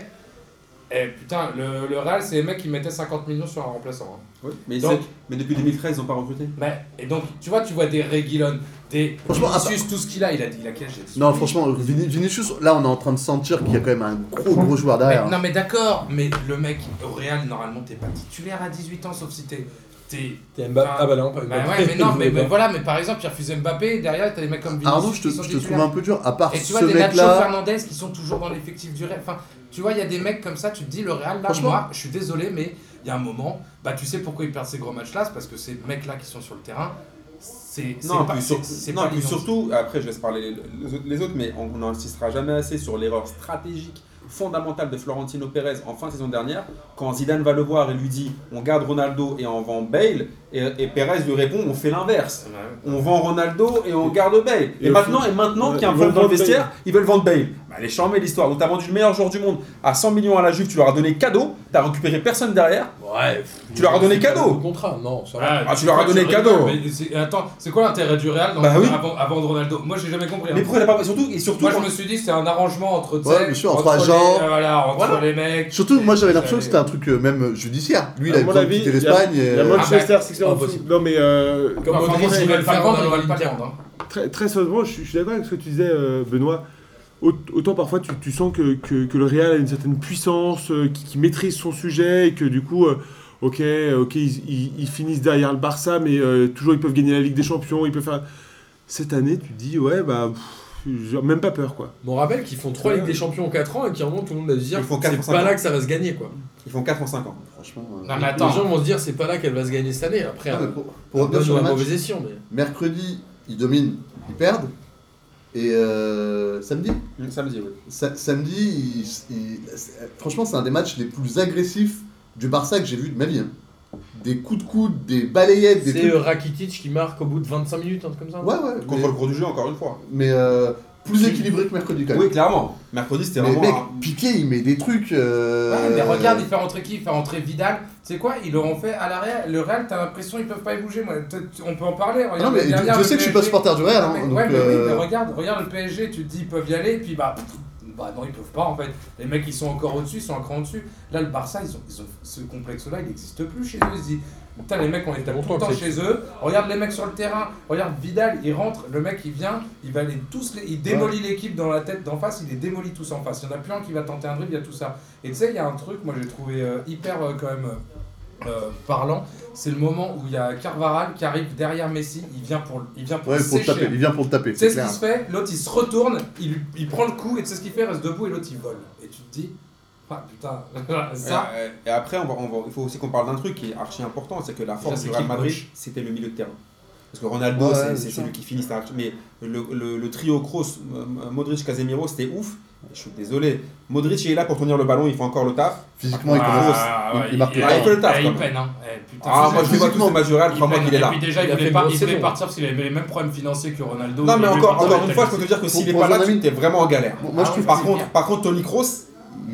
Speaker 4: eh, putain, le, le Real, c'est les mecs qui mettaient 50 millions sur un remplaçant. hein.
Speaker 2: Oui, Mais,
Speaker 4: Donc-
Speaker 2: c'est- mais depuis 2013, ils n'ont pas recruté.
Speaker 4: Mais- et donc, tu vois, tu vois des Reguilon, des
Speaker 5: Franchement,
Speaker 4: Vinicius, tout ce qu'il a, il a, il a cagé.
Speaker 5: Ah, Non, franchement, Vini- Vinicius, là, on est en train de sentir qu'il y a quand même un gros, gros joueur
Speaker 4: Mais-
Speaker 5: derrière.
Speaker 4: non mais d'accord, mais le mec au Real normalement t'es pas titulaire à 18 ans sauf si t'es t'es
Speaker 1: T'es Mbappé- Ah bah non, pas
Speaker 4: Bah
Speaker 1: Mbappé.
Speaker 4: ouais, mais
Speaker 5: [LAUGHS]
Speaker 4: non, mais, [LAUGHS]
Speaker 1: Il voulait
Speaker 4: mais
Speaker 1: pas.
Speaker 4: voilà, mais par exemple, il refusait Mbappé, derrière, t'as des mecs comme Vinicius
Speaker 5: Arnaud, je te,
Speaker 4: qui sont
Speaker 5: je te trouve
Speaker 4: titulaires.
Speaker 5: un peu dur. À part
Speaker 4: Et tu vois,
Speaker 5: ce
Speaker 4: des Nacho
Speaker 5: mec-là,
Speaker 4: Fernandez qui sont toujours dans l'effectif du Real. Enfin, tu vois, il y a des mecs comme ça, tu te dis, le Real, là,
Speaker 5: Franchement.
Speaker 4: moi, je suis désolé, mais il y a un moment, bah tu sais pourquoi ils perdent ces gros matchs-là, c'est parce que ces mecs-là qui sont sur le terrain, c'est c'est
Speaker 2: Non,
Speaker 4: pas-
Speaker 2: puis,
Speaker 4: c'est-
Speaker 2: sur-
Speaker 4: c'est
Speaker 2: non,
Speaker 4: pas
Speaker 2: puis
Speaker 4: l'identité.
Speaker 2: surtout, après je laisse parler les, les autres- les autres, mais on on n'insistera jamais assez sur l'erreur stratégique fondamentale de Florentino Pérez en fin de saison dernière, quand Zidane va le voir et lui dit on garde Ronaldo et on vend Bale, et, et Pérez lui répond on fait l'inverse.
Speaker 4: Ouais.
Speaker 2: On vend Ronaldo et on garde Bale. Et,
Speaker 6: Et au
Speaker 2: maintenant, et maintenant
Speaker 6: ouais,
Speaker 2: qu'il y a un
Speaker 6: ils veulent
Speaker 2: problème dans le
Speaker 6: vendre
Speaker 2: vestiaire, ils veulent vendre Bale. Bah, elle est charmée l'histoire. Donc t'as vendu le meilleur joueur du monde à 100 millions à la Juve, tu leur as donné cadeau, t'as récupéré personne derrière.
Speaker 1: Ouais, pff,
Speaker 2: Tu leur as donné
Speaker 1: c'est pas
Speaker 2: cadeau.
Speaker 1: le contrat, non, ça va.
Speaker 4: Ah,
Speaker 2: Ah, tu leur as donné
Speaker 4: je
Speaker 2: cadeau.
Speaker 4: mais c'est- Attends, c'est quoi l'intérêt du Real dans-
Speaker 2: Bah oui.
Speaker 4: avant, avant de Ronaldo Moi, j'ai jamais compris. hein.
Speaker 2: Mais pourquoi t'as pas. et Surtout, et surtout
Speaker 4: Moi,
Speaker 2: quand-
Speaker 4: je me suis dit, c'est un arrangement entre, tu
Speaker 5: Ouais,
Speaker 4: sais,
Speaker 5: bien sûr, entre agents.
Speaker 4: les, euh, voilà, entre
Speaker 2: Voilà.
Speaker 4: les mecs.
Speaker 5: surtout, moi, j'avais
Speaker 4: Et-
Speaker 5: l'impression que c'était un truc euh, même judiciaire. Lui, il
Speaker 6: À
Speaker 5: a
Speaker 6: mon
Speaker 5: besoin de
Speaker 6: avis,
Speaker 5: quitter
Speaker 6: il y a-
Speaker 5: l'Espagne. et-
Speaker 6: Il y a Manchester, c'est
Speaker 1: Ah,
Speaker 6: en dessous.
Speaker 1: impossible.
Speaker 6: Non, mais euh,
Speaker 1: Comme
Speaker 4: Enfin,
Speaker 1: Modric,
Speaker 4: Modric,
Speaker 1: il
Speaker 4: ils
Speaker 1: va le
Speaker 4: veulent pas
Speaker 1: faire
Speaker 4: le
Speaker 1: dans
Speaker 4: vendre, ils veulent pas le
Speaker 1: l'Olympique.
Speaker 4: perdre. hein.
Speaker 6: Très, très sérieusement, je, suis- je suis d'accord avec ce que tu disais, euh, Benoît. Au- Autant parfois tu, tu sens que, que- que le Real a une certaine puissance, euh, qui, qui maîtrise son sujet, et que du coup, euh, ok, ok, ils, ils- ils finissent derrière le Barça, mais euh, toujours ils peuvent gagner la Ligue des Champions, ils peuvent faire. Cette année, tu te dis, ouais, bah, pff, j'ai même pas peur, quoi.
Speaker 1: Mais on rappelle qu'ils font 3 Ligues des Champions en 4 ans et qu'à un moment tout le monde va se dire
Speaker 2: Ils font quatre pour
Speaker 1: c'est
Speaker 2: cinq
Speaker 1: pas
Speaker 2: ans.
Speaker 1: là que ça va se gagner quoi.
Speaker 2: Ils font 4 en 5 ans.
Speaker 5: Franchement. euh,
Speaker 4: Non, mais
Speaker 1: Les
Speaker 4: attends.
Speaker 1: gens vont se dire c'est pas là qu'elle va se gagner cette année. Après,
Speaker 5: non, mais
Speaker 1: on
Speaker 5: pour, pour revenir sur le match,
Speaker 1: mauvaise escient. Mais...
Speaker 5: mercredi, ils dominent, ils perdent. Et euh, samedi
Speaker 2: Samedi, oui.
Speaker 5: Sa- samedi, il- il- c'est- franchement, c'est un des matchs les plus agressifs du Barça que j'ai vu de ma vie. hein. Des coups de coude, des balayettes, des
Speaker 1: C'est
Speaker 5: trucs.
Speaker 1: euh, Rakitic qui marque au bout de 25 minutes, un truc comme ça.
Speaker 5: Ouais, ouais.
Speaker 2: Contre
Speaker 5: mais-
Speaker 2: le cours du jeu, encore une fois.
Speaker 5: Mais euh, plus équilibré que mercredi quand même.
Speaker 2: Oui, clairement. hein. Mercredi, c'était
Speaker 5: mais
Speaker 2: vraiment.
Speaker 5: mec,
Speaker 2: un-
Speaker 5: Piqué, il met des trucs. euh,
Speaker 4: Ouais, mais regarde, il fait rentrer qui Il fait rentrer Vidal. C'est quoi Ils l'auront fait à l'arrière. Le Real, t'as l'impression ils peuvent pas y bouger. Moi, t- t- on peut en parler.
Speaker 5: Ah
Speaker 4: Regarde,
Speaker 5: non, mais
Speaker 4: la dernière,
Speaker 5: je
Speaker 4: le
Speaker 5: sais que je suis pas
Speaker 4: PSG.
Speaker 5: supporter du Real. hein,
Speaker 4: Ouais,
Speaker 5: donc,
Speaker 4: mais
Speaker 5: euh,
Speaker 4: oui, mais regarde, regarde le PSG. Tu te dis ils peuvent y aller, et puis bah, pff, bah non, ils peuvent pas en fait. Les mecs, ils sont encore au-dessus, ils sont encore au-dessus. Là, le Barça, ils ont, ils ont- ce complexe-là, il n'existe plus chez eux. Ils se disent, putain, les mecs, on les tape tout
Speaker 1: Longtemps
Speaker 4: le temps
Speaker 1: que
Speaker 4: chez eux. Regarde les mecs sur le terrain. Regarde Vidal, il rentre, le mec, il vient, il va les tous, les- il démolit l'équipe dans la tête d'en face, il les démolit tous en face. Il n'y en a plus un qui va tenter un dribble, il y a tout ça. Et tu sais, il y a un truc, moi j'ai trouvé euh, hyper euh, quand même euh, euh, parlant, c'est le moment où il y a Carvaral qui arrive derrière Messi, il vient pour, il vient pour
Speaker 5: Ouais, pour le
Speaker 4: sécher.
Speaker 5: taper. Il vient pour le taper.
Speaker 4: Tu sais
Speaker 5: C'est
Speaker 4: ce
Speaker 5: clair.
Speaker 4: qu'il se fait L'autre il se retourne, il, il prend le coup et tu sais ce qu'il fait Il Reste debout et l'autre il vole. Et tu te dis, ah putain, [LAUGHS] ça.
Speaker 2: Euh, Et après, on va- on va- il faut aussi qu'on parle d'un truc qui est archi important, c'est que la force
Speaker 4: c'est
Speaker 2: du
Speaker 4: qui
Speaker 2: Real
Speaker 4: le
Speaker 2: Madrid,
Speaker 4: coach
Speaker 2: c'était le milieu de terrain. Parce que Ronaldo,
Speaker 5: Ouais,
Speaker 2: c'est-
Speaker 5: bien
Speaker 2: c'est
Speaker 5: sûr.
Speaker 2: celui qui finit, c'est un- mais le, le- le trio Kroos, M- M- Modric, euh, Casemiro, c'était ouf. Je suis désolé. Modric, il est là pour tenir le ballon, il fait encore le taf.
Speaker 5: Physiquement, il
Speaker 4: Ah,
Speaker 5: commence
Speaker 4: ouais,
Speaker 5: il- il marque
Speaker 2: le
Speaker 4: eh,
Speaker 2: pas. Il fait le taf,
Speaker 4: eh,
Speaker 2: quand
Speaker 4: il
Speaker 2: même.
Speaker 4: peine, hein. Eh, putain,
Speaker 2: Ah,
Speaker 4: c'est-
Speaker 2: moi je les vois tous au match du Real,
Speaker 4: il
Speaker 2: crois-moi
Speaker 4: peine.
Speaker 2: qu'il est
Speaker 4: Et
Speaker 2: là.
Speaker 4: puis déjà,
Speaker 1: Il
Speaker 4: il,
Speaker 1: a fait
Speaker 4: voulait,
Speaker 1: une
Speaker 4: pas,
Speaker 1: grosse
Speaker 4: il voulait
Speaker 1: saison.
Speaker 4: partir parce qu'il avait les mêmes problèmes financiers que Ronaldo.
Speaker 2: Non, mais
Speaker 4: Il voulait
Speaker 2: encore,
Speaker 4: partir
Speaker 2: encore
Speaker 4: avec
Speaker 2: une
Speaker 4: la
Speaker 2: fois, je peux
Speaker 4: Ligue.
Speaker 2: te dire que s'il
Speaker 5: Pour-
Speaker 2: est
Speaker 5: pour
Speaker 2: pas là,
Speaker 5: Ronaldo,
Speaker 2: tu t'es vraiment en galère.
Speaker 5: Bon, moi,
Speaker 4: Ah
Speaker 5: je
Speaker 4: ouais,
Speaker 5: trouve
Speaker 2: Par
Speaker 4: c'est
Speaker 2: contre,
Speaker 4: clair.
Speaker 2: par contre, Tony Kroos,
Speaker 5: il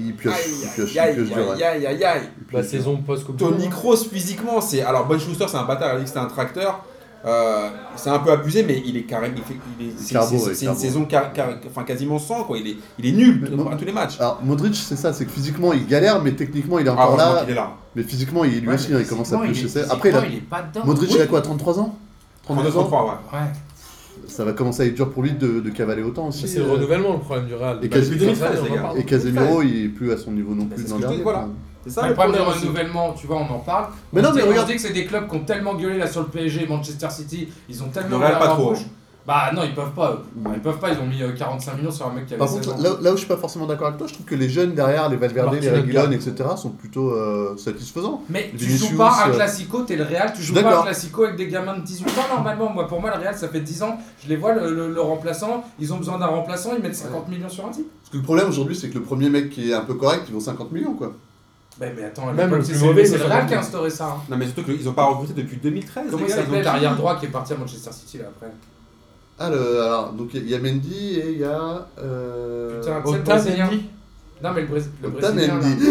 Speaker 2: aïe,
Speaker 5: pioche, il pioche,
Speaker 2: aïe,
Speaker 5: il
Speaker 2: aïe,
Speaker 5: pioche du
Speaker 2: aïe,
Speaker 5: Real.
Speaker 2: aïe, aïe, aïe.
Speaker 5: Il
Speaker 1: La
Speaker 4: Bah,
Speaker 5: pioche du Real.
Speaker 1: saison post-Coupe du
Speaker 2: Tony
Speaker 1: Monde. hein.
Speaker 2: Kroos, physiquement, c'est. Alors, Bon Schuster, c'est un bâtard, il a dit que c'était un tracteur. Euh, c'est un peu abusé, mais il est carrément. il fait- il est- C'est
Speaker 5: Carbo,
Speaker 2: c'est-
Speaker 5: ouais,
Speaker 2: c'est une
Speaker 5: carbo.
Speaker 2: saison car- car- enfin, quasiment sans, quoi. Il est, il est nul
Speaker 5: Mais moi-
Speaker 2: à tous les matchs.
Speaker 5: Alors Modric, c'est ça, c'est que physiquement il galère, mais techniquement il est
Speaker 2: Ah,
Speaker 5: encore
Speaker 2: heureusement
Speaker 5: là.
Speaker 2: qu'il est là.
Speaker 5: Mais physiquement, il, lui
Speaker 4: Ouais,
Speaker 5: aussi, hein,
Speaker 4: mais
Speaker 5: il commence à
Speaker 4: physiquement, il
Speaker 5: piocher.
Speaker 4: est-
Speaker 5: ça. Après, il a-
Speaker 4: physiquement, il est pas dedans.
Speaker 5: Modric,
Speaker 4: Oui.
Speaker 5: il a quoi 33 ans 32 ans
Speaker 2: 32-33, ouais.
Speaker 4: Ouais.
Speaker 5: Ça va commencer à être dur pour lui de, de cavaler autant aussi.
Speaker 1: C'est
Speaker 5: euh.
Speaker 1: le renouvellement le problème du Real.
Speaker 5: Et
Speaker 1: Bah, depuis
Speaker 5: Casemiro,
Speaker 1: 2013,
Speaker 2: les
Speaker 1: on en
Speaker 2: gars.
Speaker 1: parle.
Speaker 5: Et Casemiro, il est plus à son niveau non
Speaker 2: Bah,
Speaker 5: plus
Speaker 2: c'est
Speaker 5: l'an
Speaker 2: ce que je
Speaker 5: dernier.
Speaker 2: dis, voilà.
Speaker 5: quoi.
Speaker 2: C'est
Speaker 4: Bah,
Speaker 2: ça
Speaker 4: le problème de
Speaker 2: aussi.
Speaker 4: renouvellement, tu vois, on en parle.
Speaker 5: Mais
Speaker 4: on
Speaker 5: non,
Speaker 4: se dit-
Speaker 5: mais
Speaker 4: on se
Speaker 5: regarde.
Speaker 4: dit que c'est des clubs qui ont tellement gueulé là sur le PSG, Manchester City, ils ont tellement.
Speaker 2: Le Real,
Speaker 4: gueulé à
Speaker 2: pas
Speaker 4: leur
Speaker 2: trop,
Speaker 4: gauche.
Speaker 2: hein.
Speaker 4: Bah non, ils peuvent pas. eux.
Speaker 5: Ouais.
Speaker 4: Ils peuvent pas. Ils ont mis euh, 45 millions sur un mec qui avait.
Speaker 5: Par
Speaker 4: 16
Speaker 5: contre,
Speaker 4: ans.
Speaker 5: là, là où je suis pas forcément d'accord avec toi, je trouve que les jeunes derrière, les Valverde, les
Speaker 1: Martin
Speaker 5: Reguilon,
Speaker 1: Odegaard.
Speaker 5: etc., sont plutôt euh, satisfaisants.
Speaker 4: Mais tu
Speaker 5: Vinicius,
Speaker 4: joues pas un
Speaker 5: euh,
Speaker 4: classico, t'es le Real, tu
Speaker 5: je suis
Speaker 4: joues pas
Speaker 5: d'accord.
Speaker 4: un classico avec des gamins de 18 ans normalement. Moi, pour moi, le Real, ça fait 10 ans, je les vois, le, le- le remplaçant, ils ont besoin d'un remplaçant, ils mettent 50 millions sur un type.
Speaker 5: Parce que le problème aujourd'hui, c'est que le premier mec qui est un peu correct, il vaut 50 millions, quoi.
Speaker 4: Bah, mais attends, à
Speaker 1: Même
Speaker 4: l'époque,
Speaker 1: le
Speaker 4: c'est
Speaker 1: plus mauvais,
Speaker 4: c'est le
Speaker 1: ça
Speaker 4: Real
Speaker 1: fait
Speaker 4: qui a instauré ça. hein.
Speaker 2: Non, mais surtout qu'ils n'ont pas recruté depuis 2013.
Speaker 4: Comment
Speaker 2: les gars,
Speaker 4: il
Speaker 2: ils ont
Speaker 4: s'appelait
Speaker 2: qui
Speaker 4: l'arrière droit qui est parti à Manchester City là après
Speaker 5: Ah, le- alors, donc il y, a Mendy et il y a. Euh...
Speaker 4: Putain, tu sais, le
Speaker 1: Ota,
Speaker 4: Brésilien.
Speaker 1: Mendy
Speaker 4: Non, mais le, Brés- le
Speaker 5: Putain,
Speaker 4: Brésilien. là.
Speaker 5: Mendy.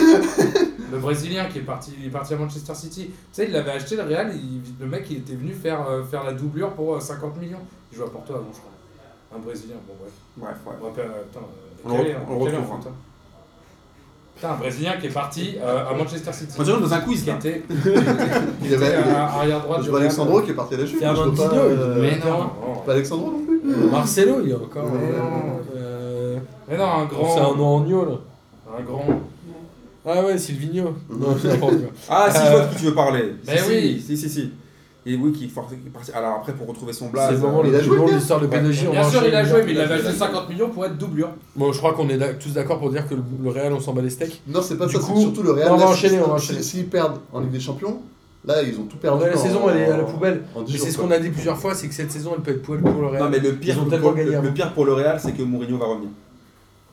Speaker 4: Le Brésilien qui est parti, il est parti à Manchester City. Tu sais, il l'avait acheté le Real, il- le mec il était venu faire, euh, faire la doublure pour euh, 50 millions. Il jouait à Porto avant, je crois. Un Brésilien, bon bref.
Speaker 2: Bref, ouais.
Speaker 4: On rappelle, euh, putain,
Speaker 2: On le
Speaker 4: quel est,
Speaker 2: retrouve-
Speaker 4: hein,
Speaker 2: on le
Speaker 4: quel est,
Speaker 2: retrouvera.
Speaker 4: en fait, hein Putain, un Brésilien qui est parti euh, à Manchester City.
Speaker 2: On dirait dans un quiz,
Speaker 4: Qui
Speaker 2: là.
Speaker 5: [LAUGHS]
Speaker 4: était
Speaker 5: [LAUGHS] Il y avait.
Speaker 4: arrière
Speaker 1: Ah,
Speaker 4: droit
Speaker 5: Je
Speaker 4: du
Speaker 5: vois
Speaker 4: Real.
Speaker 5: Alexandro qui est parti à la chute. mais je vois pas,
Speaker 1: Fernandinho, il
Speaker 5: euh,
Speaker 4: Mais non,
Speaker 5: Pas Alexandro non plus.
Speaker 1: Marcelo, il y a encore.
Speaker 5: Ouais.
Speaker 1: euh,
Speaker 4: mais non, un
Speaker 1: C'est un
Speaker 4: grand,
Speaker 1: Ornio là.
Speaker 4: un grand.
Speaker 1: Ah ouais, Silvino. Non, je comprends pas.
Speaker 2: Ah, si, je vois de qui tu veux parler.
Speaker 4: Ben
Speaker 2: Si,
Speaker 4: oui.
Speaker 2: Si, si, si. Et oui, qui est fort- qui est parti. Alors après, pour retrouver son
Speaker 1: C'est
Speaker 2: blaze. euh,
Speaker 1: le moment
Speaker 5: il
Speaker 1: le
Speaker 5: a
Speaker 1: plus
Speaker 5: joué,
Speaker 1: long de
Speaker 5: bien.
Speaker 1: l'histoire de PSG. on
Speaker 4: Bien sûr,
Speaker 1: enchaîne
Speaker 4: il a joué, mais il avait
Speaker 5: il a
Speaker 4: acheté
Speaker 5: joué.
Speaker 4: 50 millions pour être hein. doublure.
Speaker 1: Bon, je crois qu'on est là- tous d'accord pour dire que le, le Real, on s'en bat les steaks.
Speaker 5: Non, c'est pas
Speaker 1: Du
Speaker 5: ça,
Speaker 1: coup,
Speaker 5: c'est surtout le Real.
Speaker 1: on va
Speaker 5: Là,
Speaker 1: enchaîner,
Speaker 5: si-
Speaker 1: on va
Speaker 5: si-
Speaker 1: enchaîner.
Speaker 5: S'ils perdent en Ligue des Champions, là, ils ont tout perdu.
Speaker 1: Ouais, la
Speaker 5: en-
Speaker 1: saison, elle est à la poubelle.
Speaker 5: en dix
Speaker 1: Mais c'est
Speaker 5: jours,
Speaker 1: ce qu'on
Speaker 5: quoi.
Speaker 1: a dit plusieurs fois, c'est que cette saison, elle peut être poubelle pour le Real.
Speaker 2: Non, mais le pire,
Speaker 1: Ils ont
Speaker 2: pour-
Speaker 1: tellement
Speaker 2: le-
Speaker 1: gagné
Speaker 2: le,
Speaker 1: avant.
Speaker 2: pire pour le Real, c'est que Mourinho va revenir.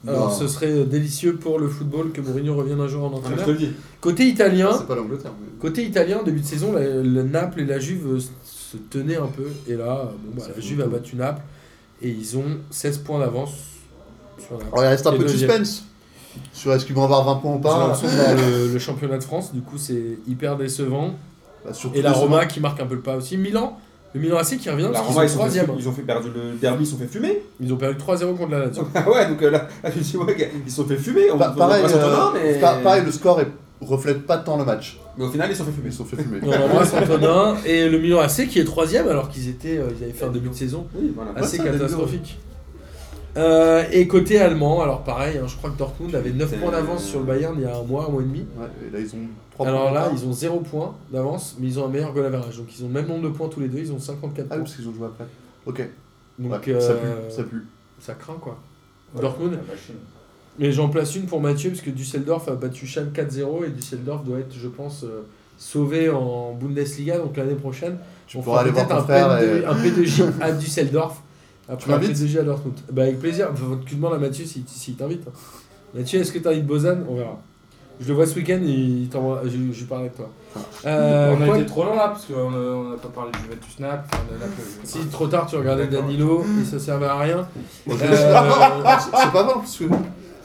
Speaker 1: Alors,
Speaker 5: Non.
Speaker 1: ce serait euh, délicieux pour le football que Mourinho revienne un jour en
Speaker 2: Non, mais je
Speaker 1: entraîneur.
Speaker 2: te le dis.
Speaker 1: Côté italien,
Speaker 5: C'est pas l'Angleterre. mais-
Speaker 1: côté italien, début de saison, la- le Naples et la Juve euh, se tenaient un peu. Et là, euh, bon, bah,
Speaker 5: Ça
Speaker 1: la
Speaker 5: fait
Speaker 1: Juve a
Speaker 5: beaucoup.
Speaker 1: battu Naples et ils ont 16 points d'avance sur Naples.
Speaker 5: Alors, il reste un
Speaker 1: Et
Speaker 5: peu de
Speaker 1: deuxième.
Speaker 5: suspense sur est-ce qu'ils vont avoir 20 points ou
Speaker 1: J'ai
Speaker 5: pas.
Speaker 1: l'impression de voir le, le championnat de France, du coup c'est hyper décevant.
Speaker 5: Bah, surtout
Speaker 1: Et la
Speaker 5: les-
Speaker 1: Roma qui marque un peu le pas aussi. Milan, le Milan AC qui revient
Speaker 2: La
Speaker 1: parce
Speaker 2: Roma,
Speaker 1: qu'ils
Speaker 2: ils
Speaker 1: sont
Speaker 2: sont fait-
Speaker 1: troisième.
Speaker 2: ils ont fait perdre le derby, ils se sont fait fumer. [LAUGHS]
Speaker 1: Ils ont perdu 3-0 contre la Lazio.
Speaker 2: Ah ouais, donc euh, là, là, tu te dis, ouais, ils se sont fait fumer. On
Speaker 5: Pa-
Speaker 2: on-
Speaker 5: pareil,
Speaker 2: on- on- on-
Speaker 5: euh,
Speaker 2: non, mais...
Speaker 5: pa- pareil, le score est- reflète pas tant le match.
Speaker 2: mais au final, ils se sont fait
Speaker 5: Mais
Speaker 2: fumer.
Speaker 5: ils se sont fait fumer.
Speaker 1: Et On embrasse Antonin et le Milan AC qui est troisième alors qu'ils étaient, euh, ils avaient fait un début de saison
Speaker 2: Oui, voilà.
Speaker 5: Ah,
Speaker 1: assez
Speaker 5: ça, début,
Speaker 1: catastrophique. Euh, et côté allemand, alors pareil, hein, je crois que Dortmund avait 9
Speaker 2: Putain.
Speaker 1: points d'avance sur le Bayern il y a un mois, un mois et demi.
Speaker 5: Ouais, et là, ils ont 3
Speaker 1: Alors là, ils ont 0 points d'avance, mais ils ont un meilleur goal average. Donc ils ont le même nombre de points tous les deux, ils ont 54
Speaker 5: Ah oui,
Speaker 1: points.
Speaker 5: parce qu'ils ont joué après. Ok.
Speaker 1: Donc
Speaker 5: Ouais, ça
Speaker 1: euh,
Speaker 5: pue. Ça pue.
Speaker 1: ça craint quoi.
Speaker 4: Ouais,
Speaker 1: Dortmund,
Speaker 4: la machine.
Speaker 1: Mais j'en place une pour Mathieu, parce que Düsseldorf a battu Schalke 4-0 et Düsseldorf doit être, je pense, euh, sauvé en Bundesliga, donc l'année prochaine.
Speaker 5: Tu pourras aller voir
Speaker 1: peut-être un,
Speaker 5: ton frère.
Speaker 1: P2
Speaker 5: et-
Speaker 1: un
Speaker 5: [LAUGHS]
Speaker 1: P2J à Düsseldorf.
Speaker 5: Tu
Speaker 1: Après un
Speaker 5: m'invites
Speaker 1: P2J à Dortmund. Bah, avec plaisir. Enfin, tu demandes à Mathieu s'il s'il t'invite. hein. Mathieu, est-ce que t'invites Bozan On verra. Je le vois ce week-end, il t'envoie. Je, je parle avec toi.
Speaker 5: Ah.
Speaker 1: Euh,
Speaker 4: on a
Speaker 1: quoi-
Speaker 4: été trop long là parce qu'on euh, on a pas parlé du Juventus Naples. on a Naples-
Speaker 1: Si trop tard, tu regardais
Speaker 4: D'accord.
Speaker 1: Danilo, il se servait à rien.
Speaker 5: Ok.
Speaker 1: Euh,
Speaker 5: C'est pas mal parce que.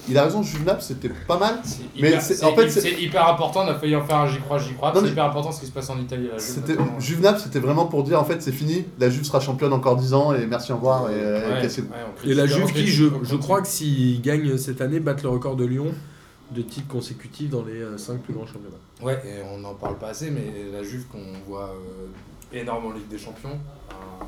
Speaker 5: Il a raison, Juvenap, c'était pas mal.
Speaker 4: C'est
Speaker 5: Mais
Speaker 4: hyper-
Speaker 5: c'est-
Speaker 4: c'est
Speaker 5: en fait,
Speaker 4: hy-
Speaker 5: c'est-
Speaker 4: c'est hyper important, on a failli en faire un j'y crois, j'y crois.
Speaker 5: Non,
Speaker 4: C'est
Speaker 5: mais-
Speaker 4: hyper important ce qui se passe en Italie là. hein. je-
Speaker 5: C'était
Speaker 4: notamment.
Speaker 5: Juvenap, c'était vraiment pour dire en fait c'est fini, la Juve sera championne encore 10 ans et merci au revoir et, euh,
Speaker 4: Ouais,
Speaker 5: cassez-vous.
Speaker 4: ouais, on critique-
Speaker 1: Et la
Speaker 4: on
Speaker 1: Juve qui,
Speaker 4: critique-
Speaker 1: je,
Speaker 4: on
Speaker 1: je
Speaker 4: critique.
Speaker 1: crois que s'ils gagnent cette année, battent le record de Lyon de titres consécutifs dans les 5 plus grands championnats.
Speaker 4: Ouais, et on n'en parle pas assez, mais la Juve qu'on voit euh, énorme en Ligue des Champions. euh,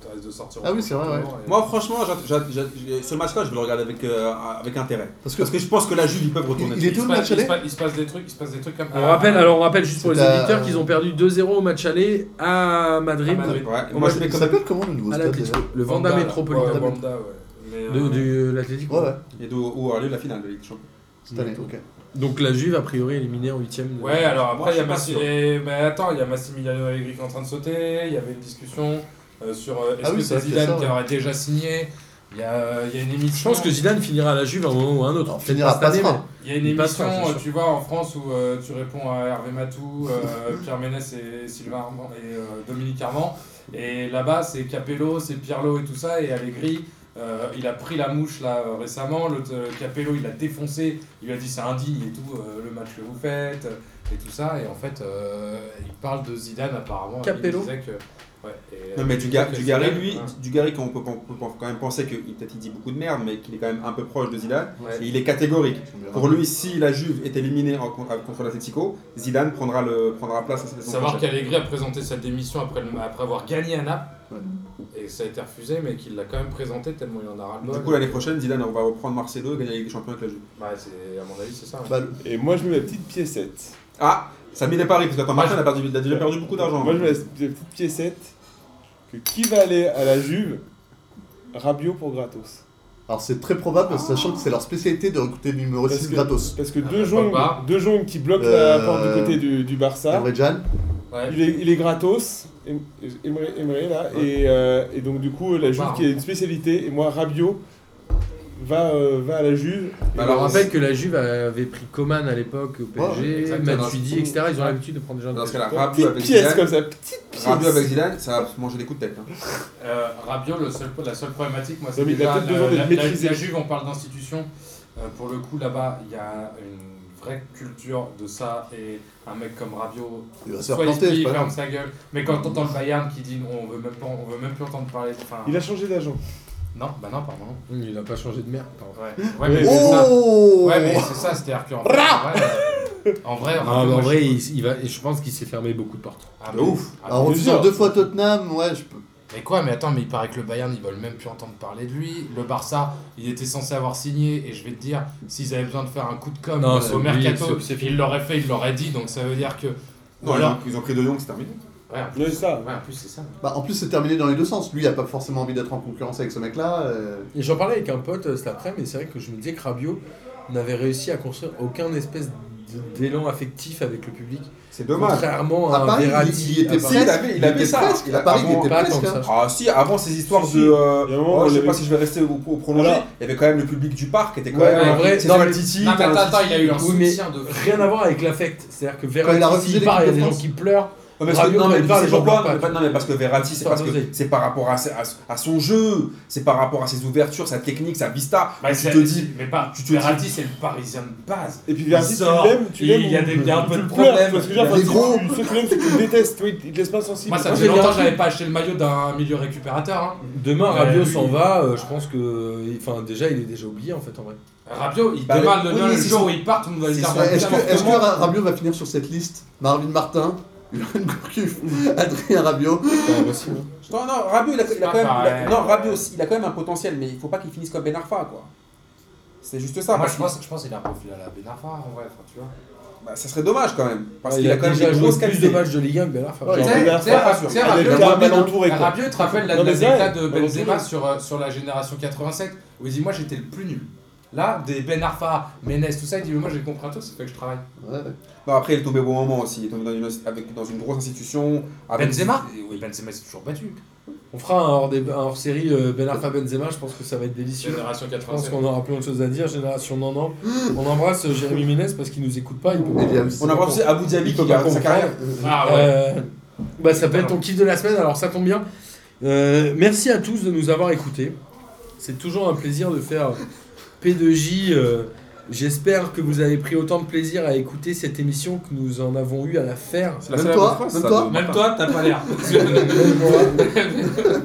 Speaker 4: Ça risque de sortir.
Speaker 5: Ah oui, c'est vrai, ouais.
Speaker 2: Moi, franchement, j'a- j'a- j'a- ce match-là, je vais le regarder avec, euh, avec intérêt.
Speaker 5: Parce que
Speaker 2: Parce que je pense que la Juve, ils peuvent retourner.
Speaker 5: il est
Speaker 4: il,
Speaker 5: tout
Speaker 4: se
Speaker 5: le
Speaker 4: passe, il,
Speaker 5: match
Speaker 4: se
Speaker 5: aller
Speaker 4: passe, il se passe des trucs, il se passe des trucs comme.
Speaker 1: On rappelle, alors on rappelle juste pour les
Speaker 5: C'est à-
Speaker 1: auditeurs qu'ils ont perdu 2-0 au match aller à Madrid,
Speaker 4: À Madrid.
Speaker 2: Ouais,
Speaker 1: Comment
Speaker 2: moi, je
Speaker 1: je-
Speaker 2: mets
Speaker 5: Ça
Speaker 2: comme.
Speaker 5: s'appelle comment le nouveau
Speaker 1: à
Speaker 5: stade euh,
Speaker 1: l'Atlético.
Speaker 5: déjà
Speaker 1: Le Vanda
Speaker 4: Ouais,
Speaker 1: Metropolitano
Speaker 4: Wanda, ouais. Mais,
Speaker 1: de,
Speaker 4: euh,
Speaker 1: de l'Atlético.
Speaker 5: Ouais, ouais,
Speaker 2: Et d'où où aura lieu la finale de Ligue des Champions.
Speaker 5: cette année, ok.
Speaker 1: Donc la Juve, a priori, éliminée en 8
Speaker 4: Ouais, alors
Speaker 2: Moi,
Speaker 4: après,
Speaker 2: je
Speaker 4: il y
Speaker 2: suis
Speaker 4: a
Speaker 2: pas
Speaker 4: Massi-
Speaker 2: sûr.
Speaker 4: eh, mais attends, il y a Massimiliano Allegri qui est en train de sauter, il y avait une discussion euh, sur euh, est-ce
Speaker 5: Ah oui,
Speaker 4: que
Speaker 5: c'est
Speaker 4: c'est
Speaker 5: vrai qu'il y a
Speaker 4: Zidane
Speaker 5: ça,
Speaker 4: qui
Speaker 5: ouais.
Speaker 4: aurait déjà signé Il y a, il y a une
Speaker 1: Je
Speaker 4: émission.
Speaker 1: pense que Zidane finira à la Juve à un moment ou à un autre.
Speaker 5: Alors,
Speaker 1: Peut-être
Speaker 5: finira
Speaker 1: cette année,
Speaker 5: passera.
Speaker 1: mais-
Speaker 4: Il y a une
Speaker 1: Il
Speaker 4: émission,
Speaker 1: passera, c'est
Speaker 4: euh,
Speaker 1: sûr.
Speaker 4: tu vois, en France où euh, tu réponds à Hervé Matou, euh, Pierre Ménès et Sylvain Armand et euh, Dominique Armand. Et là-bas, c'est Capello, c'est Pirlo et tout ça. Et Allegri, euh, il a pris la mouche là euh, récemment. L'autre, euh, Capello, il l'a défoncé. Il lui a dit c'est indigne et tout, euh, le match que vous faites euh, et tout ça. Et en fait, euh, il parle de Zidane apparemment.
Speaker 1: Capello
Speaker 4: Il disait que, ouais, et, euh,
Speaker 2: Non mais
Speaker 4: il
Speaker 2: Duga-
Speaker 4: disait que
Speaker 2: Dugarry,
Speaker 4: Zidane,
Speaker 2: lui,
Speaker 4: hein.
Speaker 2: Dugarry, quand on peut, on peut quand même penser qu'il peut-être il dit beaucoup de merde, mais qu'il est quand même un peu proche de Zidane,
Speaker 4: Ouais.
Speaker 2: et il est catégorique. Pour lui, si la Juve est éliminée en- contre l'Atletico, Zidane prendra, le, prendra place à cette saison
Speaker 4: Savoir
Speaker 2: prochaine.
Speaker 4: qu'Allegri a présenté sa démission après, le- après avoir gagné à Naples et que ça a été refusé, mais qu'il l'a quand même présenté tellement il en a ras le
Speaker 2: Du coup, l'année prochaine, Zidane, on va reprendre Marcelo et gagner la Ligue des Champions avec la Juve.
Speaker 4: à mon avis, c'est ça. hein. ouais.
Speaker 5: Bah, le-
Speaker 6: Et moi, je mets la petite piécette.
Speaker 2: Ah Ça met les paris, parce que quand Marcelo a, perdu, il a déjà perdu beaucoup d'argent.
Speaker 6: Moi,
Speaker 2: hein.
Speaker 6: je mets la la petite piécette que qui va aller à la Juve Rabiot pour gratos.
Speaker 5: Alors c'est très probable, sachant que c'est leur spécialité de recruter le numéro 6
Speaker 6: que,
Speaker 5: gratos.
Speaker 6: parce que
Speaker 4: Ah,
Speaker 6: deux,
Speaker 4: bah,
Speaker 6: jongles,
Speaker 4: papa.
Speaker 6: deux jongles qui bloquent
Speaker 5: Euh,
Speaker 6: la porte du côté du, du Barça.
Speaker 5: Emre Can,
Speaker 4: Ouais.
Speaker 6: Il est, il est gratos, Em- Emre, Emre, là,
Speaker 4: Ouais.
Speaker 6: et, euh, et donc du coup la Juve
Speaker 4: Bah.
Speaker 6: qui est une spécialité, et moi Rabiot va, euh, va à la Juve.
Speaker 2: Bah,
Speaker 6: Et
Speaker 1: Alors, on
Speaker 6: on-
Speaker 1: rappelle que la Juve avait pris Coman à l'époque au PSG,
Speaker 4: exactement.
Speaker 1: Matuidi, etc. Ils ont l'habitude de prendre des gens de
Speaker 2: Dans ce
Speaker 1: PSG.
Speaker 2: cas-là,
Speaker 6: une
Speaker 2: Rabiot
Speaker 6: petite
Speaker 2: avec
Speaker 6: pièce
Speaker 2: Zidane,
Speaker 6: comme ça, petite pièce.
Speaker 2: Rabiot avec Zidane, ça va manger des coups de tête. hein.
Speaker 4: Euh, Rabiot, le seul, la seule problématique, moi, c'est
Speaker 6: Non, mais il a
Speaker 4: déjà
Speaker 6: peut-être besoin
Speaker 4: la,
Speaker 6: d'être
Speaker 4: la,
Speaker 6: maîtrisé.
Speaker 4: la Juve, on parle d'institution. Euh, pour le coup, là-bas, il y a une vraie culture de ça et un mec comme Rabiot,
Speaker 5: il va se faire
Speaker 4: soit il se
Speaker 5: planter,
Speaker 4: plie,
Speaker 5: c'est
Speaker 4: il
Speaker 5: pas
Speaker 4: ferme
Speaker 5: grave.
Speaker 4: sa gueule. Mais quand t'entends le Bayern qui dit on veut même pas, on veut même plus entendre parler. Enfin,
Speaker 6: Il a changé d'agent.
Speaker 4: non, bah non, pardon.
Speaker 1: Hum, Il n'a pas changé de merde. pardon.
Speaker 6: [LAUGHS]
Speaker 4: Ouais, ouais mais c'est ça.
Speaker 5: Oh
Speaker 4: Ouais, mais c'est ça, c'est-à-dire qu'en fait, en vrai,
Speaker 1: Non,
Speaker 4: Ah, bah, en vrai,
Speaker 1: Ah, mais en
Speaker 4: moi, je-
Speaker 1: vrai, il, il va, et je pense qu'il s'est fermé beaucoup de portes.
Speaker 4: Ah,
Speaker 2: De
Speaker 4: mais-
Speaker 2: ouf.
Speaker 4: ah,
Speaker 5: Alors on
Speaker 4: mais-
Speaker 5: sort deux fois Tottenham, ouais, je peux.
Speaker 4: Mais quoi, mais attends, mais il paraît que le Bayern, ils veulent même plus entendre parler de lui. Le Barça, il était censé avoir signé, et je vais te dire, s'ils avaient besoin de faire un coup de com'
Speaker 1: Non, c'est
Speaker 4: au
Speaker 1: oublié,
Speaker 4: mercato,
Speaker 1: c'est- c'est fini.
Speaker 4: ils l'auraient fait, ils l'auraient dit, donc ça veut dire que.
Speaker 2: Non,
Speaker 4: Ou alors-
Speaker 2: ils, ont, ils ont pris deux noms, c'est terminé.
Speaker 4: Ouais, en plus,
Speaker 6: Ouais, ça.
Speaker 4: ouais, en plus, c'est ça.
Speaker 5: Bah, en plus, c'est terminé dans les deux sens. Lui, il a pas forcément envie d'être en concurrence avec ce mec-là. euh.
Speaker 1: Et j'en parlais avec un pote euh, cet après, mais c'est vrai que je me disais que Rabiot n'avait réussi à construire aucun espèce d- d'élan affectif avec le public.
Speaker 2: C'est dommage.
Speaker 1: Contrairement
Speaker 5: Ah, À
Speaker 1: à, un
Speaker 5: Paris,
Speaker 1: Verratti.
Speaker 5: il y était
Speaker 1: à
Speaker 5: presque.
Speaker 1: Paris.
Speaker 2: Si, il avait- il avait
Speaker 5: était
Speaker 2: ça.
Speaker 5: presque.
Speaker 2: Il
Speaker 5: À
Speaker 2: a-
Speaker 5: Paris, il
Speaker 2: avant-
Speaker 5: était
Speaker 1: pas
Speaker 5: presque.
Speaker 1: tant que
Speaker 5: hein.
Speaker 1: ça.
Speaker 2: Ah si, avant ces histoires
Speaker 6: Si, si.
Speaker 2: de... euh,
Speaker 6: Il y a un moment,
Speaker 2: oh,
Speaker 6: on
Speaker 2: je sais pas
Speaker 6: l'avait-
Speaker 2: si je vais rester au, au prolongé,
Speaker 6: Voilà.
Speaker 2: il y avait quand même le public du parc qui était quand
Speaker 1: Ouais,
Speaker 2: même... euh,
Speaker 1: en vrai,
Speaker 2: c'est
Speaker 1: non, mais-
Speaker 2: Titi,
Speaker 4: Non, mais
Speaker 2: t'as un
Speaker 4: attends, attends, il a eu un
Speaker 1: Oui, mais
Speaker 4: soutien de.
Speaker 1: Rien à voir avec l'affect. C'est-à-dire que
Speaker 5: Quand il a
Speaker 1: Verratti,
Speaker 5: refusé
Speaker 1: s'il part, il y a
Speaker 5: l'équipe
Speaker 1: des
Speaker 5: de
Speaker 1: gens
Speaker 5: France.
Speaker 1: qui pleurent.
Speaker 2: Non mais,
Speaker 1: Rabiot,
Speaker 2: c'est- non,
Speaker 1: quand
Speaker 2: mais
Speaker 1: il parle,
Speaker 2: c'est
Speaker 1: les gens
Speaker 2: pourquoi
Speaker 1: parlent
Speaker 2: mais
Speaker 1: pas.
Speaker 2: pas- Non mais parce que Verratti, c'est
Speaker 1: Histoire
Speaker 2: parce que
Speaker 1: d'oseille.
Speaker 2: c'est par rapport à, sa- à, à son jeu, c'est par rapport à ses ouvertures, sa technique, sa vista.
Speaker 4: Bah,
Speaker 2: tu
Speaker 4: c'est-
Speaker 2: te dis,
Speaker 4: mais pas.
Speaker 2: tu te dis-
Speaker 4: Verratti, c'est le Parisien de base.
Speaker 6: Et puis Verdi, tu
Speaker 4: sort,
Speaker 6: l'aimes, tu
Speaker 4: il-
Speaker 6: l'aimes.
Speaker 4: il y a
Speaker 6: ou-
Speaker 4: des- il y a un
Speaker 6: tu
Speaker 4: peu de
Speaker 6: le pleures,
Speaker 4: problème.
Speaker 6: tu vois ce que je veux dire,
Speaker 5: Il y a
Speaker 6: enfin,
Speaker 5: des
Speaker 6: tu- Ceux qui l'aiment, ceux qui le détestent, oui, il te laisse pas sensible.
Speaker 4: Moi, ça
Speaker 1: Moi,
Speaker 4: faisait
Speaker 1: j'ai
Speaker 4: longtemps que
Speaker 1: bien-
Speaker 4: j'avais pas acheté le maillot d'un milieu récupérateur. Hein.
Speaker 1: Demain,
Speaker 4: Ouais,
Speaker 1: Rabiot
Speaker 4: lui-
Speaker 1: s'en va. euh, je pense que. Enfin, déjà, il est déjà oublié en fait en vrai.
Speaker 4: Rabiot, il
Speaker 2: Bah,
Speaker 4: démarre le,
Speaker 2: oui,
Speaker 4: le
Speaker 2: c'est
Speaker 4: jour
Speaker 2: son-
Speaker 4: où il part, on va le
Speaker 2: c'est
Speaker 4: dire.
Speaker 2: son-
Speaker 4: bah,
Speaker 5: Ouais, Est-ce que,
Speaker 4: putain,
Speaker 5: est-ce que
Speaker 4: comment-
Speaker 5: Ra- Rabiot va finir sur cette liste Marvin Martin, [LAUGHS] Johan Gourcuff, Adrien Rabiot.
Speaker 2: Non, non, Rabiot, il a, il a
Speaker 4: pas
Speaker 2: quand même, il a-
Speaker 4: pareil.
Speaker 2: non, Rabiot, il a quand même un potentiel, mais il faut pas qu'il finisse comme Ben Arfa, quoi. C'est juste ça.
Speaker 4: Moi,
Speaker 2: parce
Speaker 4: je
Speaker 2: que-
Speaker 4: pense, je pense qu'il a un profil à la Ben Arfa, en vrai, enfin, tu vois.
Speaker 2: bah, ça serait dommage quand même, parce
Speaker 1: Ouais,
Speaker 2: qu'il a, quand même
Speaker 1: déjà
Speaker 2: des
Speaker 1: joué
Speaker 2: grosses
Speaker 1: plus de
Speaker 2: qualités.
Speaker 1: matchs de Ligue 1 que Ben Arfa.
Speaker 5: Ouais,
Speaker 1: Genre,
Speaker 4: Tu sais-
Speaker 6: Ben Arfa,
Speaker 4: tu sais,
Speaker 2: pas
Speaker 4: tu
Speaker 2: sûr.
Speaker 4: sais,
Speaker 6: Avec
Speaker 4: Rabiot,
Speaker 6: un mal
Speaker 4: Rabiot-
Speaker 6: entouré, quoi.
Speaker 4: Rabiot, tu te rappelles la
Speaker 6: Non, mais c'est vrai,
Speaker 4: l'anecdote de
Speaker 6: mal
Speaker 4: Benzema
Speaker 6: entouré.
Speaker 4: sur, euh, sur la génération 87 où il dit Moi j'étais le plus nul. Là, des Ben Arfa, Ménès, tout ça, il dit Mais Moi j'ai compris un truc, c'est fait que je travaille.
Speaker 5: Ouais.
Speaker 2: Non, Bah, après, il est tombé au bon moment aussi. Il est tombé dans une, avec, dans une grosse institution. Avec
Speaker 4: Benzema Oui, Benzema s'est toujours battu.
Speaker 1: On fera un hors, débat- un hors série euh, Ben Arfa Benzema. Je pense que ça va être délicieux.
Speaker 4: Génération
Speaker 1: Je pense
Speaker 4: 87.
Speaker 1: qu'on aura plein de choses à dire, génération non non. On embrasse euh, Jérémy Ménez parce qu'il nous écoute pas, il peut pas.
Speaker 5: Ah. Eh bien, c'est
Speaker 2: On a
Speaker 5: bon.
Speaker 2: aussi Abu Dhabi
Speaker 1: Il peut
Speaker 2: qui
Speaker 1: pas
Speaker 2: garde sa
Speaker 1: comprendre.
Speaker 2: carrière.
Speaker 4: Ah ouais.
Speaker 1: Euh, bah, ça peut être ton kiff de la semaine, alors ça tombe bien. Euh, merci à tous de nous avoir écoutés. C'est toujours un plaisir de faire P2J. euh, J'espère que vous avez pris autant de plaisir à écouter cette émission que nous en avons eu à la faire.
Speaker 5: [LAUGHS]
Speaker 2: C'est la
Speaker 5: Même
Speaker 2: seule
Speaker 5: toi,
Speaker 2: en France,
Speaker 5: même
Speaker 2: ça,
Speaker 5: toi.
Speaker 2: de-
Speaker 4: Même toi, t'as pas [LAUGHS] l'air.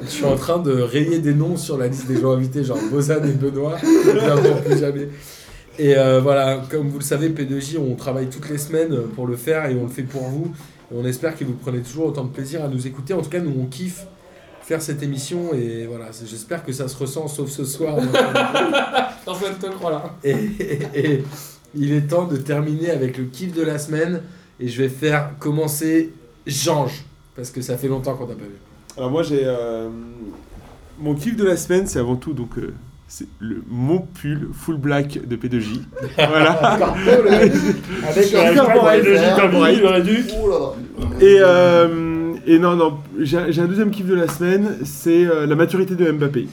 Speaker 1: Je suis en train de rayer des noms sur la liste des gens invités, genre Bozan et Benoît, clairement plus jamais. Et euh, voilà, comme vous le savez, P2J, on travaille toutes les semaines pour le faire et on le fait pour vous. Et on espère que vous prenez toujours autant de plaisir à nous écouter. En tout cas, nous, on kiffe faire cette émission et voilà, c'est- j'espère que ça se ressent, sauf ce soir. [LAUGHS]
Speaker 4: Personne te croit là.
Speaker 1: Et, et- et il est temps de terminer avec le kiff de la semaine et je vais faire commencer Jange, parce que ça fait longtemps qu'on n'a pas vu.
Speaker 6: Alors moi j'ai euh, mon kiff de la semaine, c'est avant tout donc euh, c'est le mon pull full black de P2J. voilà.
Speaker 1: Avec
Speaker 6: un corporel de Gilles Corporel.
Speaker 1: aurait dû.
Speaker 5: Oh là là.
Speaker 6: Et euh, et non non, j'ai j'ai un deuxième kiff de la semaine, c'est euh, la maturité de Mbappé.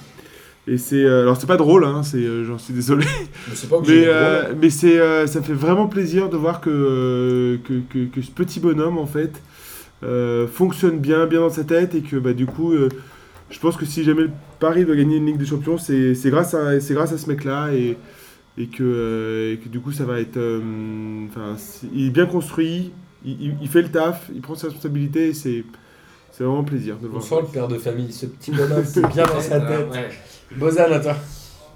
Speaker 6: Et c'est euh, alors c'est pas drôle, hein, c'est euh, j'en suis désolé,
Speaker 1: Mais c'est pas obligé.
Speaker 6: mais
Speaker 1: d'être
Speaker 6: euh,
Speaker 1: drôle.
Speaker 6: mais c'est euh, ça fait vraiment plaisir de voir que euh, que, que- que ce petit bonhomme en fait euh, fonctionne bien bien dans sa tête et que bah du coup euh, je pense que si jamais le Paris doit gagner une Ligue des Champions, c'est c'est grâce à c'est grâce à ce mec là et et que, euh, et que du coup ça va être euh, enfin c'est- il est bien construit, il, il- il fait le taf, il prend ses responsabilités et c'est c'est vraiment plaisir de le
Speaker 1: On
Speaker 6: voir.
Speaker 1: sent le père de famille, ce petit bonhomme, c'est bien dans
Speaker 2: Ah,
Speaker 1: sa tête.
Speaker 4: Ouais.
Speaker 1: Bozan, à toi.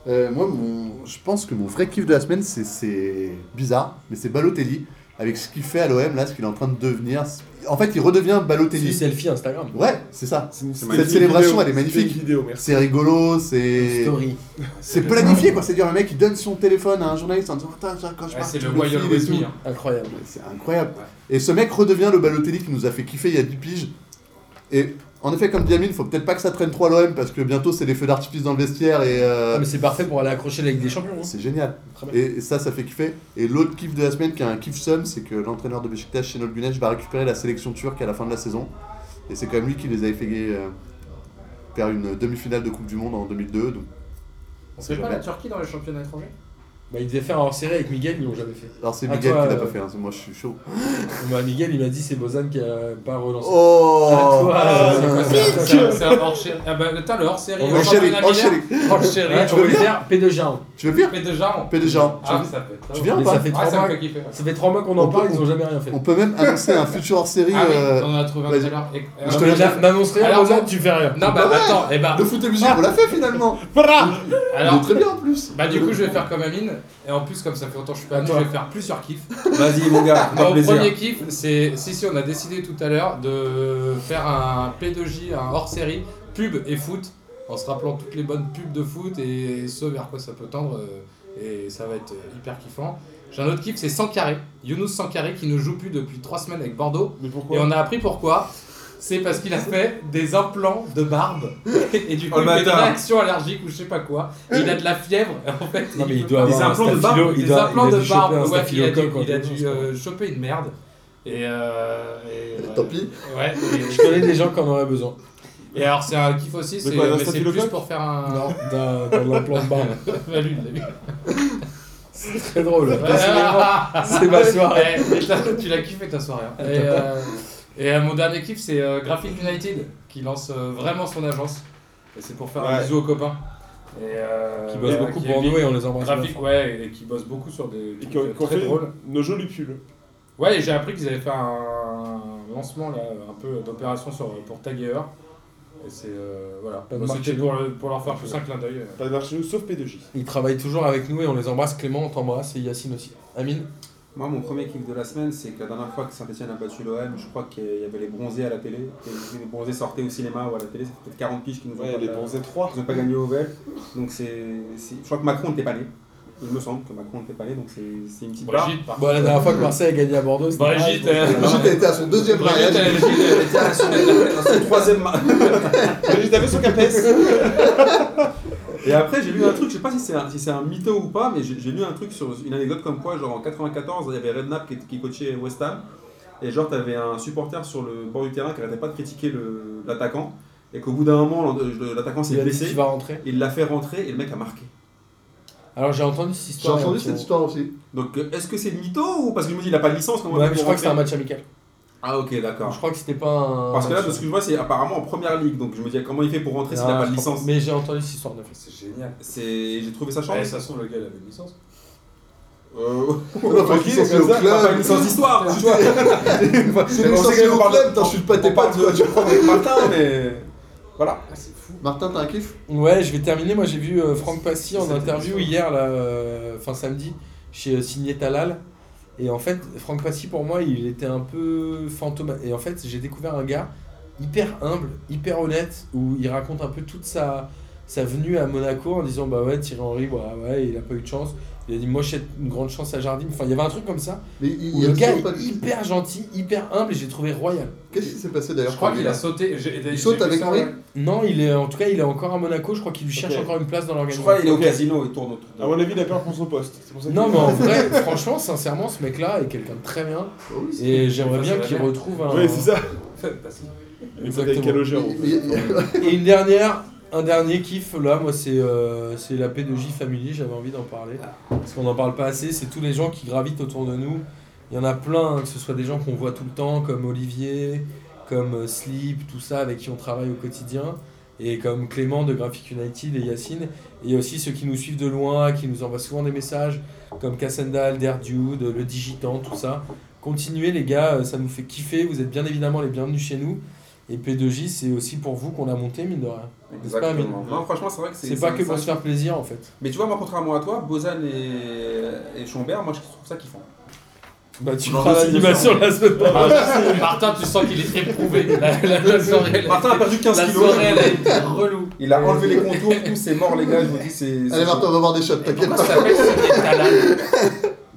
Speaker 5: Euh, moi, mon- je pense que mon vrai kiff de la semaine, c'est- c'est bizarre, mais c'est Balotelli. Avec ce qu'il fait à l'OM, là, ce qu'il est en train de devenir. En fait, il redevient
Speaker 1: C'est une
Speaker 5: Balotelli.
Speaker 1: selfie Instagram.
Speaker 5: Ouais, c'est ça.
Speaker 6: C'est une-
Speaker 2: Cette
Speaker 6: c'est une
Speaker 5: célébration,
Speaker 6: vidéo,
Speaker 5: elle est
Speaker 6: c'était
Speaker 5: magnifique.
Speaker 6: une vidéo, merci.
Speaker 5: C'est rigolo, c'est.
Speaker 1: Story.
Speaker 5: C'est planifié, quoi. C'est-à-dire, le mec, il donne son téléphone à un journaliste en disant Attends, tiens, quand je
Speaker 4: Ouais,
Speaker 5: pars,
Speaker 4: c'est
Speaker 5: tu
Speaker 4: le
Speaker 5: me
Speaker 4: Royal
Speaker 5: files et
Speaker 4: With
Speaker 5: tout.
Speaker 4: Me. hein.
Speaker 1: Incroyable.
Speaker 5: C'est incroyable. Et ce mec redevient le Balotelli qui nous a fait kiffer il y a 10 piges. Et en effet, comme Diamine, faut peut-être pas que ça traîne trop à l'OM parce que bientôt c'est les feux d'artifice dans le vestiaire et euh,
Speaker 1: Ah, mais c'est parfait pour aller accrocher la Ligue des Champions. hein.
Speaker 5: c'est génial.
Speaker 1: Très bien.
Speaker 5: Et, et ça, ça fait kiffer. Et l'autre kiff de la semaine qui a un kiff somme, c'est que l'entraîneur de Beşiktaş, Şenol Güneş, va récupérer la sélection turque à la fin de la saison. Et c'est quand même lui qui les avait fait euh, faire une demi-finale de Coupe du Monde en 2002. Donc...
Speaker 4: On fait pas la Turquie dans les championnats étrangers
Speaker 1: Bah, il devait faire un hors-série avec Miguel, ils l'ont jamais fait.
Speaker 5: Alors c'est
Speaker 1: Ah,
Speaker 5: Miguel
Speaker 1: toi,
Speaker 5: qui l'a
Speaker 1: euh,
Speaker 5: pas fait, hein. moi je suis chaud.
Speaker 1: Bah, Miguel, il m'a dit c'est Bozan qui a pas relancé.
Speaker 5: Oh
Speaker 1: toi,
Speaker 4: Ah,
Speaker 1: euh,
Speaker 4: c'est quoi, c'est un-
Speaker 1: Pique
Speaker 4: c'est un- c'est un hors-série. Ah bah attends, le
Speaker 5: Oh,
Speaker 4: hors-série.
Speaker 1: On
Speaker 4: au
Speaker 1: va
Speaker 5: Angélique,
Speaker 4: championnat mineur.
Speaker 5: Angélique,
Speaker 4: Hors-série.
Speaker 1: Ouais,
Speaker 5: tu
Speaker 1: on
Speaker 5: veux
Speaker 1: peut
Speaker 5: bien
Speaker 1: faire P2 Jean.
Speaker 5: tu veux pire
Speaker 4: Mais déjà, on-
Speaker 5: Paix de Jean.
Speaker 4: Ah, ça peut être.
Speaker 5: Tu viens ou
Speaker 1: Mais
Speaker 5: pas
Speaker 1: ça fait
Speaker 4: Ah,
Speaker 1: trois
Speaker 4: ça
Speaker 1: mois.
Speaker 4: me fait kiffer. ouais.
Speaker 1: Ça fait trois mois qu'on en
Speaker 5: On
Speaker 1: parle,
Speaker 5: peut-
Speaker 1: ils ont jamais rien fait.
Speaker 5: On peut même annoncer un futur hors série.
Speaker 4: Ah oui,
Speaker 5: euh,
Speaker 4: on en a trouvé un
Speaker 5: vas-y.
Speaker 4: tout à l'heure. Et-
Speaker 5: Je
Speaker 4: euh,
Speaker 5: te l'ai
Speaker 1: Mais là- M'annoncerait rien,
Speaker 4: Alors-
Speaker 1: Bozan, tu fais rien.
Speaker 4: Non, bah
Speaker 5: ouais.
Speaker 4: attends, et bah.
Speaker 5: Le foot est musique, on l'a fait finalement.
Speaker 4: Alors,
Speaker 5: très bien en plus.
Speaker 4: bah du coup, je vais faire comme Amine. Et en plus, comme ça fait longtemps que je suis pas venu, je vais faire plusieurs kiffs.
Speaker 2: Vas-y, mon gars,
Speaker 4: Mon
Speaker 2: fais-toi plaisir.
Speaker 4: Bah, premier kiff, c'est si si on a décidé tout à l'heure de faire un P2J, un hors série pub et foot, en se rappelant toutes les bonnes pubs de foot et ce vers quoi ça peut tendre euh, et ça va être euh, hyper kiffant. J'ai un autre kiff, c'est Sankaré, Younous Sankaré qui ne joue plus depuis 3 semaines avec Bordeaux
Speaker 6: Mais
Speaker 4: et
Speaker 6: pourquoi
Speaker 4: on a appris pourquoi. C'est parce qu'il a fait des implants
Speaker 6: [LAUGHS]
Speaker 4: de barbe et du coup
Speaker 2: Oh, le
Speaker 4: il fait une
Speaker 2: bâtard.
Speaker 4: réaction allergique ou je sais pas quoi. Et il a de la fièvre en fait.
Speaker 1: Non, mais il
Speaker 4: peut
Speaker 1: doit
Speaker 4: pas-
Speaker 2: Des
Speaker 1: avoir un
Speaker 2: implants de
Speaker 1: staphyllo,
Speaker 2: barbe,
Speaker 1: il
Speaker 4: des
Speaker 1: doit- il
Speaker 4: implants
Speaker 1: a dû
Speaker 4: de
Speaker 1: choper
Speaker 4: barbe,
Speaker 1: un
Speaker 4: ouais, il a dû,
Speaker 1: staphylocoque, quoi,
Speaker 4: il a
Speaker 1: quelque
Speaker 4: dû,
Speaker 1: chose, quoi.
Speaker 4: euh, choper une merde. Et, euh, et,
Speaker 5: Tant pis.
Speaker 4: Ouais.
Speaker 6: [LAUGHS]
Speaker 1: Je connais des gens qui en auraient besoin.
Speaker 4: Et, et alors c'est un kiff aussi, c'est
Speaker 6: quoi, d'un
Speaker 4: mais c'est plus
Speaker 6: staphylocoque
Speaker 4: pour faire un.
Speaker 1: Non, d'un d'un implant de barbe.
Speaker 4: [LAUGHS] Bah, lui,
Speaker 1: [LAUGHS]
Speaker 4: il l'a eu.
Speaker 1: C'est très drôle.
Speaker 4: [LAUGHS] Ah,
Speaker 1: [LAUGHS] C'est ma soirée.
Speaker 4: eh, mais t'as- tu l'as kiffé ta soirée. hein. Et, euh, et, euh, mon dernier kiff, c'est euh, Graphic United qui lance euh, vraiment son agence. Et c'est pour faire un
Speaker 6: Ouais.
Speaker 4: bisou aux copains. Et, euh,
Speaker 1: Qui bosse
Speaker 4: euh,
Speaker 1: beaucoup
Speaker 4: qui
Speaker 1: pour
Speaker 4: est
Speaker 1: nous et on les embrasse.
Speaker 4: Graphic, ouais, et qui bosse beaucoup sur des
Speaker 6: Et
Speaker 4: trucs
Speaker 6: qu'on
Speaker 4: euh,
Speaker 6: qu'on
Speaker 4: très
Speaker 6: fait
Speaker 4: drôles.
Speaker 6: nos jolis pulls.
Speaker 4: Ouais, et j'ai appris qu'ils avaient fait un lancement là, un peu d'opération sur pour Taguer. Et c'est euh, voilà.
Speaker 1: Pas de
Speaker 4: Moi,
Speaker 1: marque
Speaker 4: C'était
Speaker 1: chez
Speaker 4: pour, le- pour leur faire plus un clin d'œil. euh.
Speaker 6: Pas de marche chez nous, sauf P2J.
Speaker 1: Ils travaillent toujours avec nous et on les embrasse. Clément, on t'embrasse et Yacine aussi. Amine
Speaker 2: Moi, mon premier kiff de la semaine, c'est que la dernière fois que Saint-Etienne a battu l'OM, je crois qu'il y avait les bronzés à la télé. Et les bronzés sortaient au cinéma ou à la télé, c'était peut-être 40 piges qui nous ont
Speaker 6: Ouais,
Speaker 2: pas
Speaker 6: les
Speaker 2: fait-
Speaker 6: bons 3
Speaker 2: Ils n'ont pas gagné au VEL. Donc, c'est. c'est- Je crois que Macron n'était pas né. Il me semble que Macron n'était pas né, donc c'est c'est une petite barre.
Speaker 4: Brigitte, par
Speaker 1: Bon, la dernière fois que Marseille a gagné à Bordeaux, c'était.
Speaker 4: Brigitte,
Speaker 1: pareil.
Speaker 4: euh,
Speaker 5: Brigitte a été à son deuxième
Speaker 4: Brigitte,
Speaker 5: mariage.
Speaker 4: elle- Brigitte, elle-
Speaker 2: Tiens, son- son troisième ma-
Speaker 6: J'ai tapé son capes.
Speaker 2: Et après, j'ai lu un truc, je sais pas si c'est un, si c'est un mytho ou pas, mais j'ai j'ai lu un truc sur une anecdote comme quoi, genre en 94, il y avait Redknapp qui, qui coachait West Ham, et genre t'avais un supporter sur le bord du terrain qui arrêtait pas de critiquer le- l'attaquant, et qu'au bout d'un moment, l'en- l'attaquant s'est
Speaker 1: Il a dit qu'il
Speaker 2: blessé,
Speaker 1: va rentrer.
Speaker 2: il l'a fait rentrer et le mec a marqué.
Speaker 1: Alors j'ai entendu cette
Speaker 5: J'ai
Speaker 1: histoire.
Speaker 5: entendu
Speaker 1: il y a un
Speaker 5: cette
Speaker 1: petit
Speaker 5: histoire aussi.
Speaker 2: Donc euh, est-ce que c'est mytho ou parce que je me dis il a pas de licence comment
Speaker 1: moment. Ouais,
Speaker 2: il
Speaker 1: mais
Speaker 2: peut
Speaker 1: je crois que c'est un
Speaker 2: rentrer
Speaker 1: match amical.
Speaker 2: Ah ok
Speaker 1: Je
Speaker 2: d'accord.
Speaker 1: crois que c'était pas un.
Speaker 2: Parce que là,
Speaker 1: match-
Speaker 2: de ce que je vois, c'est apparemment en première ligue, donc je me dis comment il fait pour rentrer s'il
Speaker 1: Ah,
Speaker 2: a pas
Speaker 1: je
Speaker 2: de
Speaker 1: crois-
Speaker 2: licence.
Speaker 1: Mais j'ai entendu cette histoire de fait.
Speaker 4: C'est génial.
Speaker 2: C'est, j'ai trouvé ça
Speaker 4: Ouais,
Speaker 2: chance.
Speaker 4: Eh, ça se trouve, le gars, il avait une licence.
Speaker 2: Euh,
Speaker 5: Une fois qu'il
Speaker 6: c'est
Speaker 5: s'est au
Speaker 6: ça.
Speaker 2: pas une
Speaker 5: club.
Speaker 2: licence d'histoire. tu [LAUGHS] vois.
Speaker 5: Une fois qu'il
Speaker 2: Mais on sait
Speaker 5: s'est
Speaker 2: que
Speaker 5: au
Speaker 2: on parle-
Speaker 5: club, putain, je suis pas tes
Speaker 2: On [LAUGHS] parle
Speaker 5: pattes. quoi,
Speaker 2: de-
Speaker 5: tu
Speaker 2: du
Speaker 5: vois.
Speaker 2: premier matin, mais. Voilà.
Speaker 5: Martin, t'as un kiff
Speaker 1: Ouais, je vais terminer. Moi, j'ai vu euh, Franck Passy en interview hier, là, euh, fin samedi, chez euh, Signé Talal. Et en fait, Franck Passy, pour moi, il était un peu fantôme. Et en fait, j'ai découvert un gars hyper humble, hyper honnête, où il raconte un peu toute sa, sa venue à Monaco en disant Bah ouais, Thierry Henry, bah ouais, il a pas eu de chance. Il a dit Moi, j'ai une grande chance à Jardim. Enfin, il y avait un truc comme ça.
Speaker 5: Mais il
Speaker 1: Où
Speaker 5: il y a
Speaker 1: le gars
Speaker 5: toujours pas
Speaker 1: est
Speaker 5: de-
Speaker 1: hyper gentil, hyper humble, et j'ai trouvé royal.
Speaker 5: Qu'est-ce qui s'est passé
Speaker 4: Je
Speaker 5: d'ailleurs
Speaker 4: crois
Speaker 5: pour lui,
Speaker 4: qu'il a
Speaker 5: là
Speaker 4: sauté. j'ai- j'ai-
Speaker 5: Il saute
Speaker 4: j'ai vu
Speaker 5: avec
Speaker 4: ça,
Speaker 5: Henri
Speaker 4: ouais.
Speaker 1: Non, il est en tout cas, il est encore à Monaco. Je crois qu'il lui cherche
Speaker 6: Ok.
Speaker 1: encore une place dans
Speaker 2: Je
Speaker 1: l'organisation.
Speaker 2: crois qu'il est au casino et tourne autour
Speaker 1: Ah
Speaker 6: À mon avis, il a peur pour son poste. C'est pour ça qu'il-
Speaker 1: Non, mais
Speaker 6: [LAUGHS]
Speaker 1: en vrai, franchement, sincèrement, ce mec-là est quelqu'un de très bien.
Speaker 5: Oh oui, c'est-
Speaker 1: Et j'aimerais bien
Speaker 4: Ça, c'est
Speaker 1: qu'il
Speaker 4: la merde.
Speaker 1: retrouve un.
Speaker 6: Ouais, c'est ça.
Speaker 4: Parce que-
Speaker 6: Il faut être avec
Speaker 5: [LAUGHS]
Speaker 1: Exactement.
Speaker 6: Calogero.
Speaker 5: il- il-
Speaker 1: Et une dernière, un dernier kiff, là, moi, c'est euh, c'est la P2J Family, j'avais envie d'en parler. Parce qu'on n'en parle pas assez, c'est tous les gens qui gravitent autour de nous. Il y en a plein, hein, que ce soit des gens qu'on voit tout le temps, comme Olivier, comme euh, Sleep, tout ça, avec qui on travaille au quotidien. Et comme Clément de Graphic United et Yacine. Et il y a aussi ceux qui nous suivent de loin, qui nous envoient souvent des messages, comme Cassandal, Derdude, Le Digitant, tout ça. Continuez les gars, euh, ça nous fait kiffer, vous êtes bien évidemment les bienvenus chez nous. Et P2J, c'est aussi pour vous qu'on a monté, mine de rien.
Speaker 2: Exactement. Non, franchement, c'est vrai que c'est.
Speaker 1: C'est pas
Speaker 2: c'est-
Speaker 1: que pour
Speaker 2: c'est-
Speaker 1: se faire plaisir en fait.
Speaker 2: Mais tu vois, moi, contrairement à toi, Bozan et, et Schombert, moi, je trouve ça kiffant.
Speaker 1: Bah, tu
Speaker 2: Non,
Speaker 1: feras
Speaker 2: mais c'est
Speaker 1: l'animation la semaine prochaine.
Speaker 7: Martin, tu sens qu'il est éprouvé.
Speaker 4: [LAUGHS]
Speaker 7: La, la, la soirée, elle a
Speaker 2: Martin a perdu
Speaker 7: été-
Speaker 2: 15
Speaker 7: la
Speaker 2: kilos.
Speaker 7: soirée, elle a été relou.
Speaker 2: Il
Speaker 6: Euh,
Speaker 2: a enlevé les contours, tout, c'est mort, les gars, je vous dis, c'est.
Speaker 5: Allez, Martin, on va voir des shots, t'inquiète
Speaker 7: Pourquoi
Speaker 5: pas.
Speaker 7: ça s'appelle Cité Talal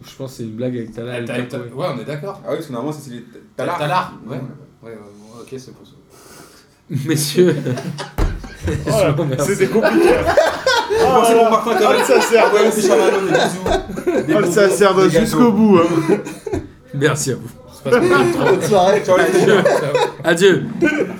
Speaker 1: Je pense que c'est une blague avec Tala.
Speaker 7: Ah,
Speaker 1: et le
Speaker 7: t'as- t'as-
Speaker 1: Capoe.
Speaker 4: Ouais, on est d'accord.
Speaker 2: Ah oui, parce que normalement, c'est les. Talar.
Speaker 7: Talar Ouais.
Speaker 2: Ouais.
Speaker 7: Ouais, ouais, ouais, ok, c'est pour ça.
Speaker 1: Messieurs. [LAUGHS]
Speaker 6: Oh là, C'était compliqué.
Speaker 2: Bon, c'est bon, Martin, quand même.
Speaker 6: Ah, ça sert.
Speaker 2: Ouais, c'est Chamallow, des bisous. Des bonbons,
Speaker 6: ça
Speaker 2: des
Speaker 6: sert
Speaker 2: gâteaux.
Speaker 6: jusqu'au bout. hein.
Speaker 1: Merci à vous.
Speaker 7: C'est parce qu'on est trop-
Speaker 5: Bonne soirée.
Speaker 2: Ciao, les filles.
Speaker 1: Adieu.